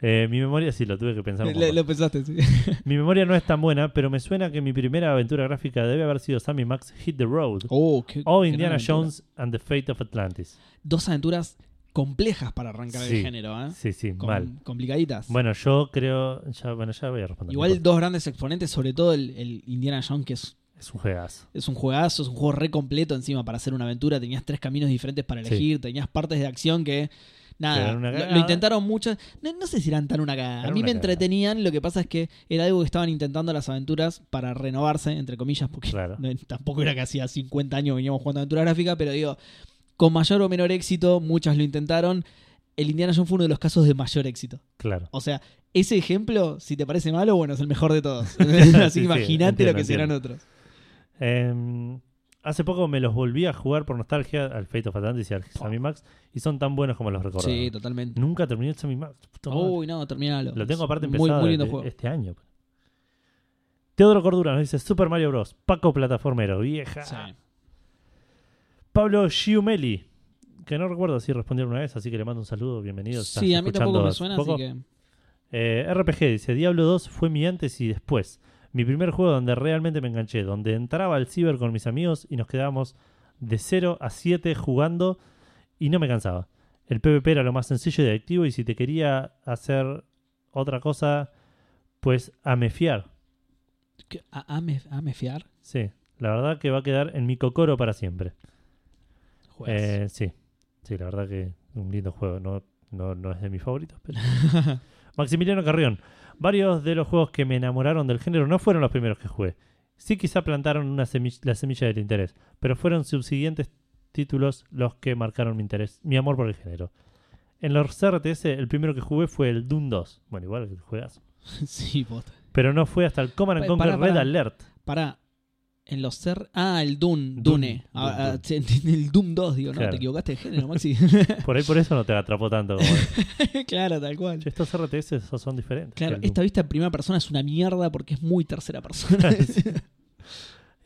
Speaker 1: Eh, mi memoria sí lo tuve que pensar. un
Speaker 2: lo,
Speaker 1: poco.
Speaker 2: lo pensaste, sí.
Speaker 1: Mi memoria no es tan buena, pero me suena que mi primera aventura gráfica debe haber sido Sammy Max Hit the Road
Speaker 2: Oh, qué-
Speaker 1: o
Speaker 2: qué
Speaker 1: Indiana
Speaker 2: gran aventura.
Speaker 1: Jones and the Fate of Atlantis.
Speaker 2: Dos aventuras complejas para arrancar
Speaker 1: Sí.
Speaker 2: el género, ¿eh?
Speaker 1: Sí, sí,
Speaker 2: Com-
Speaker 1: mal.
Speaker 2: Complicaditas.
Speaker 1: Bueno, yo creo. Ya, bueno, ya voy a responder.
Speaker 2: Igual dos grandes exponentes, sobre todo el, el Indiana Jones, que es,
Speaker 1: Es un juegazo.
Speaker 2: es un juegazo, es un juego re completo encima para hacer una aventura. Tenías tres caminos diferentes para
Speaker 1: Sí.
Speaker 2: elegir, tenías partes de acción que. Nada,
Speaker 1: Eran una
Speaker 2: lo,
Speaker 1: cagada.
Speaker 2: lo intentaron muchas. No, no sé si eran tan una cagada.
Speaker 1: Eran
Speaker 2: A mí
Speaker 1: una
Speaker 2: me
Speaker 1: cagada.
Speaker 2: entretenían, lo que pasa es que era algo que estaban intentando las aventuras para renovarse, entre comillas, porque
Speaker 1: Claro.
Speaker 2: no- [laughs] tampoco era que hacía 50 años veníamos jugando aventura gráfica, pero digo, con mayor o menor éxito, muchas lo intentaron. El Indiana Jones fue uno de los casos de mayor éxito.
Speaker 1: Claro.
Speaker 2: O sea, ese ejemplo, si te parece malo, bueno, es el mejor
Speaker 1: [laughs]
Speaker 2: de todos. [laughs] Así
Speaker 1: Sí,
Speaker 2: que
Speaker 1: sí,
Speaker 2: imagínate
Speaker 1: entiendo,
Speaker 2: lo que serán
Speaker 1: entiendo.
Speaker 2: otros.
Speaker 1: Em, hace poco me los volví a jugar por nostalgia al Fate of Atlantis y al Sammy Max y son tan buenos como los recordaba.
Speaker 2: Sí, Oh, totalmente.
Speaker 1: Nunca terminé el Sammy Max. puta madre.
Speaker 2: Uy, no, terminalo.
Speaker 1: Lo tengo aparte
Speaker 2: Muy,
Speaker 1: empezado
Speaker 2: muy lindo
Speaker 1: de-
Speaker 2: juego.
Speaker 1: este año. Teodoro Cordura nos dice Super Mario Bros. Paco Plataformero, vieja.
Speaker 2: Sí.
Speaker 1: Pablo Giumelli, que no recuerdo si respondió una vez, así que le mando un saludo, bienvenido. estás
Speaker 2: Sí, a mí
Speaker 1: escuchando
Speaker 2: tampoco me
Speaker 1: hace
Speaker 2: suena,
Speaker 1: poco.
Speaker 2: así que.
Speaker 1: Eh, RPG dice, Diablo 2 fue mi antes y después. Mi primer juego donde realmente me enganché, donde entraba al ciber con mis amigos y nos quedábamos de 0 a 7 jugando y no me cansaba. El PvP era lo más sencillo y adictivo y si te quería hacer otra cosa, pues a me fiar.
Speaker 2: ¿Qué? ¿A, a me, a me fiar?
Speaker 1: Sí, la verdad que va a quedar en mi cocoro para siempre.
Speaker 2: Juegas.
Speaker 1: Eh, sí, sí, la verdad que es un lindo juego. No, no, no es de mis favoritos, pero. Maximiliano Carrión. Varios de los juegos que me enamoraron del género no fueron los primeros que jugué. Sí, quizá plantaron una semilla, la semilla del interés, pero fueron subsiguientes títulos los que marcaron mi interés, mi amor por el género. En los RTS, el primero que jugué fue el Doom 2. Bueno, igual que juegas.
Speaker 2: [laughs] sí, posta.
Speaker 1: Pero no fue hasta el Command and
Speaker 2: Pa-
Speaker 1: Conquer
Speaker 2: pará,
Speaker 1: Red
Speaker 2: pará.
Speaker 1: Alert.
Speaker 2: Pará. En los ser. Ah, el
Speaker 1: Dune,
Speaker 2: Dune. Dune. Ah,
Speaker 1: Dune,
Speaker 2: ah,
Speaker 1: Dune.
Speaker 2: sí, en el Doom 2, digo, no,
Speaker 1: Claro.
Speaker 2: te equivocaste de
Speaker 1: [laughs]
Speaker 2: género, Maxi. [laughs]
Speaker 1: Por ahí por eso no te atrapó tanto. como-
Speaker 2: claro, tal cual.
Speaker 1: Che, Estos RTS esos son diferentes.
Speaker 2: Claro,
Speaker 1: El Doom.
Speaker 2: esta vista en primera persona es una mierda porque es muy
Speaker 1: [laughs]
Speaker 2: tercera persona.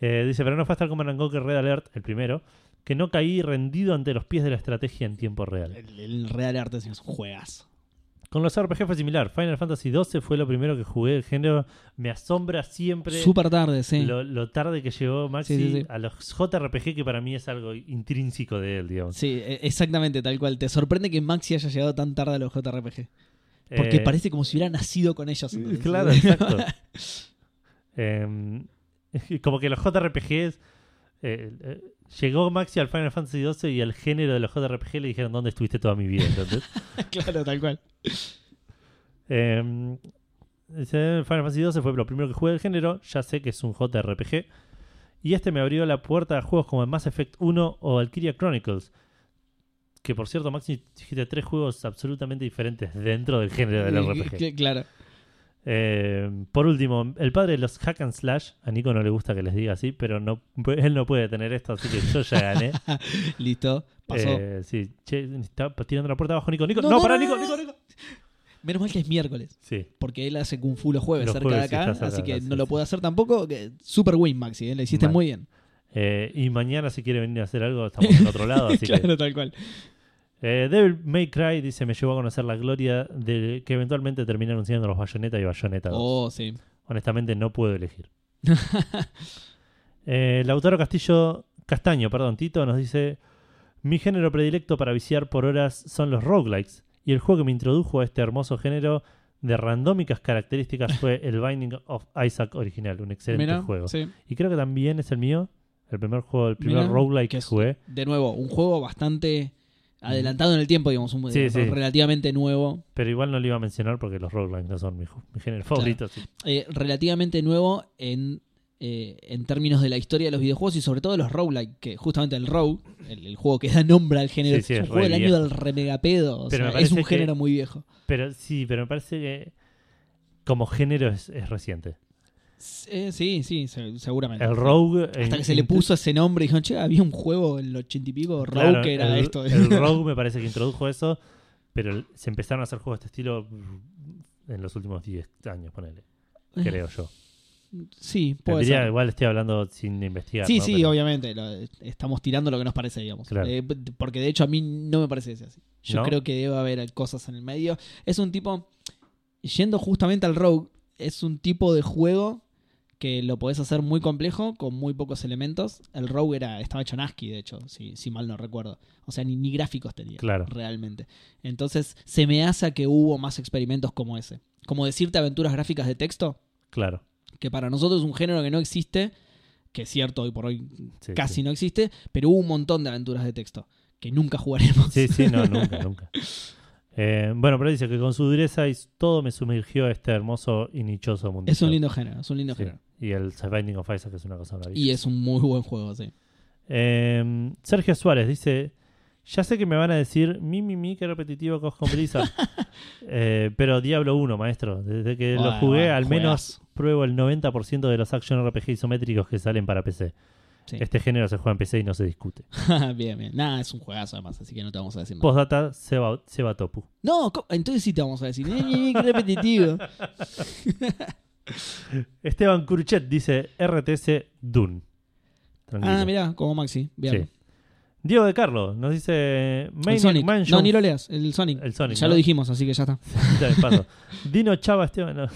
Speaker 1: Eh, dice, pero no fue hasta el Command and Conquer Red Alert, el primero, que no caí rendido ante los pies de la estrategia en tiempo real.
Speaker 2: el, el Real Arte es un juegazo.
Speaker 1: Con los RPG fue similar. Final Fantasy XII fue lo primero que jugué. El género me asombra siempre
Speaker 2: Súper tarde, sí.
Speaker 1: lo, lo tarde que llegó Maxi
Speaker 2: Sí, sí, sí.
Speaker 1: a los JRPG, que para mí es algo intrínseco de él, digamos.
Speaker 2: Sí, e- exactamente, tal cual. Te sorprende que Maxi haya llegado tan tarde a los JRPG. Porque
Speaker 1: Eh,
Speaker 2: parece como si hubiera nacido con ellos.
Speaker 1: [laughs]
Speaker 2: entonces. [laughs]
Speaker 1: Claro, exacto. Em, [laughs] como que los JRPGs. eh, eh, llegó Maxi al Final Fantasy XII y al género de los JRPG le dijeron: ¿Dónde estuviste toda mi vida? ¿Entendés?
Speaker 2: claro, tal cual.
Speaker 1: Eh, dice, Final Fantasy 12 fue lo primero que jugué del género. Ya sé que es un JRPG. Y este me abrió la puerta a juegos como Mass Effect 1 o Valkyria Chronicles. Que por cierto, Maxi, dijiste tres juegos absolutamente diferentes dentro del género del
Speaker 2: Eh,
Speaker 1: RPG.
Speaker 2: que- Claro.
Speaker 1: Eh, por último, el padre de los hack and slash. A Nico no le gusta que les diga así, pero no, él no puede tener esto, así que yo ya gané.
Speaker 2: Listo, [laughs] pasó.
Speaker 1: Eh, sí, che, está tirando la puerta abajo, Nico. Nico,
Speaker 2: No,
Speaker 1: no,
Speaker 2: no,
Speaker 1: pará,
Speaker 2: no,
Speaker 1: Nico,
Speaker 2: no,
Speaker 1: Nico,
Speaker 2: no.
Speaker 1: Nico.
Speaker 2: Menos mal que es miércoles,
Speaker 1: Sí.
Speaker 2: porque él hace Kung Fu los jueves
Speaker 1: Los
Speaker 2: cerca
Speaker 1: jueves sí
Speaker 2: de acá,
Speaker 1: está cerca de
Speaker 2: así que
Speaker 1: acá,
Speaker 2: no
Speaker 1: sí,
Speaker 2: lo
Speaker 1: sí.
Speaker 2: puede hacer tampoco. que- Super win, Maxi, ¿eh? lo hiciste
Speaker 1: Mal.
Speaker 2: muy bien.
Speaker 1: Eh, y mañana si quiere venir a hacer algo, estamos en otro
Speaker 2: [laughs]
Speaker 1: lado, así que
Speaker 2: claro, tal cual.
Speaker 1: Eh, Devil May Cry dice, me llevó a conocer la gloria de que eventualmente terminé anunciando los Bayonetta y Bayonetta 2.
Speaker 2: Oh, sí.
Speaker 1: Honestamente no puedo
Speaker 2: [laughs]
Speaker 1: elegir. Eh, Lautaro Castillo Castaño, perdón, Tito nos dice, mi género predilecto para viciar por horas son los roguelikes y el juego que me introdujo a este hermoso género de randómicas características fue el Binding of Isaac original, un excelente
Speaker 2: Mira,
Speaker 1: juego.
Speaker 2: sí.
Speaker 1: Y creo que también es el mío, el primer juego, el primer
Speaker 2: Mira,
Speaker 1: roguelike
Speaker 2: que
Speaker 1: que
Speaker 2: es-
Speaker 1: jugué.
Speaker 2: De nuevo, un juego bastante adelantado en el tiempo, digamos, un
Speaker 1: Sí, sí.
Speaker 2: relativamente nuevo.
Speaker 1: Pero igual no lo iba a mencionar porque los roguelikes no son mi, ju- mi género favorito. así
Speaker 2: eh, relativamente nuevo en, eh, en términos de la historia de los videojuegos y sobre todo de los roguelike, que justamente el rogue, el, el juego que da nombre al género,
Speaker 1: Sí, sí,
Speaker 2: es un
Speaker 1: es
Speaker 2: juego
Speaker 1: re
Speaker 2: del año
Speaker 1: viejo.
Speaker 2: del remegapedo, o
Speaker 1: Pero me
Speaker 2: sea, es
Speaker 1: parece
Speaker 2: un
Speaker 1: que-
Speaker 2: género muy viejo.
Speaker 1: Pero sí, pero me parece que como género es, es reciente.
Speaker 2: Sí, eh, sí, sí, se- seguramente.
Speaker 1: El Rogue.
Speaker 2: Hasta que se le puso ese nombre y dijeron, che, había un juego en el ochenta y pico, rogue, que era
Speaker 1: el,
Speaker 2: esto.
Speaker 1: El Rogue me parece que introdujo eso, pero el- se empezaron a hacer juegos de este estilo en los últimos 10 años, ponele. Creo yo.
Speaker 2: [laughs] sí, puede
Speaker 1: Tendría-
Speaker 2: ser.
Speaker 1: igual estoy hablando sin investigar.
Speaker 2: Sí,
Speaker 1: ¿no?
Speaker 2: sí,
Speaker 1: Pero-
Speaker 2: obviamente. lo- estamos tirando lo que nos parece, digamos.
Speaker 1: Claro.
Speaker 2: Eh, p- porque de hecho a mí no me parece que sea así. Yo
Speaker 1: ¿No?
Speaker 2: creo que debe haber cosas en el medio. Es un tipo, yendo justamente al rogue, es un tipo de juego que lo podés hacer muy complejo con muy pocos elementos. El rogue era, estaba hecho en ASCII, de hecho, si, si mal no recuerdo. O sea, ni, ni gráficos tenía
Speaker 1: Claro.
Speaker 2: realmente. Entonces se me hace a que hubo más experimentos como ese. Como decirte aventuras gráficas de texto,
Speaker 1: Claro.
Speaker 2: que para nosotros es un género que no existe, que es cierto, hoy por hoy
Speaker 1: Sí,
Speaker 2: casi
Speaker 1: sí.
Speaker 2: no existe, pero hubo un montón de aventuras de texto que nunca jugaremos.
Speaker 1: Sí, sí,
Speaker 2: [laughs]
Speaker 1: no, nunca, nunca. Eh, bueno, pero dice que con su dureza y todo me sumergió a este hermoso y nichoso mundo.
Speaker 2: es un lindo género, es un lindo
Speaker 1: Sí.
Speaker 2: género.
Speaker 1: Y el Binding of Isaac es una cosa maravillosa.
Speaker 2: Y es un muy buen juego, sí.
Speaker 1: Eh, Sergio Suárez dice: Ya sé que me van a decir, mi, mi, mi, qué repetitivo que os con
Speaker 2: [laughs]
Speaker 1: Blizzard". Eh, pero Diablo 1, maestro. Desde que Eh, lo
Speaker 2: Bueno,
Speaker 1: jugué,
Speaker 2: bueno,
Speaker 1: al menos
Speaker 2: juegazo.
Speaker 1: pruebo el 90% de los action RPG isométricos que salen para PC.
Speaker 2: Sí.
Speaker 1: Este género se juega en PC y no se discute.
Speaker 2: [laughs] bien, bien. Nada, es un juegazo además, así que no te vamos a decir nada.
Speaker 1: Postdata, Seba, Seba Topu.
Speaker 2: No, co- entonces sí te vamos a decir. "Eh, eh, eh, qué
Speaker 1: [laughs]
Speaker 2: repetitivo.
Speaker 1: Esteban Curchet dice: RTS Dune. Tranquilo.
Speaker 2: ah, mirá, como Maxi. Bien.
Speaker 1: Sí. Diego de Carlo nos dice:
Speaker 2: El
Speaker 1: Maniac
Speaker 2: Sonic.
Speaker 1: Mansion
Speaker 2: No, ni lo leas. El Sonic.
Speaker 1: El Sonic,
Speaker 2: ya
Speaker 1: ¿no?
Speaker 2: lo dijimos, así que ya está.
Speaker 1: Ya, de
Speaker 2: [laughs]
Speaker 1: paso. Dino Chava Esteban. no.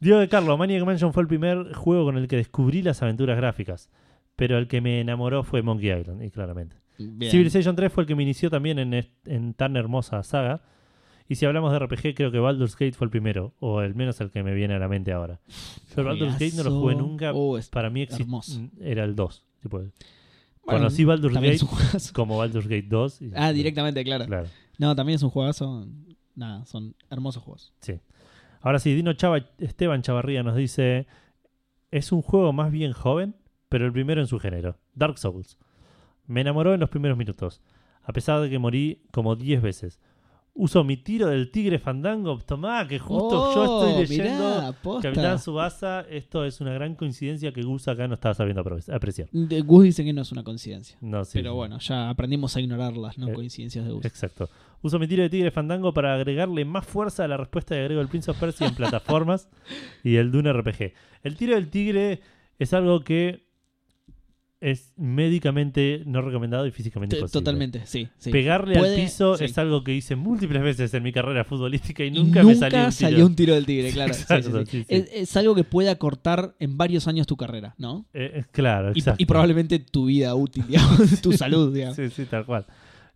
Speaker 1: Diego de Carlo, Maniac Mansion fue el primer juego con el que descubrí las aventuras gráficas. Pero el que me enamoró fue Monkey Island, y claramente.
Speaker 2: Bien.
Speaker 1: Civilization 3 fue el que me inició también en, est- en tan hermosa saga. Y si hablamos de RPG, creo que Baldur's Gate fue el primero, o al menos el que me viene a la mente ahora. Yo el Baldur's Gate no lo jugué
Speaker 2: Juegazo.
Speaker 1: nunca.
Speaker 2: Oh, es-
Speaker 1: Para mí exi-
Speaker 2: hermoso.
Speaker 1: era el 2. tipo,
Speaker 2: bueno,
Speaker 1: Conocí Baldur's
Speaker 2: también
Speaker 1: Gate
Speaker 2: es un juegazo. [laughs]
Speaker 1: como Baldur's Gate 2. y-
Speaker 2: Ah, directamente, claro.
Speaker 1: Claro.
Speaker 2: No, también es un juegazo. Nada, son hermosos juegos.
Speaker 1: Ahora sí, Dino Chava, Esteban Chavarría nos dice: Es un juego más bien joven, pero el primero en su género, Dark Souls. Me enamoró en los primeros minutos, a pesar de que morí como 10 veces. Uso mi tiro del tigre fandango. Tomá, que justo yo
Speaker 2: Oh,
Speaker 1: estoy leyendo
Speaker 2: mirá, posta.
Speaker 1: Capitán Subasa. Esto es una gran coincidencia que Gus acá no estaba sabiendo apro- apreciar.
Speaker 2: De- Gus dice que no es una coincidencia.
Speaker 1: No, sí.
Speaker 2: Pero bueno, ya aprendimos a ignorar las no
Speaker 1: Eh,
Speaker 2: coincidencias de Gus.
Speaker 1: Exacto. Uso mi tiro de tigre fandango para agregarle más fuerza a la respuesta de Grego el Prince of Persia
Speaker 2: [laughs]
Speaker 1: en plataformas y el Dune RPG. El tiro del tigre es algo que es médicamente no recomendado y físicamente
Speaker 2: T-
Speaker 1: imposible.
Speaker 2: Totalmente, sí. sí.
Speaker 1: Pegarle al
Speaker 2: Puede-
Speaker 1: piso
Speaker 2: sí.
Speaker 1: es algo que hice múltiples veces en mi carrera futbolística y
Speaker 2: Y
Speaker 1: nunca, me salió un tiro.
Speaker 2: del tigre,
Speaker 1: Sí, [laughs]
Speaker 2: claro. sí, sí,
Speaker 1: exacto,
Speaker 2: sí.
Speaker 1: sí, sí.
Speaker 2: Es, es algo que puede acortar en varios años tu carrera, ¿no?
Speaker 1: Eh, eh, claro,
Speaker 2: Y,
Speaker 1: exacto.
Speaker 2: y probablemente tu vida útil, digamos, [laughs]
Speaker 1: [laughs]
Speaker 2: tu salud, digamos.
Speaker 1: Sí, sí, tal cual.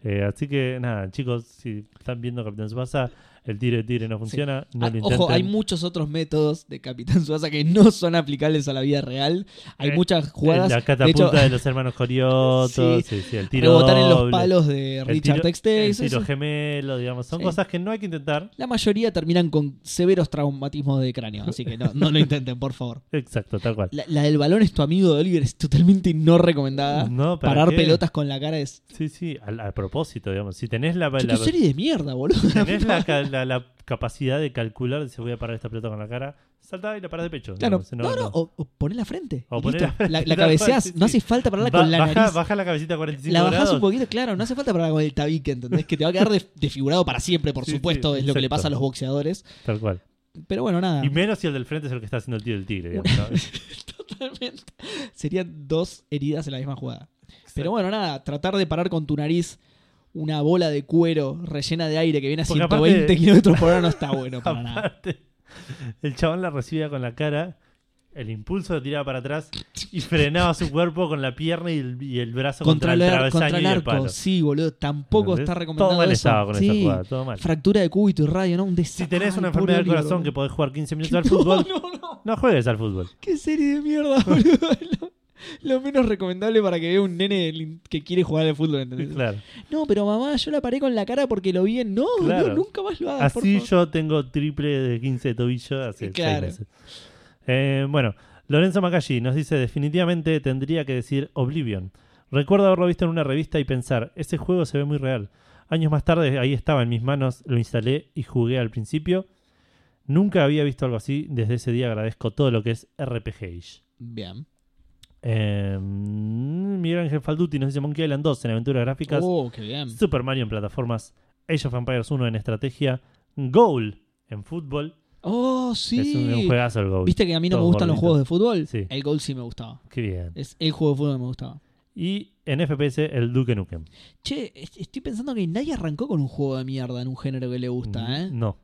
Speaker 1: Eh, así que nada, chicos, si están viendo Capitán Subasa, el tiro de tigre no funciona, no
Speaker 2: Ah,
Speaker 1: lo intenten.
Speaker 2: Ojo, hay muchos otros métodos de Capitán Suaza que no son aplicables a la vida real. Hay
Speaker 1: Eh,
Speaker 2: muchas jugadas.
Speaker 1: La
Speaker 2: de hecho,
Speaker 1: catapulta
Speaker 2: [laughs]
Speaker 1: de, los hermanos Corioto,
Speaker 2: Sí.
Speaker 1: sí. Sí, el tiro
Speaker 2: rebotar en los
Speaker 1: doble,
Speaker 2: palos de
Speaker 1: el
Speaker 2: Richard
Speaker 1: tiro-
Speaker 2: Textex.
Speaker 1: el tiro
Speaker 2: eso-
Speaker 1: gemelo, digamos. Son
Speaker 2: Sí.
Speaker 1: cosas que no hay que intentar.
Speaker 2: La mayoría terminan con severos traumatismos de cráneo, así que no, no lo intenten, por favor.
Speaker 1: Exacto, tal cual.
Speaker 2: [laughs] La, la del balón es tu amigo de Oliver, es totalmente no recomendada.
Speaker 1: Uh, No, Mm, ¿para
Speaker 2: Parar
Speaker 1: qué?
Speaker 2: pelotas con la cara es.
Speaker 1: Sí, sí, al- a, propósito, digamos. Si tenés la,
Speaker 2: Che,
Speaker 1: la- [laughs]
Speaker 2: qué serie de mierda, boludo.
Speaker 1: tenés la, ca- la la, la capacidad de calcular si voy a parar esta pelota con la cara. Saltá y la parás de pecho.
Speaker 2: [laughs] Claro,
Speaker 1: digamos,
Speaker 2: no, no, o, o poné la frente.
Speaker 1: O
Speaker 2: y
Speaker 1: poné
Speaker 2: listo.
Speaker 1: la frente,
Speaker 2: la La,
Speaker 1: [laughs] tal cual,
Speaker 2: cabeceás,
Speaker 1: sí,
Speaker 2: no
Speaker 1: sí.
Speaker 2: hace falta pararla
Speaker 1: Ba-
Speaker 2: con la
Speaker 1: baja,
Speaker 2: nariz.
Speaker 1: baja la cabecita a 45
Speaker 2: la bajás
Speaker 1: grados.
Speaker 2: un poquito, claro, no hace falta pararla con el tabique, ¿entendés? Que te va a quedar de- desfigurado para siempre, por
Speaker 1: Sí,
Speaker 2: supuesto,
Speaker 1: sí,
Speaker 2: es lo que le
Speaker 1: exacto.
Speaker 2: pasa a los boxeadores.
Speaker 1: Tal cual.
Speaker 2: Pero bueno, nada. [laughs]
Speaker 1: Y menos si el del frente es el que está haciendo el tiro del tigre. digamos, ¿no?
Speaker 2: Totalmente. Serían dos heridas en la misma jugada. [laughs] Pero bueno, nada, tratar de parar con tu nariz una bola de cuero rellena de aire que viene a
Speaker 1: Porque
Speaker 2: 120
Speaker 1: aparte-
Speaker 2: kilómetros por hora no está
Speaker 1: [laughs]
Speaker 2: bueno para nada.
Speaker 1: Aparte, el chabón la recibía con la cara, el impulso lo tiraba para atrás y frenaba su cuerpo con la pierna y el, y el brazo contra,
Speaker 2: Contra el,
Speaker 1: el
Speaker 2: ar-
Speaker 1: travesaño
Speaker 2: contra el
Speaker 1: y el
Speaker 2: arco,
Speaker 1: palo.
Speaker 2: sí, boludo, tampoco
Speaker 1: ¿Entendés?
Speaker 2: está recomendado
Speaker 1: Todo mal
Speaker 2: eso.
Speaker 1: estaba con esa
Speaker 2: Sí,
Speaker 1: jugada, todo mal.
Speaker 2: Fractura de cúbito y radio, ¿no? Un desastre.
Speaker 1: Si tenés una
Speaker 2: Ay, pobre
Speaker 1: enfermedad del
Speaker 2: Oliver,
Speaker 1: corazón que
Speaker 2: boludo.
Speaker 1: podés jugar 15
Speaker 2: [laughs]
Speaker 1: minutos al fútbol,
Speaker 2: No, no, no.
Speaker 1: no juegues al fútbol.
Speaker 2: Qué serie de mierda, [laughs] boludo. Lo, lo menos recomendable para que vea un nene que quiere jugar al fútbol, ¿entendés?
Speaker 1: Claro.
Speaker 2: No, pero mamá, yo la paré con la cara porque lo vi en. No, boludo,
Speaker 1: Claro.
Speaker 2: nunca más lo hagas. por
Speaker 1: Así
Speaker 2: favor.
Speaker 1: yo tengo triple de 15 de tobillo hace seis
Speaker 2: Claro.
Speaker 1: meses. Eh, bueno, Lorenzo Macalli nos dice: definitivamente tendría que decir Oblivion. Recuerdo haberlo visto en una revista y pensar, ese juego se ve muy real. Años más tarde, ahí estaba en mis manos, lo instalé y jugué al principio. Nunca había visto algo así. Desde ese día agradezco todo lo que es RPG.
Speaker 2: Bien.
Speaker 1: Eh, Miguel Ángel Falduti nos dice Monkey Island 2 en aventuras gráficas.
Speaker 2: Oh, qué bien.
Speaker 1: Super Mario en plataformas, Age of Empires 1 en estrategia, Goal en fútbol.
Speaker 2: Oh, sí.
Speaker 1: Es un, un juegazo el Goal.
Speaker 2: Viste que a mí no me
Speaker 1: Todos
Speaker 2: gustan los
Speaker 1: gorditos.
Speaker 2: juegos de fútbol.
Speaker 1: Sí.
Speaker 2: El Gold sí me gustaba.
Speaker 1: Qué bien.
Speaker 2: Es el juego de fútbol que me gustaba.
Speaker 1: Y en FPS, el Duke Nukem.
Speaker 2: Che, es- estoy pensando que nadie arrancó con un juego de mierda en un género que le gusta, ¿eh?
Speaker 1: Mm, No.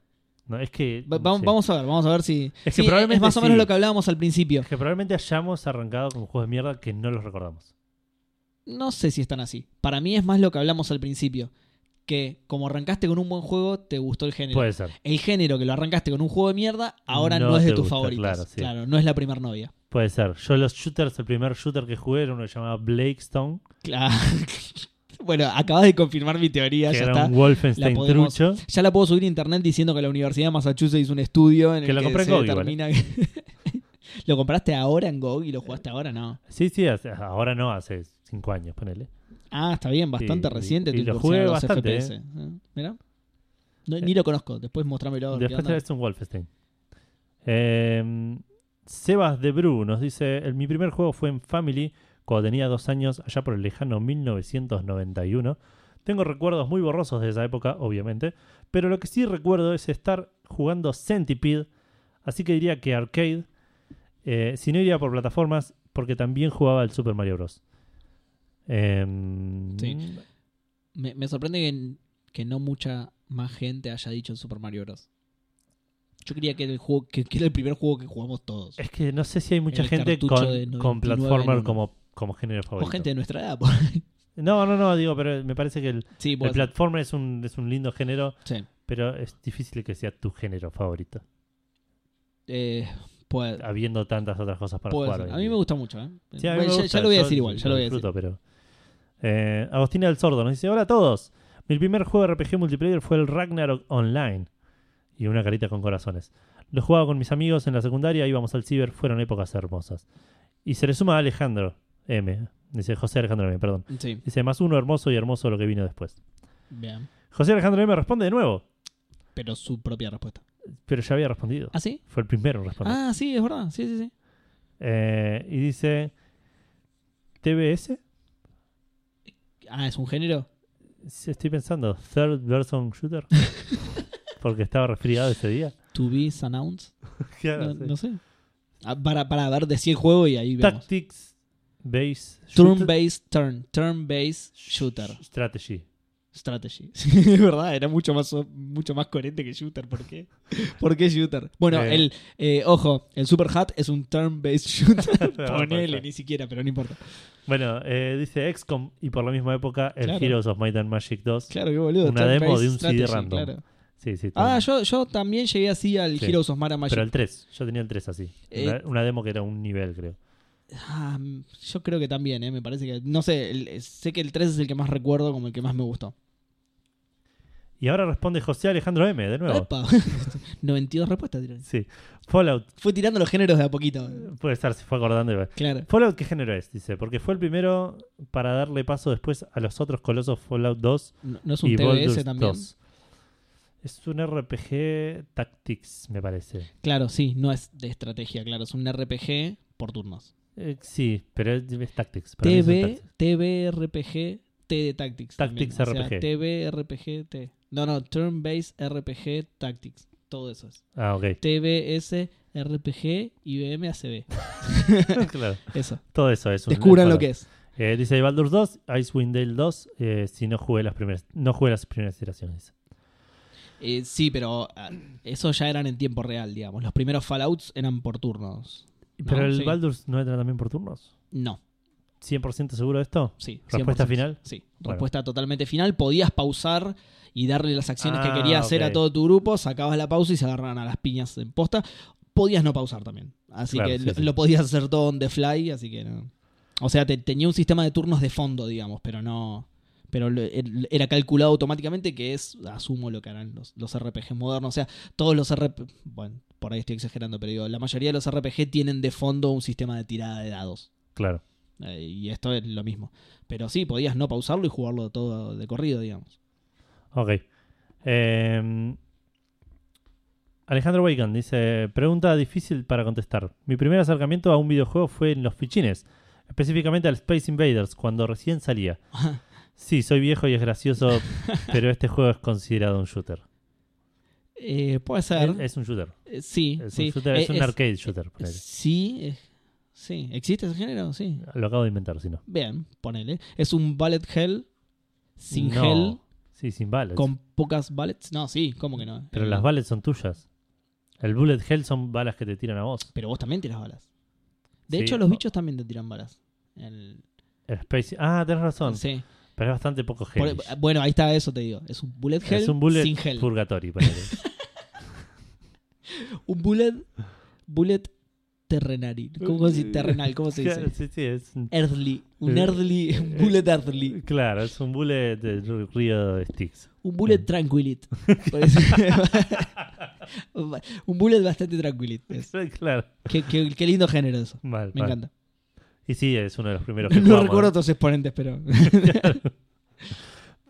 Speaker 1: No, es que.
Speaker 2: Va- va-
Speaker 1: mm, sí.
Speaker 2: Vamos a ver, vamos a ver si.
Speaker 1: Es que
Speaker 2: sí,
Speaker 1: probablemente
Speaker 2: es más o menos
Speaker 1: sí.
Speaker 2: lo que hablábamos al principio.
Speaker 1: Es que probablemente hayamos arrancado con juegos de mierda que no los recordamos.
Speaker 2: No sé si están así. Para mí es más lo que hablamos al principio. Que como arrancaste con un buen juego, te gustó el género.
Speaker 1: Puede ser.
Speaker 2: el género que lo arrancaste con un juego de mierda, ahora
Speaker 1: Pues- No
Speaker 2: no, es de
Speaker 1: te
Speaker 2: tus
Speaker 1: gusta,
Speaker 2: favoritos.
Speaker 1: claro, sí.
Speaker 2: no es la primer novia.
Speaker 1: Puede ser. Yo los shooters, el primer shooter que jugué era uno que se llamaba Blake Stone,
Speaker 2: Claro. [laughs] bueno, acabas de confirmar mi teoría,
Speaker 1: que
Speaker 2: ya
Speaker 1: era
Speaker 2: está.
Speaker 1: un Wolfenstein
Speaker 2: La podemos-
Speaker 1: trucho.
Speaker 2: Ya la puedo subir a internet diciendo que la Universidad de Massachusetts hizo un estudio en
Speaker 1: Que
Speaker 2: el
Speaker 1: la
Speaker 2: que
Speaker 1: compré en eh.
Speaker 2: se
Speaker 1: GOG
Speaker 2: determina que- [laughs] ¿Lo compraste ahora en GOG y lo jugaste ahora? No.
Speaker 1: Sí, sí, hace- ahora no, hace cinco años, ponele.
Speaker 2: Ah, está bien, bastante
Speaker 1: Sí,
Speaker 2: reciente
Speaker 1: y-
Speaker 2: tu
Speaker 1: y lo
Speaker 2: incursión
Speaker 1: jugué
Speaker 2: a los
Speaker 1: bastante, Eh,
Speaker 2: FPS. ¿eh? Mirá. No, ni lo conozco, después mostrámelo. ¿qué
Speaker 1: Después
Speaker 2: onda?
Speaker 1: es un Wolfenstein. Eh, Sebas de Bru nos dice: "El- Mi primer juego fue en Family cuando tenía dos años, allá por el lejano 1991. Tengo recuerdos muy borrosos de esa época, obviamente, pero lo que sí recuerdo es estar jugando Centipede, así que diría que arcade. eh, si no iría por plataformas, porque también jugaba el Super Mario Bros. Em,
Speaker 2: Sí. Me, me sorprende que, que no mucha más gente haya dicho el Super Mario Bros. Yo creía que era el, juego, que, que era el primer juego que jugamos todos.
Speaker 1: Es que no sé si hay mucha
Speaker 2: El
Speaker 1: gente
Speaker 2: cartucho
Speaker 1: con,
Speaker 2: de
Speaker 1: con
Speaker 2: 99
Speaker 1: platformer
Speaker 2: en uno.
Speaker 1: como, como género favorito.
Speaker 2: o gente de nuestra edad. por-
Speaker 1: No, no, no, digo, pero me parece que el,
Speaker 2: [laughs] sí,
Speaker 1: el
Speaker 2: puede ser.
Speaker 1: platformer es un, es un lindo género,
Speaker 2: Sí.
Speaker 1: pero es difícil que sea tu género favorito,
Speaker 2: Eh, puede-
Speaker 1: habiendo tantas otras cosas para
Speaker 2: puede
Speaker 1: jugar.
Speaker 2: ser.
Speaker 1: hoy
Speaker 2: A mí
Speaker 1: en
Speaker 2: me
Speaker 1: día.
Speaker 2: gusta mucho. ¿eh?
Speaker 1: Sí, a mí
Speaker 2: Bueno,
Speaker 1: me
Speaker 2: ya,
Speaker 1: gusta,
Speaker 2: ya lo voy a
Speaker 1: yo
Speaker 2: decir igual. Ya lo voy a decir.
Speaker 1: disfruto, pero... Eh, Agostina del Sordo nos dice, hola a todos, mi primer juego de RPG multiplayer fue el Ragnarok Online. Y una carita con corazones. Lo jugaba con mis amigos en la secundaria, íbamos al ciber, fueron épocas hermosas. Y se le suma a Alejandro M, dice José Alejandro M, perdón.
Speaker 2: Sí,
Speaker 1: Dice, más uno hermoso y hermoso lo que vino después.
Speaker 2: bien.
Speaker 1: José Alejandro M responde de nuevo,
Speaker 2: Pero su propia respuesta.
Speaker 1: pero ya había respondido.
Speaker 2: ¿Ah, sí?
Speaker 1: Fue el primero en responder.
Speaker 2: Ah, sí, es verdad. Sí, sí, sí.
Speaker 1: Eh, y dice, TBS,
Speaker 2: Ah, es un género.
Speaker 1: Sí, estoy pensando, Third Person
Speaker 2: [laughs]
Speaker 1: Shooter, porque estaba resfriado ese día.
Speaker 2: To be announced. No,
Speaker 1: Claro, sí.
Speaker 2: no sé. Ah, para, para ver de sí el juego y ahí vemos.
Speaker 1: Tactics Base
Speaker 2: Turn-based turn. Turn-based shooter.
Speaker 1: Strategy.
Speaker 2: Strategy. [laughs] Sí, es verdad, era mucho más, mucho más coherente que shooter. ¿Por qué? [laughs] ¿Por qué shooter? Bueno,
Speaker 1: Eh.
Speaker 2: el eh, ojo, el Super Hat es un
Speaker 1: [laughs]
Speaker 2: turn-based shooter.
Speaker 1: No,
Speaker 2: [laughs] Ponele,
Speaker 1: perfecto.
Speaker 2: ni siquiera, pero no importa.
Speaker 1: Bueno, eh, dice XCOM y por la misma época el
Speaker 2: Claro.
Speaker 1: Heroes of Might and Magic 2.
Speaker 2: Claro, qué boludo.
Speaker 1: Una demo
Speaker 2: turn-based
Speaker 1: de un CD
Speaker 2: strategy,
Speaker 1: random.
Speaker 2: claro.
Speaker 1: Sí, sí. todo.
Speaker 2: Ah, yo, yo también llegué así al
Speaker 1: Sí.
Speaker 2: Heroes of Mara Magic.
Speaker 1: Pero el 3, yo tenía el 3 así.
Speaker 2: Eh,
Speaker 1: una, una demo que era un nivel, creo.
Speaker 2: Ah, yo creo que también, eh, me parece que. No sé, el- eh, sé que el 3 es el que más recuerdo como el que más me gustó.
Speaker 1: Y ahora responde José Alejandro M, de nuevo.
Speaker 2: Epa. [laughs] 92 respuestas tiró.
Speaker 1: Sí. Fallout,
Speaker 2: Fue tirando los géneros de a poquito.
Speaker 1: puede estar, se fue acordando. igual.
Speaker 2: Claro.
Speaker 1: Fallout, ¿qué género es? Dice, porque fue el primero para darle paso después a los otros colosos Fallout 2
Speaker 2: No, no es un
Speaker 1: y
Speaker 2: TBS
Speaker 1: Baldur's
Speaker 2: también.
Speaker 1: 2. Es un RPG Tactics, me parece.
Speaker 2: Claro, sí, no es de estrategia, claro, es un RPG por turnos.
Speaker 1: Eh, sí, pero es, es Tactics. para mí es un
Speaker 2: TV,
Speaker 1: Tactics.
Speaker 2: TVRPG, T de Tactics. también.
Speaker 1: Tactics
Speaker 2: O sea,
Speaker 1: RPG.
Speaker 2: TVRPG, T. No, no, Turn Based RPG Tactics. Todo eso es.
Speaker 1: Ah, ok. [laughs]
Speaker 2: TBS, RPG, IBM, ACB.
Speaker 1: claro.
Speaker 2: Eso.
Speaker 1: Todo eso es un.
Speaker 2: Descubran lo que es.
Speaker 1: Eh, dice Baldur's 2, Icewind Dale 2, eh, si no jugué las primeras, no jugué las primeras iteraciones.
Speaker 2: Eh, sí, pero ah, eso ya eran en tiempo real, digamos. Los primeros Fallouts eran por turnos. No,
Speaker 1: Pero el
Speaker 2: sí.
Speaker 1: Baldur's no entra también por turnos.
Speaker 2: No,
Speaker 1: 100% seguro de esto.
Speaker 2: sí.
Speaker 1: Respuesta
Speaker 2: 100%.
Speaker 1: final.
Speaker 2: Sí,
Speaker 1: Bueno.
Speaker 2: respuesta totalmente final. Podías pausar y darle las acciones
Speaker 1: Ah,
Speaker 2: que quería hacer
Speaker 1: ok.
Speaker 2: a todo tu grupo, sacabas la pausa y se agarraban a las piñas en posta. Podías no pausar también. Así
Speaker 1: Claro,
Speaker 2: que
Speaker 1: sí,
Speaker 2: lo,
Speaker 1: sí.
Speaker 2: lo podías hacer todo on the fly, así que no. O sea, te- tenía un sistema de turnos de fondo, digamos, pero no. Pero lo- el- era calculado automáticamente, que es, asumo, lo que harán los, los RPGs modernos. O sea, todos los RPG. Bueno, por ahí estoy exagerando, pero digo, la mayoría de los RPG tienen de fondo un sistema de tirada de dados.
Speaker 1: Claro.
Speaker 2: Eh, y esto es lo mismo. Pero sí, podías no pausarlo y jugarlo todo de corrido, digamos.
Speaker 1: Ok. Eh, Alejandro Weigand dice: Pregunta difícil para contestar. Mi primer acercamiento a un videojuego fue en los fichines, específicamente al Space Invaders, cuando recién
Speaker 2: [laughs]
Speaker 1: salía. Sí, soy viejo y es gracioso, pero este juego es considerado un shooter.
Speaker 2: Eh, puede ser.
Speaker 1: Es un shooter.
Speaker 2: Eh, sí,
Speaker 1: Es
Speaker 2: sí.
Speaker 1: un, shooter,
Speaker 2: Eh,
Speaker 1: es un
Speaker 2: es-
Speaker 1: arcade shooter. ponele.
Speaker 2: Sí, eh, sí. ¿Existe ese género? Sí.
Speaker 1: Lo acabo de inventar, si no.
Speaker 2: Bien, ponele. Es un bullet hell sin
Speaker 1: No.
Speaker 2: hell
Speaker 1: Sí, sin balas.
Speaker 2: con pocas bullets. No, sí, ¿cómo que no?
Speaker 1: Pero
Speaker 2: Eh,
Speaker 1: las balas son tuyas. El bullet hell son balas que te tiran a vos.
Speaker 2: Pero vos también tiras balas. De
Speaker 1: Sí.
Speaker 2: hecho, los bichos también te tiran balas. El-
Speaker 1: El space... Ah, tenés razón.
Speaker 2: sí.
Speaker 1: Pero es bastante poco
Speaker 2: Por-
Speaker 1: hellish.
Speaker 2: bueno, ahí está eso, te digo. Es un bullet hell
Speaker 1: Es un bullet
Speaker 2: sin hell.
Speaker 1: purgatory. ponele.
Speaker 2: [laughs] Un bullet. Bullet terrenari. ¿Cómo se dice? Terrenal, ¿cómo
Speaker 1: [laughs]
Speaker 2: se
Speaker 1: Claro,
Speaker 2: dice?
Speaker 1: sí, sí, es un-
Speaker 2: Earthly. Un
Speaker 1: Eh,
Speaker 2: earthly. Un bullet earthly.
Speaker 1: Claro, es un bullet de río de sticks.
Speaker 2: Un bullet
Speaker 1: eh. [laughs]
Speaker 2: tranquilit. Por eso- [laughs] un bullet bastante tranquilit. Es-
Speaker 1: [laughs] claro,
Speaker 2: Qué, qué- qué lindo género eso.
Speaker 1: mal.
Speaker 2: Me
Speaker 1: mal.
Speaker 2: encanta.
Speaker 1: Y sí, es uno de los
Speaker 2: [laughs]
Speaker 1: primeros que
Speaker 2: No
Speaker 1: jugamos.
Speaker 2: recuerdo otros exponentes, pero.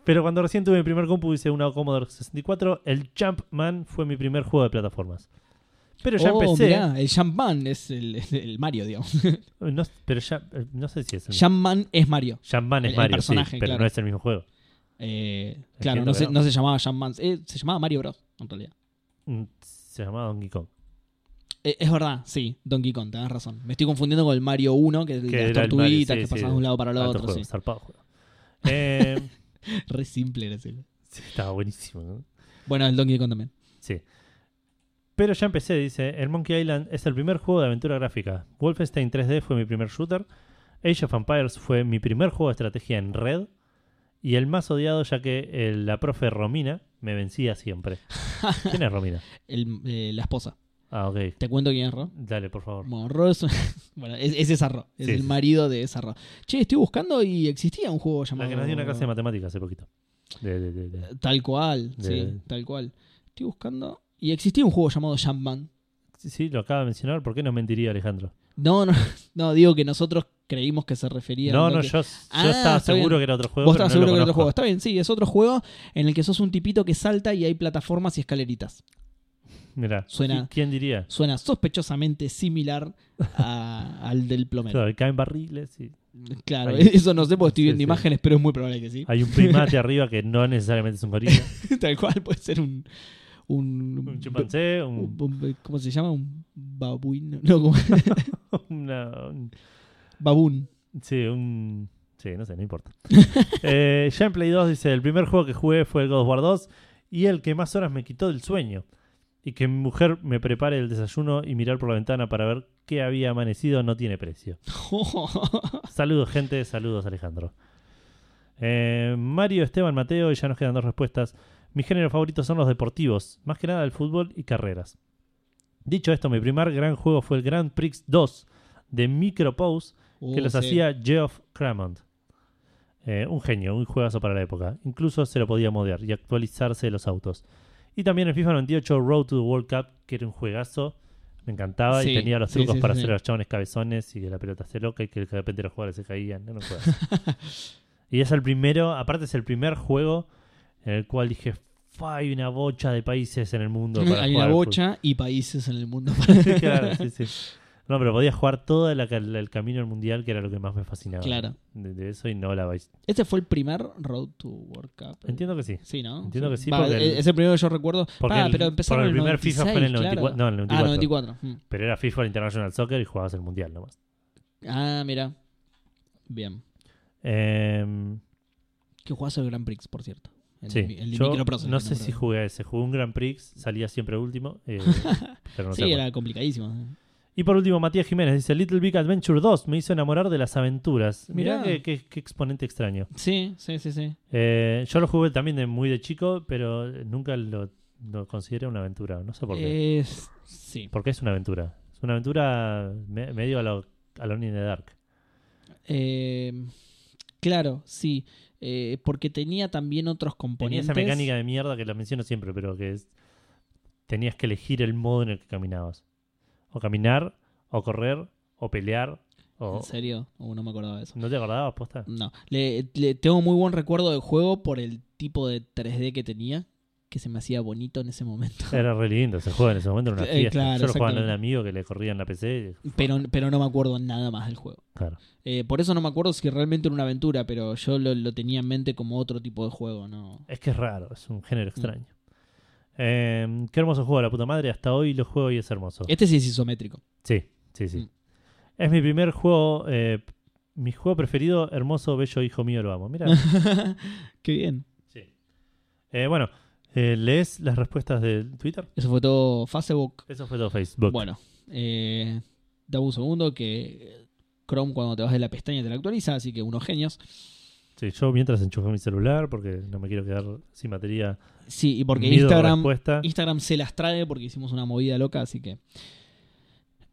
Speaker 1: Pero cuando recién tuve mi primer compu, hice una Commodore 64. El Jumpman fue mi primer juego de plataformas. Pero ya
Speaker 2: [laughs] Oh,
Speaker 1: empecé.
Speaker 2: mirá, el Jumpman es el, es el Mario, digamos.
Speaker 1: No, pero ya, eh, no sé si es el mismo.
Speaker 2: Jumpman es Mario.
Speaker 1: Jumpman es
Speaker 2: el- el
Speaker 1: Mario, sí,
Speaker 2: personaje,
Speaker 1: pero
Speaker 2: claro.
Speaker 1: no es el mismo juego.
Speaker 2: Eh, claro,
Speaker 1: Entiendo
Speaker 2: no
Speaker 1: que
Speaker 2: se,
Speaker 1: no.
Speaker 2: no se llamaba Jumpman. eh, se llamaba Mario Bros. En realidad.
Speaker 1: Mm, Se llamaba Donkey Kong.
Speaker 2: Eh, es verdad, sí, Donkey Kong, tenés razón. Me estoy confundiendo con el Mario 1, que es el
Speaker 1: Que
Speaker 2: de las
Speaker 1: era el Mario,
Speaker 2: tortuguitas
Speaker 1: sí,
Speaker 2: que
Speaker 1: sí,
Speaker 2: pasaban de un lado para el
Speaker 1: Alto
Speaker 2: otro.
Speaker 1: juego,
Speaker 2: sí. [laughs]
Speaker 1: zarpado juego. Eh, [laughs]
Speaker 2: Re simple era ese.
Speaker 1: sí, estaba buenísimo, ¿no?
Speaker 2: Bueno, el Donkey Kong también.
Speaker 1: Sí. Pero ya empecé, dice, el Monkey Island es el primer juego de aventura gráfica. Wolfenstein 3D fue mi primer shooter. Age of Empires fue mi primer juego de estrategia en red. Y el más odiado, ya que eh, la profe Romina me vencía
Speaker 2: [laughs]
Speaker 1: siempre. ¿Quién es Romina?
Speaker 2: El- eh, la esposa.
Speaker 1: Ah, ok.
Speaker 2: ¿Te cuento quién es Ro?
Speaker 1: Dale, por favor.
Speaker 2: Bueno, Ro es, [laughs] bueno, es- ese es Arro, es
Speaker 1: Sí,
Speaker 2: el
Speaker 1: sí.
Speaker 2: marido de esa Ro. Che, estoy buscando y existía un juego llamado.
Speaker 1: La que nos dio una clase de matemáticas hace poquito. De- de- de- de-
Speaker 2: Tal cual,
Speaker 1: De-
Speaker 2: sí, tal cual. Estoy buscando. Y existía un juego llamado Jumpman.
Speaker 1: Sí, sí, lo acaba de mencionar. ¿Por qué no mentiría Alejandro?
Speaker 2: No, [laughs] no, no, digo que nosotros creímos que se refería a
Speaker 1: No,
Speaker 2: un
Speaker 1: no,
Speaker 2: Donkey-
Speaker 1: yo, yo
Speaker 2: Ah,
Speaker 1: estaba
Speaker 2: está
Speaker 1: seguro
Speaker 2: bien.
Speaker 1: que era otro juego.
Speaker 2: Vos
Speaker 1: pero
Speaker 2: estabas
Speaker 1: no
Speaker 2: seguro que era
Speaker 1: lo
Speaker 2: otro juego.
Speaker 1: conozco.
Speaker 2: Está bien, sí, es otro juego en el que sos un tipito que salta y hay plataformas y escaleritas.
Speaker 1: Mirá,
Speaker 2: Suena-
Speaker 1: ¿quién diría?
Speaker 2: Suena sospechosamente similar a- [laughs] al del plomero.
Speaker 1: Claro, caen barriles y
Speaker 2: Claro,
Speaker 1: Ahí.
Speaker 2: eso no sé porque estoy
Speaker 1: Sí,
Speaker 2: viendo
Speaker 1: sí.
Speaker 2: imágenes, pero es muy probable que sí.
Speaker 1: hay un primate arriba que no necesariamente es un [laughs] gorila.
Speaker 2: [laughs] Tal cual, puede ser un. Un,
Speaker 1: Un chimpancé,
Speaker 2: un-
Speaker 1: un,
Speaker 2: un- ¿Cómo se llama? Un babuino. No, como-
Speaker 1: una- un-
Speaker 2: [laughs]
Speaker 1: [laughs]
Speaker 2: babún.
Speaker 1: sí, un... Sí, no sé, no [laughs] importa. Eh, ya en Play 2 dice, el primer juego que jugué fue el God of War 2 y el que más horas me quitó del sueño. Y que mi mujer me prepare el desayuno y mirar por la ventana para ver qué había amanecido no tiene precio. Saludos, gente. Saludos, Alejandro. Eh, Mario, Esteban, Mateo, y ya nos quedan dos respuestas. Mis géneros favoritos son los deportivos, más que nada el fútbol y carreras. Dicho esto, mi primer gran juego fue el Grand Prix 2 de Micropose que
Speaker 2: Oh,
Speaker 1: los
Speaker 2: sí.
Speaker 1: hacía Geoff Cramond. Eh, un genio, un juegazo para la época. Incluso se lo podía modear y actualizarse los autos. Y también el FIFA 98 Road to the World Cup, que era un juegazo. Me encantaba y
Speaker 2: Sí,
Speaker 1: tenía los
Speaker 2: sí,
Speaker 1: trucos
Speaker 2: sí,
Speaker 1: para
Speaker 2: sí.
Speaker 1: hacer a los chabones cabezones y que la pelota se loca y que de repente los jugadores se caían. Era un
Speaker 2: [laughs]
Speaker 1: juegazo. y es el primero, aparte es el primer juego en el cual dije, fa, hay una bocha de países en el mundo.
Speaker 2: [laughs] Hay
Speaker 1: Para
Speaker 2: una
Speaker 1: jugar al
Speaker 2: bocha y países en el mundo.
Speaker 1: fútbol. [laughs] claro, sí, sí. No, pero podía jugar todo la ca- el, camino al mundial, que era lo que más me fascinaba.
Speaker 2: [laughs] Claro.
Speaker 1: De, de eso y no la vais.
Speaker 2: Este fue el primer Road to World Cup.
Speaker 1: Entiendo que sí.
Speaker 2: Sí, ¿no?
Speaker 1: Entiendo que sí,
Speaker 2: Va,
Speaker 1: porque el-
Speaker 2: e- es el primero que yo recuerdo.
Speaker 1: porque
Speaker 2: Ah,
Speaker 1: el-
Speaker 2: pero empezaron
Speaker 1: porque
Speaker 2: en
Speaker 1: el primer FIFA fue en el
Speaker 2: 96,
Speaker 1: 94.
Speaker 2: claro.
Speaker 1: No, en el
Speaker 2: Ah,
Speaker 1: 94.
Speaker 2: 94. mm.
Speaker 1: Pero era FIFA International Soccer y jugabas el mundial nomás.
Speaker 2: Ah, mira. Bien.
Speaker 1: Em,
Speaker 2: Que jugás el Grand Prix, por cierto. El,
Speaker 1: sí,
Speaker 2: de- el de
Speaker 1: yo
Speaker 2: Microprocessor,
Speaker 1: no
Speaker 2: que
Speaker 1: sé si
Speaker 2: recuerdo.
Speaker 1: jugué a ese. Jugué un Grand Prix, salía siempre último.
Speaker 2: [laughs]
Speaker 1: eh, pero no sé
Speaker 2: sí,
Speaker 1: cuál.
Speaker 2: era complicadísimo.
Speaker 1: Y por último, Matías Jiménez dice: Little Big Adventure 2 me hizo enamorar de las aventuras. Mirá,
Speaker 2: Mirá.
Speaker 1: qué, qué- qué exponente extraño.
Speaker 2: Sí, sí, sí, sí.
Speaker 1: Eh, yo lo jugué también de muy de chico, pero nunca lo, lo consideré una aventura. No sé por qué.
Speaker 2: Es- sí.
Speaker 1: Porque es una aventura. Es una aventura me- medio a lo Alone in the Dark.
Speaker 2: Eh, claro, sí. Eh, porque tenía también otros
Speaker 1: Tenía
Speaker 2: componentes.
Speaker 1: esa mecánica de mierda que la menciono siempre, pero que es. Tenías que elegir el modo en el que caminabas: o caminar, o correr, o pelear. O...
Speaker 2: ¿En serio? Oh, no me acordaba de eso.
Speaker 1: ¿No te acordabas, posta?
Speaker 2: No. Le, le- tengo muy buen recuerdo del juego por el tipo de 3D que tenía, que se me hacía bonito en ese momento. [laughs]
Speaker 1: Era re lindo ese juego en ese momento, era una
Speaker 2: Eh,
Speaker 1: fiesta.
Speaker 2: claro,
Speaker 1: Yo lo jugaba con un
Speaker 2: exactamente.
Speaker 1: amigo que le corría en la PC. y-
Speaker 2: Pero, pero no me acuerdo nada más del juego.
Speaker 1: Claro.
Speaker 2: Eh, por eso no me acuerdo si realmente era una aventura, pero yo lo, lo tenía en mente como otro tipo de juego, ¿no?
Speaker 1: Es que es raro, es un género
Speaker 2: Mm.
Speaker 1: extraño. Eh, qué hermoso juego, la puta madre. Hasta hoy lo juego y es hermoso.
Speaker 2: Este sí es isométrico. [laughs]
Speaker 1: Sí, sí, sí.
Speaker 2: Mm.
Speaker 1: Es mi primer juego, eh, mi juego preferido, hermoso, bello, hijo mío, lo amo.
Speaker 2: [laughs]
Speaker 1: Mira.
Speaker 2: Qué bien.
Speaker 1: Sí. Eh, bueno, eh, ¿lees las respuestas de Twitter?
Speaker 2: Eso fue todo Facebook.
Speaker 1: Eso fue todo Facebook.
Speaker 2: Bueno, eh, dame un segundo que Chrome cuando te vas de la pestaña te la actualiza, así que unos genios.
Speaker 1: Sí, yo mientras enchufé mi celular porque no me quiero quedar sin batería.
Speaker 2: Sí, y porque
Speaker 1: mido
Speaker 2: Instagram,
Speaker 1: respuesta.
Speaker 2: Instagram se las trae porque hicimos una movida loca, así que.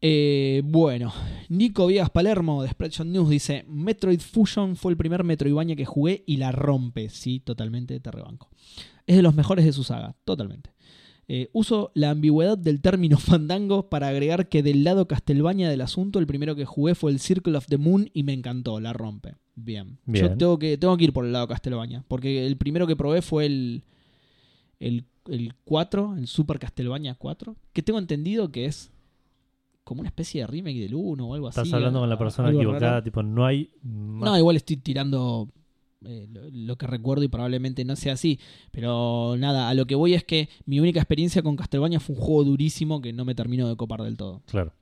Speaker 2: Eh, bueno, Nico Viegas Palermo de Spreadshot News dice: Metroid Fusion fue el primer Metroidvania que jugué y la rompe. Sí, totalmente, te rebanco. Es de los mejores de su saga, totalmente. Eh, uso la ambigüedad del término [laughs] fandango para agregar que del lado Castelvania del asunto, el primero que jugué fue el Circle of the Moon y me encantó, la rompe. Bien. Yo
Speaker 1: Bien.
Speaker 2: tengo que, tengo que ir por el lado Castelvania, porque el primero que probé fue el, el, el 4, el Super Castelvania 4, que tengo entendido que es como una especie de remake del 1 o algo así.
Speaker 1: Estás hablando con la persona
Speaker 2: algo
Speaker 1: equivocada,
Speaker 2: raro.
Speaker 1: tipo, no hay más.
Speaker 2: No, igual estoy tirando eh, lo, lo que recuerdo y probablemente no sea así. Pero nada, a lo que voy es que mi única experiencia con Castlevania fue un juego durísimo que no me terminó de copar del todo.
Speaker 1: Claro.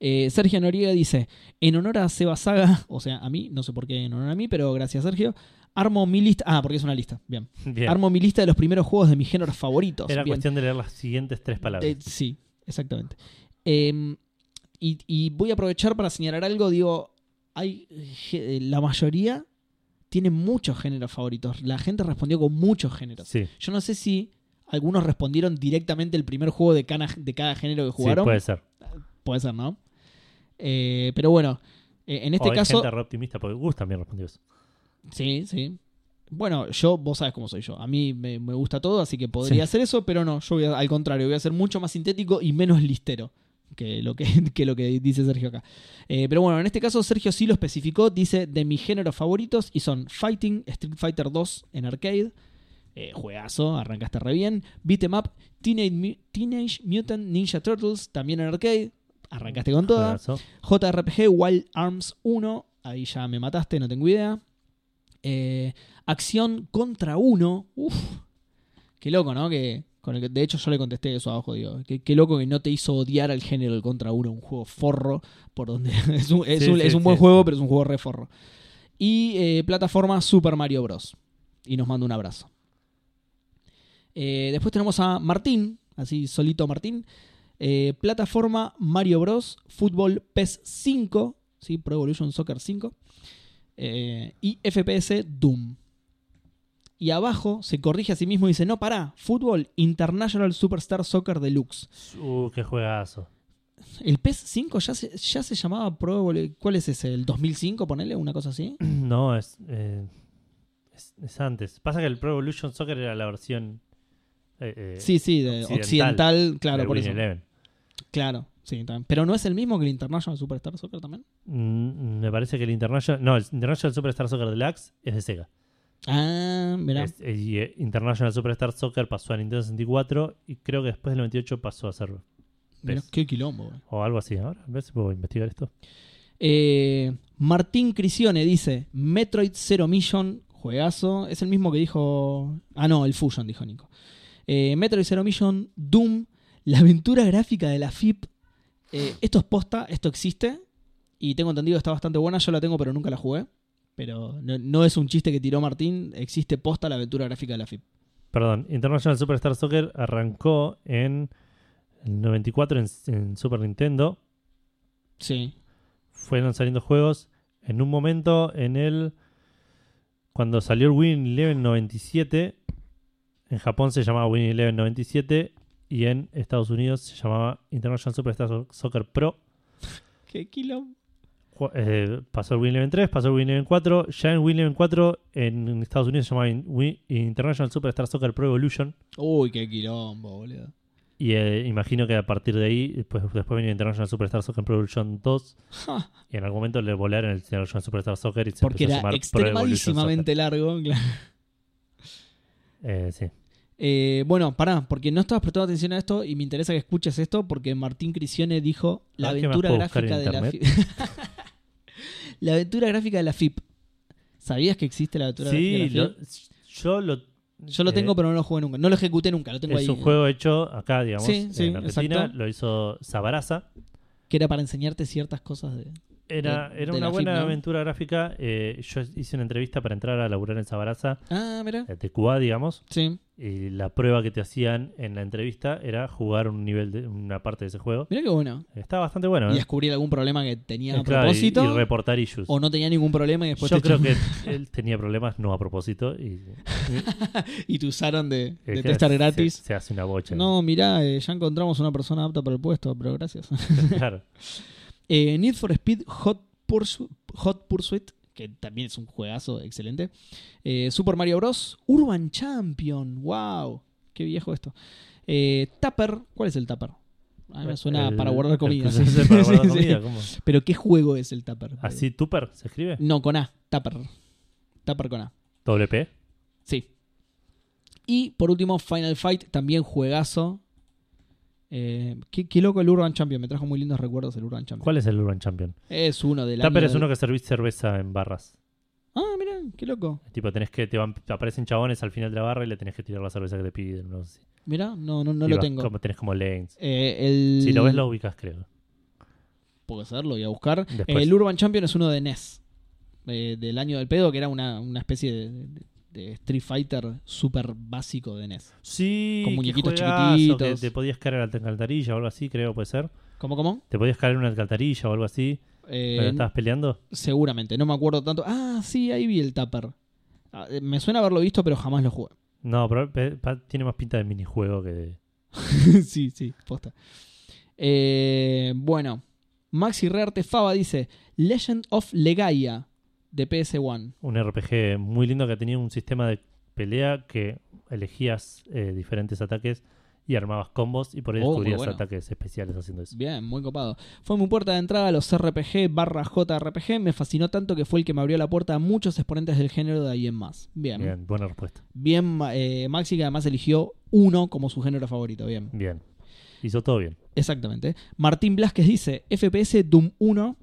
Speaker 2: Eh, Sergio Noriega dice: En honor a Seba Saga, [laughs] o sea, a mí, no sé por qué en honor a mí, pero gracias Sergio, armo mi lista. Ah, porque es una lista, bien.
Speaker 1: Bien.
Speaker 2: Armo mi lista de los primeros juegos de mis géneros favoritos.
Speaker 1: Era
Speaker 2: Bien.
Speaker 1: cuestión de leer las siguientes tres palabras.
Speaker 2: Eh, sí, exactamente. Eh, y, y voy a aprovechar para señalar algo. Digo, hay ge- eh, la mayoría tiene muchos géneros favoritos. La gente respondió con muchos géneros.
Speaker 1: sí,
Speaker 2: Yo no sé si algunos respondieron directamente el primer juego de cada, de cada género que
Speaker 1: sí,
Speaker 2: jugaron.
Speaker 1: puede ser.
Speaker 2: Puede ser, ¿no? Eh, pero bueno, eh, en
Speaker 1: En
Speaker 2: este caso...
Speaker 1: gente re optimista, porque Gus también respondió eso.
Speaker 2: Sí, sí. Bueno, yo, vos sabes cómo soy yo. A mí me, me gusta todo, así que podría
Speaker 1: Sí.
Speaker 2: hacer eso, pero no, yo voy a- al contrario, voy a ser mucho más sintético y menos listero que lo que, [laughs] que lo que dice Sergio acá. Eh, pero bueno, en este caso Sergio sí lo especificó, dice de mis géneros favoritos y son Fighting, Street Fighter 2 en arcade, eh, juegazo, arrancaste re bien, Beat 'em Up, Teenage, Mu- Teenage Mutant Ninja Turtles también en arcade, arrancaste con toda.
Speaker 1: Juegazo.
Speaker 2: JRPG Wild Arms 1. Ahí ya me mataste, no tengo idea. Eh, acción contra 1. Uf. Qué loco, ¿no? Que, con el que- de hecho, yo le contesté eso abajo. Digo, qué, qué loco que no te hizo odiar al género del contra 1. Un juego forro. Por donde [laughs] es un, es
Speaker 1: Sí,
Speaker 2: un-
Speaker 1: sí,
Speaker 2: es un buen
Speaker 1: sí.
Speaker 2: juego, pero es un juego re forro. Y eh, plataforma Super Mario Bros. Y nos manda un abrazo. Eh, después tenemos a Martín, así solito Martín. Eh, plataforma Mario Bros. Fútbol PES 5, ¿sí? Pro Evolution Soccer 5. eh, y FPS Doom. Y abajo se corrige a sí mismo y dice, no, pará, fútbol International Superstar Soccer Deluxe.
Speaker 1: Uh, qué juegazo.
Speaker 2: El PES 5 ya se, ya se llamaba Pro Evolu- ¿Cuál es ese? ¿El 2005, ponele? ¿Una cosa así?
Speaker 1: [clears throat] No, es, eh, es, es antes. Pasa que el Pro Evolution Soccer era la versión. eh, eh,
Speaker 2: sí, sí, de occidental,
Speaker 1: occidental,
Speaker 2: claro,
Speaker 1: de
Speaker 2: por
Speaker 1: Win
Speaker 2: eso.
Speaker 1: Eleven.
Speaker 2: Claro, sí, también. Pero no es el mismo que el International Superstar Soccer también.
Speaker 1: Mm, me parece que el International. No, el International Superstar Soccer Deluxe es de Sega.
Speaker 2: Ah, mirá.
Speaker 1: Es- es- y, eh, International Superstar Soccer pasó a Nintendo 64 y creo que después del 98 pasó a ser
Speaker 2: mirá,
Speaker 1: PES.
Speaker 2: qué quilombo, güey.
Speaker 1: O algo así. Ahora, a ver si puedo investigar esto.
Speaker 2: Eh, Martín Crisione dice: Metroid Zero Mission, juegazo. Es el mismo que dijo. Ah, no, el Fusion, dijo Nico. Eh, Metroid Zero Mission, Doom, la aventura gráfica de la FIP. Eh, esto es posta, esto existe. Y tengo entendido que está bastante buena. Yo la tengo, pero nunca la jugué. Pero no, no es un chiste que tiró Martín. Existe posta la aventura gráfica de la FIP.
Speaker 1: Perdón, International Superstar Soccer arrancó en el 94 en, en Super Nintendo.
Speaker 2: Sí.
Speaker 1: Fueron saliendo juegos. En un momento, en el. Cuando salió el Win Eleven 97, en Japón se llamaba Win Eleven 97 y en Estados Unidos se llamaba International Superstar So- Soccer Pro.
Speaker 2: Qué kilo.
Speaker 1: Ju- eh, pasó el Win Eleven 3, pasó el Win Eleven 4. Ya en Win Eleven 4 en Estados Unidos se llamaba In- Win- International Superstar Soccer Pro Evolution.
Speaker 2: Uy, qué quilombo, boludo.
Speaker 1: Y eh, imagino que a partir de ahí, después, después vino International Superstar Soccer Pro Evolution 2.
Speaker 2: Ja,
Speaker 1: Y en algún momento le volaron el International Superstar Soccer y se
Speaker 2: porque
Speaker 1: empezó a
Speaker 2: era
Speaker 1: llamar Pro Evolution Soccer.
Speaker 2: extremadísimamente largo. claro.
Speaker 1: Eh, sí.
Speaker 2: Eh, bueno, pará, porque no estabas prestando atención a esto y me interesa que escuches esto porque Martín Crisione dijo la
Speaker 1: Ah, ¿qué más
Speaker 2: aventura
Speaker 1: puedo buscar
Speaker 2: gráfica
Speaker 1: en
Speaker 2: de la FIP. [laughs] la aventura gráfica de la FIP. ¿Sabías que existe la aventura
Speaker 1: Sí,
Speaker 2: gráfica de la
Speaker 1: lo-
Speaker 2: FIP?
Speaker 1: yo lo.
Speaker 2: Yo lo
Speaker 1: eh,
Speaker 2: tengo, pero no lo jugué nunca. No lo ejecuté nunca, lo tengo
Speaker 1: Es
Speaker 2: ahí. eh.
Speaker 1: un juego hecho acá, digamos,
Speaker 2: Sí, sí,
Speaker 1: en Argentina.
Speaker 2: exacto.
Speaker 1: Lo hizo Sabaraza.
Speaker 2: Que era para enseñarte ciertas cosas de.
Speaker 1: Era,
Speaker 2: De-
Speaker 1: era
Speaker 2: de
Speaker 1: una
Speaker 2: la
Speaker 1: buena
Speaker 2: FIP, ¿no?
Speaker 1: aventura gráfica. Eh, yo hice una entrevista para entrar a laburar en Sabaraza,
Speaker 2: Ah, mira.
Speaker 1: eh, de Cuba, digamos.
Speaker 2: Sí.
Speaker 1: Y la prueba que te hacían en la entrevista era jugar un nivel de una parte de ese juego.
Speaker 2: Mira qué bueno.
Speaker 1: Está bastante bueno,
Speaker 2: Y
Speaker 1: ¿eh?
Speaker 2: descubrir algún problema que tenía
Speaker 1: Eh,
Speaker 2: a
Speaker 1: claro, y-
Speaker 2: propósito.
Speaker 1: y, reportar issues.
Speaker 2: o no tenía ningún problema y después
Speaker 1: Yo
Speaker 2: te
Speaker 1: creo que
Speaker 2: [laughs]
Speaker 1: él tenía problemas no a propósito y,
Speaker 2: [laughs] y te usaron de,
Speaker 1: y-
Speaker 2: de testar
Speaker 1: se-
Speaker 2: gratis.
Speaker 1: Se, hace una bocha.
Speaker 2: No, mirá, eh, ya encontramos una persona apta para el puesto, pero gracias.
Speaker 1: [laughs] Claro.
Speaker 2: Eh, Need for Speed Hot, Pursu- Hot Pursuit, que también es un juegazo excelente. Eh, Super Mario Bros. Urban Champion, wow, qué viejo esto. Eh, Tupper, ¿cuál es el Tupper? A mí me suena
Speaker 1: El-
Speaker 2: para guardar
Speaker 1: el
Speaker 2: comida.
Speaker 1: que se hace
Speaker 2: sí, [laughs]
Speaker 1: para
Speaker 2: sí,
Speaker 1: guardar
Speaker 2: sí.
Speaker 1: comida, ¿cómo?
Speaker 2: Pero ¿qué juego es el Tupper?
Speaker 1: ¿Así Tupper se escribe?
Speaker 2: No, con A, Tupper. Tupper con A,
Speaker 1: ¿Doble P?
Speaker 2: sí. Y por último, Final Fight, también juegazo. Eh, qué, qué loco el Urban Champion, me trajo muy lindos recuerdos el Urban Champion.
Speaker 1: ¿Cuál es el Urban Champion?
Speaker 2: Es uno del
Speaker 1: Tupper
Speaker 2: año
Speaker 1: es
Speaker 2: del-
Speaker 1: uno que servís cerveza en barras.
Speaker 2: Ah, mira, qué loco.
Speaker 1: Tipo, tenés que, te, van, te aparecen chabones al final de la barra y le tenés que tirar la cerveza que te piden. No, sé.
Speaker 2: Mira, no, no, no
Speaker 1: Y
Speaker 2: lo
Speaker 1: vas
Speaker 2: tengo.
Speaker 1: como- tenés como lanes.
Speaker 2: Eh, el...
Speaker 1: Si lo ves, lo ubicas, creo.
Speaker 2: Puedo hacerlo, voy a buscar.
Speaker 1: Después.
Speaker 2: El Urban Champion es uno de NES. eh, del año del pedo, que era una, una especie de, de- de Street Fighter super básico de E NES.
Speaker 1: Sí,
Speaker 2: Con
Speaker 1: qué
Speaker 2: muñequitos
Speaker 1: juegazo,
Speaker 2: chiquititos.
Speaker 1: Que te podías caer a la alcantarilla o algo así, creo, puede ser.
Speaker 2: ¿Cómo, cómo?
Speaker 1: Te podías caer en una alcantarilla o algo así.
Speaker 2: Eh,
Speaker 1: Pero estabas peleando.
Speaker 2: Seguramente, no me acuerdo tanto. Ah, sí, ahí vi el Tupper. Ah, eh, me suena haberlo visto, pero jamás lo jugué. [laughs]
Speaker 1: No, pero pe- pa- tiene más pinta de minijuego que de.
Speaker 2: sí, sí, posta. Eh, bueno, Maxi Rearte Fava dice: Legend of Legaia de PS1.
Speaker 1: un RPG muy lindo que tenía un sistema de pelea que elegías eh, diferentes ataques y armabas combos y por ahí
Speaker 2: Oh, muy
Speaker 1: descubrías
Speaker 2: bueno.
Speaker 1: ataques especiales haciendo eso.
Speaker 2: Bien, muy copado. Fue mi puerta de entrada a los RPG barra JRPG. Me fascinó tanto que fue el que me abrió la puerta a muchos exponentes del género de ahí en más. Bien. Bien,
Speaker 1: Bien, buena respuesta.
Speaker 2: ma- eh, Maxi que además eligió uno como su género favorito. Bien.
Speaker 1: Bien. Hizo todo bien.
Speaker 2: Exactamente. Martín Blasquez dice, FPS Doom 1,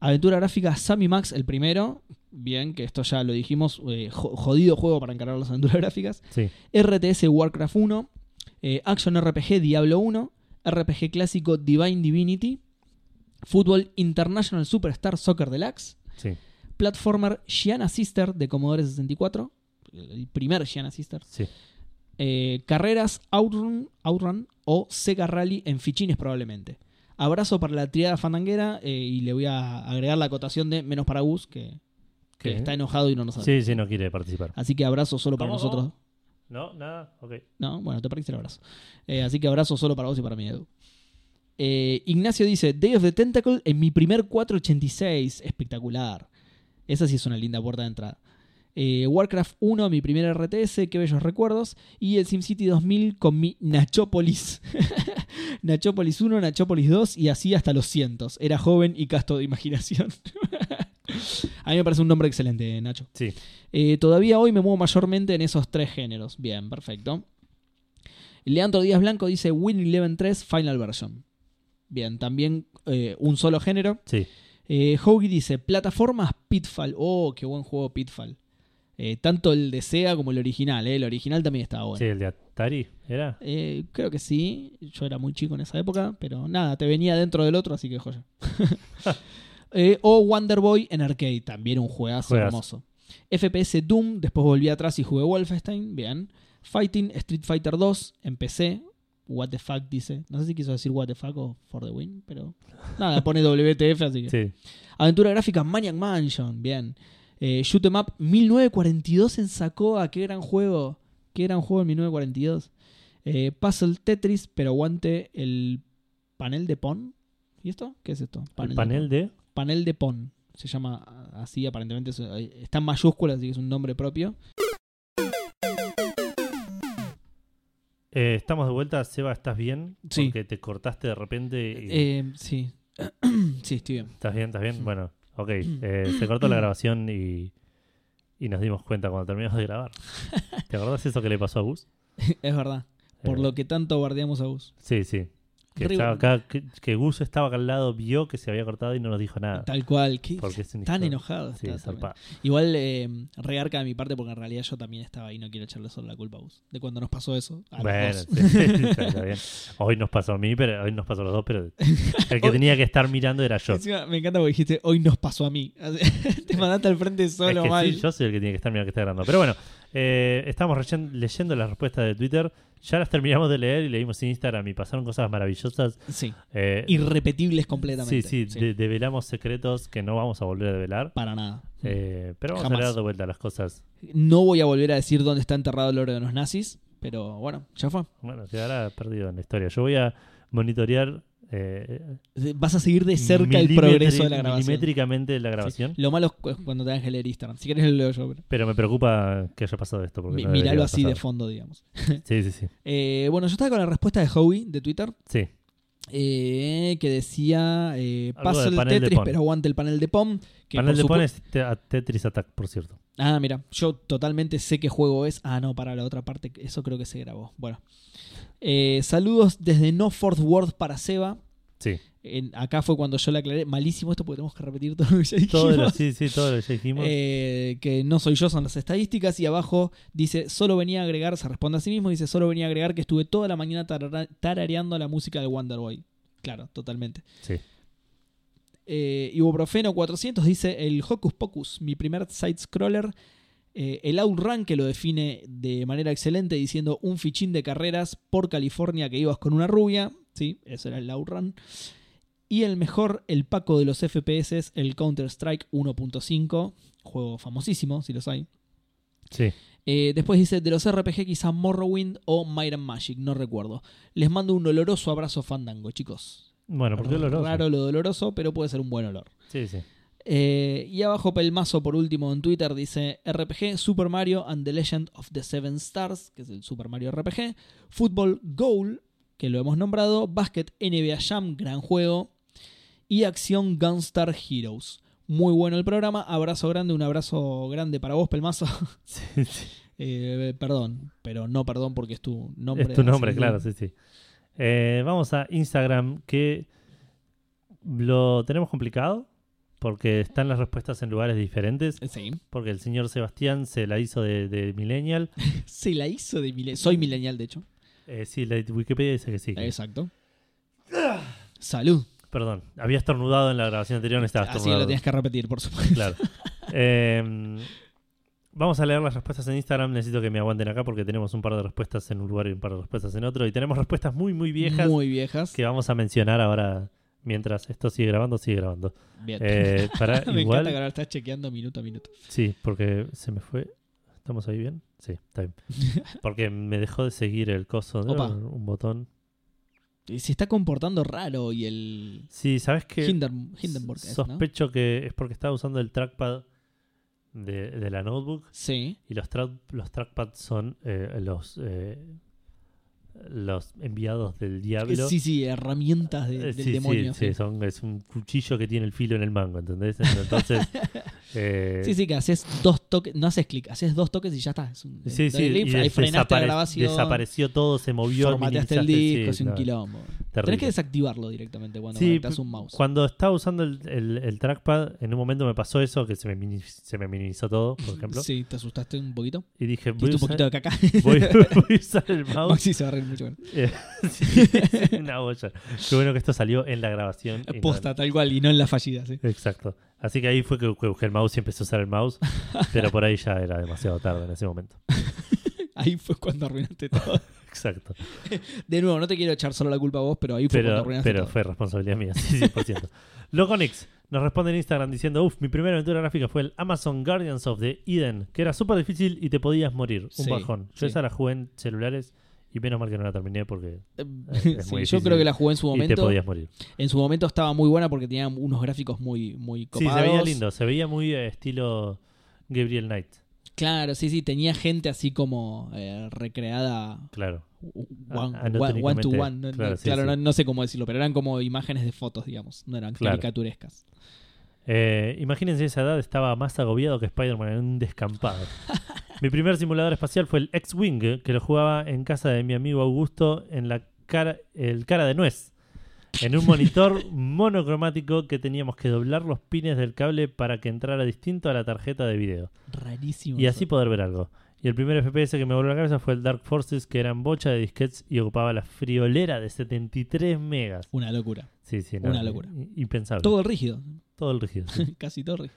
Speaker 2: aventura gráfica Sammy Max el primero. Bien, que esto ya lo dijimos, eh, jo- jodido juego para encarar las aventuras gráficas.
Speaker 1: Sí.
Speaker 2: RTS Warcraft 1, eh, Action RPG Diablo 1, RPG clásico Divine Divinity, Fútbol International Superstar Soccer Deluxe,
Speaker 1: Sí,
Speaker 2: Platformer Gianna Sister de Commodore 64, el primer Gianna Sister,
Speaker 1: sí.
Speaker 2: eh, Carreras Outrun, Outrun o Sega Rally en fichines probablemente. Abrazo para la triada fandanguera eh, y le voy a agregar la acotación de menos para Gus que, que
Speaker 1: ¿Qué?
Speaker 2: está enojado y no nos sabe.
Speaker 1: Sí, sí, no quiere participar.
Speaker 2: Así que abrazo solo para
Speaker 1: ¿Cómo,
Speaker 2: nosotros.
Speaker 1: cómo? No, nada, ok.
Speaker 2: No, bueno, te perdiste el abrazo. Eh, así que abrazo solo para vos y para mí, Edu. Eh, Ignacio dice, Day of the Tentacle en mi primer 486. Espectacular. Esa sí es una linda puerta de entrada. Eh, Warcraft 1, mi primer RTS, qué bellos recuerdos. Y el SimCity 2000 con mi Nachópolis. [laughs] Nachópolis 1, Nachópolis 2 y así hasta los cientos. Era joven y casto de imaginación. [laughs] A mí me parece un nombre excelente, Nacho.
Speaker 1: Sí.
Speaker 2: Eh, todavía hoy me muevo mayormente en esos tres géneros. Bien, perfecto. Leandro Díaz Blanco dice Win Eleven 3 Final Version. Bien, también eh, un solo género.
Speaker 1: Sí.
Speaker 2: Eh, Hoagie dice, plataformas Pitfall. Oh, qué buen juego Pitfall. Eh, tanto el de Sega como el original, eh. El original también estaba bueno.
Speaker 1: Sí, el de Atari, ¿era?
Speaker 2: Eh, creo que sí. Yo era muy chico en esa época, pero nada, te venía dentro del otro, así que joya. Eh, o Wonder Boy en arcade, también un juegazo,
Speaker 1: Juegazo.
Speaker 2: hermoso. FPS Doom, después volví atrás y jugué Wolfenstein, bien. Fighting Street Fighter 2, empecé. What the fuck dice. No sé si quiso decir what the fuck o for the win, pero nada, pone WTF, así que.
Speaker 1: Sí.
Speaker 2: Aventura gráfica Maniac Mansion, bien. Eh, Shoot 'em Up 1942 en Sacoa, qué gran juego. Qué gran juego en 1942. Eh, Puzzle Tetris, pero aguante el panel de PON. ¿Y esto? ¿Qué es esto?
Speaker 1: El
Speaker 2: de
Speaker 1: panel de.
Speaker 2: PON. Panel de PON. Se llama así, aparentemente es- eh, está en mayúsculas, así que es un nombre propio.
Speaker 1: Eh, estamos de vuelta, Seba, ¿estás bien?
Speaker 2: Sí.
Speaker 1: Porque te cortaste de repente. y-
Speaker 2: Eh, sí. [clears throat] sí, estoy bien. [laughs]
Speaker 1: ¿Estás bien? ¿Estás bien? Bueno,
Speaker 2: [clears throat]
Speaker 1: ok. Eh, se cortó la grabación y, y nos dimos cuenta cuando terminamos de grabar. ¿Te acordás eso que le pasó a Gus?
Speaker 2: es verdad. Por
Speaker 1: Eh,
Speaker 2: lo que tanto guardiamos a vos.
Speaker 1: Sí, sí. Que,
Speaker 2: Re-
Speaker 1: estaba acá, que, que Gus estaba acá al lado, vio que se había cortado y no nos dijo nada.
Speaker 2: Tal cual. qué
Speaker 1: Ah. Porque es un
Speaker 2: tan
Speaker 1: hijo-
Speaker 2: enojado.
Speaker 1: Sí,
Speaker 2: está también.
Speaker 1: zarpado.
Speaker 2: Igual eh, rearca de mi parte porque en realidad yo también estaba ahí, no quiero echarle solo la culpa a vos. De cuando nos pasó eso. A los
Speaker 1: Bueno,
Speaker 2: dos.
Speaker 1: sí, sí, [laughs] está está bien. Hoy nos pasó a mí, pero hoy nos pasó a los dos, pero el que
Speaker 2: Hoy-
Speaker 1: tenía que estar mirando era yo.
Speaker 2: Encima, me encanta porque dijiste, hoy nos pasó a mí. [laughs] Te mandaste al frente
Speaker 1: Es
Speaker 2: solo,
Speaker 1: que
Speaker 2: mal.
Speaker 1: sí, yo soy el que tiene que estar mirando que está grabando. Pero bueno, eh, estamos recién leyendo las respuestas de Twitter. Ya las terminamos de leer y leímos en Instagram y pasaron cosas maravillosas.
Speaker 2: Sí,
Speaker 1: Eh,
Speaker 2: irrepetibles completamente.
Speaker 1: sí, sí, de- develamos secretos que no vamos a volver a develar.
Speaker 2: Para nada.
Speaker 1: Eh, pero vamos
Speaker 2: Mm. Jamás.
Speaker 1: a leer de vuelta las cosas.
Speaker 2: No voy a volver a decir dónde está enterrado el oro de los nazis, pero bueno, ya fue.
Speaker 1: Bueno, quedará perdido en la historia. Yo voy a monitorear eh,
Speaker 2: Vas a seguir de cerca el
Speaker 1: milimetri-
Speaker 2: progreso de la grabación.
Speaker 1: milimétricamente la grabación.
Speaker 2: Lo malo es cu- cuando tengas que leer Instagram. Si querés lo leo yo, pero
Speaker 1: Pero me preocupa que haya pasado esto. Porque
Speaker 2: mi-
Speaker 1: no
Speaker 2: miralo
Speaker 1: debería
Speaker 2: así de
Speaker 1: pasar.
Speaker 2: fondo, digamos.
Speaker 1: Sí, sí, sí.
Speaker 2: Eh, bueno, yo estaba con la respuesta de Howie de Twitter.
Speaker 1: Sí,
Speaker 2: eh, que decía eh,
Speaker 1: Algo del
Speaker 2: Puzzle
Speaker 1: panel de
Speaker 2: Tetris,
Speaker 1: PON.
Speaker 2: pero aguante el panel de POM. Que
Speaker 1: Panel
Speaker 2: por
Speaker 1: de
Speaker 2: supu-
Speaker 1: pones te- a Tetris Attack, por cierto.
Speaker 2: Ah, mira, yo totalmente sé qué juego es. Ah, no, para la otra parte, eso creo que se grabó. Bueno. Eh, saludos desde No Fort Worth para Seba.
Speaker 1: Sí.
Speaker 2: En- acá fue cuando yo le aclaré. Malísimo esto porque tenemos que repetir todo lo que ya
Speaker 1: Todo lo,
Speaker 2: dijimos.
Speaker 1: sí, sí, todo lo que ya dijimos.
Speaker 2: Eh, que no soy yo, son las estadísticas. Y abajo dice: Solo venía a agregar, se responde a sí mismo. Dice: Solo venía a agregar que estuve toda la mañana tarara- tarareando la música de Wonderboy. Claro, totalmente.
Speaker 1: sí.
Speaker 2: Eh, Ibuprofeno 400 dice el Hocus Pocus, mi primer side-scroller. Eh, el Outrun que lo define de manera excelente diciendo un fichín de carreras por California que ibas con una rubia. Sí, eso era el Outrun. Y el mejor, el Paco de los FPS, el Counter-Strike 1.5. Juego famosísimo, si los hay.
Speaker 1: Sí.
Speaker 2: Eh, después dice, de los RPG quizá Morrowind o Might and Magic, no recuerdo. Les mando un oloroso abrazo fandango, chicos.
Speaker 1: Bueno, ¿por qué lo logro?
Speaker 2: Raro lo doloroso, pero puede ser un buen olor.
Speaker 1: Sí, sí.
Speaker 2: Eh, y abajo Pelmazo por último en Twitter dice RPG Super Mario and the Legend of the Seven Stars, que es el Super Mario RPG, Fútbol Goal, que lo hemos nombrado, Basket NBA Jam, gran juego, y Acción Gunstar Heroes. Muy bueno el programa, abrazo grande, un abrazo grande para vos Pelmazo. [laughs]
Speaker 1: [laughs] Sí, sí.
Speaker 2: Eh, perdón, pero no perdón porque es tu nombre.
Speaker 1: Es tu nombre,
Speaker 2: así que-
Speaker 1: claro, sí, sí. Eh, vamos a Instagram, que lo tenemos complicado, porque están las respuestas en lugares diferentes,
Speaker 2: Eh, Sí.
Speaker 1: porque el señor Sebastián se la hizo de, de Millennial.
Speaker 2: Se la hizo de mile- Soy milenial, de hecho.
Speaker 1: Eh, sí, la Wikipedia dice que sí. que-
Speaker 2: Exacto. Salud.
Speaker 1: Perdón, había estornudado en la grabación anterior, no estaba
Speaker 2: Así que Ah, lo
Speaker 1: estornudado.
Speaker 2: tienes que repetir, por
Speaker 1: [laughs]
Speaker 2: supuesto.
Speaker 1: Claro. Eh, vamos a leer las respuestas en Instagram. Necesito que me aguanten acá porque tenemos un par de respuestas en un lugar y un par de respuestas en otro. Y tenemos respuestas muy, muy viejas
Speaker 2: Muy viejas.
Speaker 1: que vamos a mencionar ahora mientras esto sigue grabando, sigue grabando.
Speaker 2: Bien.
Speaker 1: Eh, para
Speaker 2: [laughs] Me encanta que
Speaker 1: igual.
Speaker 2: ahora estás chequeando minuto a minuto.
Speaker 1: Sí, porque se me fue. ¿Estamos ahí bien? Sí, está
Speaker 2: [laughs]
Speaker 1: bien. Porque me dejó de seguir el coso de
Speaker 2: Opa.
Speaker 1: un botón.
Speaker 2: Y Se está comportando raro y el.
Speaker 1: Sí, ¿sabes qué?
Speaker 2: Hinden- Hindenburg es, ¿no?
Speaker 1: Sospecho que es porque estaba usando el trackpad de, de la notebook
Speaker 2: Sí.
Speaker 1: y los, tra- los trackpads son eh, los eh, los enviados del diablo.
Speaker 2: Sí, sí, herramientas de-
Speaker 1: Eh,
Speaker 2: del
Speaker 1: sí,
Speaker 2: demonio.
Speaker 1: sí, sí, son- es un cuchillo que tiene el filo en el mango, ¿entendés?
Speaker 2: [laughs]
Speaker 1: Entonces, eh,
Speaker 2: Sí, sí, que haces dos toques, no haces clic, haces dos toques y ya está. Es un-
Speaker 1: sí, sí,
Speaker 2: dale clic,
Speaker 1: y
Speaker 2: ahí
Speaker 1: des-
Speaker 2: frenaste la
Speaker 1: desapare-
Speaker 2: grabación.
Speaker 1: desapareció todo, se movió.
Speaker 2: Formateaste el
Speaker 1: minimizaste,
Speaker 2: disco, es
Speaker 1: sí,
Speaker 2: un
Speaker 1: no,
Speaker 2: quilombo.
Speaker 1: terrible.
Speaker 2: Tenés que desactivarlo directamente cuando
Speaker 1: Sí,
Speaker 2: conectas
Speaker 1: pu-
Speaker 2: un mouse.
Speaker 1: Cuando estaba usando el, el- el trackpad, en un momento me pasó eso, que se me, mini- se me minimizó todo,
Speaker 2: [laughs]
Speaker 1: por ejemplo.
Speaker 2: Sí, te asustaste un poquito.
Speaker 1: Y dije, voy
Speaker 2: Tuviste
Speaker 1: a,
Speaker 2: un poquito
Speaker 1: usar,
Speaker 2: de caca.
Speaker 1: [laughs] voy-
Speaker 2: [laughs]
Speaker 1: voy a usar el mouse.
Speaker 2: Maxi se va a reír mucho. con-
Speaker 1: Eh, [laughs] sí, sí, una olla. Qué bueno que esto salió en la grabación. y no en-
Speaker 2: Posta, tal cual, y no en la fallida, sí.
Speaker 1: Exacto. Así que ahí fue que que busqué el mouse y empecé a usar el mouse, pero por ahí ya era demasiado tarde en ese momento.
Speaker 2: Ahí fue cuando arruinaste todo.
Speaker 1: Exacto.
Speaker 2: De nuevo, no te quiero echar solo la culpa a vos, pero ahí fue cuando
Speaker 1: Pero,
Speaker 2: arruinaste
Speaker 1: pero
Speaker 2: todo.
Speaker 1: fue responsabilidad mía, sí, 100%. [laughs] Loconix nos responde en Instagram diciendo, uff, mi primera aventura gráfica fue el Amazon Guardians of the Eden, que era súper difícil y te podías morir. Un
Speaker 2: Sí,
Speaker 1: bajón. Yo
Speaker 2: sí.
Speaker 1: esa la jugué en celulares y menos mal que no la terminé porque eh,
Speaker 2: Eh, Sí,
Speaker 1: es muy
Speaker 2: yo
Speaker 1: difícil.
Speaker 2: creo que la jugué en su
Speaker 1: y te
Speaker 2: momento.
Speaker 1: podías morir.
Speaker 2: En su momento estaba muy buena porque tenía unos gráficos muy, muy copados.
Speaker 1: Sí, se veía lindo, se veía muy eh, estilo Gabriel Knight,
Speaker 2: Claro, sí, sí, tenía gente así como eh, recreada
Speaker 1: claro.
Speaker 2: one,
Speaker 1: Ah,
Speaker 2: one- one to
Speaker 1: anatómicamente,
Speaker 2: one. No, no, Claro,
Speaker 1: claro, sí, sí.
Speaker 2: No, no sé cómo decirlo, pero eran como imágenes de fotos, digamos. No eran
Speaker 1: Claro.
Speaker 2: caricaturescas.
Speaker 1: Eh, imagínense esa edad, estaba más agobiado que Spider-Man en un
Speaker 2: [laughs]
Speaker 1: descampado. mi primer simulador espacial fue el X-Wing, que lo jugaba en casa de mi amigo Augusto en la cara, el cara de nuez. En un
Speaker 2: [laughs]
Speaker 1: monitor monocromático que teníamos que doblar los pines del cable para que entrara distinto a la tarjeta de video.
Speaker 2: Rarísimo.
Speaker 1: Y
Speaker 2: eso.
Speaker 1: así poder ver algo. Y el primer FPS que me voló la cabeza fue el Dark Forces, que eran bocha de disquets y ocupaba la friolera de 73 megas.
Speaker 2: Una locura.
Speaker 1: Sí, sí,
Speaker 2: Una locura.
Speaker 1: i- Impensable. Todo,
Speaker 2: Todo rígido. [laughs]
Speaker 1: el rígido. sí.
Speaker 2: Casi todo rígido.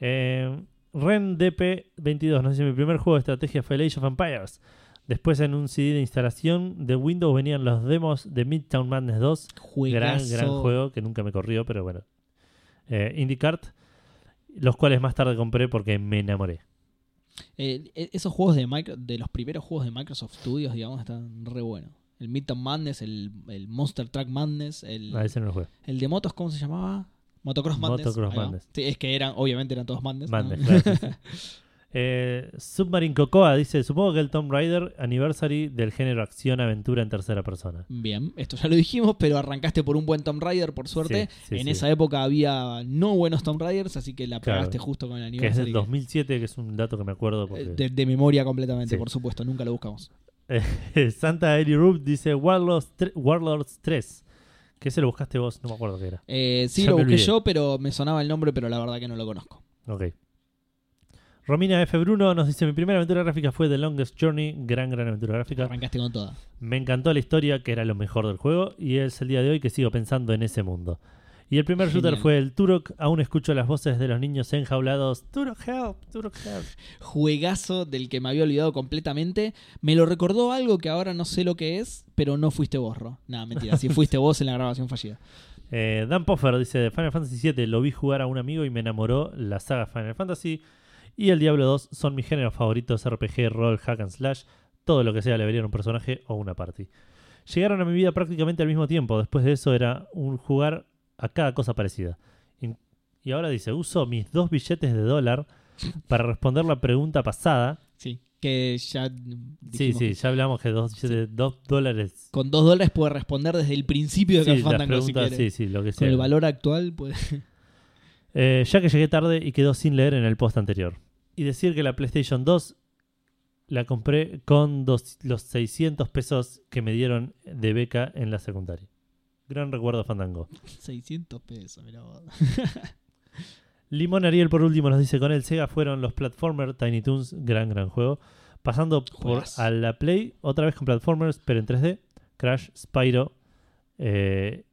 Speaker 1: Eh, Ren DP22 nos dice: Mi primer juego de estrategia fue el Age of Empires. Después, en un CD de instalación de Windows, venían los demos de Midtown Madness 2.
Speaker 2: Juegazo.
Speaker 1: Gran, gran juego que nunca me corrió, pero bueno. Eh, IndyCart, los cuales más tarde compré porque me enamoré.
Speaker 2: Eh, e- esos juegos de micro, de los primeros juegos de Microsoft Studios, digamos, están re buenos. El Midtown Madness, el, el Monster Truck Madness, el,
Speaker 1: A Ah, ese no lo jugué.
Speaker 2: el de motos, ¿cómo se llamaba? Motocross Madness.
Speaker 1: Motocross
Speaker 2: ahí va.
Speaker 1: Madness.
Speaker 2: Sí, es que eran, obviamente eran todos Madness. ¿no?
Speaker 1: Madness, claro, sí, sí. Eh, Submarine Cocoa dice: Supongo que el Tomb Raider Anniversary del género acción-aventura en tercera persona.
Speaker 2: [laughs] Bien, esto ya lo dijimos, pero arrancaste por un buen Tomb Raider, por suerte.
Speaker 1: Sí, sí,
Speaker 2: en
Speaker 1: sí.
Speaker 2: esa época había no buenos Tomb Raiders, así que la
Speaker 1: Claro.
Speaker 2: pegaste justo con el
Speaker 1: Que es
Speaker 2: aniversario. Eh,
Speaker 1: del 2007, que es un dato que me acuerdo. Porque...
Speaker 2: de, de memoria completamente,
Speaker 1: Sí.
Speaker 2: por supuesto, nunca lo buscamos.
Speaker 1: [laughs] Santa Eri Rub dice Warlords, tre- Warlords 3. Que ese lo buscaste vos, no me acuerdo qué era.
Speaker 2: Eh, sí,
Speaker 1: Ya
Speaker 2: lo
Speaker 1: me
Speaker 2: busqué
Speaker 1: olvidé.
Speaker 2: yo, pero me sonaba el nombre, pero la verdad que no lo conozco.
Speaker 1: Ok. Romina F. Bruno nos dice: Mi primera aventura gráfica fue The Longest Journey. Gran, gran aventura gráfica.
Speaker 2: Arrancaste con toda.
Speaker 1: Me encantó la historia, que era lo mejor del juego. Y es el día de hoy que sigo pensando en ese mundo. Y el primer shooter
Speaker 2: Genial.
Speaker 1: fue el Turok. Aún escucho las voces de los niños enjaulados: Turok help, Turok help.
Speaker 2: Juegazo del que me había olvidado completamente. Me lo recordó algo que ahora no sé lo que es, pero no fuiste vos, Ro. Nada, mentira.
Speaker 1: [laughs]
Speaker 2: Si fuiste vos en la grabación fallida.
Speaker 1: Eh, Dan Poffer dice de Final Fantasy VII lo vi jugar a un amigo y me enamoró la saga Final Fantasy y el Diablo 2 son mis géneros favoritos RPG, rol, hack and slash, todo lo que sea le verían un personaje o una party. Llegaron a mi vida prácticamente al mismo tiempo, después de eso era un jugar a cada cosa parecida. In- Y ahora dice, uso mis dos billetes de dólar para responder la pregunta pasada.
Speaker 2: Sí. Que ya.
Speaker 1: Sí,
Speaker 2: dijimos
Speaker 1: sí,
Speaker 2: que
Speaker 1: ya hablamos que dos, billetes, dos dólares.
Speaker 2: Con dos dólares puede responder desde el principio de
Speaker 1: Sí,
Speaker 2: que
Speaker 1: las
Speaker 2: Fandango si
Speaker 1: preguntas,
Speaker 2: quiere.
Speaker 1: sí, sí, lo que sea.
Speaker 2: Con el valor actual, pues. [laughs]
Speaker 1: Eh, ya que llegué tarde y quedó sin leer en el post anterior. Y decir que la PlayStation 2 la compré con dos- los 600 pesos que me dieron de beca en la secundaria. Gran recuerdo, Fandango.
Speaker 2: 600 pesos, mirá vos.
Speaker 1: Limón Ariel, por último, nos dice: Con el Sega fueron los platformers Tiny Toons, gran, gran juego. Pasando por
Speaker 2: Juegazo.
Speaker 1: a la Play, otra vez con platformers, pero en 3D. Crash, Spyro eh,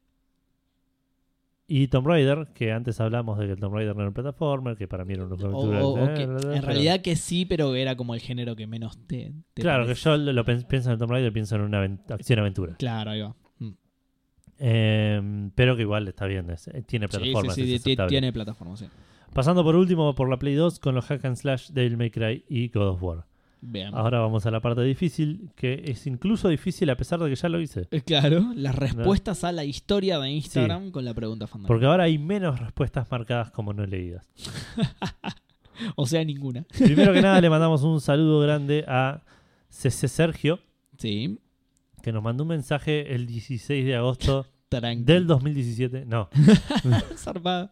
Speaker 1: y Tomb Raider, que antes hablamos de que el Tomb Raider no era un platformer, que para mí era un juego de
Speaker 2: O-
Speaker 1: aventura,
Speaker 2: o- o
Speaker 1: eh,
Speaker 2: que-
Speaker 1: bla, bla,
Speaker 2: en
Speaker 1: pero-
Speaker 2: realidad que sí, pero que era como el género que menos te. te
Speaker 1: Claro,
Speaker 2: parece.
Speaker 1: que yo lo, lo pen- pienso en Tomb Raider, pienso en una aven- acción-aventura.
Speaker 2: Claro, ahí va. Mm.
Speaker 1: Eh, pero que igual está bien, es- eh, tiene
Speaker 2: Sí,
Speaker 1: plataformas.
Speaker 2: sí, sí,
Speaker 1: es
Speaker 2: ti-
Speaker 1: aceptable.
Speaker 2: tiene plataforma, sí.
Speaker 1: Pasando por último por la Play 2 con los Hack and Slash, Devil May Cry y God of War.
Speaker 2: Bien.
Speaker 1: Ahora vamos a la parte difícil, que es incluso difícil a pesar de que ya lo hice.
Speaker 2: Eh, Claro, las respuestas a la historia de Instagram con la pregunta fandango.
Speaker 1: Porque ahora hay menos respuestas marcadas como no leídas.
Speaker 2: O sea, ninguna.
Speaker 1: Primero que nada, le mandamos un saludo grande a CC Sergio,
Speaker 2: Sí.
Speaker 1: que nos mandó un mensaje el 16 de agosto
Speaker 2: [laughs] Tranqui.
Speaker 1: del 2017. No,
Speaker 2: Zarpado.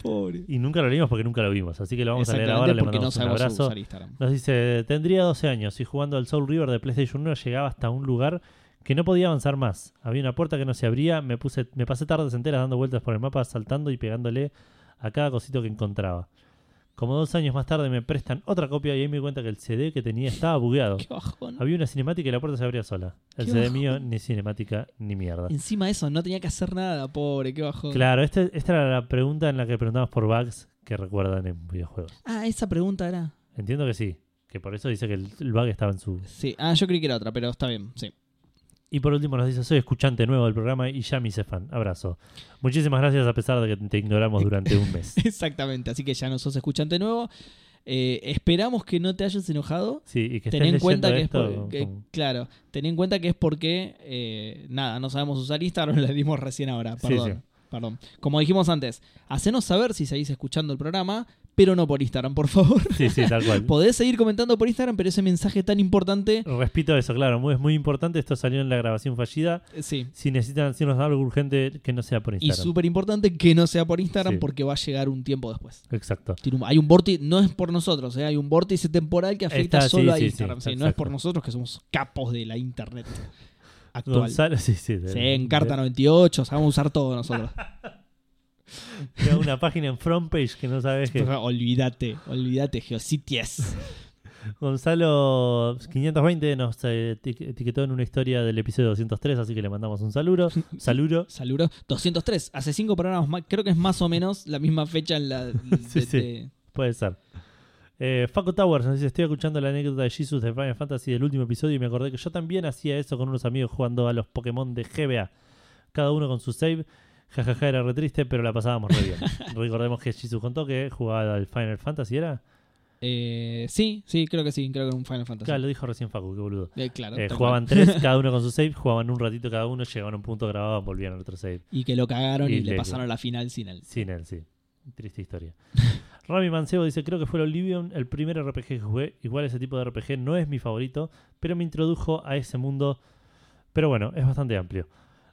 Speaker 2: Pobre.
Speaker 1: y nunca lo leímos porque nunca lo vimos, así que lo vamos a leer
Speaker 2: Exactamente,
Speaker 1: ahora. Le
Speaker 2: porque no
Speaker 1: mandamos un
Speaker 2: sabemos
Speaker 1: abrazo.
Speaker 2: usar Instagram.
Speaker 1: Nos dice, tendría 12 años y jugando al Soul River de PlayStation 1 llegaba hasta un lugar que no podía avanzar más. Había una puerta que no se abría, me, puse, me pasé tardes enteras dando vueltas por el mapa, saltando y pegándole a cada cosito que encontraba. Como dos años más tarde me prestan otra copia y ahí me di cuenta que el CD que tenía estaba bugueado.
Speaker 2: Qué bajón.
Speaker 1: Oh. Había una cinemática y la puerta se abría sola. El
Speaker 2: Qué
Speaker 1: CD
Speaker 2: bajón.
Speaker 1: mío ni cinemática ni mierda.
Speaker 2: Encima de eso, no tenía que hacer nada, pobre, qué bajón.
Speaker 1: Claro, este- esta era la pregunta en la que preguntabas por bugs que recuerdan en videojuegos.
Speaker 2: Ah, esa pregunta era.
Speaker 1: Entiendo que sí, que por eso dice que el, el bug estaba en su
Speaker 2: Sí, ah, yo creí que era otra, pero está bien, sí. [laughs]
Speaker 1: Y por último nos dice, soy escuchante nuevo del programa y ya me hice fan. Abrazo. Muchísimas gracias a pesar de que te ignoramos durante un mes.
Speaker 2: Exactamente, así que ya no sos escuchante nuevo. Eh, esperamos que no te hayas enojado.
Speaker 1: Sí, y que estés
Speaker 2: Ten en cuenta que es
Speaker 1: leyendo esto
Speaker 2: por- que-
Speaker 1: con-
Speaker 2: claro, ten en cuenta que es porque eh, nada, no sabemos usar Instagram, [laughs] la dimos recién ahora,
Speaker 1: Sí,
Speaker 2: perdón. Perdón. Como dijimos antes, hacenos saber si seguís escuchando el programa, pero no por Instagram, por favor.
Speaker 1: Sí, sí, tal cual.
Speaker 2: [laughs] Podés seguir comentando por Instagram, pero ese mensaje tan importante,
Speaker 1: Respito eso, claro, muy- es muy importante. Esto salió en la grabación fallida.
Speaker 2: eh, sí.
Speaker 1: Si necesitan decirnos algo urgente, que no sea por
Speaker 2: Y
Speaker 1: Instagram.
Speaker 2: súper importante que no sea por Instagram
Speaker 1: Sí.
Speaker 2: porque va a llegar un tiempo después.
Speaker 1: Exacto.
Speaker 2: Tiene un- hay un vórtice, no es por nosotros, ¿eh? hay un vórtice temporal que afecta
Speaker 1: Está, sí,
Speaker 2: solo
Speaker 1: sí, sí,
Speaker 2: a Instagram. sí,
Speaker 1: está
Speaker 2: no es por
Speaker 1: exacto.
Speaker 2: nosotros que somos capos de la internet actual.
Speaker 1: Gonzalo, [laughs] sí, sí. del-
Speaker 2: Sí, en Carta 98, sabemos usar
Speaker 1: [laughs]
Speaker 2: todo nosotros.
Speaker 1: Crea una página en frontpage que no sabes
Speaker 2: [laughs]
Speaker 1: que.
Speaker 2: olvídate, olvídate, Geocities.
Speaker 1: Gonzalo 520 nos eh, eti- etiquetó en una historia del episodio 203, así que le mandamos un
Speaker 2: [laughs]
Speaker 1: saludo. Saludo.
Speaker 2: Saludos. 203, hace cinco programas más, creo que es más o menos la misma fecha
Speaker 1: [laughs]
Speaker 2: en la...
Speaker 1: Sí,
Speaker 2: de-
Speaker 1: sí.
Speaker 2: de-
Speaker 1: Puede ser. Eh, Faco Towers nos dice, estoy escuchando la anécdota de Jesus de Final Fantasy del último episodio y me acordé que yo también hacía eso con unos amigos jugando a los Pokémon de GBA. Cada uno con su save. Jajaja, era re triste, pero la pasábamos re
Speaker 2: [laughs]
Speaker 1: bien. Recordemos que Jesus contó que jugaba al Final Fantasy, ¿era?
Speaker 2: eh, sí, sí, creo que sí, creo que era un Final Fantasy.
Speaker 1: Claro, lo dijo recién Facu, qué boludo.
Speaker 2: Eh, claro,
Speaker 1: Eh,
Speaker 2: tal
Speaker 1: jugaban
Speaker 2: cual. [laughs]
Speaker 1: tres, cada uno con su save, jugaban un ratito cada uno, llegaban a un punto, grababan, volvían al otro save.
Speaker 2: Y que lo cagaron y,
Speaker 1: Y
Speaker 2: le
Speaker 1: le-
Speaker 2: pasaron la final sin él.
Speaker 1: Sin él, sí. Triste historia. Rami Mancebo dice, creo que fue el Oblivion el primer RPG que jugué. Igual ese tipo de RPG no es mi favorito, pero me introdujo a ese mundo. Pero bueno, es bastante amplio.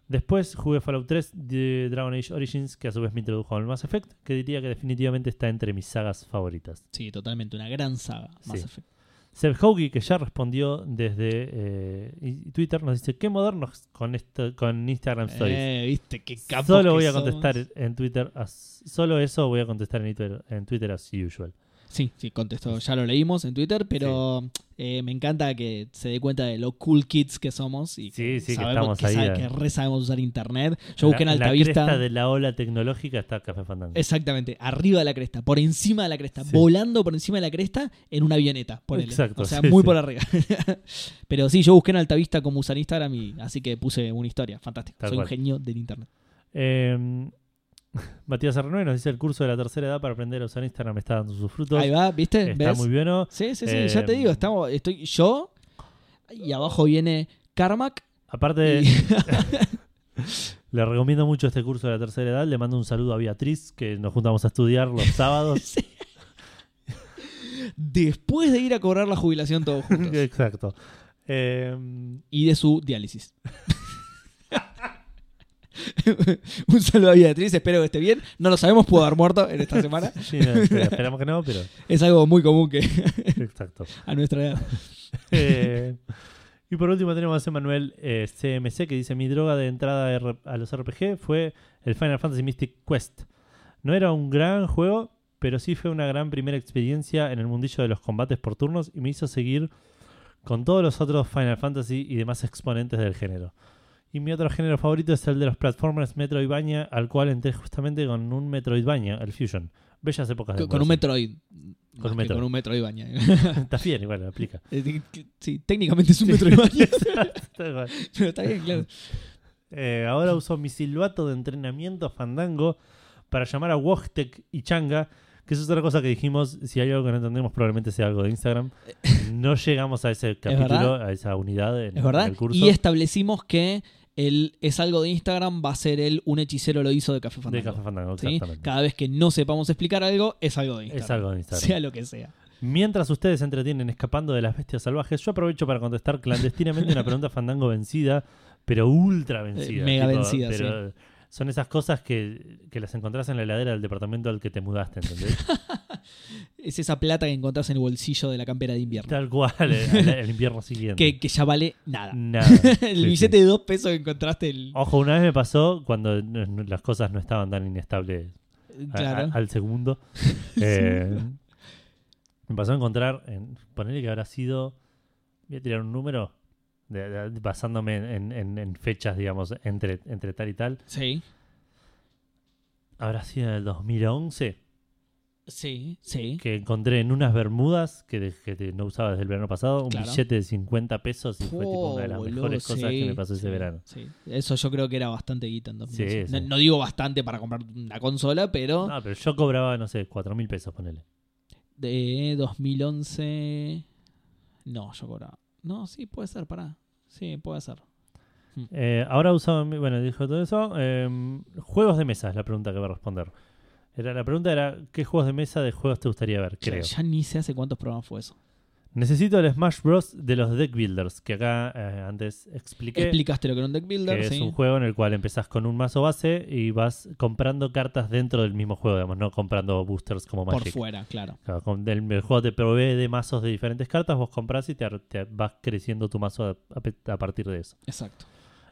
Speaker 1: Después jugué Fallout 3 de Dragon Age Origins, que a su vez me introdujo al Mass Effect, que diría que definitivamente está entre mis sagas favoritas.
Speaker 2: Sí, totalmente, una gran saga. Mass
Speaker 1: Sí.
Speaker 2: Effect.
Speaker 1: Seb Hoagie, que ya respondió desde eh, y- Twitter, nos dice, qué modernos con, esto, con Instagram Stories.
Speaker 2: Eh, viste, qué capos
Speaker 1: Solo voy
Speaker 2: que
Speaker 1: a contestar
Speaker 2: somos.
Speaker 1: en Twitter. as- solo eso voy a contestar en Twitter, en Twitter as usual.
Speaker 2: Sí, sí, contestó, ya lo leímos en Twitter, pero eh, me encanta que se dé cuenta de lo cool kids que somos y
Speaker 1: Sí, sí, que
Speaker 2: sabemos
Speaker 1: estamos ahí.
Speaker 2: sabe-
Speaker 1: eh.
Speaker 2: que re sabemos usar internet. Yo busqué en
Speaker 1: la, la
Speaker 2: Altavista.
Speaker 1: cresta de la ola tecnológica está Café Fandango.
Speaker 2: Exactamente, arriba de la cresta, por encima de la cresta,
Speaker 1: Sí.
Speaker 2: volando por encima de la cresta en una avioneta, ponele.
Speaker 1: Exacto,
Speaker 2: o sea,
Speaker 1: sí,
Speaker 2: muy
Speaker 1: sí.
Speaker 2: por arriba. [laughs] Pero sí, yo busqué en Altavista como usar Instagram y así que puse una historia, fantástico.
Speaker 1: Tal
Speaker 2: Soy
Speaker 1: cual.
Speaker 2: un genio del internet.
Speaker 1: Eh, [laughs] Matías Arnoy nos dice el curso de la tercera edad para aprender a usar Instagram está dando sus frutos.
Speaker 2: Ahí va, ¿viste?
Speaker 1: Está
Speaker 2: ¿Ves?
Speaker 1: muy bueno.
Speaker 2: Sí, sí, sí,
Speaker 1: Eh,
Speaker 2: ya te digo, estamos estoy yo y abajo viene Carmack
Speaker 1: Aparte,
Speaker 2: [laughs] y-
Speaker 1: [laughs] le recomiendo mucho este curso de la tercera edad. Le mando un saludo a Beatriz, que nos juntamos a estudiar
Speaker 2: [laughs]
Speaker 1: los sábados.
Speaker 2: Sí. Después de ir a cobrar la jubilación todos juntos.
Speaker 1: Exacto. Eh,
Speaker 2: y de su diálisis. [laughs] Un saludo a Beatriz, espero que esté bien. No lo sabemos, pudo haber muerto en esta [laughs] semana.
Speaker 1: sí, no, esperamos que no,
Speaker 2: [laughs]
Speaker 1: pero
Speaker 2: Es algo muy común que [laughs]
Speaker 1: exacto.
Speaker 2: a nuestra edad.
Speaker 1: Eh, y por último tenemos a Manuel eh, CMC que dice mi droga de entrada a R- a los RPG fue el Final Fantasy Mystic Quest. No era un gran juego, pero sí fue una gran primera experiencia en el mundillo de los combates por turnos y me hizo seguir con todos los otros Final Fantasy y demás exponentes del género. Y mi otro género favorito es el de los platformers Metroidvania, al cual entré justamente con un Metroidvania, el Fusion. Bellas épocas de
Speaker 2: Con, con un
Speaker 1: juegos.
Speaker 2: Metroid. Más que
Speaker 1: Metroid.
Speaker 2: Con un [laughs] Metroidvania.
Speaker 1: [laughs] Está bien, igual,
Speaker 2: [laughs]
Speaker 1: aplica.
Speaker 2: sí, técnicamente es un Metroidvania.
Speaker 1: Está igual.
Speaker 2: [laughs] pero está bien, claro.
Speaker 1: Eh, ahora uso mi silbato de entrenamiento fandango para llamar a Wojtek y Changa, que es otra cosa que dijimos, si hay algo que no entendemos probablemente sea algo de
Speaker 2: [laughs]
Speaker 1: Instagram. No llegamos a ese capítulo,
Speaker 2: verdad?
Speaker 1: a esa unidad en,
Speaker 2: Es verdad.
Speaker 1: en el curso
Speaker 2: Y establecimos que el es algo de Instagram va a ser el un hechicero lo hizo de Café Fandango.
Speaker 1: de Café Fandango,
Speaker 2: ¿sí?
Speaker 1: exactamente.
Speaker 2: Cada vez que no sepamos explicar algo, es algo de Instagram.
Speaker 1: Es algo de Instagram.
Speaker 2: Sea lo que sea.
Speaker 1: Mientras ustedes se entretienen escapando de las bestias salvajes, yo aprovecho para contestar clandestinamente una pregunta fandango vencida, pero ultra vencida.
Speaker 2: Eh, mega vencida,
Speaker 1: pero Son esas cosas que, que las encontrás en la heladera del departamento al que te mudaste, ¿entendés?
Speaker 2: Es esa plata que encontrás en el bolsillo de la campera de invierno.
Speaker 1: Tal cual, el, el invierno siguiente.
Speaker 2: Que, que ya vale nada.
Speaker 1: Nada.
Speaker 2: [laughs] el
Speaker 1: Sí,
Speaker 2: billete
Speaker 1: sí. Oh,
Speaker 2: de dos pesos que encontraste. El...
Speaker 1: Ojo, una vez me pasó cuando no- no- las cosas no estaban tan inestables a-
Speaker 2: claro.
Speaker 1: a- al
Speaker 2: [laughs]
Speaker 1: segundo. Eh, me pasó a encontrar, en, ponerle que habrá sido, voy a tirar un número, de- de- basándome en, en- en fechas, digamos, entre, entre tal y tal.
Speaker 2: Sí.
Speaker 1: Habrá sido en el 2011
Speaker 2: Sí. Sí.
Speaker 1: que encontré en unas bermudas que, de- que de- no usaba desde el verano pasado un
Speaker 2: Claro.
Speaker 1: billete de 50 pesos y fue tipo una de las
Speaker 2: Oh, boludo,
Speaker 1: mejores cosas que
Speaker 2: sí,
Speaker 1: me pasó ese
Speaker 2: sí,
Speaker 1: verano.
Speaker 2: sí. Eso yo creo que era bastante guita en 2011.
Speaker 1: Sí,
Speaker 2: no,
Speaker 1: sí.
Speaker 2: no digo bastante para comprar una consola, pero
Speaker 1: No, pero yo cobraba, no sé, 4 mil pesos, ponele.
Speaker 2: de 2011. No, yo cobraba. No, sí, puede ser, pará. Sí, puede ser.
Speaker 1: Eh, ahora usaba, bueno, dijo todo eso. eh, juegos de mesa es la pregunta que va a responder. Era, la pregunta era, ¿qué juegos de mesa de juegos te gustaría ver?
Speaker 2: Ya-
Speaker 1: Creo.
Speaker 2: Ya, ni sé hace cuántos programas fue eso.
Speaker 1: Necesito el Smash Bros. de los Deck Builders, que acá eh, antes expliqué.
Speaker 2: Explicaste lo que era un deck builder,
Speaker 1: que es
Speaker 2: sí.
Speaker 1: un juego en el cual empezás con un mazo base y vas comprando cartas dentro del mismo juego, digamos, no comprando boosters como
Speaker 2: por
Speaker 1: Magic.
Speaker 2: fuera, claro.
Speaker 1: Claro, con- el, el juego te provee de mazos de diferentes cartas, vos compras y te, ar- te vas creciendo tu mazo a, a- a partir de eso.
Speaker 2: Exacto.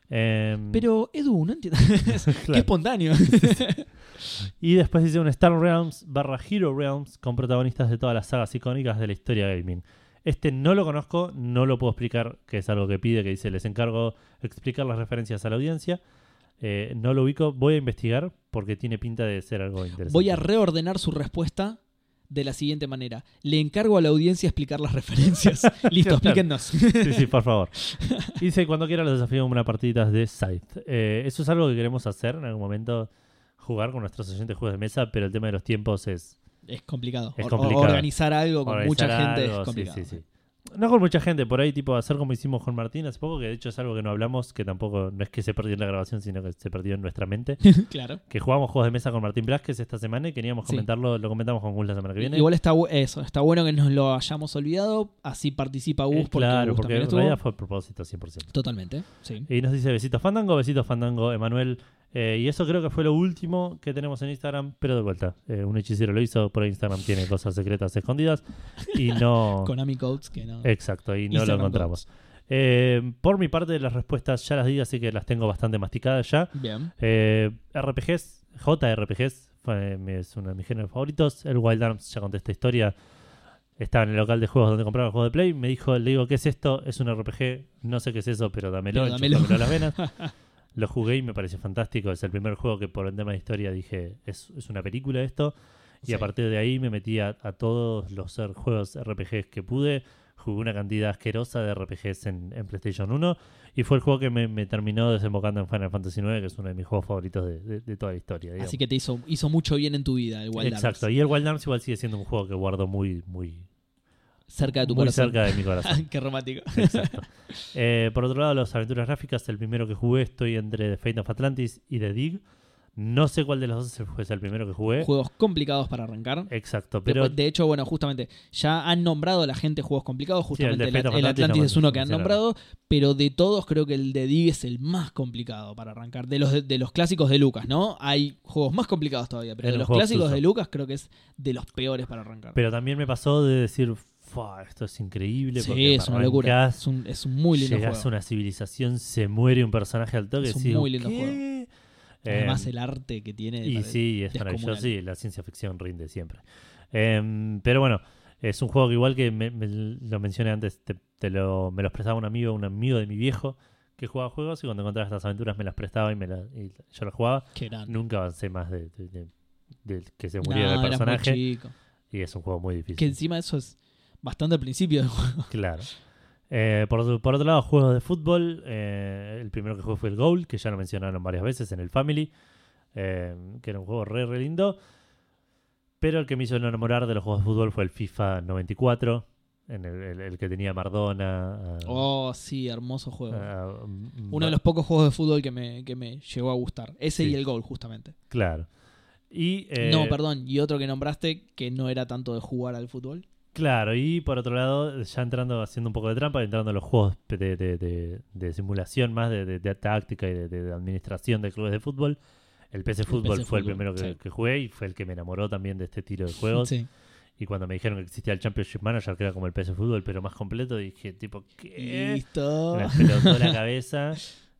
Speaker 1: Em,
Speaker 2: Pero, Edu, no entiendo. [laughs] Qué
Speaker 1: claro. [laughs]
Speaker 2: espontáneo.
Speaker 1: Y después hice un Star Realms barra Hero Realms con protagonistas de todas las sagas icónicas de la historia gaming. Este no lo conozco, no lo puedo explicar, que es algo que pide, que dice, les encargo explicar las referencias a la audiencia. Eh, no lo ubico, voy a investigar porque tiene pinta de ser algo interesante.
Speaker 2: Voy a reordenar su respuesta de la siguiente manera. Le encargo a la audiencia explicar las referencias.
Speaker 1: [laughs]
Speaker 2: Listo, explíquennos.
Speaker 1: Sí, sí, por favor. Dice, cuando quiera los desafío en una partidita de Scythe. Eh, eso es algo que queremos hacer en algún momento, jugar con nuestros oyentes juegos de mesa, pero el tema de los tiempos es
Speaker 2: [laughs] Es complicado.
Speaker 1: Es
Speaker 2: Or-
Speaker 1: complicado.
Speaker 2: Organizar algo con
Speaker 1: Organizar
Speaker 2: mucha gente
Speaker 1: algo,
Speaker 2: es
Speaker 1: sí,
Speaker 2: complicado.
Speaker 1: sí, sí. No con mucha gente, por ahí, tipo, hacer como hicimos con Martín hace poco, que de hecho es algo que no hablamos, que tampoco, no es que se perdió en la grabación, sino que se perdió en nuestra mente.
Speaker 2: [laughs] claro.
Speaker 1: que jugamos juegos de mesa con Martín Blasquez esta semana y queríamos
Speaker 2: Sí.
Speaker 1: comentarlo, lo comentamos con Gus la semana que viene.
Speaker 2: Igual está bu- eso, está bueno que nos lo hayamos olvidado, así participa
Speaker 1: Eh,
Speaker 2: Gus porque
Speaker 1: claro,
Speaker 2: Gus
Speaker 1: porque
Speaker 2: también
Speaker 1: en
Speaker 2: estuvo.
Speaker 1: realidad fue a propósito 100%.
Speaker 2: Totalmente, sí.
Speaker 1: Y nos dice besitos fandango, besitos fandango, Emanuel. Eh, y eso creo que fue lo último que tenemos en Instagram, pero de vuelta. eh, un hechicero lo hizo, por ahí Instagram tiene cosas secretas escondidas y
Speaker 2: [laughs]
Speaker 1: no...
Speaker 2: Konami Codes que no.
Speaker 1: Exacto, Eh, y no
Speaker 2: Instagram
Speaker 1: lo encontramos. Eh, por mi parte, las respuestas ya las di, así que las tengo bastante masticadas ya.
Speaker 2: Bien.
Speaker 1: Eh, RPGs, JRPGs, fue- me- es uno de mis géneros favoritos. El Wild Arms, ya conté esta historia. Estaba en el local de juegos donde compraba el juego de Play. Me dijo, le digo, ¿qué es esto? Es un RPG, no sé qué es eso, pero dámelo,
Speaker 2: Pero dámelo.
Speaker 1: enchúfamelo a las
Speaker 2: [laughs]
Speaker 1: venas. Lo jugué y me pareció fantástico. Es el primer juego que por el tema de historia dije, es, es una película esto. Y
Speaker 2: Sí.
Speaker 1: a partir de ahí me metí a, a todos los er- juegos RPGs que pude. Jugué una cantidad asquerosa de RPGs en, en PlayStation 1. Y fue el juego que me, me terminó desembocando en Final Fantasy IX, que es uno de mis juegos favoritos de, de- de toda la historia. digamos.
Speaker 2: Así que te hizo, hizo mucho bien en tu vida el Wild Arms.
Speaker 1: Exacto. Y el Wild Arms igual sigue siendo un juego que guardo muy, muy,
Speaker 2: Cerca de tu
Speaker 1: muy
Speaker 2: corazón.
Speaker 1: cerca de mi corazón.
Speaker 2: [laughs] Qué romántico.
Speaker 1: [laughs] Exacto. Eh, por otro lado, las aventuras gráficas, el primero que jugué, estoy entre The Fate of Atlantis y The Dig. No sé cuál de los dos es el primero que jugué.
Speaker 2: Juegos complicados para arrancar.
Speaker 1: Exacto, pero
Speaker 2: de hecho, bueno, justamente ya han nombrado a la gente juegos complicados, justamente
Speaker 1: de
Speaker 2: el,
Speaker 1: Fate of
Speaker 2: el
Speaker 1: Atlantis
Speaker 2: Atlantis
Speaker 1: no
Speaker 2: es uno que han
Speaker 1: mencionaron.
Speaker 2: nombrado, pero de todos creo que el de Dig es el más complicado para arrancar, de los, de los clásicos de Lucas, ¿no? Hay juegos más complicados todavía, pero
Speaker 1: Era
Speaker 2: de
Speaker 1: un
Speaker 2: los
Speaker 1: juego
Speaker 2: clásicos
Speaker 1: obtuso.
Speaker 2: de Lucas creo que es de los peores para arrancar.
Speaker 1: Pero también me pasó de decir, "Fua, esto es increíble.
Speaker 2: sí,
Speaker 1: porque
Speaker 2: es una locura,
Speaker 1: arrancás,
Speaker 2: es un, es un muy lindo
Speaker 1: llegás
Speaker 2: juego.
Speaker 1: a una civilización, se muere un personaje al toque.
Speaker 2: Es un
Speaker 1: y digo,
Speaker 2: muy lindo
Speaker 1: "¿Qué?".
Speaker 2: juego.
Speaker 1: Eh,
Speaker 2: Además el arte que tiene
Speaker 1: y
Speaker 2: parece-
Speaker 1: sí, es
Speaker 2: descomunal.
Speaker 1: maravilloso. Sí, la ciencia ficción rinde siempre. Eh, pero bueno, es un juego que igual que me- me lo mencioné antes, te, te lo, me los prestaba un amigo, un amigo de mi viejo que jugaba juegos y cuando encontraba estas aventuras me las prestaba y, me la- y yo las jugaba.
Speaker 2: que era-
Speaker 1: Nunca avancé más de, de- de- de que se
Speaker 2: No,
Speaker 1: muriera el
Speaker 2: eras muy
Speaker 1: personaje
Speaker 2: chico.
Speaker 1: y es un juego muy difícil.
Speaker 2: Que encima eso es bastante al principio del juego.
Speaker 1: Claro. Eh, por, otro- por otro lado, juegos de fútbol. eh, el primero que jugué fue el Goal, que ya lo mencionaron varias veces en el Family, eh, que era un juego re, re lindo. Pero el que me hizo enamorar de los juegos de fútbol fue el FIFA 94, en el, el- el que tenía Maradona. a-
Speaker 2: Oh, sí, hermoso juego.
Speaker 1: a-
Speaker 2: Uno de los pocos juegos de fútbol que me, que me llegó a gustar. Ese
Speaker 1: Sí.
Speaker 2: y el gol, justamente.
Speaker 1: Claro. Y, eh,
Speaker 2: No, perdón. Y otro que nombraste que no era tanto de jugar al fútbol.
Speaker 1: Claro, y por otro lado, ya entrando, haciendo un poco de trampa, entrando a los juegos de, de- de- de simulación más, de, de- de táctica y de, de administración de clubes de fútbol, el PC Fútbol
Speaker 2: PC
Speaker 1: fue el
Speaker 2: Fútbol,
Speaker 1: primero que,
Speaker 2: sí.
Speaker 1: que jugué y fue el que me enamoró también de este tiro de juegos.
Speaker 2: Sí.
Speaker 1: Y cuando me dijeron que existía el Championship Manager, que era como el PC Fútbol, pero más completo, dije, tipo, ¿qué?
Speaker 2: Listo.
Speaker 1: me explotó
Speaker 2: [laughs]
Speaker 1: la cabeza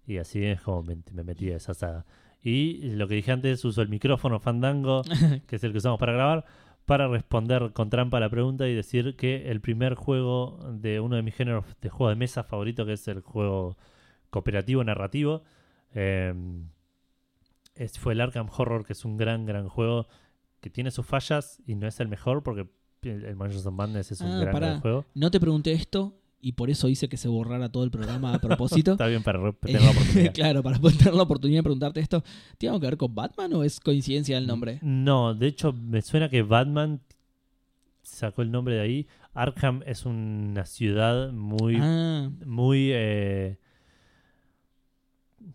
Speaker 1: y así es como me, me metí a esa saga. Y lo que dije antes, uso el micrófono
Speaker 2: [laughs]
Speaker 1: Fandango, que es el que usamos para grabar, para responder con trampa a la pregunta y decir que el primer juego de uno de mis géneros de juego de mesa favorito, que es el juego cooperativo narrativo, eh, es- fue el Arkham Horror, que es un gran, gran juego que tiene sus fallas y no es el mejor porque el el Mansions of Madness es un
Speaker 2: Ah,
Speaker 1: gran,
Speaker 2: pará.
Speaker 1: gran juego.
Speaker 2: No te pregunté esto y por eso hice que se borrara todo el programa a
Speaker 1: [laughs]
Speaker 2: propósito.
Speaker 1: Está bien para re-
Speaker 2: Eh, [laughs]
Speaker 1: tener la oportunidad.
Speaker 2: claro, para poder tener la oportunidad de preguntarte esto, ¿tiene algo que ver con Batman o es coincidencia el nombre?
Speaker 1: No, de hecho me suena que Batman sacó el nombre de ahí. Arkham es una ciudad muy,
Speaker 2: Ah,
Speaker 1: muy eh,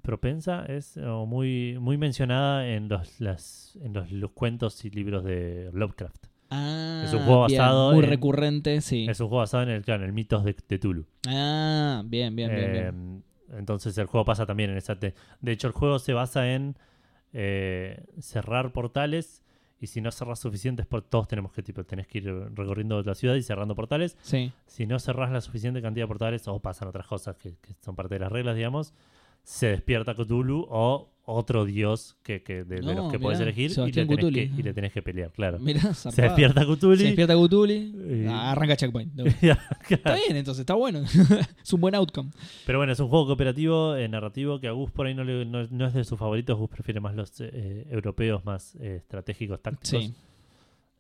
Speaker 1: propensa, es o muy, muy mencionada en los, las, en los, los cuentos y libros de Lovecraft.
Speaker 2: ah,
Speaker 1: Es un juego
Speaker 2: bien,
Speaker 1: basado
Speaker 2: muy
Speaker 1: en-
Speaker 2: recurrente, sí.
Speaker 1: Es un juego basado en el, claro, en el mitos de, de Tulu.
Speaker 2: Ah, bien, bien, bien. bien.
Speaker 1: Eh, Em, Entonces el juego pasa también en esa... te- de hecho el juego se basa en eh, cerrar portales y si no cerras suficientes, por todos tenemos que tipo, tenés que ir recorriendo la ciudad y cerrando portales.
Speaker 2: Sí.
Speaker 1: Si no cerrás la suficiente cantidad de portales o pasan otras cosas que, que son parte de las reglas, digamos, se despierta Cthulhu o otro dios que, que de, de
Speaker 2: No,
Speaker 1: los que
Speaker 2: Oh, mirá,
Speaker 1: podés elegir y le,
Speaker 2: Sebastián
Speaker 1: tenés
Speaker 2: Cthulhu.
Speaker 1: que, y le tenés que pelear, claro.
Speaker 2: Mirá,
Speaker 1: Se
Speaker 2: zarpado.
Speaker 1: despierta Cthulhu. [laughs]
Speaker 2: Se despierta Gutuli.
Speaker 1: y-
Speaker 2: Ah, arranca Checkpoint. de una. Está bien, entonces, está bueno. [laughs] es un buen outcome.
Speaker 1: Pero bueno, es un juego cooperativo, eh, narrativo, que a Gus por ahí no, le- no- no es de sus favoritos. Gus prefiere más los eh, eh, europeos, más eh, estratégicos, tácticos.
Speaker 2: Sí.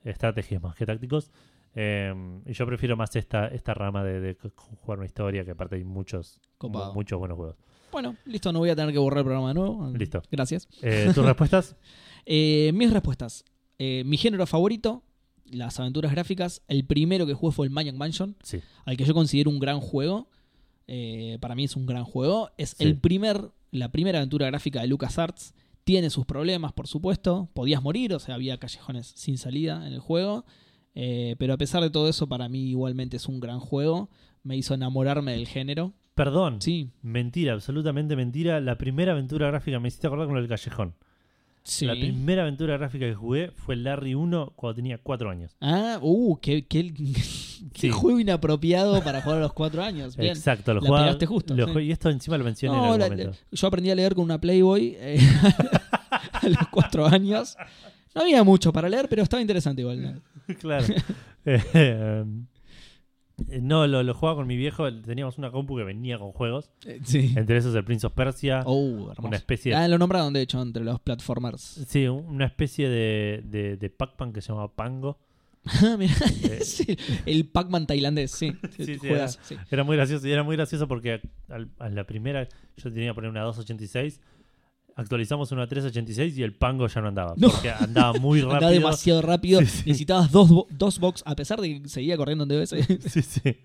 Speaker 1: Estrategias más que tácticos. Eh, y yo prefiero más esta, esta rama de, de c- jugar una historia, que aparte hay muchos,
Speaker 2: Copado.
Speaker 1: mu- muchos buenos juegos.
Speaker 2: Bueno, listo, no voy a tener que borrar el programa de nuevo.
Speaker 1: Listo.
Speaker 2: Gracias.
Speaker 1: Eh,
Speaker 2: [laughs]
Speaker 1: ¿Tus respuestas?
Speaker 2: Eh, mis respuestas. Eh, mi género favorito, las aventuras gráficas. El primero que jugué fue el Maniac Mansion,
Speaker 1: Sí.
Speaker 2: al que yo considero un gran juego. Eh, para mí es un gran juego. Es
Speaker 1: Sí.
Speaker 2: el primer, la primera aventura gráfica de LucasArts. Tiene sus problemas, por supuesto. Podías morir, o sea, había callejones sin salida en el juego. Eh, pero a pesar de todo eso, para mí igualmente es un gran juego. Me hizo enamorarme del género.
Speaker 1: Perdón.
Speaker 2: Sí,
Speaker 1: Mentira, absolutamente mentira. La primera aventura gráfica me hiciste acordar con el callejón.
Speaker 2: sí.
Speaker 1: La primera aventura gráfica que jugué fue Larry 1 cuando tenía 4 años.
Speaker 2: Ah, uh, qué, qué- [laughs] qué
Speaker 1: Sí.
Speaker 2: juego inapropiado para jugar a los cuatro años. Bien.
Speaker 1: Exacto, lo
Speaker 2: La
Speaker 1: jugaba-
Speaker 2: pegaste justo,
Speaker 1: lo
Speaker 2: sí.
Speaker 1: ju- Y esto encima lo mencioné en
Speaker 2: No,
Speaker 1: algún
Speaker 2: la-
Speaker 1: momento.
Speaker 2: la- yo aprendí a leer con una Playboy eh, [laughs] a los cuatro años. No había mucho para leer, pero estaba interesante igual. ¿no?
Speaker 1: Claro.
Speaker 2: [laughs]
Speaker 1: Eh, no, lo, lo jugaba con mi viejo. Teníamos una compu que venía con juegos.
Speaker 2: Sí.
Speaker 1: Entre esos el Prince of Persia.
Speaker 2: Eh, Oh, hermoso.
Speaker 1: Eh, una especie de,
Speaker 2: Ah, lo nombraron de hecho entre los platformers. [laughs]
Speaker 1: Sí, una especie de, de, de Pac-Man que se llamaba Pango.
Speaker 2: Ah, mirá,
Speaker 1: Eh,
Speaker 2: [laughs] sí, el Pac-Man tailandés, sí.
Speaker 1: Sí, sí,
Speaker 2: Juegas, sí.
Speaker 1: Era muy gracioso. Y era muy gracioso porque al- a, la primera yo tenía que poner una 286. Actualizamos una 386 y el Pango ya no andaba.
Speaker 2: [laughs] No.
Speaker 1: Porque andaba muy rápido.
Speaker 2: [laughs] Andaba demasiado rápido.
Speaker 1: Sí, sí.
Speaker 2: Necesitabas dos, bo- dos box, a pesar de que seguía corriendo en DBS.
Speaker 1: [laughs] sí, sí.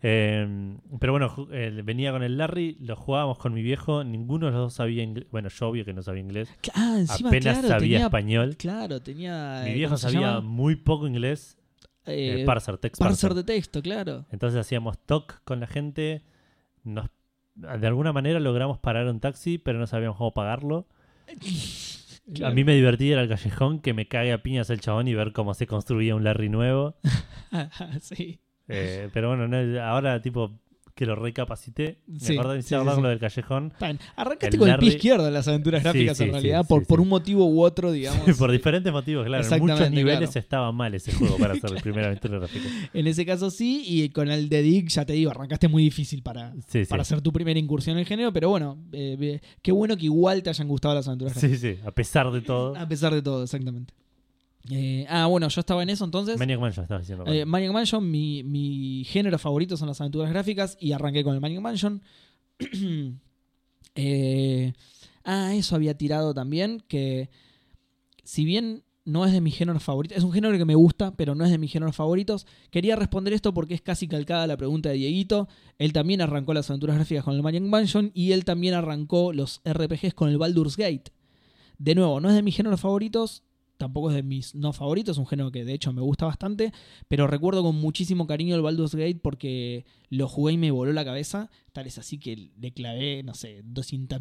Speaker 1: Eh, pero bueno, ju- eh, venía con el Larry, lo jugábamos con mi viejo, ninguno de los dos sabía inglés. Bueno, yo obvio que no sabía inglés,
Speaker 2: [laughs] Ah, encima,
Speaker 1: apenas
Speaker 2: claro,
Speaker 1: sabía
Speaker 2: tenía,
Speaker 1: español.
Speaker 2: Claro, tenía.
Speaker 1: Mi
Speaker 2: eh,
Speaker 1: viejo
Speaker 2: ¿cómo se
Speaker 1: sabía
Speaker 2: llama?
Speaker 1: muy poco inglés, eh,
Speaker 2: Eh,
Speaker 1: parser, text
Speaker 2: parser
Speaker 1: parser.
Speaker 2: de texto, claro.
Speaker 1: Entonces hacíamos talk con la gente, nos, de alguna manera logramos parar un taxi, pero no sabíamos cómo pagarlo. A
Speaker 2: Claro.
Speaker 1: mí me divertía ir al callejón, que me cague a piñas el chabón y ver cómo se construía un Larry
Speaker 2: [laughs]
Speaker 1: nuevo.
Speaker 2: [laughs] sí.
Speaker 1: Eh, pero bueno, no, ahora tipo que lo recapacité, me
Speaker 2: Sí,
Speaker 1: acordé, me
Speaker 2: sí,
Speaker 1: hice acordar
Speaker 2: sí,
Speaker 1: con
Speaker 2: sí.
Speaker 1: lo del callejón.
Speaker 2: Tan. Arrancaste
Speaker 1: El
Speaker 2: con el
Speaker 1: Larry-
Speaker 2: pie izquierdo en las aventuras
Speaker 1: Sí,
Speaker 2: gráficas
Speaker 1: sí,
Speaker 2: en
Speaker 1: sí,
Speaker 2: realidad,
Speaker 1: sí,
Speaker 2: por,
Speaker 1: sí.
Speaker 2: por un motivo u otro, digamos.
Speaker 1: [laughs] Por diferentes motivos, claro. En muchos
Speaker 2: Oh, Exactamente,
Speaker 1: niveles
Speaker 2: claro.
Speaker 1: estaba mal ese juego para hacer el primer aventura
Speaker 2: [laughs]
Speaker 1: gráfica.
Speaker 2: En ese caso sí, y con el de Dick, ya te digo, arrancaste muy difícil para,
Speaker 1: Sí, sí.
Speaker 2: para hacer tu primera incursión en el género, pero bueno, eh, eh, qué bueno que igual te hayan gustado las aventuras gráficas.
Speaker 1: Sí, sí, a pesar de todo.
Speaker 2: A pesar de todo, exactamente. Eh, ah, bueno, yo estaba en eso entonces.
Speaker 1: Maniac Mansion estaba diciendo.
Speaker 2: Eh, Maniac Mansion, mi, mi género favorito son las aventuras gráficas y arranqué con el Maniac Mansion. [clears throat] Eh, ah, eso había tirado también, que si bien no es de mis géneros favoritos, es un género que me gusta, pero no es de mis géneros favoritos, quería responder esto porque es casi calcada la pregunta de Dieguito. Él también arrancó las aventuras gráficas con el Maniac Mansion y él también arrancó los RPGs con el Baldur's Gate. De nuevo, no es de mis géneros favoritos, tampoco es de mis no favoritos, es un género que de hecho me gusta bastante, pero recuerdo con muchísimo cariño el Baldur's Gate porque lo jugué y me voló la cabeza, tal es así que le clavé, no sé, 200.000,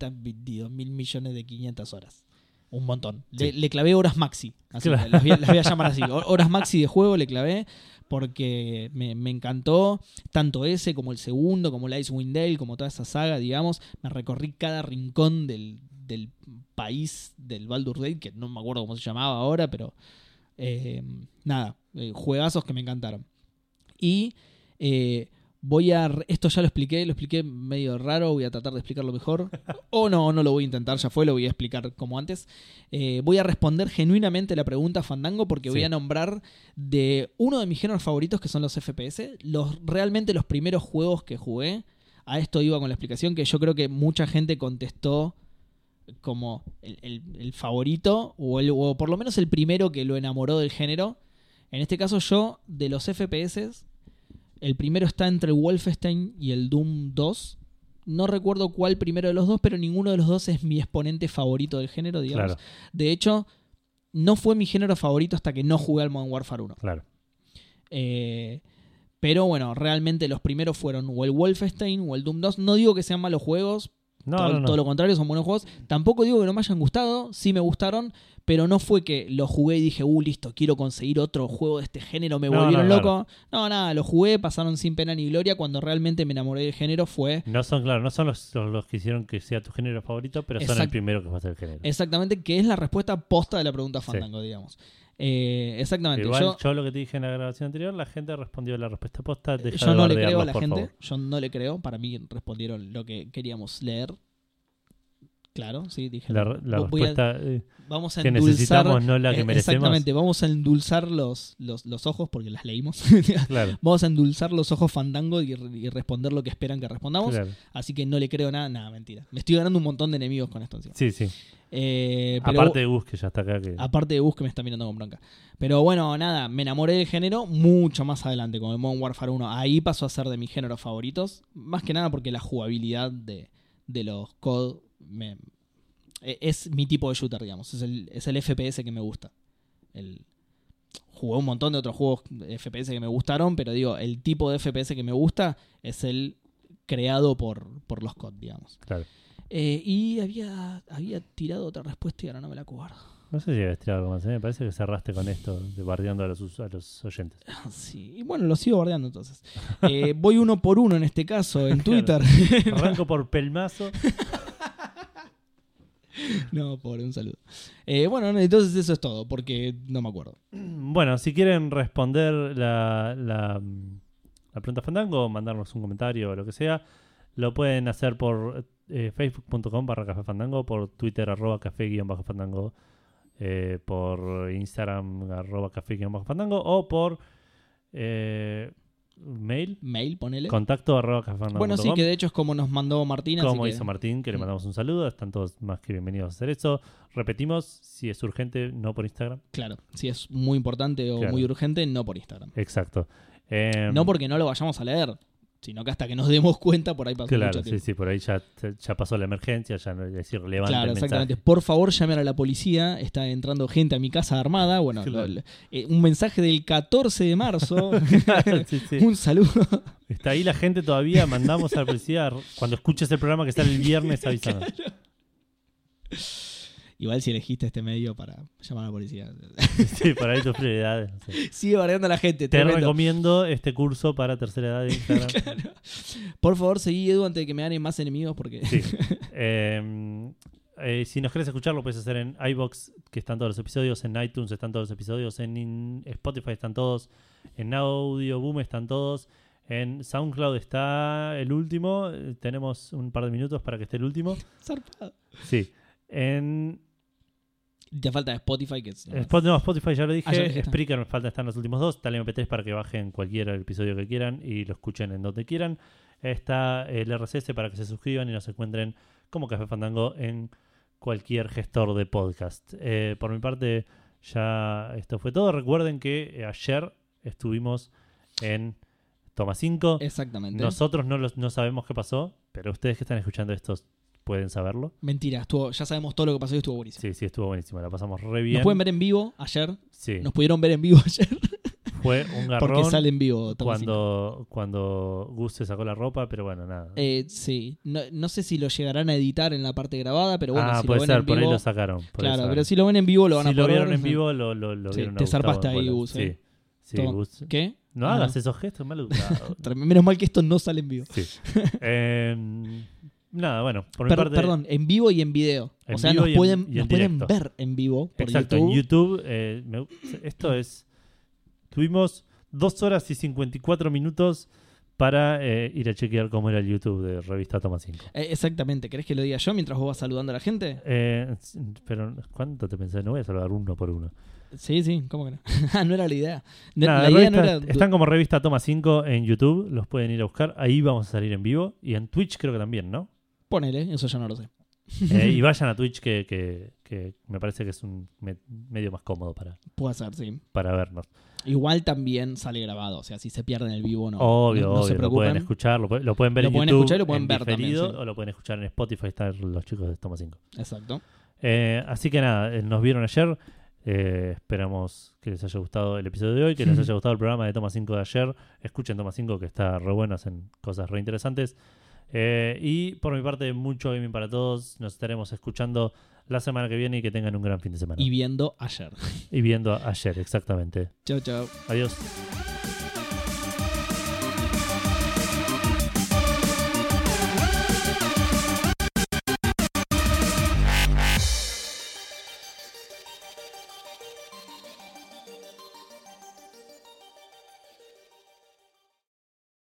Speaker 2: 522.000 millones de 500 horas. Un montón. Le,
Speaker 1: Sí.
Speaker 2: le clavé horas maxi. Así,
Speaker 1: Claro.
Speaker 2: las, voy a, las voy a
Speaker 1: [laughs]
Speaker 2: llamar así. Hor- Horas maxi de juego le clavé porque me, me encantó. Tanto ese como el segundo, como el Icewind Dale, como toda esa saga, digamos. Me recorrí cada rincón del, del país del Baldur's Gate, que no me acuerdo cómo se llamaba ahora, pero eh, nada, eh, juegazos que me encantaron. Y eh, voy a... re- Esto ya lo expliqué, lo expliqué medio raro, voy a tratar de explicarlo mejor. o no, no lo voy a intentar, ya fue, lo voy a explicar como antes. Eh, voy a responder genuinamente la pregunta Fandango porque voy
Speaker 1: Sí.
Speaker 2: a nombrar de uno de mis géneros favoritos que son los FPS, los, realmente los primeros juegos que jugué. A esto iba con la explicación que yo creo que mucha gente contestó como el, el- el favorito o, el, o por lo menos el primero que lo enamoró del género. En este caso yo, de los FPS, el primero está entre el Wolfenstein y el Doom 2. No recuerdo cuál primero de los dos, pero ninguno de los dos es mi exponente favorito del género, digamos.
Speaker 1: Claro,
Speaker 2: De hecho, no fue mi género favorito hasta que no jugué al Modern Warfare 1.
Speaker 1: claro.
Speaker 2: Eh, pero bueno, realmente los primeros fueron o el Wolfenstein o el Doom 2. No digo que sean malos juegos,
Speaker 1: No,
Speaker 2: todo,
Speaker 1: no, no.
Speaker 2: todo lo contrario, son buenos juegos. Tampoco digo que no me hayan gustado, sí me gustaron, pero no fue que los jugué y dije, uh, listo, quiero conseguir otro juego de este género, me
Speaker 1: No,
Speaker 2: volvieron
Speaker 1: no,
Speaker 2: loco. No, nada, los jugué, pasaron sin pena ni gloria. Cuando realmente me enamoré del género fue
Speaker 1: No son, claro, no son los, los- los que hicieron que sea tu género favorito, pero son el
Speaker 2: Exacto.
Speaker 1: primero que fue a ser el género.
Speaker 2: exactamente que es la respuesta posta de la pregunta Fandango, digamos. Eh, exactamente.
Speaker 1: Igual
Speaker 2: yo, Eh,
Speaker 1: yo, lo que te dije en la grabación anterior, la gente respondió la respuesta posta. Deja
Speaker 2: yo
Speaker 1: de
Speaker 2: no le
Speaker 1: bardearlos,
Speaker 2: creo a la
Speaker 1: por
Speaker 2: gente,
Speaker 1: favor.
Speaker 2: yo no le creo. Para mí respondieron lo que queríamos leer. Claro, sí, dije.
Speaker 1: La, la
Speaker 2: voy a-
Speaker 1: respuesta eh,
Speaker 2: vamos a
Speaker 1: que
Speaker 2: endulzar
Speaker 1: necesitamos, no la que
Speaker 2: Eh,
Speaker 1: merecemos.
Speaker 2: Exactamente, vamos a endulzar los, los, los ojos porque las leímos. [laughs]
Speaker 1: Claro,
Speaker 2: vamos a endulzar los ojos fandango y, y responder lo que esperan que respondamos.
Speaker 1: claro.
Speaker 2: Así que no le creo nada, nada, mentira. Me estoy ganando un montón de enemigos con esto encima.
Speaker 1: Sí, sí.
Speaker 2: Eh, pero- Ah.
Speaker 1: Aparte de Gus, que ya está acá. Que...
Speaker 2: Aparte de Bus que me está mirando con bronca. Pero bueno, nada, me enamoré del género mucho más adelante con el Modern Warfare 1. Ahí pasó a ser de mis géneros favoritos. Más que nada porque la jugabilidad de, de los COD me- e- es mi tipo de shooter, digamos. Es el, es el FPS que me gusta. El, jugué un montón de otros juegos FPS que me gustaron, pero digo, el tipo de FPS que me gusta es el creado por, por los COD, digamos.
Speaker 1: Claro.
Speaker 2: Eh, y había, había tirado otra respuesta y ahora no me la acuerdo.
Speaker 1: No sé si habías tirado algo más. ¿eh? Me parece que cerraste con esto, de bardeando a los, us- a los
Speaker 2: [laughs]
Speaker 1: oyentes.
Speaker 2: Pues Sí, y bueno, lo sigo bardeando
Speaker 1: [laughs]
Speaker 2: entonces. Eh, voy uno por uno en este caso, en Twitter.
Speaker 1: Arranco por pelmazo.
Speaker 2: [laughs] no, pobre, un saludo. Eh, bueno, entonces eso es todo, porque no me acuerdo.
Speaker 1: Bueno, si quieren responder la, la, la pregunta Fandango, mandarnos un comentario o lo que sea, lo pueden hacer por eh, facebook.com barra café fandango, por twitter arroba café guión bajo fandango, eh, por instagram arroba café guión bajo fandango o por eh, mail
Speaker 2: Mail, ponele.
Speaker 1: contacto arroba café fandango
Speaker 2: bueno, sí,
Speaker 1: punto com,
Speaker 2: que de hecho es como nos mandó Martina. así
Speaker 1: como
Speaker 2: que-
Speaker 1: hizo Martín, que le
Speaker 2: Mm.
Speaker 1: mandamos un saludo, están todos más que bienvenidos a hacer eso. Repetimos, si es urgente, no por Instagram.
Speaker 2: Claro, si es muy importante o
Speaker 1: Claro.
Speaker 2: muy urgente, no por Instagram.
Speaker 1: Exacto. Em,
Speaker 2: No porque no lo vayamos a leer, sino que hasta que nos demos cuenta por ahí pasa
Speaker 1: Claro,
Speaker 2: mucho
Speaker 1: sí,
Speaker 2: tiempo.
Speaker 1: sí, por ahí ya, ya pasó la emergencia, ya no es irrelevante.
Speaker 2: Claro,
Speaker 1: el
Speaker 2: exactamente.
Speaker 1: mensaje.
Speaker 2: Por favor, llamen a la policía. Está entrando gente a mi casa armada. Bueno,
Speaker 1: Claro.
Speaker 2: lo- lo- eh, un mensaje del 14 de marzo. [laughs]
Speaker 1: Sí, [laughs] sí.
Speaker 2: un saludo.
Speaker 1: Está ahí la gente todavía, mandamos a la policía cuando escuches el programa que sale el
Speaker 2: [laughs]
Speaker 1: viernes avísanos.
Speaker 2: Igual si elegiste este medio para llamar a la policía. [laughs]
Speaker 1: Sí, por ahí tus prioridades. no sé.
Speaker 2: Sigue bardeando a la gente.
Speaker 1: Te
Speaker 2: tremendo.
Speaker 1: recomiendo este curso para tercera edad de Instagram.
Speaker 2: [laughs] Por favor, seguí Edu antes de que me ganen más enemigos porque... [laughs]
Speaker 1: Sí. [laughs] Eh, eh, si nos querés escuchar, lo puedes hacer en iBox, que están todos los episodios, en iTunes están todos los episodios, en in- Spotify están todos, en Audio Boom están todos, en SoundCloud está el último. eh, Tenemos un par de minutos para que esté el último.
Speaker 2: Zarpado.
Speaker 1: Sí. En
Speaker 2: Te falta Spotify que es...
Speaker 1: Spot- no, Spotify ya lo dije.
Speaker 2: Ah, ya lo dijiste.
Speaker 1: Spreaker me falta, están los últimos dos. Está el MP3 para que bajen cualquier episodio que quieran y lo escuchen en donde quieran. Está el RSS para que se suscriban y nos encuentren como Café Fandango en cualquier gestor de podcast. Eh, por mi parte, ya esto fue todo. Recuerden que eh, ayer estuvimos en Toma 5.
Speaker 2: Exactamente.
Speaker 1: Nosotros no, los- no sabemos qué pasó, pero ustedes que están escuchando esto pueden saberlo.
Speaker 2: Mentira, estuvo, ya sabemos todo lo que pasó y estuvo buenísimo.
Speaker 1: Sí, sí, estuvo buenísimo, la pasamos re bien.
Speaker 2: Nos pueden ver en vivo ayer.
Speaker 1: Sí,
Speaker 2: Nos pudieron ver en vivo [laughs] ayer.
Speaker 1: fue un garrón
Speaker 2: [laughs] Porque sale en vivo Tomasito.
Speaker 1: cuando, cuando Gus se sacó la ropa, pero bueno, nada.
Speaker 2: Eh, sí, no, no sé si lo llegarán a editar en la parte grabada, pero bueno,
Speaker 1: ah,
Speaker 2: si lo
Speaker 1: puede
Speaker 2: ven
Speaker 1: ser,
Speaker 2: en
Speaker 1: por ahí
Speaker 2: vivo.
Speaker 1: lo sacaron. por ahí
Speaker 2: claro,
Speaker 1: sacaron.
Speaker 2: pero si lo ven en vivo lo van a
Speaker 1: Si lo
Speaker 2: poder
Speaker 1: vieron
Speaker 2: ver,
Speaker 1: en vivo, lo, lo, lo
Speaker 2: Sí,
Speaker 1: vieron a
Speaker 2: te
Speaker 1: Gustavo
Speaker 2: zarpaste
Speaker 1: en
Speaker 2: ahí,
Speaker 1: bolas.
Speaker 2: Gus, eh.
Speaker 1: Sí, sí,
Speaker 2: Toma.
Speaker 1: Gus.
Speaker 2: ¿Qué?
Speaker 1: No
Speaker 2: Ah,
Speaker 1: hagas esos gestos, mal
Speaker 2: [laughs]
Speaker 1: educado.
Speaker 2: Trem- Menos mal que esto no sale en vivo.
Speaker 1: Sí. Em, nada, bueno, por
Speaker 2: Per-
Speaker 1: mi parte.
Speaker 2: Perdón, en vivo y en video.
Speaker 1: En
Speaker 2: o sea,
Speaker 1: vivo
Speaker 2: nos,
Speaker 1: y en-
Speaker 2: pueden,
Speaker 1: y en
Speaker 2: nos pueden
Speaker 1: directo.
Speaker 2: ver en vivo por
Speaker 1: Exacto,
Speaker 2: YouTube.
Speaker 1: en YouTube. eh, me- esto es. Tuvimos dos horas y 54 minutos para eh, ir a chequear cómo era el YouTube de Revista Toma 5.
Speaker 2: Eh, exactamente, ¿querés que lo diga yo mientras vos vas saludando a la gente?
Speaker 1: Eh, pero, ¿cuánto te pensé? No voy a saludar uno por uno.
Speaker 2: Sí, sí, ¿cómo que no? [laughs] Ah, no era la idea. No-
Speaker 1: Nada,
Speaker 2: la idea no
Speaker 1: revista-
Speaker 2: era.
Speaker 1: Están como Revista Toma 5 en YouTube, los pueden ir a buscar. Ahí vamos a salir en vivo y en Twitch creo que también,
Speaker 2: [laughs]
Speaker 1: ¿no?
Speaker 2: Ponele, eso ya no lo sé.
Speaker 1: Eh, y vayan a Twitch, que, que- que me parece que es un me- medio más cómodo para,
Speaker 2: Puede ser, sí.
Speaker 1: para vernos.
Speaker 2: Igual también sale grabado, o sea, si se pierden el vivo no.
Speaker 1: obvio,
Speaker 2: no, no
Speaker 1: obvio,
Speaker 2: se
Speaker 1: lo pueden
Speaker 2: preocupen.
Speaker 1: escuchar, lo, pu- lo pueden ver
Speaker 2: Lo
Speaker 1: en
Speaker 2: pueden
Speaker 1: YouTube,
Speaker 2: escuchar y lo pueden
Speaker 1: en
Speaker 2: ver también,
Speaker 1: diferido,
Speaker 2: sí.
Speaker 1: o lo pueden escuchar en Spotify, están los chicos de Toma 5.
Speaker 2: Exacto.
Speaker 1: Eh, así que nada, eh, nos vieron ayer. eh, esperamos que les haya gustado el episodio de hoy, que les haya gustado el programa de Toma 5 de ayer. Escuchen Toma 5, que está re bueno, hacen cosas re interesantes. Eh, y por mi parte, mucho gaming para todos. Nos estaremos escuchando la semana que viene y que tengan un gran fin de semana.
Speaker 2: Y viendo ayer. [laughs]
Speaker 1: y viendo ayer, exactamente.
Speaker 2: Chao, chao.
Speaker 1: Adiós.